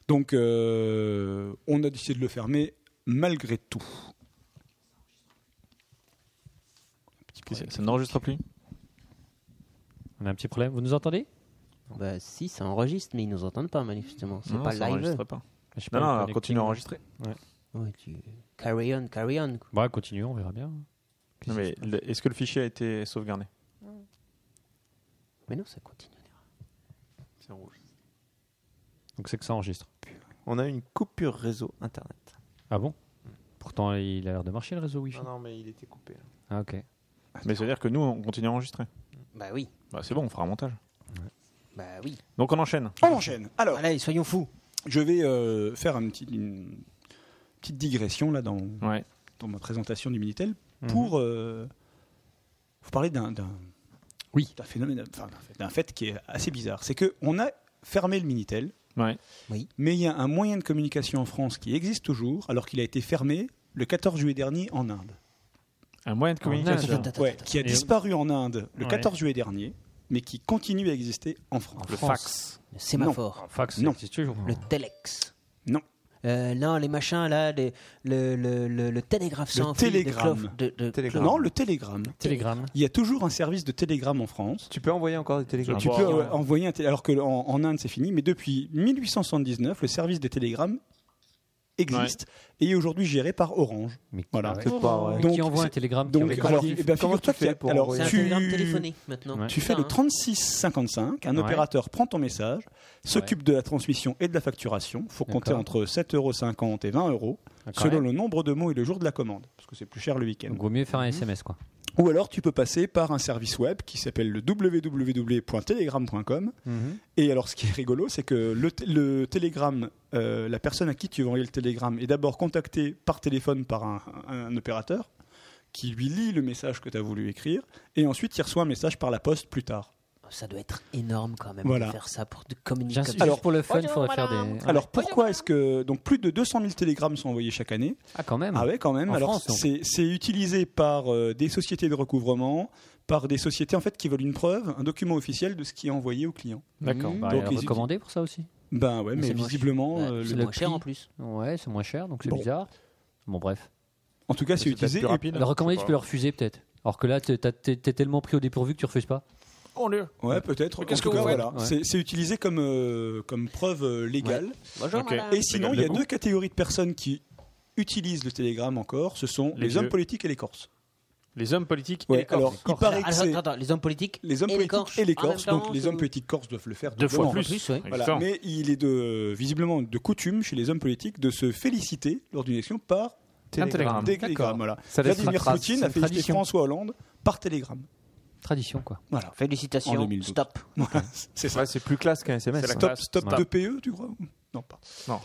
Speaker 6: Donc euh, on a décidé de le fermer malgré tout.
Speaker 1: Ça ça n'enregistre plus
Speaker 2: On a un petit problème. Vous nous entendez
Speaker 5: Bah, si, ça enregistre, mais ils nous entendent pas, manifestement. C'est
Speaker 1: Non,
Speaker 5: pas
Speaker 1: ça
Speaker 5: live.
Speaker 1: enregistre pas. Je sais pas, Non, le non, connecting. continue à enregistrer.
Speaker 2: Ouais.
Speaker 5: Ouais, tu- Carry on, carry on. quoi.
Speaker 2: Bah, continuons, on verra bien.
Speaker 1: Non, mais le- est-ce que le fichier a été sauvegardé
Speaker 5: Mais non, ça continue.
Speaker 4: C'est rouge.
Speaker 2: Donc c'est que ça enregistre.
Speaker 4: On a une coupure réseau internet. Ah
Speaker 2: Ah bon Pourtant, il a l'air de marcher le réseau
Speaker 5: Ah.
Speaker 2: Wi-Fi.
Speaker 4: non, mais il était coupé.
Speaker 2: Ah, ok.
Speaker 1: Mais ça veut dire que nous, on continue à enregistrer.
Speaker 5: Bah oui.
Speaker 1: Bah, c'est bon, on fera un montage.
Speaker 5: Bah oui.
Speaker 1: Donc on enchaîne.
Speaker 6: On enchaîne. Alors,
Speaker 5: allez, soyons fous.
Speaker 6: Je vais euh, faire un petit- une petite digression là dans,
Speaker 1: Ouais. Mhm.
Speaker 6: dans ma présentation du Minitel pour euh, vous parler d'un d'un- d'un phénomène, enfin, d'un fait- d'un fait qui est assez bizarre. C'est que on a fermé le Minitel, mais il y a un moyen de communication en France qui existe toujours, alors qu'il a été fermé le 14 juillet dernier en Inde.
Speaker 1: Un moyen de communication.
Speaker 6: Ouais, qui a disparu en Inde le
Speaker 1: Ouais.
Speaker 6: 14 juillet dernier, mais qui continue à exister en France.
Speaker 1: Le fax.
Speaker 5: Le sémaphore.
Speaker 6: Non.
Speaker 5: Le fax, ça
Speaker 6: non.
Speaker 5: existe Le telex.
Speaker 6: Non.
Speaker 5: Euh, non, les machins là, les- le, le, le, le télégraphe sans
Speaker 6: le
Speaker 5: fil de
Speaker 6: télégramme.
Speaker 5: Clof- de- de-
Speaker 6: Non, le télégramme.
Speaker 5: Télégramme.
Speaker 6: Il y a toujours un service de télégramme en France.
Speaker 4: Tu peux envoyer encore des télégrammes.
Speaker 2: Ah
Speaker 6: Tu peux euh, envoyer un télé- alors que en, en Inde c'est fini, mais depuis 1879, le service des télégrammes existe et est aujourd'hui géré par Orange. voilà.
Speaker 2: c'est pas vrai. Qui envoie un
Speaker 6: c'est-
Speaker 2: télégramme
Speaker 6: donc,
Speaker 2: qui
Speaker 6: alors,
Speaker 2: envoie-
Speaker 6: eh ben,
Speaker 2: Comment
Speaker 6: figure-toi
Speaker 2: tu
Speaker 6: qu'il y a-
Speaker 2: fais pour
Speaker 6: alors,
Speaker 2: envoyer
Speaker 5: C'est un
Speaker 6: tu-
Speaker 5: télégramme téléphoné maintenant.
Speaker 2: Ouais.
Speaker 6: Tu
Speaker 5: C'est
Speaker 6: fais
Speaker 5: ça,
Speaker 6: le
Speaker 5: hein.
Speaker 6: 3655, un
Speaker 2: Ouais.
Speaker 6: opérateur prend ton message, s'occupe de la transmission et de la facturation. faut compter
Speaker 2: D'accord.
Speaker 6: entre 7,50€ et 20 euros
Speaker 2: D'accord.
Speaker 6: selon le nombre de mots et le jour de la commande, parce que c'est plus cher le week-end.
Speaker 2: Donc, vaut mieux
Speaker 5: Mhm.
Speaker 2: faire un SMS, quoi.
Speaker 6: Ou alors tu peux passer par un service web qui s'appelle le www.telegram.com. Et alors ce qui est rigolo, c'est que le, t- le Telegram, euh, la personne à qui tu vas envoyer le Telegram est d'abord contactée par téléphone par un, un opérateur qui lui lit le message que tu as voulu écrire et ensuite il reçoit un message par la poste plus tard.
Speaker 5: Ça doit être énorme quand même
Speaker 6: Voilà.
Speaker 5: de faire ça pour de communiquer.
Speaker 2: J'insiste, juste pour le fun, Bonjour, faudrait faire madame. des-
Speaker 6: Alors pourquoi est-ce que donc plus de 200 000 télégrammes sont envoyés chaque année
Speaker 2: Ah, quand même.
Speaker 6: Ah ouais, quand même.
Speaker 2: En
Speaker 6: Alors
Speaker 2: France, donc.
Speaker 6: c'est c'est utilisé par euh, des sociétés de recouvrement, par des sociétés en fait qui veulent une preuve, un document officiel de ce qui est envoyé au client.
Speaker 2: D'accord. Bah,
Speaker 6: Donc,
Speaker 2: elle est
Speaker 6: les uti-
Speaker 2: recommandée pour ça aussi.
Speaker 6: Ben ouais,
Speaker 2: Mais
Speaker 6: mais
Speaker 2: c'est moins
Speaker 6: visiblement
Speaker 2: cher. Bah,
Speaker 6: euh,
Speaker 2: c'est
Speaker 6: le
Speaker 2: moins
Speaker 6: prix-
Speaker 2: cher en plus. Ouais, c'est moins cher, donc c'est
Speaker 6: Bon.
Speaker 2: bizarre. Bon, bref.
Speaker 6: En tout cas, c'est utilisé. et-
Speaker 2: Le recommandé, tu peux le refuser peut-être. Alors que là, t'es t'as- t'es- t'es tellement pris au dépourvu que tu refuses pas. Ah,
Speaker 1: On le.
Speaker 6: Ouais, peut-être.
Speaker 1: Mais
Speaker 6: En
Speaker 1: qu'est-ce
Speaker 6: tout
Speaker 1: que
Speaker 6: cas,
Speaker 1: vous faites
Speaker 6: voilà.
Speaker 1: Ouais.
Speaker 6: C'est- C'est utilisé comme, euh, comme preuve euh, légale.
Speaker 1: Ouais. Bonjour, Ok. madame.
Speaker 6: Et sinon, il y a
Speaker 1: Debout.
Speaker 6: deux catégories de personnes qui utilisent le Telegram encore. Ce sont
Speaker 1: Les
Speaker 6: les, hommes
Speaker 1: vieux.
Speaker 6: politiques et les Corses.
Speaker 1: Les hommes politiques et
Speaker 6: Ouais,
Speaker 1: les Corses.
Speaker 6: alors, il paraît que
Speaker 5: Attends,
Speaker 6: c'est-
Speaker 5: attends, les hommes politiques
Speaker 6: les hommes
Speaker 5: et les
Speaker 6: politiques
Speaker 5: Corses
Speaker 6: et les
Speaker 5: en même
Speaker 6: Corses, donc
Speaker 5: temps,
Speaker 6: les
Speaker 5: c'est-
Speaker 6: hommes politiques corses doivent le faire
Speaker 1: Deux fois
Speaker 6: doublement.
Speaker 1: plus. Plus, ouais.
Speaker 6: Voilà.
Speaker 1: Exactement.
Speaker 6: Mais il est de, euh, visiblement de coutume chez les hommes politiques de se féliciter lors d'une élection par
Speaker 2: télégramme.
Speaker 6: télégramme.
Speaker 2: D'accord.
Speaker 6: voilà.
Speaker 2: Ça laisse une
Speaker 6: Vladimir
Speaker 2: trace. C'est
Speaker 6: Poutine
Speaker 2: une
Speaker 6: a félicité
Speaker 2: tradition.
Speaker 6: François Hollande par télégramme.
Speaker 2: Tradition, quoi.
Speaker 6: Voilà.
Speaker 5: Félicitations.
Speaker 6: En 2012.
Speaker 5: Stop.
Speaker 6: c'est
Speaker 4: ça. c'est plus classe qu'un SMS.
Speaker 1: C'est la
Speaker 4: hein.
Speaker 6: E,
Speaker 1: classe.
Speaker 6: Stop
Speaker 1: Ouais.
Speaker 6: de PE, tu crois Non, pas.
Speaker 1: Non.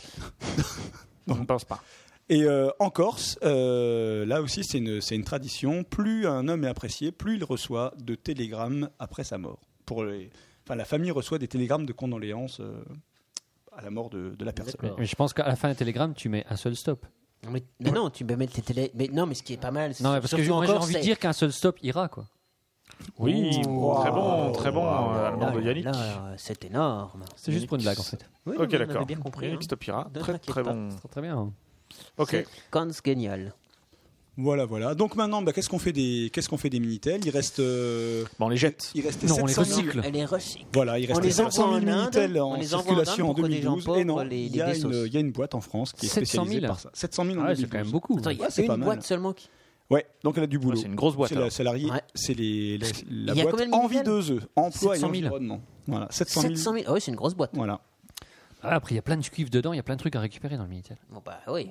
Speaker 1: On ne pense pas.
Speaker 6: Et euh, en Corse, euh, là aussi, c'est une, c'est une tradition. Plus un homme est apprécié, plus il reçoit de télégrammes après sa mort. Pour les- enfin, la famille reçoit des télégrammes de condoléances euh, à la mort de, de la personne.
Speaker 2: Mais je pense qu'à la fin d'un télégramme, tu mets un seul stop.
Speaker 5: Non, mais, mais non, tu peux mettre les télé. Mais non, mais ce qui est pas mal. c'est-
Speaker 2: Non, mais parce que
Speaker 5: surtout
Speaker 2: moi, j'ai
Speaker 5: encore,
Speaker 2: envie de
Speaker 5: c'est-
Speaker 2: dire qu'un seul stop ira, quoi.
Speaker 1: Oui, très bon, très bon,
Speaker 5: Wow.
Speaker 1: euh, allemand de
Speaker 5: Là,
Speaker 1: Yannick.
Speaker 5: là, C'est énorme.
Speaker 2: C'est juste pour une blague, en fait.
Speaker 5: Oui,
Speaker 1: ok,
Speaker 5: non, on avait
Speaker 1: d'accord.
Speaker 5: bien compris,
Speaker 1: Yannick
Speaker 5: hein.
Speaker 1: Stopira,
Speaker 5: Ne
Speaker 1: très
Speaker 5: t'inquiète
Speaker 1: très
Speaker 5: pas.
Speaker 1: bon.
Speaker 2: Très bien.
Speaker 1: Ok.
Speaker 5: Cons Guignol.
Speaker 6: Voilà, voilà. Donc maintenant, bah, qu'est-ce qu'on fait des, qu'est-ce qu'on fait des minitel Il reste. euh,
Speaker 1: on les jette.
Speaker 6: Il restait
Speaker 5: Non, on les
Speaker 6: 700 000.
Speaker 5: recycle. Elle les recycle.
Speaker 6: Voilà, il
Speaker 5: On
Speaker 6: restait
Speaker 5: les envoie
Speaker 6: 700 000
Speaker 5: en Inde,
Speaker 6: minitel en
Speaker 5: on les envoie en Inde
Speaker 6: circulation en
Speaker 5: pour que des gens
Speaker 6: 2012.
Speaker 5: pauvres
Speaker 6: Et non,
Speaker 5: les- les
Speaker 6: il y, a une,
Speaker 5: désossent.
Speaker 6: il y a une boîte en France qui est
Speaker 5: 700 000.
Speaker 6: spécialisée par ça. 700 000 en
Speaker 5: Ah Ouais, c'est
Speaker 6: 2012.
Speaker 5: quand même beaucoup. Attends, il y a
Speaker 6: Ouais, c'est
Speaker 5: une
Speaker 6: pas mal.
Speaker 5: boîte seulement qui-
Speaker 6: Ouais, donc elle a du boulot. C'est une
Speaker 1: grosse boîte,
Speaker 6: C'est la
Speaker 1: alors.
Speaker 6: salariée, c'est les, la, la
Speaker 5: Il y a
Speaker 6: boîte
Speaker 5: combien de
Speaker 6: envie
Speaker 5: Minitel
Speaker 6: de eux, emploi
Speaker 5: 700
Speaker 6: et
Speaker 5: 000.
Speaker 6: environnement. Voilà, 700 000.
Speaker 5: 700 000. Ah oui, c'est une grosse boîte.
Speaker 6: Voilà.
Speaker 2: Ah, après, il y a plein de cuivres dedans, il y a plein de trucs à récupérer dans le Minitel.
Speaker 5: Bon, bah
Speaker 1: Ah
Speaker 5: oui.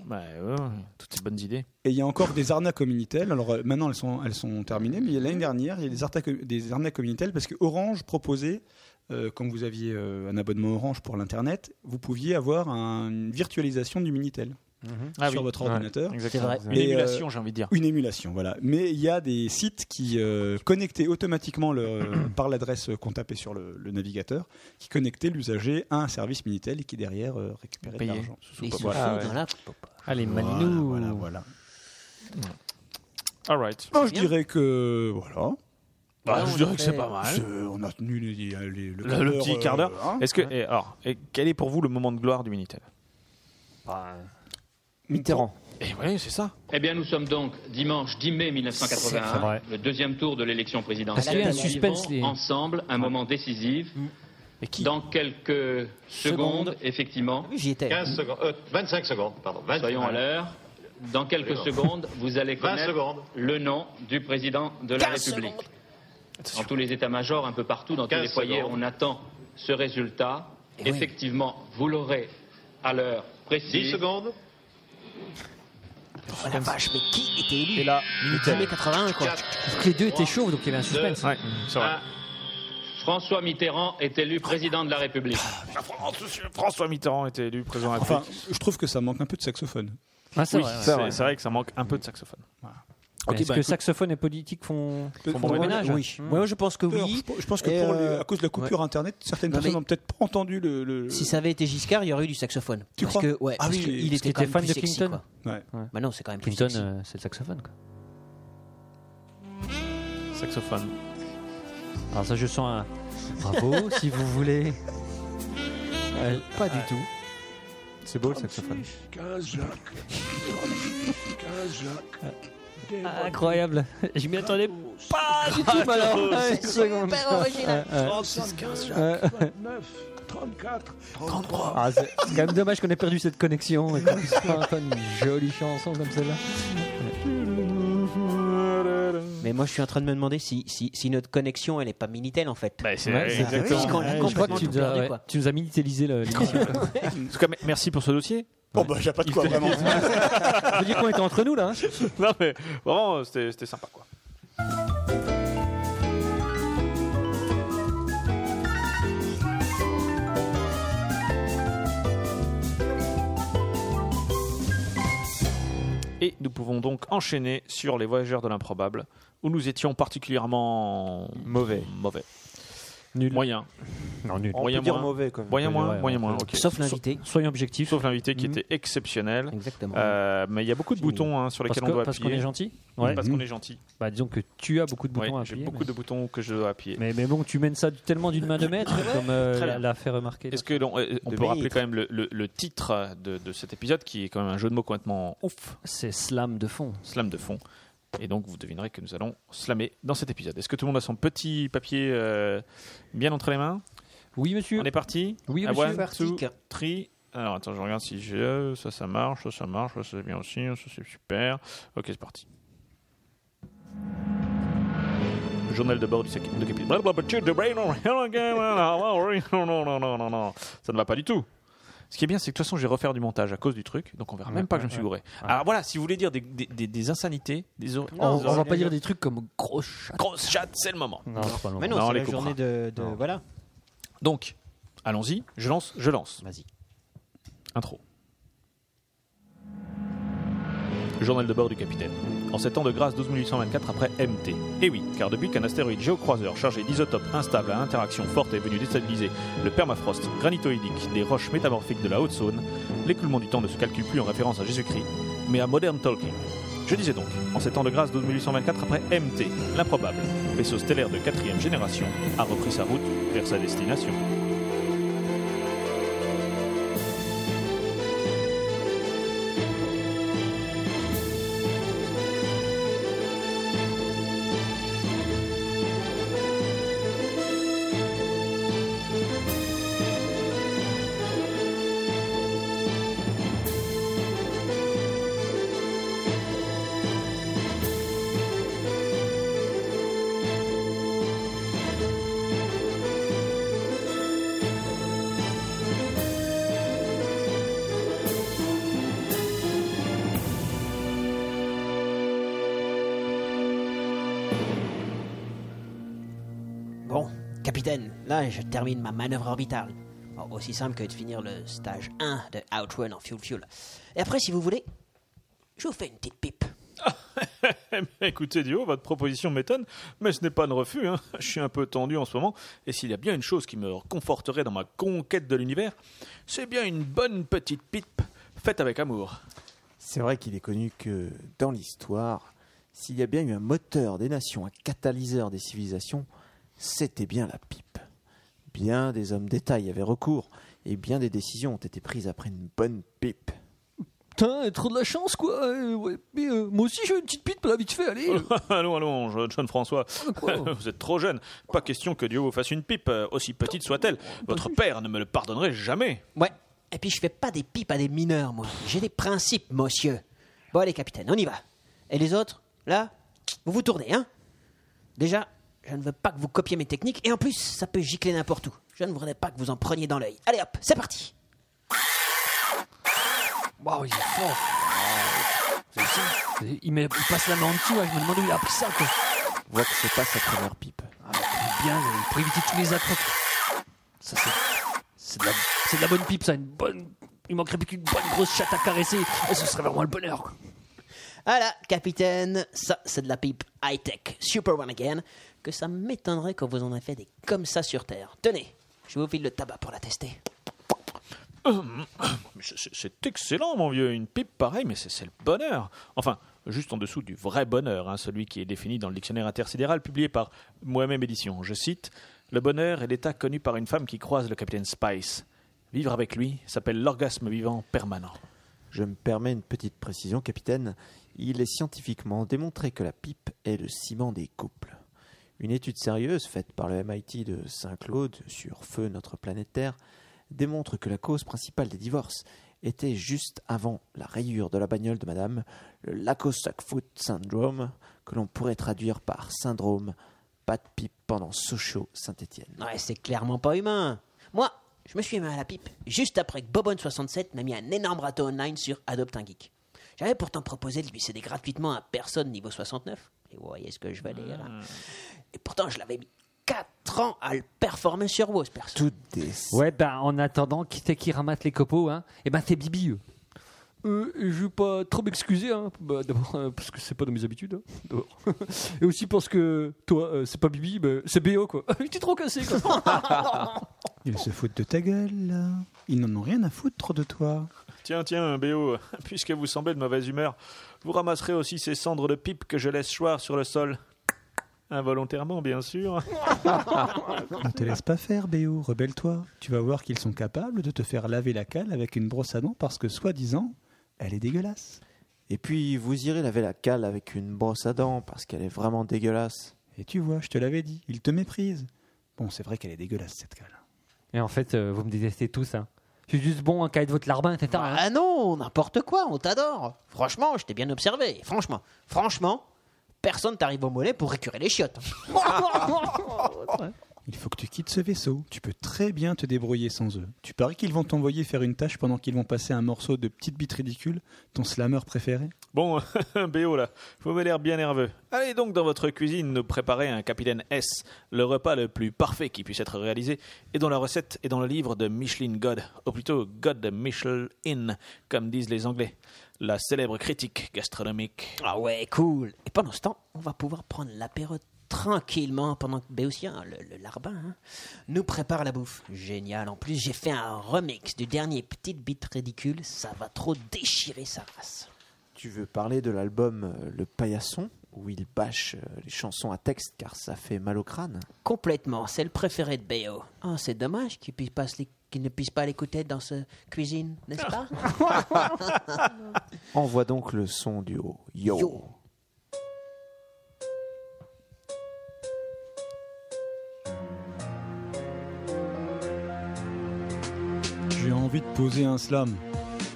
Speaker 1: toutes ces bonnes idées.
Speaker 6: Et il y a encore des arnaques au Minitel. Alors euh, maintenant, elles sont, elles sont terminées, mais l'année dernière, il y a des arnaques, des arnaques au Minitel parce que Orange proposait, euh, quand vous aviez euh, un abonnement Orange pour l'Internet, vous pouviez avoir un- une virtualisation du Minitel.
Speaker 1: Ah
Speaker 6: sur
Speaker 1: oui.
Speaker 6: votre
Speaker 1: Ouais,
Speaker 6: ordinateur.
Speaker 1: exactement. C'est vrai.
Speaker 6: Et, euh,
Speaker 1: Une émulation, j'ai envie de dire.
Speaker 6: Une émulation, voilà. Mais il y a des sites qui euh, connectaient automatiquement le, par l'adresse qu'on tapait sur le, le navigateur, qui connectaient l'usager à un service Minitel et qui derrière euh, récupérait de
Speaker 1: Payait.
Speaker 6: l'argent.
Speaker 1: Sous- Et sous-
Speaker 6: Voilà.
Speaker 1: sous- dans la Bah, pop.
Speaker 2: Allez,
Speaker 6: Voilà,
Speaker 2: Manou.
Speaker 6: Voilà, voilà.
Speaker 1: All right.
Speaker 6: Moi, je dirais que voilà.
Speaker 1: Bah, Ouais, je on dirais a que c'est fait- pas mal.
Speaker 6: on a tenu les- les- les- le,
Speaker 1: Le, le petit quart d'heure.
Speaker 6: euh, hein.
Speaker 1: Est-ce que et alors, et quel est pour vous le moment de gloire du Minitel
Speaker 5: Bah,
Speaker 4: Mitterrand.
Speaker 1: Eh oui, c'est ça.
Speaker 11: Eh bien, nous sommes donc dimanche 10 mai
Speaker 1: C'est vrai.
Speaker 11: 1981, le deuxième tour de l'élection présidentielle.
Speaker 2: Parce qu'il y a un suspense,
Speaker 11: Nous vivons
Speaker 2: les- Mm.
Speaker 11: ensemble un moment décisif. Dans quelques secondes,
Speaker 2: Secondes.
Speaker 11: effectivement.
Speaker 5: J'y étais.
Speaker 2: Mm.
Speaker 11: 15 secondes, 25 secondes, pardon. Soyons à l'heure. Dans quelques
Speaker 5: Secondes.
Speaker 11: secondes, vous allez
Speaker 5: 20
Speaker 11: connaître
Speaker 5: secondes.
Speaker 11: le nom du président de la
Speaker 5: 15
Speaker 11: République. Dans tous les états-majors, un peu partout, dans tous
Speaker 5: 15
Speaker 11: les foyers,
Speaker 5: secondes.
Speaker 11: on attend ce résultat. Effectivement, vous l'aurez à l'heure précise. 10 secondes.
Speaker 5: Oh la vache, mais qui était élu
Speaker 1: Et là,
Speaker 5: Minitel. 81, quoi.
Speaker 2: que les deux étaient chauves, donc il y avait un suspense.
Speaker 11: Deux. Un. François Mitterrand est élu président de la République.
Speaker 1: François Mitterrand était élu président de la
Speaker 6: Enfin,
Speaker 1: République.
Speaker 6: je trouve que ça manque un peu de saxophone.
Speaker 2: Ah, c'est
Speaker 1: Oui,
Speaker 2: vrai, ouais.
Speaker 1: c'est c'est vrai que ça manque un peu de saxophone.
Speaker 2: Mais
Speaker 1: Ok,
Speaker 2: Est-ce
Speaker 1: bah,
Speaker 2: que
Speaker 1: écoute.
Speaker 2: saxophone et politique font, font bon ménage
Speaker 5: Oui.
Speaker 2: Hmm.
Speaker 5: Moi, je pense que
Speaker 6: Alors,
Speaker 5: oui.
Speaker 6: je, pe- je pense que
Speaker 5: Et,
Speaker 6: pour
Speaker 5: euh,
Speaker 6: les- à cause de la coupure internet, certaines
Speaker 5: Non, mais-
Speaker 6: personnes n'ont peut-être pas entendu le. le-
Speaker 5: Si ça avait été Giscard, il y aurait eu du saxophone.
Speaker 6: Tu
Speaker 5: parce
Speaker 6: crois
Speaker 5: que, ouais,
Speaker 6: Ah
Speaker 5: parce
Speaker 6: oui,
Speaker 5: qu'il
Speaker 6: parce
Speaker 5: était
Speaker 6: qu'il
Speaker 5: quand
Speaker 6: était
Speaker 5: même
Speaker 6: fan
Speaker 5: plus
Speaker 6: de
Speaker 5: sexy,
Speaker 6: Clinton.
Speaker 5: quoi.
Speaker 6: Ouais.
Speaker 5: Bah non, c'est quand même plus
Speaker 2: Clinton,
Speaker 5: sexy.
Speaker 2: euh, c'est le saxophone. Quoi.
Speaker 1: Saxophone.
Speaker 2: Alors ça, je sens un bravo si vous voulez. Euh, pas du tout.
Speaker 4: C'est beau le saxophone.
Speaker 9: 15 Jacques. 15 Jacques. Des bonnes
Speaker 2: Incroyable. Ah, Je m'y attendais pas du
Speaker 9: Ah,
Speaker 2: tout, mais alors.
Speaker 9: Kratos,
Speaker 2: Ouais,
Speaker 9: c'est
Speaker 2: seconde.
Speaker 9: super original.
Speaker 2: Ouais, ouais.
Speaker 9: 36, 15 Jacques.
Speaker 2: Ouais.
Speaker 9: 29, 34, 33.
Speaker 2: Ah, c'est c'est quand même dommage qu'on ait perdu cette connexion et qu'on puisse pas entendre une jolie chanson comme celle-là.
Speaker 1: Mm.
Speaker 5: Mais moi, je suis en train de me demander si, si, si notre connexion, elle est pas Minitel en fait.
Speaker 1: Bah, c'est-
Speaker 2: Ouais, c'est-
Speaker 1: exactement.
Speaker 2: oui,
Speaker 5: Puisqu'on l'a
Speaker 2: ouais, je vois
Speaker 5: complètement
Speaker 2: que tu
Speaker 5: tout
Speaker 2: nous as-
Speaker 5: perdu,
Speaker 2: ouais,
Speaker 5: quoi.
Speaker 2: tu nous as militarisé le- l'émission.
Speaker 1: En tout cas, me- merci pour ce dossier.
Speaker 6: Bon, bah, j'ai pas de quoi vraiment.
Speaker 2: Je veux dire qu'on était entre nous là. hein.
Speaker 1: non, mais vraiment, euh, c'était c'était sympa quoi. Et nous pouvons donc enchaîner sur les voyageurs de l'improbable, où nous étions particulièrement
Speaker 4: Mauvais.
Speaker 1: mauvais. Nul. Moyen.
Speaker 2: Non, nul.
Speaker 4: On
Speaker 1: moyen
Speaker 4: peut dire
Speaker 1: moins.
Speaker 4: mauvais, quand même.
Speaker 1: Moyen
Speaker 4: Ouais,
Speaker 1: moins,
Speaker 4: ouais,
Speaker 1: moyen
Speaker 4: on
Speaker 1: moins.
Speaker 4: peut-
Speaker 1: ok.
Speaker 5: Sauf l'invité.
Speaker 2: Soyons objectifs.
Speaker 1: Sauf l'invité qui
Speaker 2: Mhm.
Speaker 1: était exceptionnel.
Speaker 5: Exactement.
Speaker 1: Euh, mais il y a beaucoup de boutons hein, sur
Speaker 2: Parce
Speaker 1: lesquels
Speaker 2: que-
Speaker 1: on doit
Speaker 2: parce
Speaker 1: appuyer.
Speaker 2: qu'on est gentil Ouais.
Speaker 1: Parce
Speaker 2: Mhm.
Speaker 1: qu'on est gentil.
Speaker 2: Bah, disons que tu as beaucoup de boutons
Speaker 1: Ouais,
Speaker 2: à
Speaker 1: J'ai
Speaker 2: appuyer,
Speaker 1: beaucoup
Speaker 2: mais-
Speaker 1: de boutons que je dois appuyer.
Speaker 2: Mais, mais bon, tu mènes ça tellement d'une main de maître, comme euh,
Speaker 1: Très bien.
Speaker 2: l'a- l'a fait remarquer.
Speaker 1: Est-ce que l'on- euh, on
Speaker 2: De
Speaker 1: peut rappeler
Speaker 2: maître.
Speaker 1: quand même le, le- le titre de, de cet épisode qui est quand même un jeu de mots complètement ouf,
Speaker 2: C'est slam de fond.
Speaker 1: slam de fond. Et donc vous devinerez que nous allons slammer dans cet épisode. Est-ce que tout le monde a son petit papier euh, bien entre les mains
Speaker 2: Oui, monsieur.
Speaker 1: On est parti
Speaker 2: Oui,
Speaker 1: Ah,
Speaker 2: monsieur.
Speaker 1: one, two,
Speaker 2: Parti.
Speaker 1: three. Alors attends, je regarde si j'ai euh, ça, ça marche, ça, ça marche, ça c'est bien aussi, ça c'est super. Ok, c'est parti. Journal de bord du sac de capitaine. Ah, Ça ne va pas du tout. Ce qui est bien, c'est que de toute façon, je vais refaire du montage à cause du truc, donc on verra même pas que je me suis gouré. Alors voilà, si vous voulez dire des, des- des- des insanités, des hor- des
Speaker 2: On, on va
Speaker 1: horreurs-
Speaker 2: pas dire des trucs comme grosse chatte.
Speaker 1: Grosse chatte, c'est le moment.
Speaker 2: Non, c'est pas le
Speaker 5: Mais non,
Speaker 1: Non, on
Speaker 5: c'est
Speaker 1: les
Speaker 5: la
Speaker 1: coupera.
Speaker 5: journée de. de- Voilà.
Speaker 1: Donc, allons-y, je lance, je lance.
Speaker 5: Vas-y.
Speaker 1: Intro. le journal de bord du capitaine. En sept ans de grâce 12824 après MT. Et oui, car depuis qu'un astéroïde géocroiseur chargé d'isotopes instables à interaction forte est venu déstabiliser le permafrost granitoïdique des roches métamorphiques de la Haute-Saône, l'écoulement du temps ne se calcule plus en référence à Jésus-Christ, mais à Modern Talking. Je disais donc, en sept ans de grâce 12824 après MT, l'improbable vaisseau stellaire de quatrième génération a repris sa route vers sa destination.
Speaker 5: Bon, capitaine, là je termine ma manœuvre orbitale. Bon, aussi simple que de finir le stage 1 de Outrun en Fuel Fuel. Et après, si vous voulez, je vous fais une petite pipe.
Speaker 1: Eh Écoutez, Dio, votre proposition m'étonne, mais ce n'est pas un refus. hein. Je suis un peu tendu en ce moment, et s'il y a bien une chose qui me conforterait dans ma conquête de l'univers, c'est bien une bonne petite pipe faite avec amour.
Speaker 4: C'est vrai qu'il est connu que dans l'histoire, s'il y a bien eu un moteur des nations, un catalyseur des civilisations, c'était bien la pipe. Bien des hommes d'État y avaient recours et bien des décisions ont été prises après une bonne pipe.
Speaker 7: Putain, trop de la chance, quoi. Euh, ouais, mais, euh, moi aussi, j'ai une petite pite, là, vite fait, allez.
Speaker 1: allons, allons, John- John François. vous êtes trop jeune. Pas question que Dieu vous fasse une pipe, euh, aussi petite soit-elle. Votre père ne me le pardonnerait jamais.
Speaker 5: Ouais. Et puis je fais pas des pipes à des mineurs, moi. J'ai des principes, monsieur. Bon, allez, capitaine, on y va. Et les autres, là, vous vous tournez, hein Déjà, je ne veux pas que vous copiez mes techniques, et en plus, ça peut gicler n'importe où. Je ne voudrais pas que vous en preniez dans l'œil. Allez hop, c'est parti
Speaker 7: Waouh, il est fort. C'est ça. C'est- Il, met- il passe la main en dessous, ouais, je me demande où il a pris ça, quoi. Ah,
Speaker 4: On voit que c'est pas sa première pipe.
Speaker 7: Bien, euh, pour éviter tous les accrocs. Ça, c'est, c'est, de la, c'est de la bonne pipe, ça. Une bonne, il manquerait plus qu'une bonne grosse chatte à caresser, et ce serait vraiment le bonheur, quoi.
Speaker 5: Voilà, capitaine, ça c'est de la pipe high-tech, super one again, que ça m'étonnerait quand vous en avez fait des comme ça sur Terre. Tenez, je vous file le tabac pour la tester.
Speaker 1: Hum, mais c'est- C'est c'est excellent, mon vieux. Une pipe pareille, mais c'est c'est le bonheur. Enfin, juste en dessous du vrai bonheur, hein, celui qui est défini dans le dictionnaire intersidéral publié par moi-même édition. Je cite Le bonheur est l'état connu par une femme qui croise le capitaine Spice. Vivre avec lui s'appelle l'orgasme vivant permanent.
Speaker 4: Je me permets une petite précision, capitaine. Il est scientifiquement démontré que la pipe est le ciment des couples. Une étude sérieuse faite par le MIT de Saint-Claude sur Feu notre planète Terre démontre que la cause principale des divorces était juste avant la rayure de la bagnole de madame, le Lacoste-Foot syndrome, que l'on pourrait traduire par syndrome pas de pipe pendant Sochaux Saint-Étienne.
Speaker 5: Ouais, c'est clairement pas humain. Moi, je me suis mis à la pipe juste après que Bobonne67 m'a mis un énorme râteau online sur Adopte un Geek. J'avais pourtant proposé de lui céder gratuitement à personne niveau 69. Et vous voyez ce que je vais dire.
Speaker 7: Hmm.
Speaker 5: hein. Et pourtant, je l'avais mis 4 ans à le performer sur WoW, ce perso.
Speaker 7: Ouais, ben en attendant, qui c'est qui ramasse les copeaux, hein Eh ben c'est Bibi. eux. Euh, je vais pas trop m'excuser, hein. Bah, d'abord euh, parce que c'est pas dans mes habitudes, hein, d'abord. et aussi parce que toi, euh, c'est pas Bibi, bah, c'est BO quoi. Je t'ai trop cassé quoi.
Speaker 6: Ils se foutent de ta gueule. Ils n'en ont rien à foutre de toi.
Speaker 1: Tiens, tiens, BO, puisque vous semblez de mauvaise humeur, vous ramasserez aussi ces cendres de pipe que je laisse choir sur le sol. Involontairement, bien sûr.
Speaker 6: Ne te laisse pas faire, Béo, rebelle-toi. Tu vas voir qu'ils sont capables de te faire laver la cale avec une brosse à dents parce que, soi-disant, elle est dégueulasse.
Speaker 4: Et puis vous irez laver la cale avec une brosse à dents parce qu'elle est vraiment dégueulasse.
Speaker 6: Et tu vois, je te l'avais dit, ils te méprisent. Bon, c'est vrai qu'elle est dégueulasse, cette cale.
Speaker 7: Et en fait, euh, vous me détestez tous, hein. Je suis juste bon à cahier de votre larbin, hein etc.
Speaker 5: Ah non, n'importe quoi, on t'adore. Franchement, je t'ai bien observé. Franchement, franchement, personne t'arrive au mollet pour récurer les chiottes.
Speaker 6: Il faut que tu quittes ce vaisseau. Tu peux très bien te débrouiller sans eux. Tu paries qu'ils vont t'envoyer faire une tâche pendant qu'ils vont passer un morceau de petite bite ridicule, ton slammer préféré
Speaker 1: Bon, BO là, vous avez l'air bien nerveux. Allez donc dans votre cuisine nous préparer un capitaine S, le repas le plus parfait qui puisse être réalisé et dont la recette est dans le livre de Michelin God, ou plutôt God de Michelin, comme disent les Anglais, la célèbre critique gastronomique.
Speaker 5: Ah ouais, cool. Et pendant ce temps, on va pouvoir prendre l'apéro tranquillement pendant que Béotien, le, le larbin, hein, nous prépare la bouffe. Génial. En plus, j'ai fait un remix du dernier Petite Bite Ridicule. Ça va trop déchirer sa race.
Speaker 4: Tu veux parler de l'album euh, Le Paillasson, où il bâche euh, les chansons à texte car ça fait mal au crâne
Speaker 5: Complètement. C'est le préféré de Béo. Ah, c'est dommage qu'il puisse pas se l'é- qu'il ne puisse pas l'écouter dans ce cuisine, n'est-ce pas
Speaker 4: Envoie donc le son du haut. Yo,
Speaker 6: J'ai envie de poser un slam.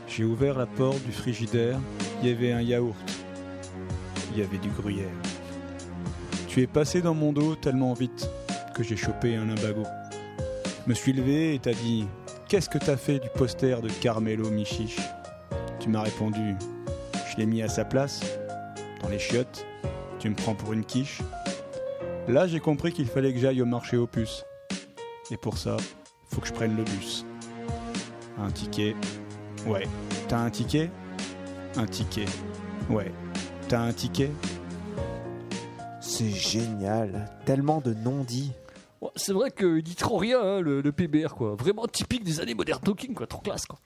Speaker 6: J'ai ouvert la porte du frigidaire. Il y avait un yaourt. Il y avait du gruyère. Tu es passé dans mon dos tellement vite que j'ai chopé un limbago. Me suis levé et t'as dit Qu'est-ce que t'as fait du poster de Carmelo Michiche Tu m'as répondu Je l'ai mis à sa place, dans les chiottes. Tu me prends pour une quiche. Là, j'ai compris qu'il fallait que j'aille au marché aux puces. Et pour ça, faut que je prenne le bus. Un ticket. Ouais. T'as un ticket Un ticket. Ouais. T'as un ticket
Speaker 4: C'est génial. Tellement de non-dits.
Speaker 7: Ouais, C'est vrai qu'il dit trop rien, hein, le, le PBR, quoi. Vraiment typique des années Modern Talking, quoi. Trop classe, quoi.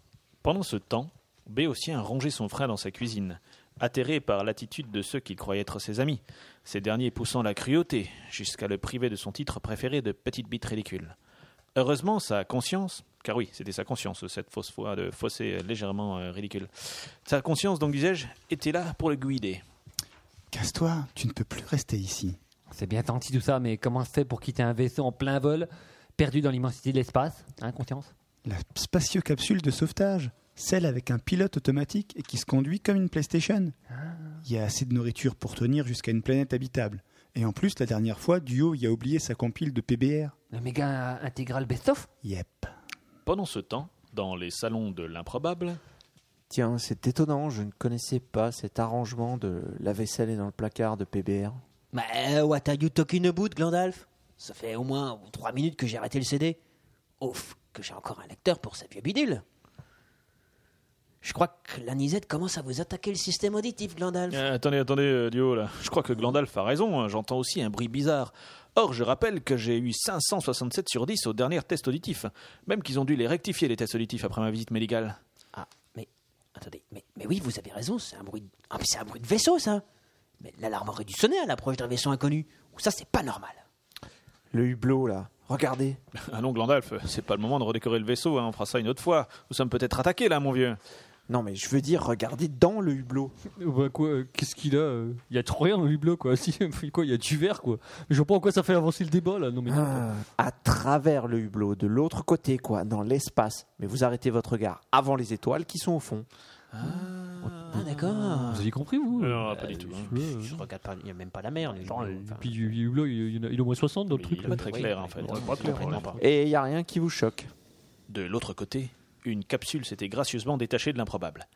Speaker 1: Pendant ce temps, Béotien rongeait son frein dans sa cuisine, atterré par l'attitude de ceux qu'il croyait être ses amis, ces derniers poussant la cruauté jusqu'à le priver de son titre préféré de petite bite ridicule. Heureusement, sa conscience, car oui, c'était sa conscience, cette fausse foi de fossé légèrement euh, ridicule, sa conscience, donc disais-je, était là pour le guider.
Speaker 6: Casse-toi, tu ne peux plus rester ici.
Speaker 7: C'est bien gentil tout ça, mais comment se fait pour quitter un vaisseau en plein vol, perdu dans l'immensité de l'espace Hein, conscience
Speaker 6: La spatio-capsule de sauvetage, celle avec un pilote automatique et qui se conduit comme une PlayStation.
Speaker 2: Ah.
Speaker 6: Il y a assez de nourriture pour tenir jusqu'à une planète habitable. Et en plus, la dernière fois, Duo y a oublié sa compile de PBR.
Speaker 7: Le méga intégral best-of
Speaker 6: Yep.
Speaker 1: Pendant ce temps, dans les salons de l'improbable,
Speaker 4: Tiens, c'est étonnant, je ne connaissais pas cet arrangement de la vaisselle est dans le placard de PBR.
Speaker 5: Mais Bah, euh, what are you talking about, Glandalf Ça fait au moins 3 minutes que j'ai arrêté le CD. Ouf, que j'ai encore un lecteur pour ce vieux bidule. Je crois que la nisette commence à vous attaquer le système auditif, Glandalf.
Speaker 1: Euh, attendez, attendez, euh, du haut, là. Je crois que Glandalf a raison. hein. J'entends aussi un bruit bizarre. Or, je rappelle que j'ai eu 567 sur 10 au dernier test auditif. Même qu'ils ont dû les rectifier, les tests auditifs, après ma visite médicale.
Speaker 5: Ah, mais attendez, mais, mais oui, vous avez raison, c'est un bruit. de- Ah, mais c'est un bruit de vaisseau, ça Mais l'alarme aurait dû sonner à l'approche d'un vaisseau inconnu. Ça, c'est pas normal.
Speaker 4: Le hublot, là. Regardez.
Speaker 1: Allons, Glandalf, c'est pas le moment de redécorer le vaisseau. hein. On fera ça une autre fois. Nous sommes peut-être attaqués, là, mon vieux.
Speaker 4: Non, mais je veux dire, regardez dans le hublot.
Speaker 7: Bah quoi, euh, qu'est-ce qu'il a euh Il y a trop rien dans le hublot, quoi. Si, quoi, il y a du verre, quoi. Mais je vois pas pourquoi ça fait avancer le débat, là. Non, mais
Speaker 4: Ah, à travers le hublot, de l'autre côté, quoi, dans l'espace. Mais vous arrêtez votre regard avant les étoiles qui sont au fond.
Speaker 5: Ah, d'accord.
Speaker 7: Vous avez compris, vous
Speaker 1: Non, pas du tout.
Speaker 5: Hein. Je regarde pas, il n'y a même pas la mer. les gens, enfin,
Speaker 7: Puis du du hublot, il y en a- il y en a au moins 60 dans le truc. là.
Speaker 1: Très clair, en fait. Complètement pas.
Speaker 4: Et il n'y a rien qui vous choque.
Speaker 1: De l'autre côté, une capsule s'était gracieusement détachée de l'improbable.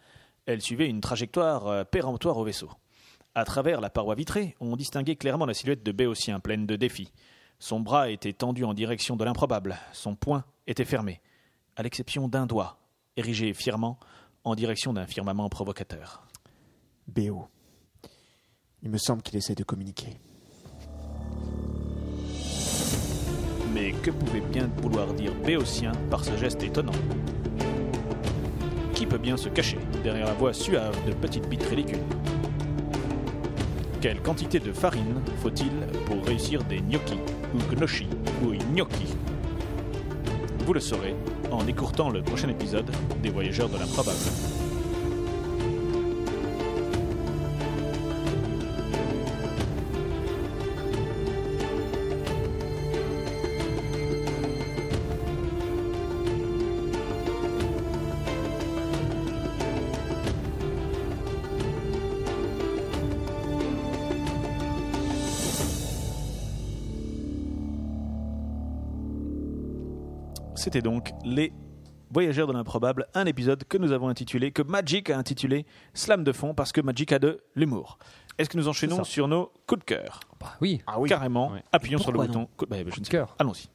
Speaker 1: Elle suivait une trajectoire euh, péremptoire au vaisseau. À travers la paroi vitrée, on distinguait clairement la silhouette de Béotien, pleine de défis. Son bras était tendu en direction de l'improbable, son poing était fermé, à l'exception d'un doigt, érigé fièrement en direction d'un firmament provocateur.
Speaker 4: BO. Il me semble qu'il essaie de communiquer.
Speaker 1: Mais que pouvait bien vouloir dire Béotien par ce geste étonnant Qui peut bien se cacher derrière la voix suave de petites bites ridicules Quelle quantité de farine faut-il pour réussir des gnocchi ou gnocchi ou gnocchi Vous le saurez en écourtant le prochain épisode des Voyageurs de l'improbable. C'était donc les Voyageurs de l'improbable, un épisode que nous avons intitulé, que Magic a intitulé Slam de fond parce que Magic a de l'humour. Est-ce que nous enchaînons
Speaker 7: ça.
Speaker 1: sur nos coups de cœur
Speaker 7: oui.
Speaker 2: Ah
Speaker 1: Carrément, appuyons sur le
Speaker 7: Pourquoi
Speaker 1: bouton.
Speaker 7: non
Speaker 1: Coup- bah, bah, je ne sais pas. Allons-y.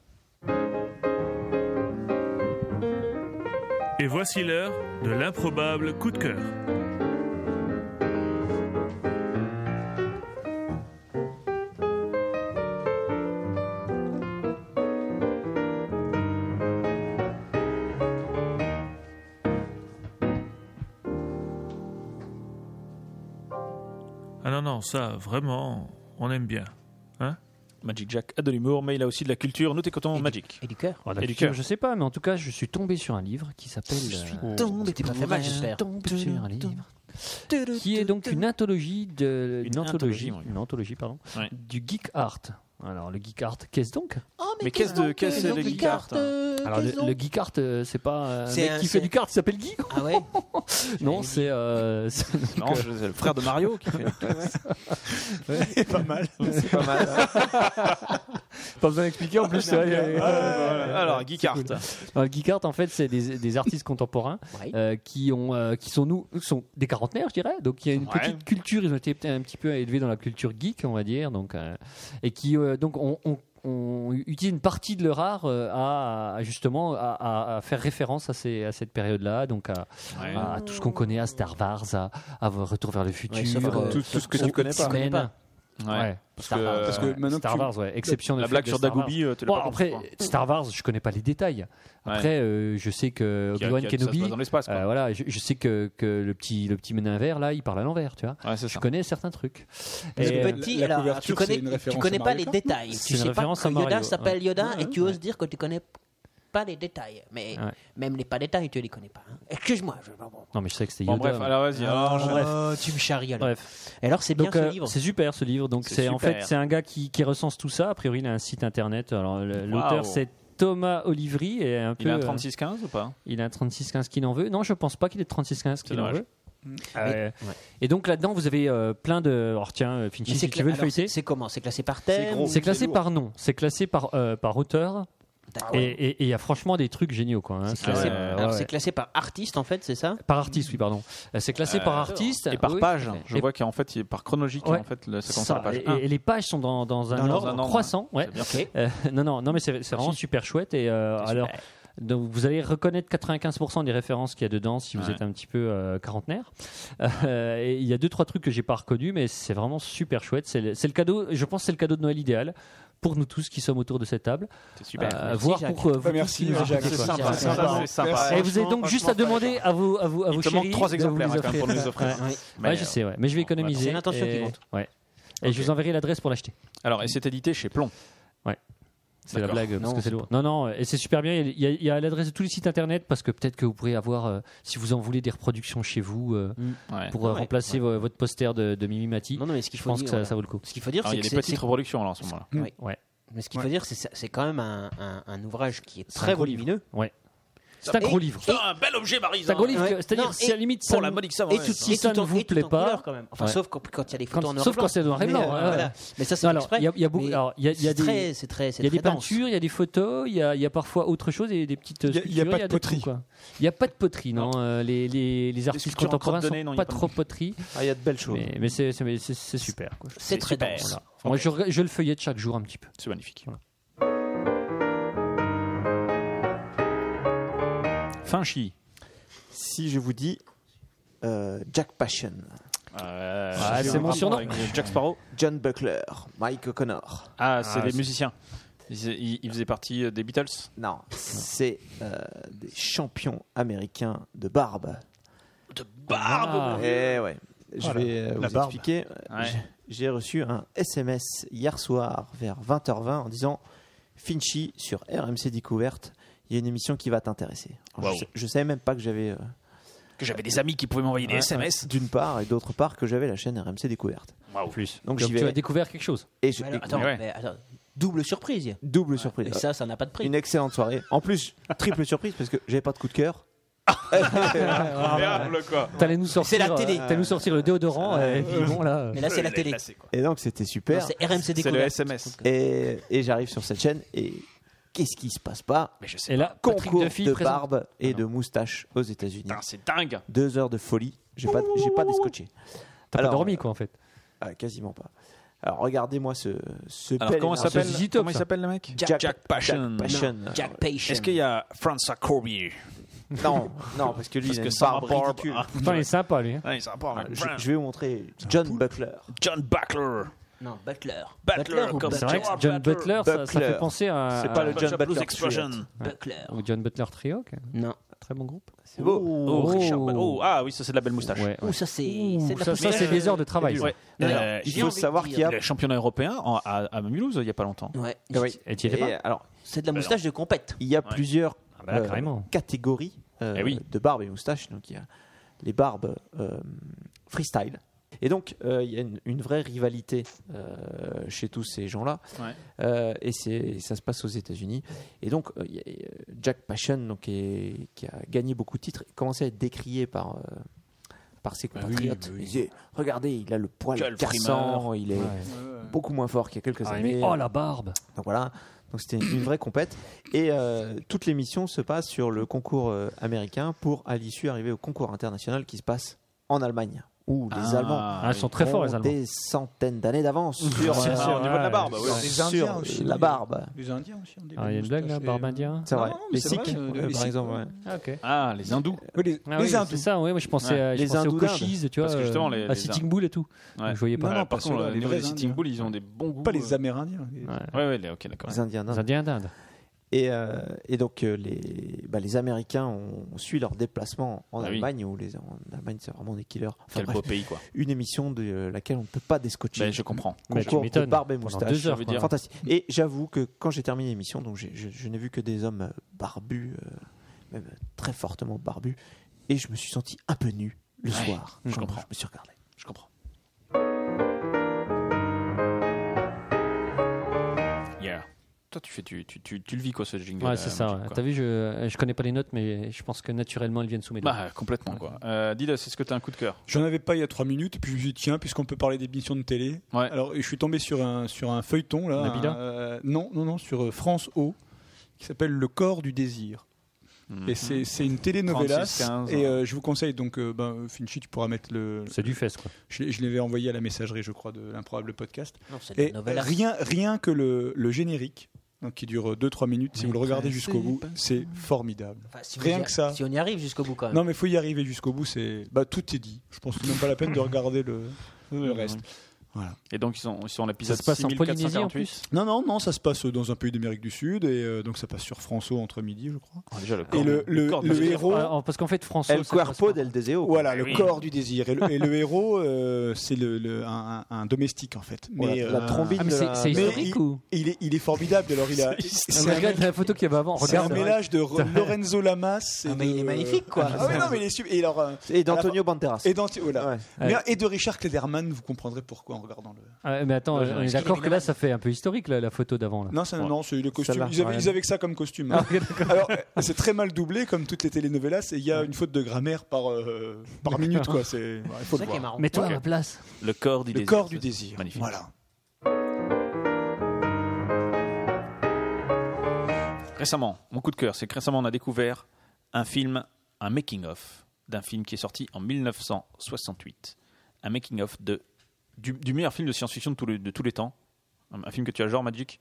Speaker 21: Et voici l'heure de l'improbable coup de cœur. Ah non, non, ça, vraiment, on aime bien. Hein
Speaker 1: Magic Jack a de l'humour, mais il a aussi de la culture. Nous t'écoutons Magic.
Speaker 5: et du cœur.
Speaker 7: Ah,
Speaker 1: et du
Speaker 2: cœur,
Speaker 1: cœur.
Speaker 2: je sais pas, mais en tout cas, je suis tombé sur un livre qui s'appelle.
Speaker 5: Je suis
Speaker 2: euh,
Speaker 5: tombé
Speaker 2: t'es pas
Speaker 5: pour
Speaker 2: fait mal,
Speaker 5: un
Speaker 2: j'espère.
Speaker 5: tombé
Speaker 2: Tombé sur un livre. Qui est donc une anthologie de une anthologie, une anthologie pardon, du geek art. Alors le geek art, qu'est-ce donc
Speaker 1: Oh, mais Mais qu'est-ce qu'est-ce de- donc, qu'est-ce euh, le le geek geek art, art, euh,
Speaker 2: Alors le,
Speaker 1: qu'est-ce donc
Speaker 2: le geek art, euh, c'est pas euh, un
Speaker 1: C'est
Speaker 2: mec
Speaker 1: un-
Speaker 2: qui
Speaker 1: c'est-
Speaker 2: fait du kart qui s'appelle Guy.
Speaker 5: Ah ouais.
Speaker 2: non, c'est euh, c'est donc,
Speaker 1: Non, je- c'est le frère de Mario qui fait.
Speaker 2: Ouais.
Speaker 1: C'est pas mal. C'est pas mal.
Speaker 2: pas besoin d'expliquer en plus.
Speaker 1: Ah, merde.
Speaker 2: ouais, ouais, ouais.
Speaker 1: Alors, Guy
Speaker 2: C'est
Speaker 1: Cart.
Speaker 2: cool. Alors, Guy Cart, en fait, c'est des, des artistes contemporains euh, qui, ont, euh, qui sont, nous, sont des quarantenaires, je dirais. Donc, il y a une
Speaker 1: Ouais.
Speaker 2: petite culture, ils ont été peut-être un petit peu élevés dans la culture geek, on va dire. Donc, euh, et qui euh, donc, ont on, utilise une partie de leur art euh, à, à justement à, à- à faire référence à, ces- à cette période-là, donc à,
Speaker 1: Ouais.
Speaker 2: à- à tout ce qu'on connaît, à Star Wars, à, à Retour vers le futur,
Speaker 1: sauf que
Speaker 2: euh,
Speaker 1: tout- tout ce que
Speaker 2: aux
Speaker 1: tu connais pas.
Speaker 2: X-Men.
Speaker 1: Tu connais pas.
Speaker 2: Ouais.
Speaker 1: Ouais.
Speaker 2: Parce,
Speaker 1: Star
Speaker 2: que,
Speaker 1: Wars. Parce que
Speaker 2: ouais,
Speaker 1: maintenant que
Speaker 2: Star
Speaker 1: tu-
Speaker 2: Wars, ouais. Exception
Speaker 1: La
Speaker 2: de fait
Speaker 1: blague
Speaker 2: de
Speaker 1: sur
Speaker 2: Star Wars.
Speaker 1: Dagobah, euh, tu l'as
Speaker 2: Bon,
Speaker 1: pas compris,
Speaker 2: après, Star Wars, je connais pas les détails. Après, euh, je sais que
Speaker 1: Qui a-
Speaker 2: Obi-Wan
Speaker 1: qui a- ça se
Speaker 2: Kenobi.
Speaker 1: passe dans l'espace,
Speaker 2: euh, voilà, je, je sais que, que le petit le petit menin vert là, il parle à l'envers, tu vois. je connais certains trucs.
Speaker 5: Mais
Speaker 2: Et,
Speaker 5: le
Speaker 2: euh,
Speaker 5: petit, alors, tu connais, tu connais pas les détails.
Speaker 2: C'est
Speaker 5: Tu
Speaker 2: une
Speaker 5: sais pas
Speaker 2: référence à
Speaker 5: que Yoda
Speaker 2: Mario,
Speaker 5: s'appelle
Speaker 2: ouais.
Speaker 5: Yoda
Speaker 2: Ouais,
Speaker 5: et tu oses dire que tu connais pas les détails. Mais
Speaker 2: Ouais.
Speaker 5: même les pas détails, tu les connais pas. hein. Excuse-moi. Je...
Speaker 2: Non, mais je sais que c'était
Speaker 5: Bon,
Speaker 2: Yoda.
Speaker 5: bref, alors vas-y,
Speaker 1: hein,
Speaker 5: alors, je- Oh, tu me charries, alors. Et alors, c'est bien
Speaker 2: Donc, euh,
Speaker 5: ce livre.
Speaker 2: C'est super ce livre. Donc
Speaker 5: C'est
Speaker 2: c'est en
Speaker 5: super.
Speaker 2: fait c'est un gars qui, qui recense tout ça. A priori, il a un site internet. Alors le- l'auteur c'est Thomas Olivry et un peu.
Speaker 1: Il a un
Speaker 2: euh,
Speaker 1: 36-15 ou pas
Speaker 2: Il a un 36-15 qu'il en veut. Non, je pense pas qu'il ait 36-15 qu'il en
Speaker 1: dommage.
Speaker 2: veut. Ah
Speaker 1: Mais-
Speaker 2: ouais. Et donc là-dedans, vous avez euh, plein de. Alors tiens, euh, Finchy,
Speaker 5: Mais c'est
Speaker 2: si tu
Speaker 5: cla-
Speaker 2: veux le
Speaker 5: alors,
Speaker 2: feuilleter.
Speaker 5: C'est comment C'est classé par thème ou-
Speaker 2: C'est classé par nom. C'est classé par euh, par auteur.
Speaker 5: D'accord.
Speaker 2: Et- Et et il y a franchement des trucs géniaux quoi. hein.
Speaker 5: C'est classé,
Speaker 2: Ouais, ouais,
Speaker 5: alors,
Speaker 2: ouais.
Speaker 5: c'est classé par artiste en fait, c'est ça
Speaker 2: Par artiste, oui, pardon. Euh, C'est classé par
Speaker 1: Euh,
Speaker 2: artiste
Speaker 1: Et par
Speaker 2: Oui,
Speaker 1: page.
Speaker 2: tout à fait.
Speaker 1: Je
Speaker 2: Et-
Speaker 1: vois qu'en fait, il est par chronologique.
Speaker 2: Ouais.
Speaker 1: En fait, le- ça commence
Speaker 2: Ça,
Speaker 1: à la page
Speaker 2: et-
Speaker 1: 1.
Speaker 2: Et, les pages sont dans, dans un
Speaker 1: Dans
Speaker 2: ordre
Speaker 1: un ordre,
Speaker 2: croissant.
Speaker 1: ouais.
Speaker 2: Ouais.
Speaker 1: C'est bien.
Speaker 2: Euh, non, non, non, mais c'est c'est vraiment super chouette. Et euh, alors, donc vous allez reconnaître 95% des références qu'il y a dedans si vous
Speaker 1: Ouais.
Speaker 2: êtes un petit peu euh, quarantenaire. Euh, et il y a deux trois trucs que j'ai pas reconnus, mais c'est vraiment super chouette. C'est le, c'est le cadeau. Je pense que c'est le cadeau de Noël idéal pour nous tous qui sommes autour de cette table. C'est
Speaker 1: super. Eh ben, Merci,
Speaker 2: voir
Speaker 1: Jacques.
Speaker 2: pour euh, vous
Speaker 1: Ouais,
Speaker 2: tous
Speaker 1: Bah, merci,
Speaker 2: qui nous
Speaker 1: Jacques. C'est
Speaker 2: écoutez, quoi.
Speaker 1: sympa, c'est sympa, c'est sympa.
Speaker 2: Et Eh, vous avez donc juste à
Speaker 1: Franchement,
Speaker 2: demander à vos à vos à
Speaker 1: Il
Speaker 2: vos
Speaker 1: te manque
Speaker 2: chéris
Speaker 1: trois
Speaker 2: de vous
Speaker 1: exemplaires,
Speaker 2: les
Speaker 1: hein, quand même, pour nous les offrir.
Speaker 2: Ouais,
Speaker 1: Mais, euh,
Speaker 2: Ouais, je sais, ouais. mais je vais économiser.
Speaker 1: c'est l'intention qui
Speaker 2: et-
Speaker 1: compte.
Speaker 2: Ouais. Et je vous enverrai l'adresse pour l'acheter.
Speaker 1: Alors, et c'est édité chez Plomb.
Speaker 2: Ouais. C'est la
Speaker 1: D'accord.
Speaker 2: blague,
Speaker 1: Non,
Speaker 2: parce que c'est
Speaker 1: c'est
Speaker 2: lourd. Non, non, et c'est super bien. Il y a, il y a l'adresse de tous les sites internet, parce que peut-être que vous pourrez avoir, euh, si vous en voulez, des reproductions chez vous euh,
Speaker 5: Mm.
Speaker 2: pour euh,
Speaker 1: Ouais.
Speaker 2: remplacer vo- votre poster de, de Mimi Mati. Non,
Speaker 5: mais ce qu'il
Speaker 2: Je
Speaker 5: faut
Speaker 2: pense
Speaker 5: dire,
Speaker 2: que ça,
Speaker 5: voilà.
Speaker 2: ça vaut le coup.
Speaker 5: Ce qu'il faut dire,
Speaker 1: Alors, Ah, il
Speaker 5: c'est
Speaker 1: y a
Speaker 5: que
Speaker 1: des
Speaker 5: c'est-
Speaker 1: petites
Speaker 5: c'est-
Speaker 1: reproductions là en ce moment.
Speaker 5: Oui.
Speaker 2: Ouais.
Speaker 5: Mais ce qu'il faut dire, c'est c'est quand même un, un- un ouvrage qui est
Speaker 2: C'est un
Speaker 5: très
Speaker 2: gros
Speaker 5: volumineux.
Speaker 2: Ouais. C'est un
Speaker 5: Et-
Speaker 2: gros livre.
Speaker 5: et-
Speaker 1: un bel objet, Marise.
Speaker 2: C'est un gros livre,
Speaker 5: Ouais.
Speaker 2: que- c'est-à-dire
Speaker 5: Non,
Speaker 2: si
Speaker 5: et-
Speaker 2: à la limite,
Speaker 5: pour
Speaker 2: ça
Speaker 5: la
Speaker 2: ne-
Speaker 5: monique, ça
Speaker 2: et
Speaker 5: va,
Speaker 2: tout-
Speaker 5: ça.
Speaker 2: si
Speaker 5: Et
Speaker 2: ça
Speaker 5: tout
Speaker 2: ne
Speaker 5: en-
Speaker 2: vous
Speaker 5: et tout
Speaker 2: plaît
Speaker 5: en
Speaker 2: pas,
Speaker 5: couleur, quand même. Enfin, sauf quand- quand il y a des photos en noir et
Speaker 2: Sauf
Speaker 5: blanc.
Speaker 2: quand c'est noir et
Speaker 5: Mais,
Speaker 2: blanc.
Speaker 5: euh,
Speaker 2: ouais,
Speaker 5: voilà.
Speaker 2: ouais.
Speaker 5: Mais ça, c'est
Speaker 2: Non, alors,
Speaker 5: exprès.
Speaker 2: Il y a, il y a beaucoup-
Speaker 5: Mais
Speaker 2: alors, il y a- il y a
Speaker 5: c'est
Speaker 2: des,
Speaker 5: très- c'est très- c'est
Speaker 2: il y a
Speaker 5: très
Speaker 2: des
Speaker 5: dense.
Speaker 2: peintures, il y a des photos, il y a, il y a parfois autre chose et des petites.
Speaker 6: Il y a- il y a
Speaker 2: sculptures,
Speaker 6: pas de
Speaker 2: tout,
Speaker 6: poterie.
Speaker 2: quoi. Il n'y a pas de poterie, non. euh, les, les, les artistes
Speaker 4: sculptures en
Speaker 2: contemporains ne
Speaker 4: crotte de
Speaker 2: sont
Speaker 4: nez, non, il y a
Speaker 2: pas
Speaker 4: pas de-
Speaker 2: trop poterie.
Speaker 4: Ah, il y a de belles choses.
Speaker 2: Mais, mais c'est- c'est mais c'est- c'est super. quoi.
Speaker 4: C'est très
Speaker 2: super.
Speaker 4: dense.
Speaker 2: Voilà. Moi, je, reg- je le feuillette chaque jour un petit peu.
Speaker 1: C'est magnifique. Fin chi.
Speaker 4: Si je vous dis euh, Jack Passion.
Speaker 1: Ah, c'est mon surnom. Avec, euh, Jack Sparrow.
Speaker 4: John Buckler, Mike O'Connor.
Speaker 1: Ah, c'est les musiciens. Ils, ils- ils faisaient partie euh, des Beatles
Speaker 4: Non. C'est euh, des champions américains de barbe. De
Speaker 1: barbe, mon
Speaker 4: Eh
Speaker 1: Dieu.
Speaker 4: ouais. Je
Speaker 1: Voilà.
Speaker 4: vais euh,
Speaker 1: La
Speaker 4: vous
Speaker 1: barbe.
Speaker 4: expliquer.
Speaker 1: Ouais.
Speaker 4: J'ai- J'ai reçu un SMS hier soir vers 20h20 en disant Finchy sur RMC Découverte, il y a une émission qui va t'intéresser. Alors,
Speaker 1: Waouh.
Speaker 4: Je, je savais même pas que j'avais. euh,
Speaker 1: Que j'avais des amis qui pouvaient m'envoyer des
Speaker 4: ouais,
Speaker 1: SMS.
Speaker 4: ouais, D'une part, et d'autre part, que j'avais la chaîne RMC Découverte.
Speaker 2: Plus.
Speaker 4: Donc,
Speaker 2: Donc,
Speaker 4: j'y
Speaker 2: tu
Speaker 4: vais.
Speaker 2: as découvert quelque chose.
Speaker 4: Et je-
Speaker 5: Mais alors,
Speaker 4: et-
Speaker 5: attends,
Speaker 4: Ouais.
Speaker 5: mais attends, double surprise.
Speaker 4: Double surprise.
Speaker 5: Et ça, ça n'a pas de prix.
Speaker 4: Une excellente soirée. En plus, triple surprise parce que j'avais pas de coup de cœur.
Speaker 1: Incroyable, quoi.
Speaker 2: T'allais nous sortir.
Speaker 4: la
Speaker 2: euh,
Speaker 4: télé.
Speaker 2: T'allais nous sortir le déodorant.
Speaker 4: Ouais.
Speaker 2: et puis bon, là, euh,
Speaker 5: Mais là, c'est la télé.
Speaker 4: Et donc c'était super.
Speaker 5: Non, c'est RMC C'est le Découverte.
Speaker 1: SMS.
Speaker 4: Et, et j'arrive sur cette chaîne et qu'est-ce qui se passe pas
Speaker 1: Mais je Ah
Speaker 7: sais Et pas. là, Patrick
Speaker 4: concours
Speaker 7: Duffy
Speaker 4: de
Speaker 7: présente.
Speaker 4: barbe et de moustache aux États-Unis.
Speaker 1: C'est dingue.
Speaker 4: Deux heures de folie. J'ai pas, j'ai pas décotché.
Speaker 7: T'as pas dormi,
Speaker 4: quoi en fait ah, Quasiment pas. Alors regardez-moi ce, ce
Speaker 1: Alors,
Speaker 4: bel
Speaker 1: comment il
Speaker 4: énorme-
Speaker 1: s'appelle-
Speaker 4: ce ZZ Top,
Speaker 1: comment il
Speaker 4: ça.
Speaker 1: s'appelle, le mec Jack- Jack Passion. Non, Jack Passion. Est-ce qu'il y a Francis Corby
Speaker 4: Non, non, parce que lui,
Speaker 1: Parce
Speaker 4: il a
Speaker 1: que
Speaker 4: une
Speaker 1: ça
Speaker 4: barbe
Speaker 1: rapporte-
Speaker 4: ridicule.
Speaker 1: Ah,
Speaker 7: Putain, il est sympa, lui. hein.
Speaker 1: Ouais, il est sympa,
Speaker 4: Ah,
Speaker 1: mais-
Speaker 4: je, je vais vous montrer John Buckler.
Speaker 1: John Buckler.
Speaker 5: Non, Butler.
Speaker 1: Butler,
Speaker 5: ou
Speaker 1: comme ça.
Speaker 5: Butler
Speaker 7: C'est vrai que
Speaker 1: Gerard
Speaker 7: John
Speaker 1: Butler.
Speaker 7: Butler, ça, ça
Speaker 1: Butler.
Speaker 7: fait penser à.
Speaker 1: C'est pas le
Speaker 7: à-
Speaker 1: John Blues Butler Explosion. Trio.
Speaker 5: Butler.
Speaker 7: Ou John Butler Trio quoi.
Speaker 5: Non.
Speaker 7: Très bon groupe.
Speaker 1: C'est beau. Oh,
Speaker 7: Oh.
Speaker 1: Richard Butler. Oh, ah oui, ça c'est de la belle moustache.
Speaker 7: Ouais,
Speaker 5: Ouh, ça c'est. c'est de la
Speaker 7: ça, ça,
Speaker 5: poussière.
Speaker 7: c'est des heures de travail. ça.
Speaker 1: Ouais.
Speaker 5: Mais
Speaker 1: Euh,
Speaker 5: alors,
Speaker 1: il
Speaker 5: j'ai
Speaker 1: faut
Speaker 5: envie de
Speaker 1: savoir
Speaker 5: dire-
Speaker 1: qu'il y a le championnat européen en- à, à Mulhouse il n'y a pas longtemps. Bah
Speaker 5: Ouais.
Speaker 1: Et tu y étais
Speaker 4: Et
Speaker 1: pas
Speaker 4: alors,
Speaker 5: C'est de la moustache de compète.
Speaker 4: Il y a plusieurs
Speaker 1: bah là,
Speaker 4: euh,
Speaker 1: carrément.
Speaker 4: catégories euh,
Speaker 1: Eh oui.
Speaker 4: de barbes et moustaches. Donc il y a les barbes euh, freestyle. Et donc euh, il y a une, une vraie rivalité euh, chez tous ces gens-là.
Speaker 1: Ouais.
Speaker 4: Euh, et c'est et ça se passe aux États-Unis. Et donc euh, il y a, euh, Jack Passion, donc, qui, est- qui a gagné beaucoup de titres, commençait à être décrié par euh, par ses
Speaker 1: oui,
Speaker 4: compatriotes.
Speaker 1: bah oui.
Speaker 4: Il disait, Regardez, il a le poil
Speaker 1: Quel
Speaker 4: cassant,
Speaker 1: frimeur.
Speaker 4: il est
Speaker 1: Ouais.
Speaker 4: beaucoup moins fort qu'il y a quelques
Speaker 7: Ah,
Speaker 4: années.
Speaker 7: mais oh, la barbe
Speaker 4: Donc voilà, donc c'était une vraie compète. Et euh, toute l'émission se passe sur le concours euh, américain pour, à l'issue, arriver au concours international qui se passe en Allemagne, où les
Speaker 7: Ah,
Speaker 4: Allemands
Speaker 7: ah, ils sont très forts, les
Speaker 4: ont
Speaker 7: Allemands.
Speaker 4: des centaines d'années d'avance sur,
Speaker 7: C'est
Speaker 4: euh,
Speaker 7: sûr, au niveau de la barbe,
Speaker 4: sur-
Speaker 7: ouais.
Speaker 6: Les Indiens
Speaker 4: sur
Speaker 6: aussi,
Speaker 4: la
Speaker 6: les-
Speaker 4: barbe.
Speaker 6: Les Indiens aussi ont des
Speaker 7: Ah, il y a une blague là, barbe indien
Speaker 4: C'est vrai.
Speaker 6: Non, mais
Speaker 4: les
Speaker 6: c'est vrai,
Speaker 4: Sikhs,
Speaker 6: euh,
Speaker 4: euh,
Speaker 6: les
Speaker 4: par
Speaker 6: Sikhs,
Speaker 4: exemple. ouais.
Speaker 7: Ah, ok.
Speaker 1: Ah, les hindous.
Speaker 7: Ah oui, c'est ça, oui, moi je pensais,
Speaker 1: Ouais.
Speaker 7: à- je
Speaker 1: Les
Speaker 7: pensais aux
Speaker 1: hindous d'Inde.
Speaker 7: cochis, tu vois,
Speaker 1: Parce que justement, les-
Speaker 7: euh, à
Speaker 1: les
Speaker 7: Sitting
Speaker 1: Indiens.
Speaker 7: Bull et tout. Donc, je voyez pas.
Speaker 1: Non, non, par contre, les vrais Sitting Bull, ils ont des bons goûts. euh.
Speaker 6: Pas les Amérindiens. les-
Speaker 1: Ouais, ouais, les- ok, d'accord.
Speaker 4: Les Indiens d'Inde.
Speaker 7: Indiens d'Inde.
Speaker 4: Et, euh, et donc euh, les, bah, les Américains, on, on suit leur déplacement en
Speaker 1: Ah oui.
Speaker 4: Allemagne, où les, en Allemagne c'est vraiment des killers.
Speaker 1: Quel beau pays, quoi.
Speaker 4: Une émission de euh, laquelle on ne peut pas déscotcher.
Speaker 1: Ben, je comprends.
Speaker 7: Mais tu
Speaker 4: Concours de
Speaker 7: m'étonnes.
Speaker 4: barbe et
Speaker 7: Pendant
Speaker 4: moustache.
Speaker 7: deux heures, quoi.
Speaker 4: Fantastique. Et j'avoue que quand j'ai terminé l'émission, donc j'ai- je, je n'ai vu que des hommes euh, barbus, euh, même euh, très fortement barbus, et je me suis senti un peu nu le
Speaker 1: Ouais,
Speaker 4: soir.
Speaker 1: je
Speaker 4: quand
Speaker 1: comprends.
Speaker 4: Je me suis regardé.
Speaker 1: Je comprends. Yeah. Toi, tu, fais, tu, tu, tu, tu le vis, quoi, ce jingle.
Speaker 2: Ouais,
Speaker 1: euh,
Speaker 2: c'est ça.
Speaker 1: Magic,
Speaker 2: ouais.
Speaker 1: quoi.
Speaker 2: T'as vu, je, je connais pas les notes, mais je pense que naturellement elles viennent sous mes doigts.
Speaker 1: Bah, complètement, quoi. Euh, Didas, est-ce que tu as un coup de cœur
Speaker 6: J'en avais pas il y a 3 minutes, et puis je me suis dit, tiens, puisqu'on peut parler d'émissions de télé. Alors, je suis tombé sur un, sur un feuilleton, là.
Speaker 2: Nabila
Speaker 6: un, euh, Non, non, non, sur euh, France O, qui s'appelle Le corps du désir.
Speaker 2: Mhm.
Speaker 6: Et c'est c'est une télénovela.
Speaker 1: 36-15,
Speaker 6: Et euh, je vous conseille, donc, euh, ben, Finchy, tu pourras mettre le.
Speaker 2: hein. C'est du fesse, quoi.
Speaker 6: Je, l'ai- je l'avais envoyé à la messagerie, je crois, de l'improbable podcast.
Speaker 5: Non, c'est de la
Speaker 6: et
Speaker 5: novella.
Speaker 6: rien, rien que le, le générique, donc, qui dure 2-3 minutes, si vous le regardez jusqu'au bout, c'est formidable.
Speaker 5: Enfin, si vous
Speaker 6: rien
Speaker 5: y-
Speaker 6: que ça.
Speaker 5: Si on y arrive jusqu'au bout, quand même.
Speaker 6: Non, mais faut y arriver jusqu'au bout. C'est bah tout est dit. Je pense que même pas la peine de regarder le, le reste. Voilà.
Speaker 1: Et donc, ils sont, ils sont à
Speaker 6: Ça
Speaker 1: l'épisode
Speaker 6: se passe en Polynésie en
Speaker 1: 6448.
Speaker 6: Non, non, non, ça se passe dans un pays d'Amérique du Sud et euh, donc ça passe sur François entre midi, je crois.
Speaker 1: Ah, déjà, le
Speaker 6: et
Speaker 1: corps
Speaker 6: le,
Speaker 1: du-
Speaker 6: le-
Speaker 1: corps du
Speaker 6: le
Speaker 1: désir.
Speaker 6: héros.
Speaker 2: Ah, parce qu'en fait, François. Ah,
Speaker 4: El Cuerpo del Deseo. quoi.
Speaker 6: Voilà, Ah, le
Speaker 4: Oui.
Speaker 6: corps du désir. Et le, et le héros, euh, c'est le, le- un, un- un domestique en fait. euh,
Speaker 4: Oh, la- la trombine Ah, mais de c'est- la- c'est
Speaker 6: mais
Speaker 4: historique
Speaker 6: il, il est, il est formidable. Alors il a. c'est un-
Speaker 2: regarde la photo qu'il y avait avant.
Speaker 6: C'est un
Speaker 2: regarde.
Speaker 6: mélange de Ro- Lorenzo Lamas. et
Speaker 5: mais il
Speaker 6: de-
Speaker 5: est magnifique, quoi.
Speaker 6: Ah ouais, non, mais il est sub- Et, alors, euh,
Speaker 4: Et
Speaker 6: à la
Speaker 4: d'Antonio
Speaker 6: fin-
Speaker 4: Banderas.
Speaker 6: Et, d'Anti- voilà.
Speaker 2: Ouais.
Speaker 6: Mais- et de Richard Klederman, vous comprendrez pourquoi en regardant le.
Speaker 2: Ah, mais attends,
Speaker 6: Ouais,
Speaker 2: on est
Speaker 6: j'ai-
Speaker 2: d'accord que là, ça fait un peu historique, là, la photo d'avant. là.
Speaker 6: Non, ça, non, c'est le costume.
Speaker 2: Celle-là,
Speaker 6: Ils avaient,
Speaker 2: ouais. Ah,
Speaker 6: ils avaient que ça comme costume.
Speaker 1: Ah,
Speaker 6: hein. Alors, euh, c'est très mal doublé, comme toutes les telenovelas, et il y a une faute de grammaire par, euh, par minute, quoi. C'est ouais, Bah, il faut
Speaker 5: C'est ça
Speaker 6: le
Speaker 5: qui est
Speaker 6: voir.
Speaker 5: marrant.
Speaker 2: Mets-toi à
Speaker 1: Ok.
Speaker 2: ma place.
Speaker 1: Le corps du
Speaker 6: Le
Speaker 1: désir.
Speaker 6: corps du
Speaker 1: c'est-
Speaker 6: désir.
Speaker 1: Magnifique.
Speaker 6: Voilà.
Speaker 1: Récemment, mon coup de cœur, c'est que récemment, on a découvert un film, un making-of d'un film qui est sorti en 1968. Un making-of de- du, du meilleur film de science-fiction de, tous les- de tous les temps. Un, un film que tu as, genre Magic.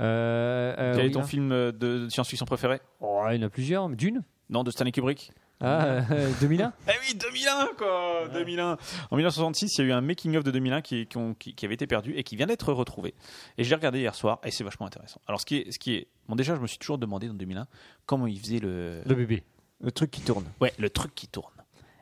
Speaker 2: Euh, euh,
Speaker 1: Quel
Speaker 2: oui,
Speaker 1: est ton
Speaker 2: hein.
Speaker 1: film euh, de science-fiction préféré
Speaker 2: Oh, il y en a plusieurs. mais Dune
Speaker 1: Non, de Stanley Kubrick
Speaker 2: Ah, euh, 2001
Speaker 1: Eh oui, 2001 quoi 2001 En 1966, il y a eu un making-of de 2001 qui, qui ont- qui- qui avait été perdu et qui vient d'être retrouvé. Et je l'ai regardé hier soir et c'est vachement intéressant. Alors, ce qui est. Ce qui est bon, déjà, je me suis toujours demandé dans 2001 comment il faisait le.
Speaker 2: Le bébé.
Speaker 4: Le truc qui tourne.
Speaker 1: Ouais, le truc qui tourne.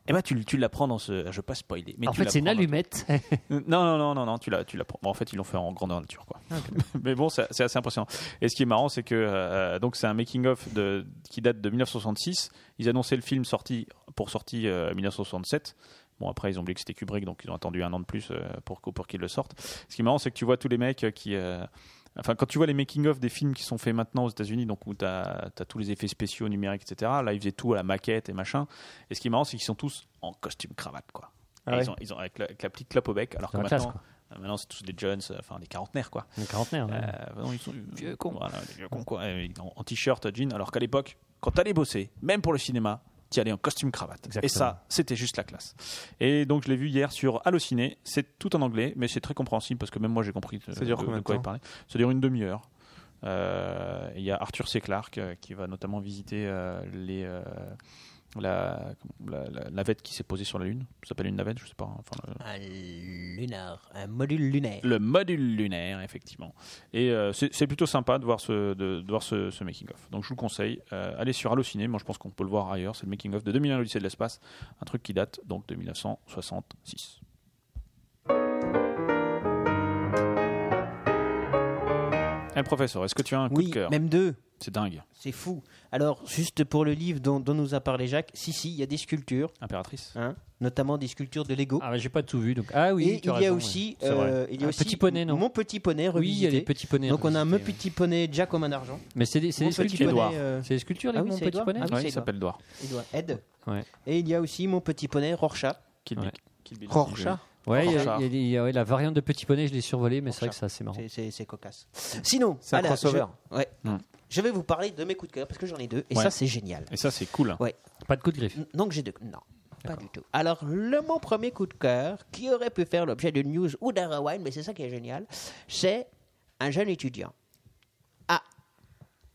Speaker 1: Et ben, tu, l- tu l'apprends dans ce. Je vais pas spoiler. Mais
Speaker 2: en
Speaker 1: tu
Speaker 2: fait, c'est une
Speaker 1: l'apprends dans-
Speaker 2: allumette.
Speaker 1: Euh, Non, non, non, non, non, tu l'as, tu l'apprends. Bon, en fait, ils l'ont fait en grandeur nature, quoi. Mais bon, c'est c'est assez impressionnant. Et ce qui est marrant, c'est que euh, donc c'est un making of de, qui date de 1966. Ils annonçaient le film sorti pour sortie euh, 1967. Bon, après, ils ont oublié que c'était Kubrick, donc ils ont attendu un an de plus euh, pour, qu'au- pour qu'ils le sortent. Ce qui est marrant, c'est que tu vois tous les mecs euh, qui. euh, Enfin, quand tu vois les making-of des films qui sont faits maintenant aux États-Unis, donc où tu as, tous les effets spéciaux, numériques, etc., là, ils faisaient tout à la maquette et machin. Et ce qui est marrant, c'est qu'ils sont tous en costume-cravate, quoi.
Speaker 4: Ah
Speaker 1: Et
Speaker 4: ouais.
Speaker 1: ils ont- ils ont- avec, la, avec la petite clope au bec, alors que
Speaker 2: Dans la
Speaker 1: maintenant,
Speaker 2: classe,
Speaker 1: Euh, Maintenant, c'est tous des jeunes, euh, enfin des quarantenaires, quoi.
Speaker 2: Des quarantenaires, ouais.
Speaker 1: Euh, non, ils sont vieux cons. Voilà, des vieux cons, quoi. Euh, En, en t-shirt, jean, alors qu'à l'époque, quand t'allais bosser, même pour le cinéma, t'y allais en costume cravate. Et ça, c'était juste la classe. Et donc, je l'ai vu hier sur Allociné. C'est tout en anglais, mais c'est très compréhensible parce que même moi, j'ai compris de,
Speaker 4: Ça dure
Speaker 1: euh, de- de
Speaker 4: combien de
Speaker 1: quoi il
Speaker 4: temps
Speaker 1: parlait. Ça dure une demi-heure. Euh, Il y a Arthur C. Clarke euh, qui va notamment visiter euh, les. euh, la, la- la navette qui s'est posée sur la Lune, ça s'appelle une navette, je sais pas. hein, Enfin, le-
Speaker 5: Un lunar, un Euh, module lunaire.
Speaker 1: le module lunaire, effectivement. Et euh, c'est c'est plutôt sympa de voir ce, de, de voir ce, making-of. Donc je vous le conseille. Euh, allez sur Allociné. Moi, je pense qu'on peut le voir ailleurs. C'est le making-of de 2001 l'Odyssée de l'espace. Un truc qui date donc de 1966. Eh, professeur, est-ce que tu as un coup
Speaker 5: Oui,
Speaker 1: de cœur
Speaker 5: même deux.
Speaker 1: C'est dingue.
Speaker 5: C'est fou. Alors, juste pour le livre dont, dont nous a parlé Jacques, si, si, il y a des sculptures. hein,
Speaker 1: Impératrice.
Speaker 5: notamment des sculptures de Lego.
Speaker 2: Ah, bah, j'ai pas tout vu. Donc... Ah oui,
Speaker 5: Et
Speaker 2: tu
Speaker 5: il
Speaker 2: as
Speaker 5: y a
Speaker 2: raison,
Speaker 5: aussi,
Speaker 2: ouais. C'est
Speaker 5: euh,
Speaker 2: vrai.
Speaker 5: il y a
Speaker 2: Un
Speaker 5: aussi
Speaker 2: petit poney, non
Speaker 5: Mon petit poney
Speaker 2: Oui, il y a
Speaker 5: revisité.
Speaker 2: les petits poneys
Speaker 5: Donc on a mon
Speaker 2: revisités,
Speaker 5: petit poney Jack en main d'argent.
Speaker 2: Mais c'est des, c'est
Speaker 5: Mon
Speaker 2: des
Speaker 5: petit
Speaker 2: sculptures.
Speaker 5: poney, euh,
Speaker 2: C'est des sculptures, les
Speaker 5: ah oui,
Speaker 2: mon
Speaker 5: c'est
Speaker 2: petit
Speaker 5: Edouard.
Speaker 2: poney
Speaker 5: Ah oui,
Speaker 1: Ouais,
Speaker 5: c'est
Speaker 1: il s'appelle Edouard.
Speaker 5: Edouard, Ed.
Speaker 2: Ouais.
Speaker 5: Et il y a aussi mon petit poney Rorschach.
Speaker 1: Kill Bill. Kill Bill.
Speaker 5: Rorschach.
Speaker 2: Ouais, il y a-
Speaker 5: Rorschach.
Speaker 2: il y a- il y a- ouais, la variante de petit poney, je l'ai survolée, mais c'est vrai que ça, c'est marrant.
Speaker 5: C'est- C'est c'est cocasse. Sinon,
Speaker 2: C'est un
Speaker 5: alors,
Speaker 2: crossover.
Speaker 5: Je, ouais.
Speaker 1: Hmm.
Speaker 2: Mm.
Speaker 5: je vais vous parler de mes coups de cœur parce que j'en ai deux et
Speaker 2: Ouais.
Speaker 5: ça c'est génial.
Speaker 1: Et ça, c'est cool.
Speaker 5: Ouais.
Speaker 2: Pas de coup de griffe.
Speaker 5: Donc j'ai deux. Non, pas du tout. Alors le mon premier coup de cœur qui aurait pu faire l'objet d'une news ou d'un rewind, mais c'est ça qui est génial, c'est un jeune étudiant a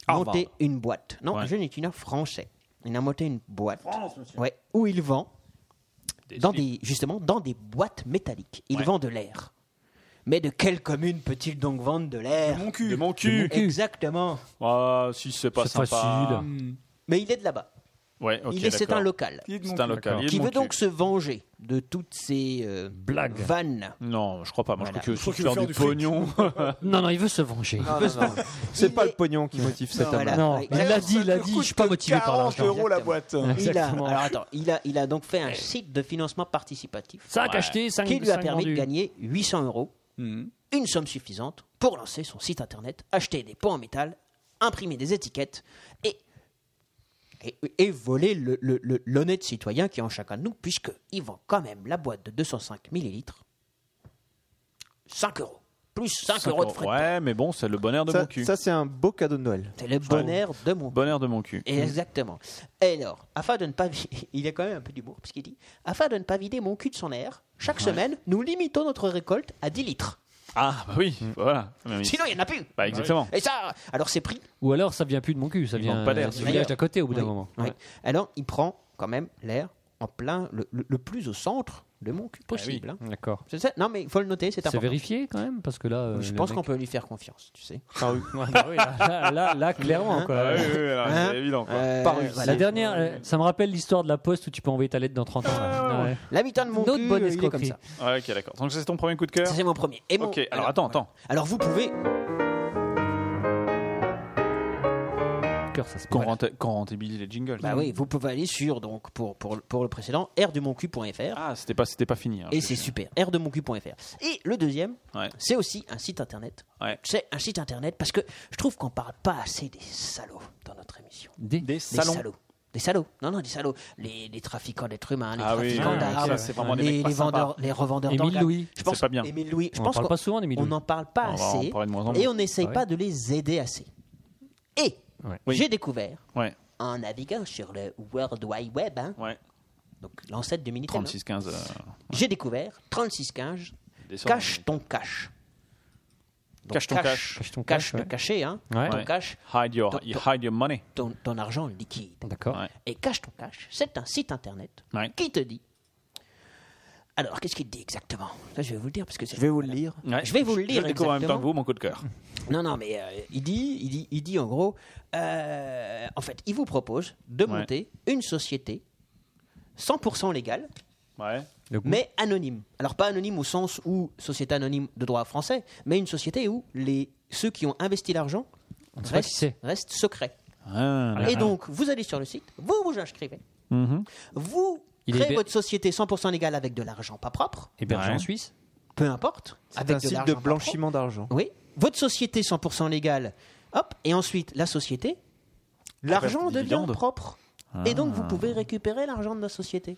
Speaker 10: Harvard.
Speaker 5: monté une boîte. Non,
Speaker 10: Ouais.
Speaker 5: un jeune étudiant français. Il a monté une boîte.
Speaker 10: France, monsieur.
Speaker 5: Ouais. Où il vend dans des, justement dans des boîtes métalliques. Il vend de l'air. Mais de quelle commune peut-il donc vendre de l'air De mon cul.
Speaker 1: De mon cul.
Speaker 5: Exactement.
Speaker 1: Ah, si c'est pas
Speaker 5: C'est
Speaker 1: sympa.
Speaker 5: facile. Mais il est de là-bas.
Speaker 1: Ouais, ok,
Speaker 5: Il est- c'est
Speaker 1: d'accord.
Speaker 5: un local.
Speaker 1: C'est un local. Il est de
Speaker 5: Qui
Speaker 1: mon
Speaker 5: veut
Speaker 1: cul.
Speaker 5: donc se venger de toutes ces euh,
Speaker 2: blagues,
Speaker 5: vannes.
Speaker 1: Non, je crois pas. Moi,
Speaker 5: Voilà.
Speaker 1: je crois que faire du pognon.
Speaker 2: Non, non, il veut se venger.
Speaker 1: Non, non, non.
Speaker 4: C'est pas le pognon qui motive cet homme.
Speaker 2: Non, il l'a dit, il l'a dit, je suis pas motivé par l'argent.
Speaker 5: Il a,
Speaker 2: Exactement.
Speaker 5: alors attends, il a, il a donc fait un site de financement participatif.
Speaker 2: Cinq achetés, cinq-
Speaker 5: Qui lui a
Speaker 2: cinq
Speaker 5: permis de
Speaker 2: vendus. Mhm.
Speaker 5: gagner 800 euros, une somme suffisante pour lancer son site internet, acheter des pots en métal, imprimer des étiquettes et, et, et voler le- le- le- l'honnête citoyen qui est en chacun de nous, puisqu'il vend quand même la boîte de 205 millilitres 5 euros. Plus 5, euros de frais.
Speaker 1: Ouais, mais bon, c'est le bonheur de
Speaker 4: Ça-
Speaker 1: mon cul.
Speaker 4: ça, c'est un beau cadeau de Noël.
Speaker 5: C'est le bonheur de mon
Speaker 1: Bonheur de mon cul.
Speaker 5: Et exactement. Et alors, afin de ne pas vi- il y a quand même un peu d'humour puisqu'il dit afin de ne pas vider mon cul de son air, chaque
Speaker 1: Ouais.
Speaker 5: semaine, nous limitons notre récolte à 10 litres.
Speaker 1: Ah, bah oui, voilà. Mais oui.
Speaker 5: Mm. Sinon, il n'y en a plus.
Speaker 1: Bah, exactement.
Speaker 5: Et ça, alors c'est pris.
Speaker 2: Ou alors, ça vient plus de mon cul, ça vient
Speaker 1: manque pas d'air,
Speaker 2: euh, du
Speaker 1: c'est
Speaker 2: village
Speaker 1: clair.
Speaker 2: d'à côté au bout d'un
Speaker 5: Oui,
Speaker 2: moment.
Speaker 5: oui.
Speaker 2: Ouais.
Speaker 5: Alors, il prend quand même l'air en plein le, le- le plus au centre de mon cul possible. hein.
Speaker 2: D'accord.
Speaker 5: C'est ça Non, mais il faut le noter, c'est
Speaker 2: C'est
Speaker 5: important.
Speaker 2: vérifié quand même parce que là. euh,
Speaker 5: Je
Speaker 2: le
Speaker 5: pense
Speaker 2: mec-
Speaker 5: qu'on peut lui faire confiance, tu sais.
Speaker 2: Ah oui. Ouais, bah oui, là- là- là- là, clairement,
Speaker 5: Hein
Speaker 2: quoi. Ah oui, oui, là, c'est
Speaker 1: évident,
Speaker 2: quoi.
Speaker 5: Euh,
Speaker 2: Par Russie.
Speaker 5: voilà.
Speaker 2: La dernière, euh, ça me rappelle l'histoire de la poste où tu peux envoyer ta lettre dans 30 ans.
Speaker 5: Ah,
Speaker 2: là. Ouais.
Speaker 5: La mi-temps de mon
Speaker 2: Notre
Speaker 5: cul,
Speaker 2: bonne
Speaker 5: euh, il est comme
Speaker 2: escroquerie.
Speaker 5: ça.
Speaker 1: Ouais, Ah, ok, d'accord. Donc, ça, c'est ton premier coup de cœur
Speaker 5: Ça, c'est mon premier. Et mon-
Speaker 1: Ok, alors, attends, attends.
Speaker 5: Alors, vous pouvez.
Speaker 1: Qu'on renta- qu'on rentabilise les jingles.
Speaker 5: Bah oui, vous pouvez aller sur, donc, pour, pour, pour le précédent, rdemoncu.fr.
Speaker 1: Ah, c'était pas, c'était pas fini. hein.
Speaker 5: Et c'est super, rdemoncu.fr. Et le deuxième, c'est aussi un site internet. C'est un site internet parce que je trouve qu'on parle pas assez des salauds dans notre émission.
Speaker 2: Des,
Speaker 1: salons.
Speaker 5: salauds. Des salauds, non, non, des salauds. Les, les trafiquants d'êtres humains, les
Speaker 1: Ah oui,
Speaker 5: trafiquants
Speaker 1: ouais,
Speaker 5: d'armes,
Speaker 1: ça, c'est vraiment des
Speaker 5: les,
Speaker 1: mecs pas
Speaker 5: les vendeurs,
Speaker 1: sympas.
Speaker 5: les revendeurs
Speaker 1: Émile
Speaker 5: d'organes.
Speaker 1: Louis,
Speaker 5: je pense
Speaker 1: c'est pas bien.
Speaker 5: Émile Louis, je
Speaker 1: On en
Speaker 5: pense
Speaker 1: parle
Speaker 5: qu'on-
Speaker 1: pas souvent d'Émile
Speaker 5: On
Speaker 1: Louis.
Speaker 5: n'en parle pas
Speaker 1: On va en
Speaker 5: assez.
Speaker 1: parler de moins en
Speaker 5: Et
Speaker 1: moins.
Speaker 5: on n'essaye
Speaker 1: Ah oui.
Speaker 5: pas de les aider assez. Et
Speaker 1: Oui.
Speaker 5: j'ai découvert
Speaker 1: Ouais.
Speaker 5: en naviguant sur le World Wide Web, hein, donc l'ancêtre du Minitel, hein,
Speaker 1: 36-15. euh,
Speaker 5: j'ai découvert 3615,
Speaker 1: Descends.
Speaker 5: cache ton cache. Donc,
Speaker 1: Cache ton cache.
Speaker 5: Cache ton cache. le caché, hein.
Speaker 1: Ouais.
Speaker 5: Ton
Speaker 1: Ouais.
Speaker 5: cache.
Speaker 1: Hide your, you hide your money.
Speaker 5: Ton, ton argent liquide.
Speaker 2: D'accord.
Speaker 5: Et cache ton cache, c'est un site internet qui te dit. Alors, qu'est-ce qu'il te dit exactement Ça, je vais vous le dire parce que c'est-
Speaker 1: Je vais vous le lire.
Speaker 5: Je vais vous le lire
Speaker 1: Je découvre en même temps que
Speaker 5: exactement.
Speaker 1: vous mon coup de cœur.
Speaker 5: Non, non, mais euh, il, dit, il, dit, il dit en gros, euh, en fait, il vous propose de
Speaker 1: Ouais.
Speaker 5: monter une société 100% légale,
Speaker 1: Le coup.
Speaker 5: mais anonyme. Alors pas anonyme au sens où société anonyme de droit français, mais une société où les, ceux qui ont investi l'argent
Speaker 1: ne sait pas qui
Speaker 5: restent,
Speaker 1: c'est.
Speaker 5: restent secrets.
Speaker 1: Ah,
Speaker 5: Et
Speaker 1: d'accord.
Speaker 5: donc, vous allez sur le site, vous vous inscrivez,
Speaker 1: Mhm.
Speaker 5: Ah, vous
Speaker 1: Il est
Speaker 5: créez
Speaker 1: héber-
Speaker 5: votre société 100% légale avec de l'argent pas propre.
Speaker 2: Hébergé
Speaker 5: Ouais.
Speaker 2: en Suisse.
Speaker 5: Peu importe.
Speaker 4: C'est
Speaker 5: avec
Speaker 4: un site de
Speaker 5: l'argent pas
Speaker 4: blanchiment d'argent.
Speaker 5: propre. Oui. Votre société 100% légale, hop, et ensuite la société, l'argent
Speaker 4: des
Speaker 5: devient
Speaker 4: dividendes.
Speaker 2: Ah.
Speaker 5: propre. Et donc, vous pouvez récupérer l'argent de la société.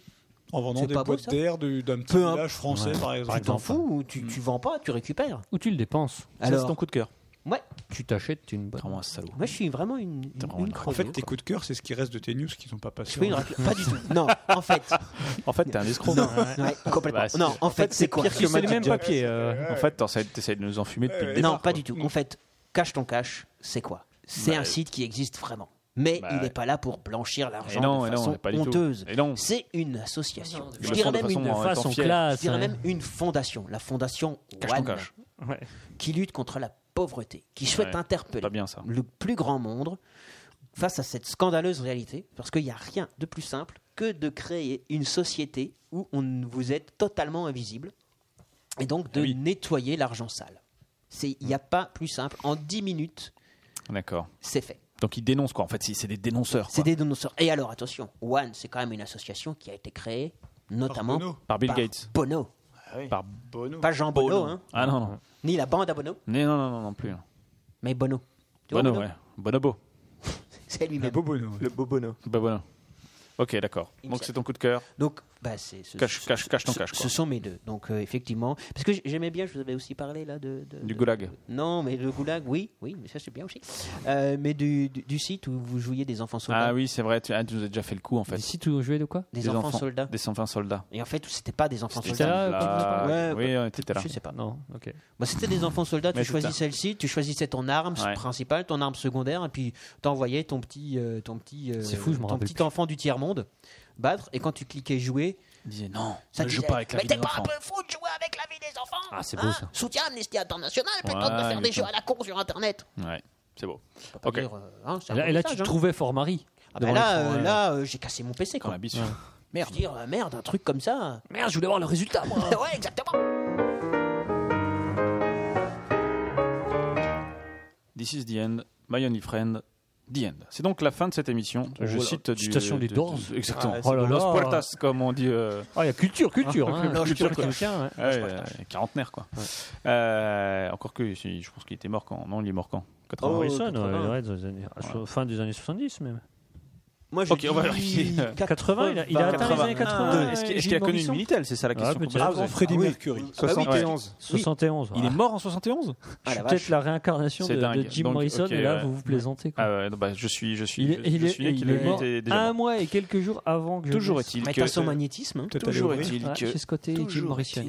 Speaker 6: En vendant
Speaker 5: C'est
Speaker 6: des
Speaker 5: pas beau,
Speaker 6: pots de
Speaker 5: ça
Speaker 6: terre du- d'un petit
Speaker 5: Peu imp-
Speaker 6: village français,
Speaker 5: Ouais.
Speaker 6: par exemple. Hmm.
Speaker 5: Tu t'en fous ou tu, tu vends pas, tu récupères
Speaker 2: Ou tu le dépenses.
Speaker 5: Alors,
Speaker 2: coup
Speaker 1: de cœur.
Speaker 5: Ouais.
Speaker 2: Tu t'achètes une bonne.
Speaker 6: Ah,
Speaker 1: Vraiment un salaud.
Speaker 5: Moi, je suis vraiment une. une, une
Speaker 6: En fait,
Speaker 5: crevée,
Speaker 6: tes
Speaker 5: quoi.
Speaker 6: coups de cœur, c'est ce qui reste de tes news qui sont pas hein.
Speaker 5: Je
Speaker 6: passés.
Speaker 5: fais une raclée. Pas du tout. Non, en fait.
Speaker 1: En fait, t'es un escroc. Bah,
Speaker 5: Non, ouais, complètement. non, en, fait, c'est quoi
Speaker 1: C'est les mêmes papiers. euh. En fait, t'essayes t'essayes de nous enfumer depuis le départ.
Speaker 5: Non, pas du tout. En fait, cache ton cash, c'est quoi C'est un site qui existe vraiment. Mais
Speaker 1: euh, Bah,
Speaker 5: il n'est pas là pour blanchir l'argent
Speaker 1: Et non,
Speaker 5: de
Speaker 1: et non,
Speaker 5: façon
Speaker 1: pas du tout.
Speaker 5: honteuse.
Speaker 1: Et non.
Speaker 5: C'est une association.
Speaker 1: Ils
Speaker 5: Je
Speaker 1: le
Speaker 5: dirais
Speaker 1: font de
Speaker 5: même
Speaker 1: façon
Speaker 5: une hein.
Speaker 1: en étant fiers.
Speaker 5: je dirais même une fondation, la fondation
Speaker 1: Cache ton
Speaker 5: One,
Speaker 1: cash.
Speaker 5: qui lutte contre la pauvreté, qui souhaite
Speaker 1: Ouais.
Speaker 5: interpeller
Speaker 1: Pas bien, ça.
Speaker 5: le plus grand monde face à cette scandaleuse réalité, parce qu'il n'y a rien de plus simple que de créer une société où on vous êtes totalement invisible, et donc
Speaker 1: Eh
Speaker 5: de nettoyer l'argent sale. C'est- Il n'y a pas plus simple. En 10 minutes,
Speaker 1: D'accord.
Speaker 5: c'est fait.
Speaker 1: Donc ils dénoncent quoi En fait, c'est- c'est des dénonceurs.
Speaker 5: C'est des dénonceurs. Et alors, attention, One, c'est quand même une association qui a été créée notamment
Speaker 1: Bono. Ah Par Bill Gates.
Speaker 5: Bono.
Speaker 1: Par
Speaker 6: Bono.
Speaker 5: Pas Jean Bono, hein.
Speaker 1: Ah non, non.
Speaker 5: ni la bande à Bono,
Speaker 1: Mais non, non, non, non plus.
Speaker 5: mais Bono. Tu vois,
Speaker 1: Bono, ouais. Bonobo.
Speaker 5: C'est lui-même.
Speaker 1: Le Bobono. Bobono. Ok, d'accord. Donc c'est ton coup de cœur.
Speaker 5: Donc, bah, c'est ce-
Speaker 1: Cache, cache, cache ton
Speaker 5: ce-
Speaker 1: cache.
Speaker 5: Ce sont mes deux. Donc, euh, effectivement. Parce que j- j'aimais bien, je vous avais aussi parlé là de. de-
Speaker 1: Du
Speaker 5: de-
Speaker 1: goulag.
Speaker 5: Non, mais le goulag, oui, oui, mais ça c'est bien aussi. Euh, mais du, du- du site où vous jouiez des enfants soldats.
Speaker 1: Ah oui, c'est vrai, tu, ah, tu nous as déjà fait le coup en fait.
Speaker 2: Si tu jouais de quoi
Speaker 5: Des enfants soldats.
Speaker 1: Des enfants soldats.
Speaker 5: Et en fait, c'était pas des enfants
Speaker 1: C'était
Speaker 5: soldats.
Speaker 1: là, quand on en parlait
Speaker 5: Ouais,
Speaker 1: Oui,
Speaker 5: bah,
Speaker 1: on était là.
Speaker 5: Je sais pas.
Speaker 2: Non, ok.
Speaker 5: Bah, c'était des enfants soldats, tu
Speaker 1: Mais c'est
Speaker 5: choisissais le site, tu choisissais ton arme
Speaker 1: Ouais.
Speaker 5: principale, ton arme secondaire, et puis t'envoyais ton petit, euh, ton petit, euh,
Speaker 2: C'est fou, je m'en
Speaker 5: ton
Speaker 2: rappelle
Speaker 5: petit enfant du tiers monde battre. Et quand tu cliquais jouer,
Speaker 1: il disait non,
Speaker 5: ça
Speaker 1: ne
Speaker 5: te
Speaker 1: joue
Speaker 5: disait,
Speaker 1: pas avec la
Speaker 5: mais
Speaker 1: vie
Speaker 5: t'es
Speaker 1: des
Speaker 5: pas
Speaker 1: enfants.
Speaker 5: un peu fou de jouer avec la vie des enfants
Speaker 1: Ah, c'est
Speaker 5: hein
Speaker 1: beau, ça.
Speaker 5: Soutien Amnesty International, plutôt que de
Speaker 1: Ouais,
Speaker 5: faire des
Speaker 1: putain.
Speaker 5: jeux à la con sur Internet.
Speaker 1: Ouais, c'est beau.
Speaker 5: Pas
Speaker 1: Ok.
Speaker 5: dire, euh, hein, c'est
Speaker 2: Et
Speaker 5: un
Speaker 2: là,
Speaker 5: bon
Speaker 2: et là,
Speaker 5: message,
Speaker 2: tu
Speaker 5: hein.
Speaker 2: trouvais Fort Marie.
Speaker 5: Ah bah
Speaker 2: devant
Speaker 5: là,
Speaker 2: l'écran,
Speaker 5: euh,
Speaker 2: euh,
Speaker 5: là, euh, j'ai cassé mon PC. Quand
Speaker 1: la bise.
Speaker 5: Merde. Je veux dire, euh, merde, un truc comme ça.
Speaker 2: Merde, je voulais voir le résultat, moi.
Speaker 5: ouais, exactement.
Speaker 1: This is the end, my only friend, the end. C'est donc la fin de cette émission. Je
Speaker 2: Voilà.
Speaker 1: cite du.
Speaker 2: Citation des
Speaker 1: de-
Speaker 2: Doors.
Speaker 1: de- Exactement.
Speaker 2: Ah, c'est Oh là
Speaker 1: Los
Speaker 2: là.
Speaker 1: Puertas, comme on dit. euh,
Speaker 2: Ah, il y a culture, culture. hein.
Speaker 1: Culture,
Speaker 2: culture,
Speaker 1: quoi.
Speaker 2: quelqu'un, ouais.
Speaker 1: Ouais, euh, quarantenaire, quoi. Euh, encore que, si, je pense qu'il était mort quand. Non, il est mort quand 80.
Speaker 2: Oh, Harrison, ouais, ouais, dans les années- fin des années 70 même.
Speaker 5: Moi,
Speaker 1: Ok, on va vérifier.
Speaker 2: 80, il a, il a atteint les années 80.
Speaker 1: Est-ce qu'il-
Speaker 2: euh,
Speaker 1: est-ce qu'il
Speaker 2: Gilles
Speaker 1: a connu une
Speaker 2: Morisson
Speaker 1: Minitel C'est ça la
Speaker 2: Ah,
Speaker 1: question. qu'on
Speaker 2: peut-être.
Speaker 1: peut se poser.
Speaker 6: Freddie Mercury.
Speaker 1: Ah oui, 71.
Speaker 2: 71. 71.
Speaker 1: Il est mort en 71
Speaker 2: Ah. Je suis peut-être la réincarnation de,
Speaker 1: C'est
Speaker 2: de
Speaker 1: dingue.
Speaker 2: Jim
Speaker 1: Donc,
Speaker 2: Morrison
Speaker 1: ok,
Speaker 2: et là
Speaker 1: ouais.
Speaker 2: vous vous plaisantez. quoi.
Speaker 1: Ah ouais, non, bah, je suis, je suis,
Speaker 2: Il est,
Speaker 1: je-
Speaker 2: il
Speaker 1: je
Speaker 2: est-
Speaker 1: suis né
Speaker 2: il
Speaker 1: qu'il
Speaker 2: est
Speaker 1: était
Speaker 2: mort Ah,
Speaker 1: déjà
Speaker 2: un
Speaker 1: mort.
Speaker 2: mois et quelques jours avant que je
Speaker 1: Toujours
Speaker 2: naisse.
Speaker 1: est-il
Speaker 5: Mais
Speaker 1: que
Speaker 5: t'as son magnétisme. hein.
Speaker 1: Peut-être Toujours aller est-il
Speaker 2: Ouais,
Speaker 1: que
Speaker 2: j'ai ce côté Jim Morrison.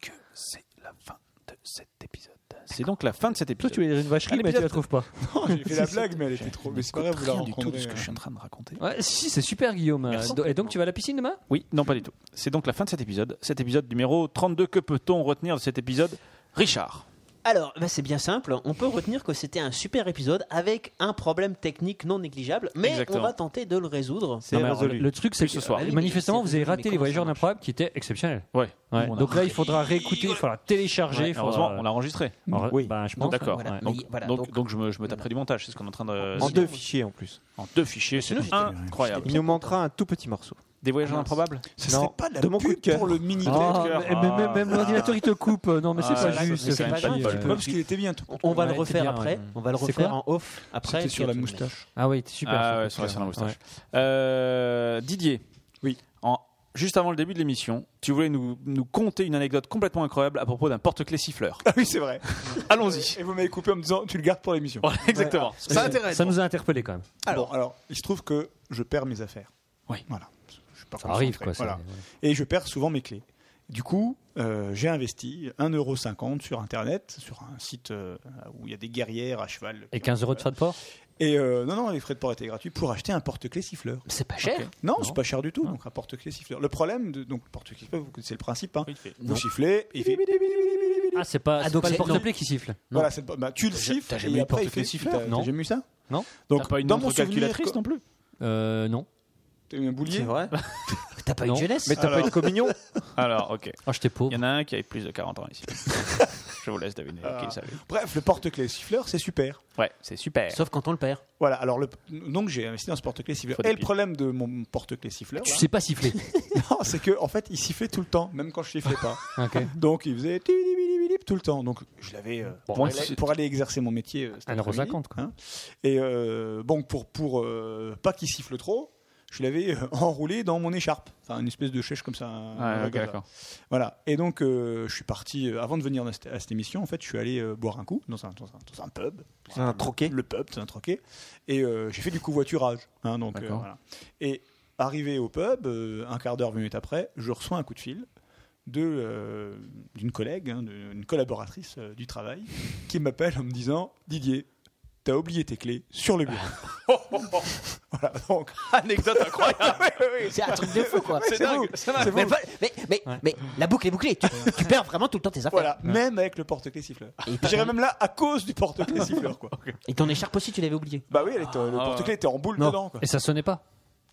Speaker 1: que c'est la fin de cet épisode. C'est donc la fin de cet épisode. Ah,
Speaker 2: tu voulais dire une vacherie,
Speaker 1: Un
Speaker 2: mais tu
Speaker 1: épisode-
Speaker 2: la trouves pas.
Speaker 6: Non, j'ai fait la blague, mais elle était trop. Mais c'est pas grave, vous la hein.
Speaker 1: Rien du tout de
Speaker 6: rencontrez.
Speaker 1: ce que je suis en train de raconter.
Speaker 2: Ouais, si, c'est super, Guillaume.
Speaker 1: Merci.
Speaker 2: Et donc, tu vas à la piscine demain
Speaker 1: Oui, non, pas du tout. C'est donc la fin de cet épisode. Cet épisode numéro 32. Que peut-on retenir de cet épisode Richard.
Speaker 5: Alors, bah, c'est bien simple. On peut retenir que c'était un super épisode avec un problème technique non négligeable, mais
Speaker 1: Exactement.
Speaker 5: on va tenter de le résoudre.
Speaker 1: C'est
Speaker 2: Non, mais
Speaker 1: résolu.
Speaker 2: Le truc, c'est
Speaker 1: Plus
Speaker 2: que
Speaker 1: ce soir.
Speaker 2: euh,
Speaker 5: Oui,
Speaker 2: manifestement,
Speaker 5: mais
Speaker 2: vous
Speaker 5: c'est
Speaker 2: avez
Speaker 5: résolu, mais
Speaker 2: raté les
Speaker 5: comment
Speaker 2: voyageurs d'improbables qui étaient exceptionnels.
Speaker 1: Ouais.
Speaker 2: Ouais,
Speaker 1: On a-
Speaker 2: donc là, il faudra réécouter, il faudra télécharger. il
Speaker 1: Ouais,
Speaker 2: faudra-
Speaker 1: heureusement, on l'a enregistré.
Speaker 2: Alors,
Speaker 4: Oui.
Speaker 2: bah, je
Speaker 1: Bon,
Speaker 2: pense.
Speaker 1: D'accord.
Speaker 5: voilà. Mais
Speaker 1: Donc,
Speaker 5: il- voilà,
Speaker 1: donc-
Speaker 5: donc-
Speaker 1: donc je me, je me taperai du montage. C'est ce qu'on est en train de.
Speaker 4: En deux fichiers en plus.
Speaker 1: En deux fichiers, c'est
Speaker 5: sinon, j'étais-
Speaker 1: incroyable.
Speaker 4: Il nous manquera un tout petit morceau.
Speaker 1: Des voyageurs improbables
Speaker 6: Ce serait
Speaker 4: Non,
Speaker 6: pas de la
Speaker 4: de mon coup de
Speaker 6: pub
Speaker 4: cœur.
Speaker 6: pour le mini
Speaker 2: Ah, mais- mais- mais- même l'ordinateur, il te coupe. Non, mais c'est
Speaker 1: Ah,
Speaker 2: pas
Speaker 1: là,
Speaker 2: juste.
Speaker 1: c'est quand même pas
Speaker 2: gentil.
Speaker 1: de bol.
Speaker 6: Pas parce qu'il était bien tout.
Speaker 5: On, on va
Speaker 2: Ouais,
Speaker 5: le refaire
Speaker 2: t'es bien,
Speaker 5: après.
Speaker 2: ouais.
Speaker 5: On va le
Speaker 2: C'est
Speaker 5: refaire en
Speaker 2: quoi
Speaker 5: off après.
Speaker 6: C'était sur la
Speaker 5: Mais-
Speaker 6: moustache.
Speaker 2: Ah oui, c'est super.
Speaker 1: Ah
Speaker 2: ça.
Speaker 1: ouais, sur la scène à moustache.
Speaker 2: Ouais.
Speaker 1: Euh, Didier.
Speaker 6: Oui.
Speaker 1: En, juste avant le début de l'émission, tu voulais nous, nous conter une anecdote complètement incroyable à propos d'un porte-clés siffleur.
Speaker 6: Ah oui, c'est vrai.
Speaker 1: Allons-y.
Speaker 6: Et vous m'avez coupé en me disant, tu le gardes pour l'émission.
Speaker 1: Voilà, exactement.
Speaker 6: Ça intéresse.
Speaker 2: Ça nous a interpellés quand même.
Speaker 6: Alors, alors, il se trouve que je perds mes affaires.
Speaker 1: Oui.
Speaker 6: Voilà. Je suis pas
Speaker 2: Ça arrive,
Speaker 6: concentré.
Speaker 2: quoi. ça.
Speaker 6: Voilà. Et je perds souvent mes clés. Du coup, euh, j'ai investi 1,50€ sur Internet, sur un site euh, où il y a des guerrières à cheval.
Speaker 2: Et 15 euros de frais de port
Speaker 6: Et euh, non, non, les frais de port étaient gratuits pour acheter un porte-clés siffleur.
Speaker 5: C'est pas cher.
Speaker 6: Non, c'est pas cher du tout. Donc un porte-clés siffleur. Le problème, de, donc le porte-clés siffleur, vous connaissez le principe. Hein. Vous sifflez, il fait.
Speaker 2: Ah, c'est pas,
Speaker 5: Ah,
Speaker 2: c'est
Speaker 5: donc
Speaker 2: pas le
Speaker 5: c'est-
Speaker 2: porte-clés qui siffle.
Speaker 6: Voilà, c'est bah, tu le siffles.
Speaker 1: t'as jamais
Speaker 6: et
Speaker 1: eu
Speaker 6: après, il
Speaker 1: porte-clés
Speaker 6: fait-
Speaker 1: siffleur,
Speaker 6: t'as-
Speaker 2: non
Speaker 6: T'as jamais eu ça
Speaker 2: Non.
Speaker 1: Donc, pas une
Speaker 6: dans
Speaker 1: montre
Speaker 6: mon souvenir,
Speaker 1: calculatrice
Speaker 6: quand-
Speaker 1: non plus.
Speaker 2: Euh, non.
Speaker 6: T'as eu un boulier
Speaker 4: vrai
Speaker 5: T'as pas eu
Speaker 2: Non.
Speaker 5: de jeunesse.
Speaker 4: Mais t'as pas
Speaker 6: Alors.
Speaker 4: une communion
Speaker 1: Alors, ok.
Speaker 2: Ah, j'étais
Speaker 1: Il y
Speaker 2: pauvre.
Speaker 1: en a un qui avait plus de 40 ans ici. Je vous laisse deviner qui ça a eu.
Speaker 6: euh, Bref, le porte-clés siffleur, c'est super.
Speaker 1: Ouais, c'est super.
Speaker 5: Sauf quand on le perd.
Speaker 6: Voilà, alors le- donc j'ai investi dans ce porte-clés siffleur.
Speaker 1: Faut des
Speaker 6: Et le
Speaker 1: piles.
Speaker 6: problème de mon porte-clés siffleur,
Speaker 2: Tu
Speaker 6: là,
Speaker 2: sais pas siffler.
Speaker 6: non, c'est que en fait, il sifflait tout le temps, même quand je sifflais pas.
Speaker 2: Ok.
Speaker 6: Donc il faisait tibidibidibidib tout le temps. Donc je l'avais euh, pour,
Speaker 1: Bon,
Speaker 6: aller,
Speaker 1: c'est-
Speaker 6: pour aller exercer mon métier. euh, cet
Speaker 2: Un euro
Speaker 6: après-midi,
Speaker 2: cinquante, quoi.
Speaker 6: hein. Et euh, bon, pour pour euh, pas qu'il siffle trop, je l'avais euh, enroulé dans mon écharpe. Enfin, une espèce de chèche comme ça. un-
Speaker 1: Ouais,
Speaker 6: un truc
Speaker 1: ok,
Speaker 6: comme ça.
Speaker 1: d'accord.
Speaker 6: Voilà. Et donc, euh, je suis parti, euh, avant de venir à cette, à cette émission, en fait, je suis allé euh, boire un coup dans un, dans un- dans un pub.
Speaker 4: Un troquet.
Speaker 6: Le pub, c'est un troquet. Et euh, j'ai fait du covoiturage. hein, donc, euh,
Speaker 4: D'accord.
Speaker 6: voilà. Et arrivé au pub, euh, un quart d'heure, 20 minutes après, je reçois un coup de fil de, euh, d'une collègue, hein, de- une collaboratrice euh, du travail, qui m'appelle en me disant Didier, t'as oublié tes clés sur le bureau. voilà, donc,
Speaker 8: Anecdote incroyable.
Speaker 5: C'est un truc de fou, quoi.
Speaker 8: C'est dingue. C'est dingue.
Speaker 5: Mais, mais, mais, mais la boucle est bouclée. Tu, tu perds vraiment tout le temps tes affaires.
Speaker 6: Voilà, même avec le porte-clés siffleur. J'irais même là à cause du porte-clés siffleur, quoi.
Speaker 5: Et ton écharpe aussi, tu l'avais oublié.
Speaker 6: Bah oui, elle était- le porte-clés était en boule
Speaker 5: Non.
Speaker 6: dedans, quoi.
Speaker 2: Et ça sonnait pas.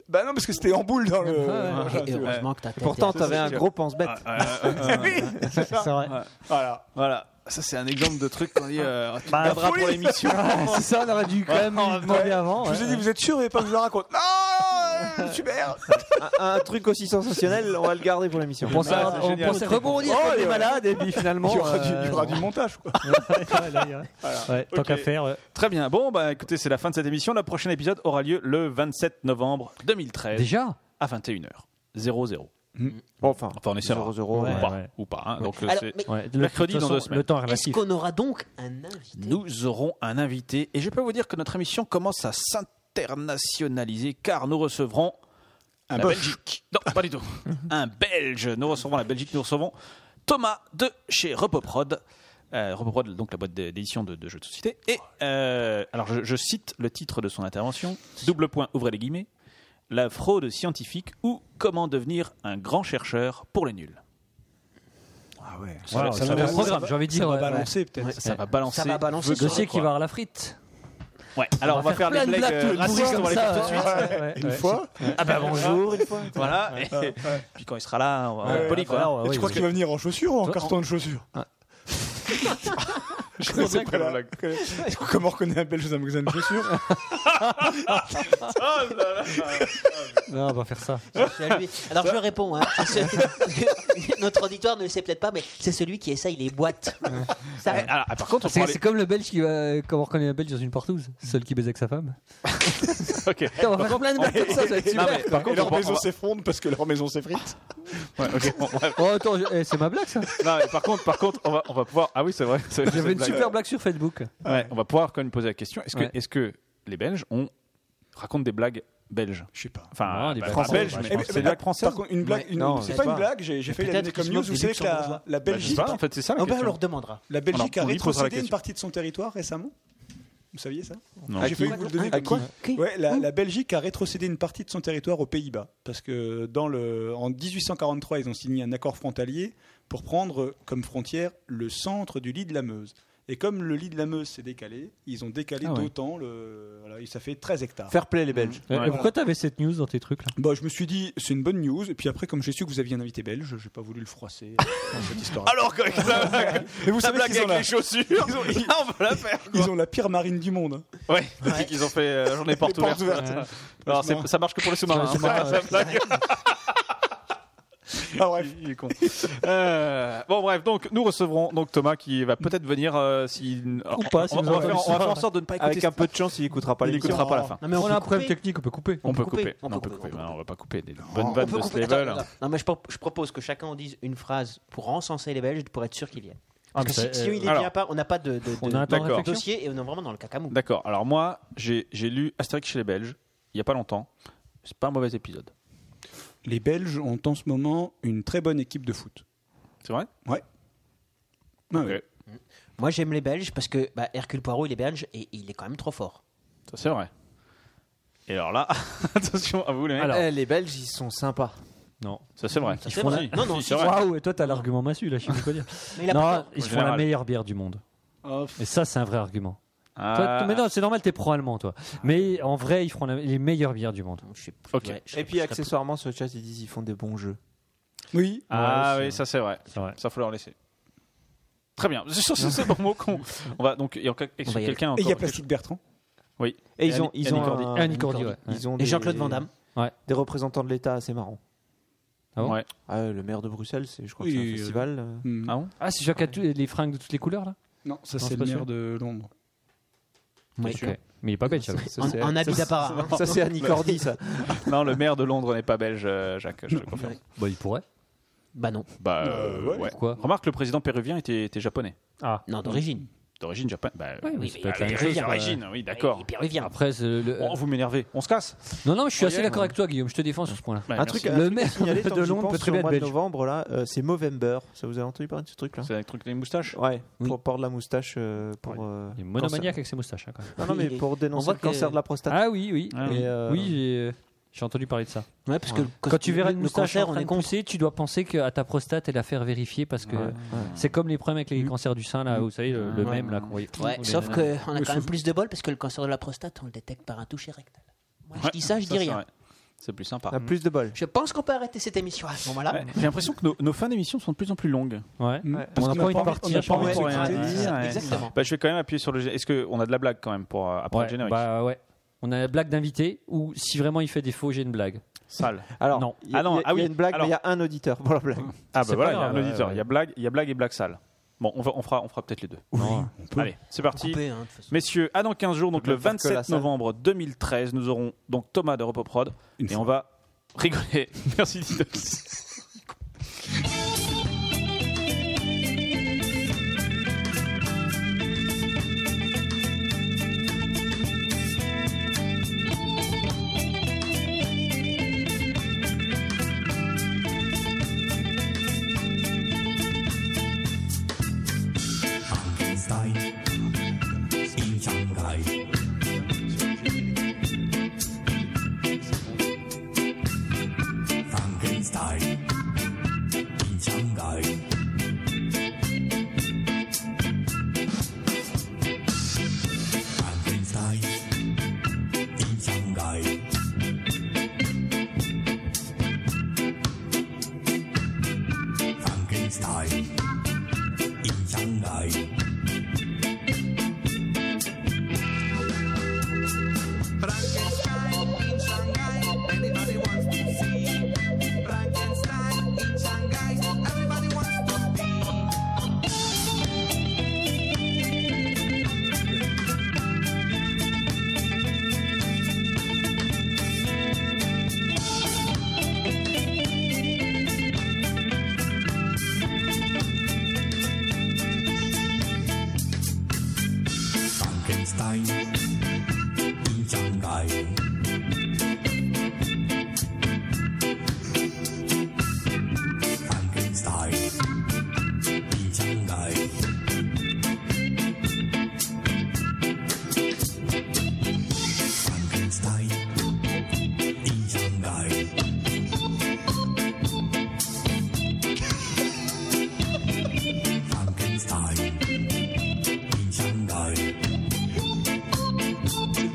Speaker 6: Bah non, parce que c'était en boule dans le.
Speaker 5: ouais.
Speaker 6: Voilà,
Speaker 5: Et
Speaker 6: tu vois. Ah,
Speaker 5: heureusement que t'as-
Speaker 4: Et
Speaker 2: Oh,
Speaker 4: pourtant, t'avais un gros pense-bête.
Speaker 1: Ah,
Speaker 6: Oui, c'est ça. Voilà.
Speaker 8: Voilà. Ça, c'est un exemple de truc qu'on dit. Euh, tu
Speaker 6: Bah,
Speaker 8: me garderas
Speaker 6: folie.
Speaker 8: pour l'émission.
Speaker 6: Ouais, c'est ça,
Speaker 8: on aurait dû quand même
Speaker 4: Ah,
Speaker 8: lui demander avant,
Speaker 6: Je vous ai
Speaker 8: ouais.
Speaker 6: dit, vous êtes sûr, et pas que je le raconte. Non, euh, super.
Speaker 4: un, un truc aussi sensationnel, on va le garder pour l'émission.
Speaker 6: On pensait- Ah, c'est on génial. Oh, pensait rebondir comme des malades, et puis finalement, Il y aura du- euh, il y aura du montage, quoi.
Speaker 2: tant
Speaker 1: Ok.
Speaker 2: qu'à faire. ouais.
Speaker 1: Très bien. Bon, bah écoutez, c'est la fin de cette émission. Le prochain épisode aura lieu le 27 novembre 2013.
Speaker 2: Déjà Mmh.
Speaker 1: À 21h. 00.
Speaker 4: Enfin,
Speaker 1: on essaiera. ou,
Speaker 2: ouais.
Speaker 1: pas,
Speaker 2: Ouais.
Speaker 1: ou pas. hein. Donc,
Speaker 5: Alors,
Speaker 1: c'est
Speaker 5: mais-
Speaker 2: Ouais, de
Speaker 1: mercredi
Speaker 2: toute
Speaker 1: dans
Speaker 2: façon,
Speaker 1: deux semaines.
Speaker 2: le temps est
Speaker 5: Est-ce
Speaker 2: relatif.
Speaker 5: qu'on aura donc un invité
Speaker 1: Nous aurons un invité. Et je peux vous dire que notre émission commence à s'internationaliser car nous recevrons
Speaker 6: Un
Speaker 1: la
Speaker 6: Belge.
Speaker 1: Belgique. Non, pas du tout. un Belge. Nous recevrons la Belgique. Nous recevons Thomas de chez Repoprod. Euh, Repoprod, donc la boîte d'é- d'édition de, de jeux de société. Et euh, alors, je, je cite le titre de son intervention. Double point, ouvrez les guillemets. La fraude scientifique ou comment devenir un grand chercheur pour les nuls.
Speaker 6: Ah ouais.
Speaker 1: Ça va- ça va- ça va- ça va balancer,
Speaker 6: balancer
Speaker 1: peut-être.
Speaker 6: peut-être.
Speaker 1: Ça va balancer.
Speaker 2: Le
Speaker 1: sur
Speaker 2: dossier
Speaker 1: le
Speaker 2: qui va
Speaker 1: coin.
Speaker 2: avoir la frite.
Speaker 1: Ouais, alors on va faire,
Speaker 2: plein
Speaker 1: les
Speaker 2: de
Speaker 1: blagues euh,
Speaker 2: tout le
Speaker 1: racistes,
Speaker 2: temps,
Speaker 1: on va les
Speaker 2: comme
Speaker 1: faire tout de
Speaker 2: ça,
Speaker 1: suite.
Speaker 2: ouais, ouais,
Speaker 1: Une
Speaker 2: ouais.
Speaker 1: fois Ah bah bonjour, une fois. Voilà,
Speaker 6: Ouais,
Speaker 1: et
Speaker 6: ouais, ouais.
Speaker 1: puis quand il sera là, on va on va
Speaker 6: Ouais,
Speaker 1: être poli
Speaker 6: ouais, voilà,
Speaker 1: quoi.
Speaker 6: ouais, Tu crois qu'il va venir en chaussures ou en
Speaker 1: Toi, Ah.
Speaker 6: carton de chaussures Je
Speaker 1: crois
Speaker 6: sais
Speaker 1: bien que
Speaker 6: pas
Speaker 1: la
Speaker 6: là. Comment on reconnaît un belge dans un magasin de chaussures
Speaker 1: Ah, oh
Speaker 2: Non, on va faire ça.
Speaker 5: C'est à lui. Alors je réponds. hein. C'est ce- Notre auditoire ne le sait peut-être pas, mais c'est celui qui essaye les boîtes. Ça-
Speaker 1: Ah, par contre, on
Speaker 2: c'est,
Speaker 1: pourra les-
Speaker 2: c'est comme le Belge qui va. Comment on reconnaît un Belge dans une partouze Seul qui baise avec sa femme.
Speaker 1: Ok.
Speaker 2: on va faire plein de blagues comme ça, ça va être super.
Speaker 1: Non, mais Par
Speaker 6: Et
Speaker 1: contre,
Speaker 6: leur
Speaker 1: on va- on
Speaker 6: maison
Speaker 1: va-
Speaker 6: s'effondre parce que leur maison s'effrite.
Speaker 1: Ouais, ok, on va-
Speaker 2: Oh, attends, je- eh, c'est ma blague ça
Speaker 1: Non, mais par contre, par contre, on va, on va pouvoir. Ah oui, c'est vrai. c'est- c'est
Speaker 2: J'avais une
Speaker 1: blague.
Speaker 2: super blague sur Facebook.
Speaker 1: Ouais, on va pouvoir quand même poser la question. Est-ce que,
Speaker 2: Ouais.
Speaker 1: est-ce que les Belges ont racontent des blagues belges
Speaker 6: Je sais pas.
Speaker 1: Enfin,
Speaker 2: Non, Ah, des
Speaker 1: bah,
Speaker 2: blagues
Speaker 1: pas
Speaker 2: françaises,
Speaker 1: belges,
Speaker 2: moi, je
Speaker 1: mais
Speaker 2: pense. Ah,
Speaker 1: c'est des blagues françaises.
Speaker 6: Par contre, une blague,
Speaker 1: Ouais.
Speaker 6: une-
Speaker 1: Non,
Speaker 6: c'est
Speaker 1: je
Speaker 6: pas
Speaker 1: sais
Speaker 6: une blague, j'ai j'ai fait
Speaker 5: Peut-être
Speaker 6: l'année
Speaker 5: qu'ils
Speaker 6: comme
Speaker 5: se
Speaker 6: news,
Speaker 5: moquent
Speaker 6: vous
Speaker 5: des
Speaker 6: savez que
Speaker 5: Luxembourgeois.
Speaker 6: la, la
Speaker 1: Bah, je sais
Speaker 6: Belgique.
Speaker 1: pas, en fait, c'est ça la
Speaker 6: Ah, bah,
Speaker 1: question.
Speaker 5: On leur demandera.
Speaker 6: La Belgique
Speaker 1: On
Speaker 6: a
Speaker 1: leur- on lui posera la
Speaker 6: rétrocédé une
Speaker 1: question.
Speaker 6: partie de son territoire récemment Vous saviez ça
Speaker 1: Non.
Speaker 6: J'ai failli vous le donner
Speaker 4: À
Speaker 6: comme
Speaker 4: qui
Speaker 6: quoi. Ouais, la, la Belgique a rétrocédé une partie de son territoire aux Pays-Bas parce que dans le en 1843 ils ont signé un accord frontalier pour prendre comme frontière le centre du lit de la Meuse. Et comme le lit de la Meuse s'est décalé, ils ont décalé
Speaker 2: Ah ouais.
Speaker 6: d'autant le voilà, ça fait 13 hectares.
Speaker 4: Fair play, les Belges.
Speaker 2: Euh, Et
Speaker 6: Voilà.
Speaker 2: Pourquoi t'avais cette news dans tes trucs là
Speaker 6: Bah, je me suis dit, c'est une bonne news. Et puis après, comme j'ai su que vous aviez un invité belge, j'ai pas voulu le froisser. Dans cette histoire.
Speaker 8: Alors que la,
Speaker 6: Mais vous
Speaker 8: la
Speaker 6: savez
Speaker 8: blague
Speaker 6: qu'ils ont
Speaker 8: avec
Speaker 6: la-
Speaker 8: les chaussures,
Speaker 6: ils ont-
Speaker 8: là, on peut la faire.
Speaker 6: Ils ont la pire marine du monde. hein.
Speaker 1: Ouais, depuis qu'ils ont fait euh, journée porte
Speaker 6: Les portes
Speaker 1: ouverte.
Speaker 6: ouvertes.
Speaker 1: Ouais. Alors, c'est- ça marche que pour les sous-marins.
Speaker 6: C'est
Speaker 1: hein,
Speaker 6: marrant,
Speaker 1: ça, ça blague.
Speaker 6: Ah, bref.
Speaker 1: Il est con. Euh, bon bref, donc nous recevrons donc Thomas qui va peut-être venir euh, si Alors,
Speaker 2: Ou pas, si
Speaker 1: on,
Speaker 2: nous
Speaker 1: on va
Speaker 2: entendez
Speaker 1: faire, on va
Speaker 2: ça.
Speaker 1: faire en sorte de ne pas écouter.
Speaker 4: Avec un peu de chance, il écoutera pas
Speaker 1: Il
Speaker 4: l'émission.
Speaker 1: écoutera pas à la fin.
Speaker 5: Non, mais on
Speaker 2: on
Speaker 5: peut
Speaker 2: a un problème
Speaker 5: couper.
Speaker 2: technique, on peut couper.
Speaker 1: On peut
Speaker 5: couper.
Speaker 1: couper.
Speaker 5: On
Speaker 1: Non, On
Speaker 5: peut
Speaker 1: peut
Speaker 5: couper.
Speaker 1: couper.
Speaker 5: On peut
Speaker 1: Non, On va pas couper des
Speaker 5: On
Speaker 1: bonnes vannes
Speaker 5: peut
Speaker 1: de ce
Speaker 5: couper. Attends,
Speaker 1: level.
Speaker 5: attends. Non, mais je, pro- je propose que chacun en dise une phrase pour encenser les Belges pour être sûr qu'ils viennent.
Speaker 2: Ah,
Speaker 5: Parce que si,
Speaker 2: mais c'est-
Speaker 5: si il
Speaker 1: alors.
Speaker 5: ne vient pas, on n'a pas de, de- de-
Speaker 2: On a un temps de
Speaker 1: D'accord.
Speaker 2: réflexion.
Speaker 5: dossier et on est vraiment dans le cacamou.
Speaker 1: D'accord. Alors moi, j'ai j'ai lu Astérix chez les Belges il y a pas longtemps. C'est pas un mauvais épisode.
Speaker 6: Les Belges ont en ce moment une très bonne équipe de foot.
Speaker 1: C'est vrai
Speaker 6: Ouais. Ouais, ouais.
Speaker 5: Moi, j'aime les Belges parce que bah, Hercule Poirot, il est belge et il est quand même trop fort.
Speaker 1: Ça c'est vrai. Et alors là, attention
Speaker 2: Ah,
Speaker 1: à vous les mecs.
Speaker 2: Alors,
Speaker 4: Eh, les Belges, ils sont sympas.
Speaker 2: non.
Speaker 1: ça c'est vrai.
Speaker 5: Ça,
Speaker 2: Ils
Speaker 5: c'est
Speaker 2: font
Speaker 5: vrai.
Speaker 1: la-
Speaker 5: Non, non,
Speaker 1: Si,
Speaker 5: si,
Speaker 1: c'est vrai.
Speaker 2: Waouh, et toi t'as l'argument massu là, je sais plus quoi dire.
Speaker 5: mais il a pas
Speaker 2: Non,
Speaker 5: tort.
Speaker 2: ils
Speaker 1: En
Speaker 2: font la
Speaker 1: général.
Speaker 2: meilleure bière du monde.
Speaker 6: Oh,
Speaker 2: Et ça, c'est un vrai argument.
Speaker 1: Ah,
Speaker 2: Toi, t- mais non, c'est normal, t'es pro-allemand, toi. Mais en vrai, ils feront la- les meilleures bières du monde.
Speaker 5: Ah. Je sais plus,
Speaker 1: Ok.
Speaker 5: ouais, je sais
Speaker 4: Et
Speaker 5: plus,
Speaker 4: puis,
Speaker 5: je sais plus.
Speaker 4: accessoirement, sur le chat, ils disent ils font des bons jeux.
Speaker 6: Oui.
Speaker 1: Ah
Speaker 2: Ouais,
Speaker 1: oui,
Speaker 2: c'est-
Speaker 1: ça c'est vrai.
Speaker 2: C'est vrai.
Speaker 1: Ça faut leur laisser. Très bien. C'est sûr, c'est bon mot qu'on. On va donc. il y a encore- Est-ce
Speaker 5: On va
Speaker 1: que
Speaker 5: y
Speaker 1: quelqu'un
Speaker 6: Et il y a
Speaker 1: encore
Speaker 6: Plastique Bertrand.
Speaker 1: Oui.
Speaker 4: Et ils
Speaker 1: Annie-
Speaker 4: ont, ils ont,
Speaker 1: Annie Cordy.
Speaker 4: un-
Speaker 2: Annie Cordy, ouais.
Speaker 4: ils ont
Speaker 5: Et
Speaker 4: des-
Speaker 5: Jean-Claude Van Damme.
Speaker 4: Des représentants de l'État assez marrants.
Speaker 2: Ah bon
Speaker 1: Ouais.
Speaker 4: Ah, le maire de Bruxelles, c'est, je crois
Speaker 6: Oui,
Speaker 4: que c'est
Speaker 6: euh,
Speaker 4: un festival. euh.
Speaker 5: Hmm.
Speaker 1: Ah bon
Speaker 2: Ah, c'est chacun les fringues de toutes les couleurs, là
Speaker 6: Non, ça
Speaker 2: Non,
Speaker 6: c'est
Speaker 2: c'est
Speaker 6: le
Speaker 2: pas
Speaker 6: maire
Speaker 2: sûr.
Speaker 6: de Londres.
Speaker 5: Ouais.
Speaker 2: Ok. Mais il est pas belge. alors.
Speaker 1: Ça, c'est- ça, c'est-
Speaker 4: Ça, c'est Annie Cordy, ça.
Speaker 1: non, le maire de Londres n'est pas belge, euh, Jacques, je le confirme.
Speaker 2: Bah, il pourrait.
Speaker 5: Bah non.
Speaker 1: Bah,
Speaker 5: Euh, ouais.
Speaker 1: Pourquoi Remarque, le président péruvien était, était japonais.
Speaker 2: Ah.
Speaker 5: Non, d'origine.
Speaker 1: D'origine japonaise. Bah,
Speaker 2: Oui, mais
Speaker 1: oui,
Speaker 2: ça
Speaker 1: bah,
Speaker 2: peut être la même
Speaker 1: d'origine,
Speaker 2: chose,
Speaker 1: d'origine,
Speaker 2: euh,
Speaker 1: oui, d'accord.
Speaker 5: péruvien.
Speaker 2: Après, c'est le-
Speaker 1: Bon, vous m'énervez. On se casse
Speaker 2: Non, non, je
Speaker 4: Ah,
Speaker 2: suis
Speaker 1: On y
Speaker 2: assez
Speaker 1: est,
Speaker 2: d'accord
Speaker 1: moi.
Speaker 2: avec toi, Guillaume. Je te défends sur ce point-là.
Speaker 1: Ouais,
Speaker 4: un truc,
Speaker 2: le maire de Londres peut très
Speaker 4: au
Speaker 2: bien être
Speaker 4: mois de
Speaker 2: belge.
Speaker 4: novembre, là, euh, c'est Movember. Ça vous avez entendu parler de ce truc-là
Speaker 1: C'est un truc des moustaches
Speaker 4: Ouais, pour port de la moustache. euh, pour, euh,
Speaker 2: Il est
Speaker 4: cancer.
Speaker 2: monomaniaque avec ses moustaches. hein, quand même.
Speaker 4: Non, non, mais pour dénoncer le cancer de la prostate.
Speaker 2: Ah oui, oui.
Speaker 4: Ah
Speaker 2: oui,
Speaker 4: oui. euh,
Speaker 2: Oui, j'ai- j'ai entendu parler de ça.
Speaker 5: Ouais, parce que le
Speaker 2: quand
Speaker 5: cos-
Speaker 2: tu verras
Speaker 5: le-
Speaker 2: une
Speaker 5: le
Speaker 2: moustache
Speaker 5: cancer,
Speaker 2: en
Speaker 5: on
Speaker 2: train
Speaker 5: est
Speaker 2: de pousser, tu dois penser que à ta prostate et la faire vérifier parce que
Speaker 5: Ouais. Ouais.
Speaker 2: c'est comme les problèmes avec les cancers du sein là, vous savez le, le
Speaker 5: Ouais.
Speaker 2: même là qu'on voyait.
Speaker 5: Ouais,
Speaker 2: Ou les
Speaker 5: sauf qu'on
Speaker 2: nanas.
Speaker 5: a quand même plus de bol parce que le cancer de la prostate, on le détecte par un toucher rectal. Moi, je
Speaker 1: Ouais,
Speaker 5: dis ça, je dis
Speaker 1: c'est
Speaker 5: rien.
Speaker 1: vrai. C'est plus sympa.
Speaker 4: Ah, plus de bol.
Speaker 5: Je pense qu'on peut arrêter cette émission à ce moment-là.
Speaker 1: Ouais, J'ai l'impression que nos, nos fins d'émission sont de plus en plus longues.
Speaker 2: Ouais.
Speaker 1: Mm. Parce
Speaker 2: On a
Speaker 1: qu'on
Speaker 2: pas envie de partir,
Speaker 1: on a
Speaker 2: je
Speaker 1: pas envie
Speaker 2: pense.
Speaker 1: pour
Speaker 2: Ouais,
Speaker 1: rien
Speaker 2: c'est
Speaker 1: dire,
Speaker 2: ça,
Speaker 1: ouais.
Speaker 2: exactement.
Speaker 1: Bah, je vais quand même appuyer sur le. Est-ce qu'on a de la blague quand même pour euh, après
Speaker 2: Ouais,
Speaker 1: le générique
Speaker 2: Bah ouais. On a la blague d'invité ou si vraiment il fait défaut, j'ai une blague.
Speaker 1: Sale.
Speaker 4: Alors,
Speaker 2: non.
Speaker 1: Ah
Speaker 4: il y a- il y a- il y a une blague,
Speaker 1: alors-
Speaker 4: mais il y a un auditeur pour la blague.
Speaker 1: Ah bah
Speaker 2: C'est
Speaker 1: voilà, il
Speaker 2: pas
Speaker 1: y a
Speaker 2: grave,
Speaker 1: un auditeur.
Speaker 2: ouais,
Speaker 1: Il y a blague, il y a blague et blague sale. Bon, on, va, on fera, on fera peut-être les deux. Allez, c'est parti.
Speaker 5: Couper, hein, de toute façon.
Speaker 1: Messieurs, à dans 15 jours, donc
Speaker 4: peut
Speaker 1: le
Speaker 4: bien faire que la
Speaker 1: 27
Speaker 4: salle.
Speaker 1: novembre 2013, nous aurons donc Thomas de Repoprod et on va rigoler. Merci Didos.
Speaker 10: Stein in Shanghai. Frankenstein in Shanghai. Frankenstein in Shanghai. Frankenstein in Shanghai.
Speaker 9: Frankenstein in Shanghai, anybody wants to see. Frankenstein in Shanghai, everybody wants to be.
Speaker 10: Frankenstein in Shanghai. Frankenstein in Shanghai. Frankenstein in Shanghai. Frankenstein in Shanghai.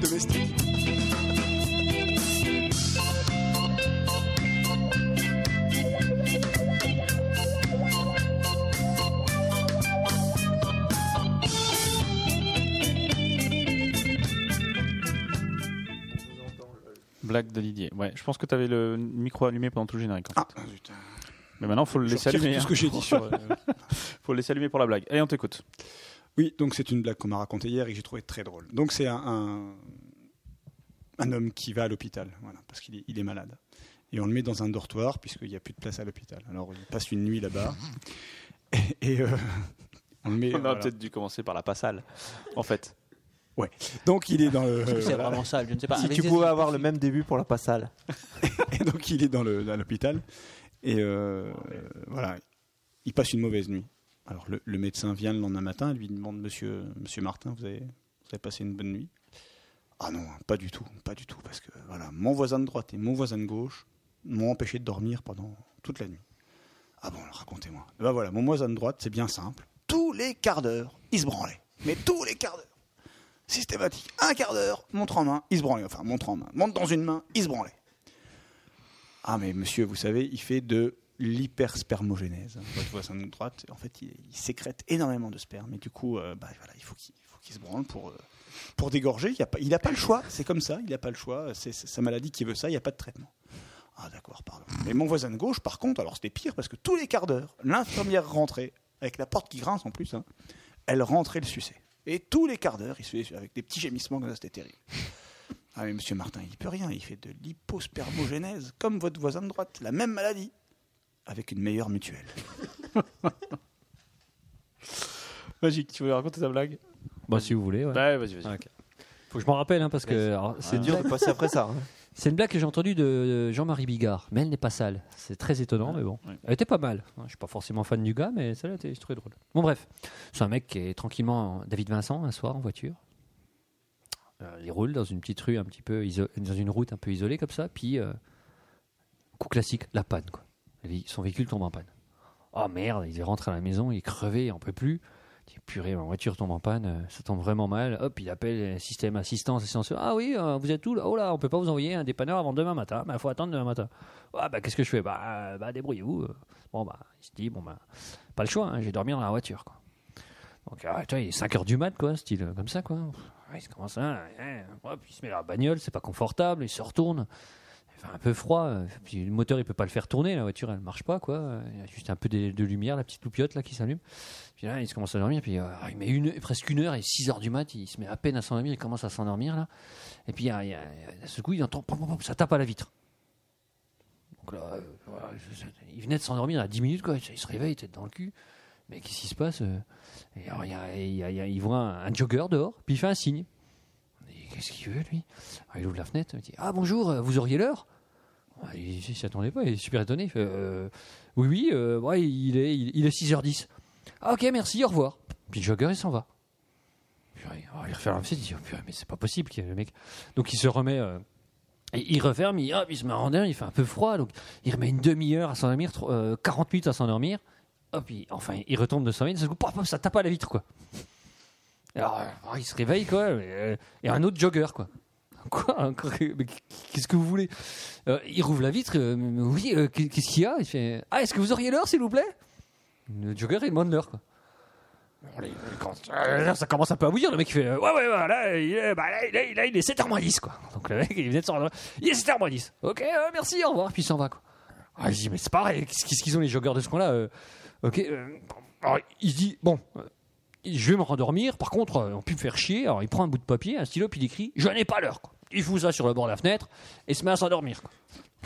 Speaker 9: Domestique.
Speaker 1: Blague de Didier. Ouais, je pense que tu avais le micro allumé pendant tout le générique. En fait.
Speaker 6: putain.
Speaker 1: Mais maintenant, faut le
Speaker 6: Je
Speaker 1: laisser
Speaker 6: retire
Speaker 1: allumer.
Speaker 6: tout ce
Speaker 1: hein.
Speaker 6: que j'ai dit sur, euh,
Speaker 1: faut le laisser allumer pour la blague. Allez, on t'écoute.
Speaker 6: Oui, donc c'est une blague qu'on m'a racontée hier et que j'ai trouvé très drôle. Donc c'est un, un, un homme qui va à l'hôpital, voilà, parce qu'il est, il est malade. Et on le met dans un dortoir, puisqu'il n'y a plus de place à l'hôpital. Alors il passe une nuit là-bas. Et, et, euh, on le met.
Speaker 1: on a
Speaker 6: voilà.
Speaker 1: peut-être dû commencer par la passale, en fait.
Speaker 6: Ouais. Donc il est dans le.
Speaker 1: C'est
Speaker 6: voilà.
Speaker 1: vraiment ça, je ne sais pas.
Speaker 4: Si
Speaker 1: Avec
Speaker 4: tu
Speaker 1: des
Speaker 4: pouvais avoir le même début pour la passale.
Speaker 6: Et donc il est dans le- dans l'hôpital et euh, voilà, il passe une mauvaise nuit. Alors le, le médecin vient le lendemain matin, il lui demande Monsieur Monsieur Martin, vous avez vous avez passé une bonne nuit Ah non, pas du tout, pas du tout, parce que voilà, mon voisin de droite et mon voisin de gauche m'ont empêché de dormir pendant toute la nuit. Ah bon, alors racontez-moi. Ben voilà, mon voisin de droite, c'est bien simple. Tous les quarts d'heure, il se branlait. Mais tous les quarts d'heure. Systématique. Un quart d'heure, montre en main, il se branlait. Enfin, montre en main. Montre dans une main, il se branlait. Ah mais monsieur, vous savez, il fait de l'hyperspermogénèse. Votre voisin de droite, en fait, il, il sécrète énormément de sperme. Et du coup, euh, bah, voilà, il faut qu'il il faut qu'il se branle pour, euh, pour dégorger. Il n'a pas, il a pas le choix. C'est comme ça, il n'a pas le choix. C'est c'est sa maladie qui veut ça, il n'y a pas de traitement. Ah d'accord, pardon. Mais mon voisin de gauche, par contre, alors c'était pire parce que tous les quarts d'heure, l'infirmière rentrait, avec la porte qui grince en plus, hein, elle rentrait le sucer. Et tous les quarts d'heure, il se faisait avec des petits gémissements comme ça, c'était terrible. Ah mais Monsieur Martin, il peut rien, il fait de l'hypospermogénèse, comme votre voisin de droite, la même maladie, avec une meilleure mutuelle.
Speaker 2: Magique, tu voulais raconter ta blague Bah, si vous voulez, ouais.
Speaker 1: Ouais, vas-y, vas-y.
Speaker 2: Faut que je m'en rappelle, hein, parce que
Speaker 1: Vas-y.
Speaker 2: alors,
Speaker 1: C'est dur de
Speaker 2: blague-
Speaker 1: passer après ça, hein.
Speaker 2: C'est une blague que j'ai entendue de Jean-Marie Bigard, mais elle n'est pas sale. C'est très étonnant, mais bon. Elle était pas mal. hein. Je suis pas forcément fan du gars, mais celle-là était très drôle. Bon, bref. C'est un mec qui est tranquillement David Vincent, un soir, en voiture. Euh, il roule dans une petite rue un petit peu, iso- dans une route un peu isolée comme ça, puis euh, coup classique, la panne, quoi. La vie- Son véhicule tombe en panne. Oh merde, il rentre à la maison, il est crevé, il en peut plus. Il dit, purée, ma voiture tombe en panne, euh, ça tombe vraiment mal. Hop, il appelle euh, système assistance, assistance. Ah oui, euh, vous êtes où là Oh là, on peut pas vous envoyer un dépanneur avant demain matin. Il faut attendre demain matin. Ah bah qu'est-ce que je fais Bah, euh, bah débrouillez-vous. Bon bah, il se dit, bon bah, pas le choix, hein, j'ai dormi dans la voiture, quoi. Donc, ah, toi, il est 5h du mat, quoi, style euh, comme ça, quoi. Ouais, il se commence à. euh, hop, il se met dans la bagnole, c'est pas confortable, il se retourne. Il fait un peu froid, euh, puis le moteur, il peut pas le faire tourner, la voiture, elle marche pas, quoi. Il y a juste un peu de, de lumière, la petite loupiote, là, qui s'allume. Puis là, il se commence à dormir, puis euh, il met une, presque une heure, et 6h du mat, il se met à peine à s'endormir, il commence à s'endormir, là. Et puis, il y a- il y a- à ce coup, il entend. pom, pom, pom, ça tape à la vitre. Donc là, euh, voilà, je- je- il venait de s'endormir à 10 minutes, quoi. Il se réveille, tête dans le cul. Mais qu'est-ce qui se passe euh Et alors, il, y a- il y a- il y a- il voit un, un jogger dehors, puis il fait un signe. Il dit, Qu'est-ce qu'il veut, lui Alors, Il ouvre la fenêtre, il dit Ah bonjour, euh, vous auriez l'heure Ah, Il, il s'y attendait pas, il est super étonné. Il fait, Euh, Oui, oui, euh, ouais, il, est, il, il est 6h10. Ah, ok, merci, au revoir. Puis le jogger, il s'en va. Purée, alors, il referme la fenêtre, il dit Oh, purée, mais c'est pas possible, qu'il y ait le mec. Donc il se remet. euh, et il referme, il, hop, il se met à rendre, il fait un peu froid, donc il remet une demi-heure à s'endormir, tro- euh, 40 minutes à s'endormir, hop, il- enfin, il retombe de son lit, ça, se coupe, paf, paf, ça tape à la vitre, quoi. Alors, euh, il se réveille, quoi, euh, et un autre jogger, quoi. Quoi encore, mais Qu'est-ce que vous voulez Euh, Il rouvre la vitre, euh, oui, euh, qu'est- qu'est-ce qu'il y a Il fait, ah, est-ce que vous auriez l'heure, s'il vous plaît Le jogger, il demande l'heure, quoi. Euh, là, ça commence un peu à bouillir. Le mec, il fait euh, Ouais, ouais, ouais, là, il est, bah, là, il est- là, il est 7h moins 10, quoi. Donc le mec, il venait de s'en Il est 7h moins 10. Ok, euh, merci, au revoir. Puis il s'en va, quoi. Ah, je dis Mais c'est pareil, qu'est-ce qu'est-ce qu'ils ont les joggeurs de ce coin-là euh, Ok. euh, alors, il se dit Bon, euh, je vais me rendormir. Par contre, euh, on peut me faire chier. Alors il prend un bout de papier, un stylo, puis il écrit Je n'ai pas l'heure, quoi. Il fout ça sur le bord de la fenêtre et se met à s'endormir, quoi.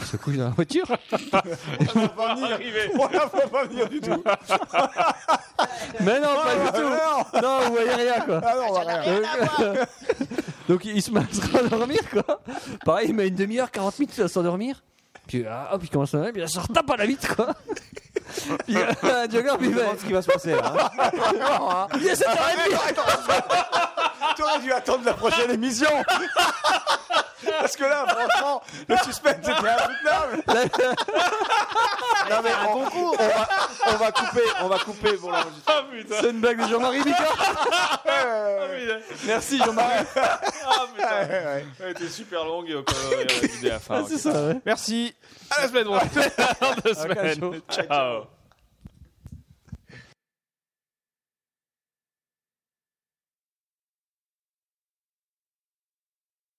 Speaker 2: Il se couche dans la voiture.
Speaker 6: On va pas venir. On la voit pas venir du tout.
Speaker 2: Mais non, pas
Speaker 6: Oh,
Speaker 2: du tout. Non, vous voyez rien quoi.
Speaker 6: Ah non, on voit rien.
Speaker 2: Donc, donc, il se met à se rendormir quoi. Pareil, il met une demi-heure, 40 minutes à s'endormir. Puis ah, hop, il commence à puis là, ça retape à la vitre quoi. Puis euh, un jogger, puis il fait. ce qui va se passer
Speaker 4: hein.
Speaker 9: hein.
Speaker 2: là. Il est 7h30.
Speaker 6: hein. T'aurais dû attendre la prochaine émission Parce que là, franchement, le suspense était insoutenable
Speaker 4: Non, mais on, on va, on va couper, on va couper pour l'enregistrement. C'est une blague de Jean-Marie Bicard. Merci Jean-Marie.
Speaker 1: Ah putain, elle était super longue. euh, quand, euh, la vidéo à la fin,
Speaker 8: Ah, c'est
Speaker 1: ok.
Speaker 8: ça, ouais.
Speaker 1: Merci. À la semaine prochaine. Dans deux
Speaker 8: À quinze
Speaker 1: semaines.
Speaker 8: jours.
Speaker 1: Ciao.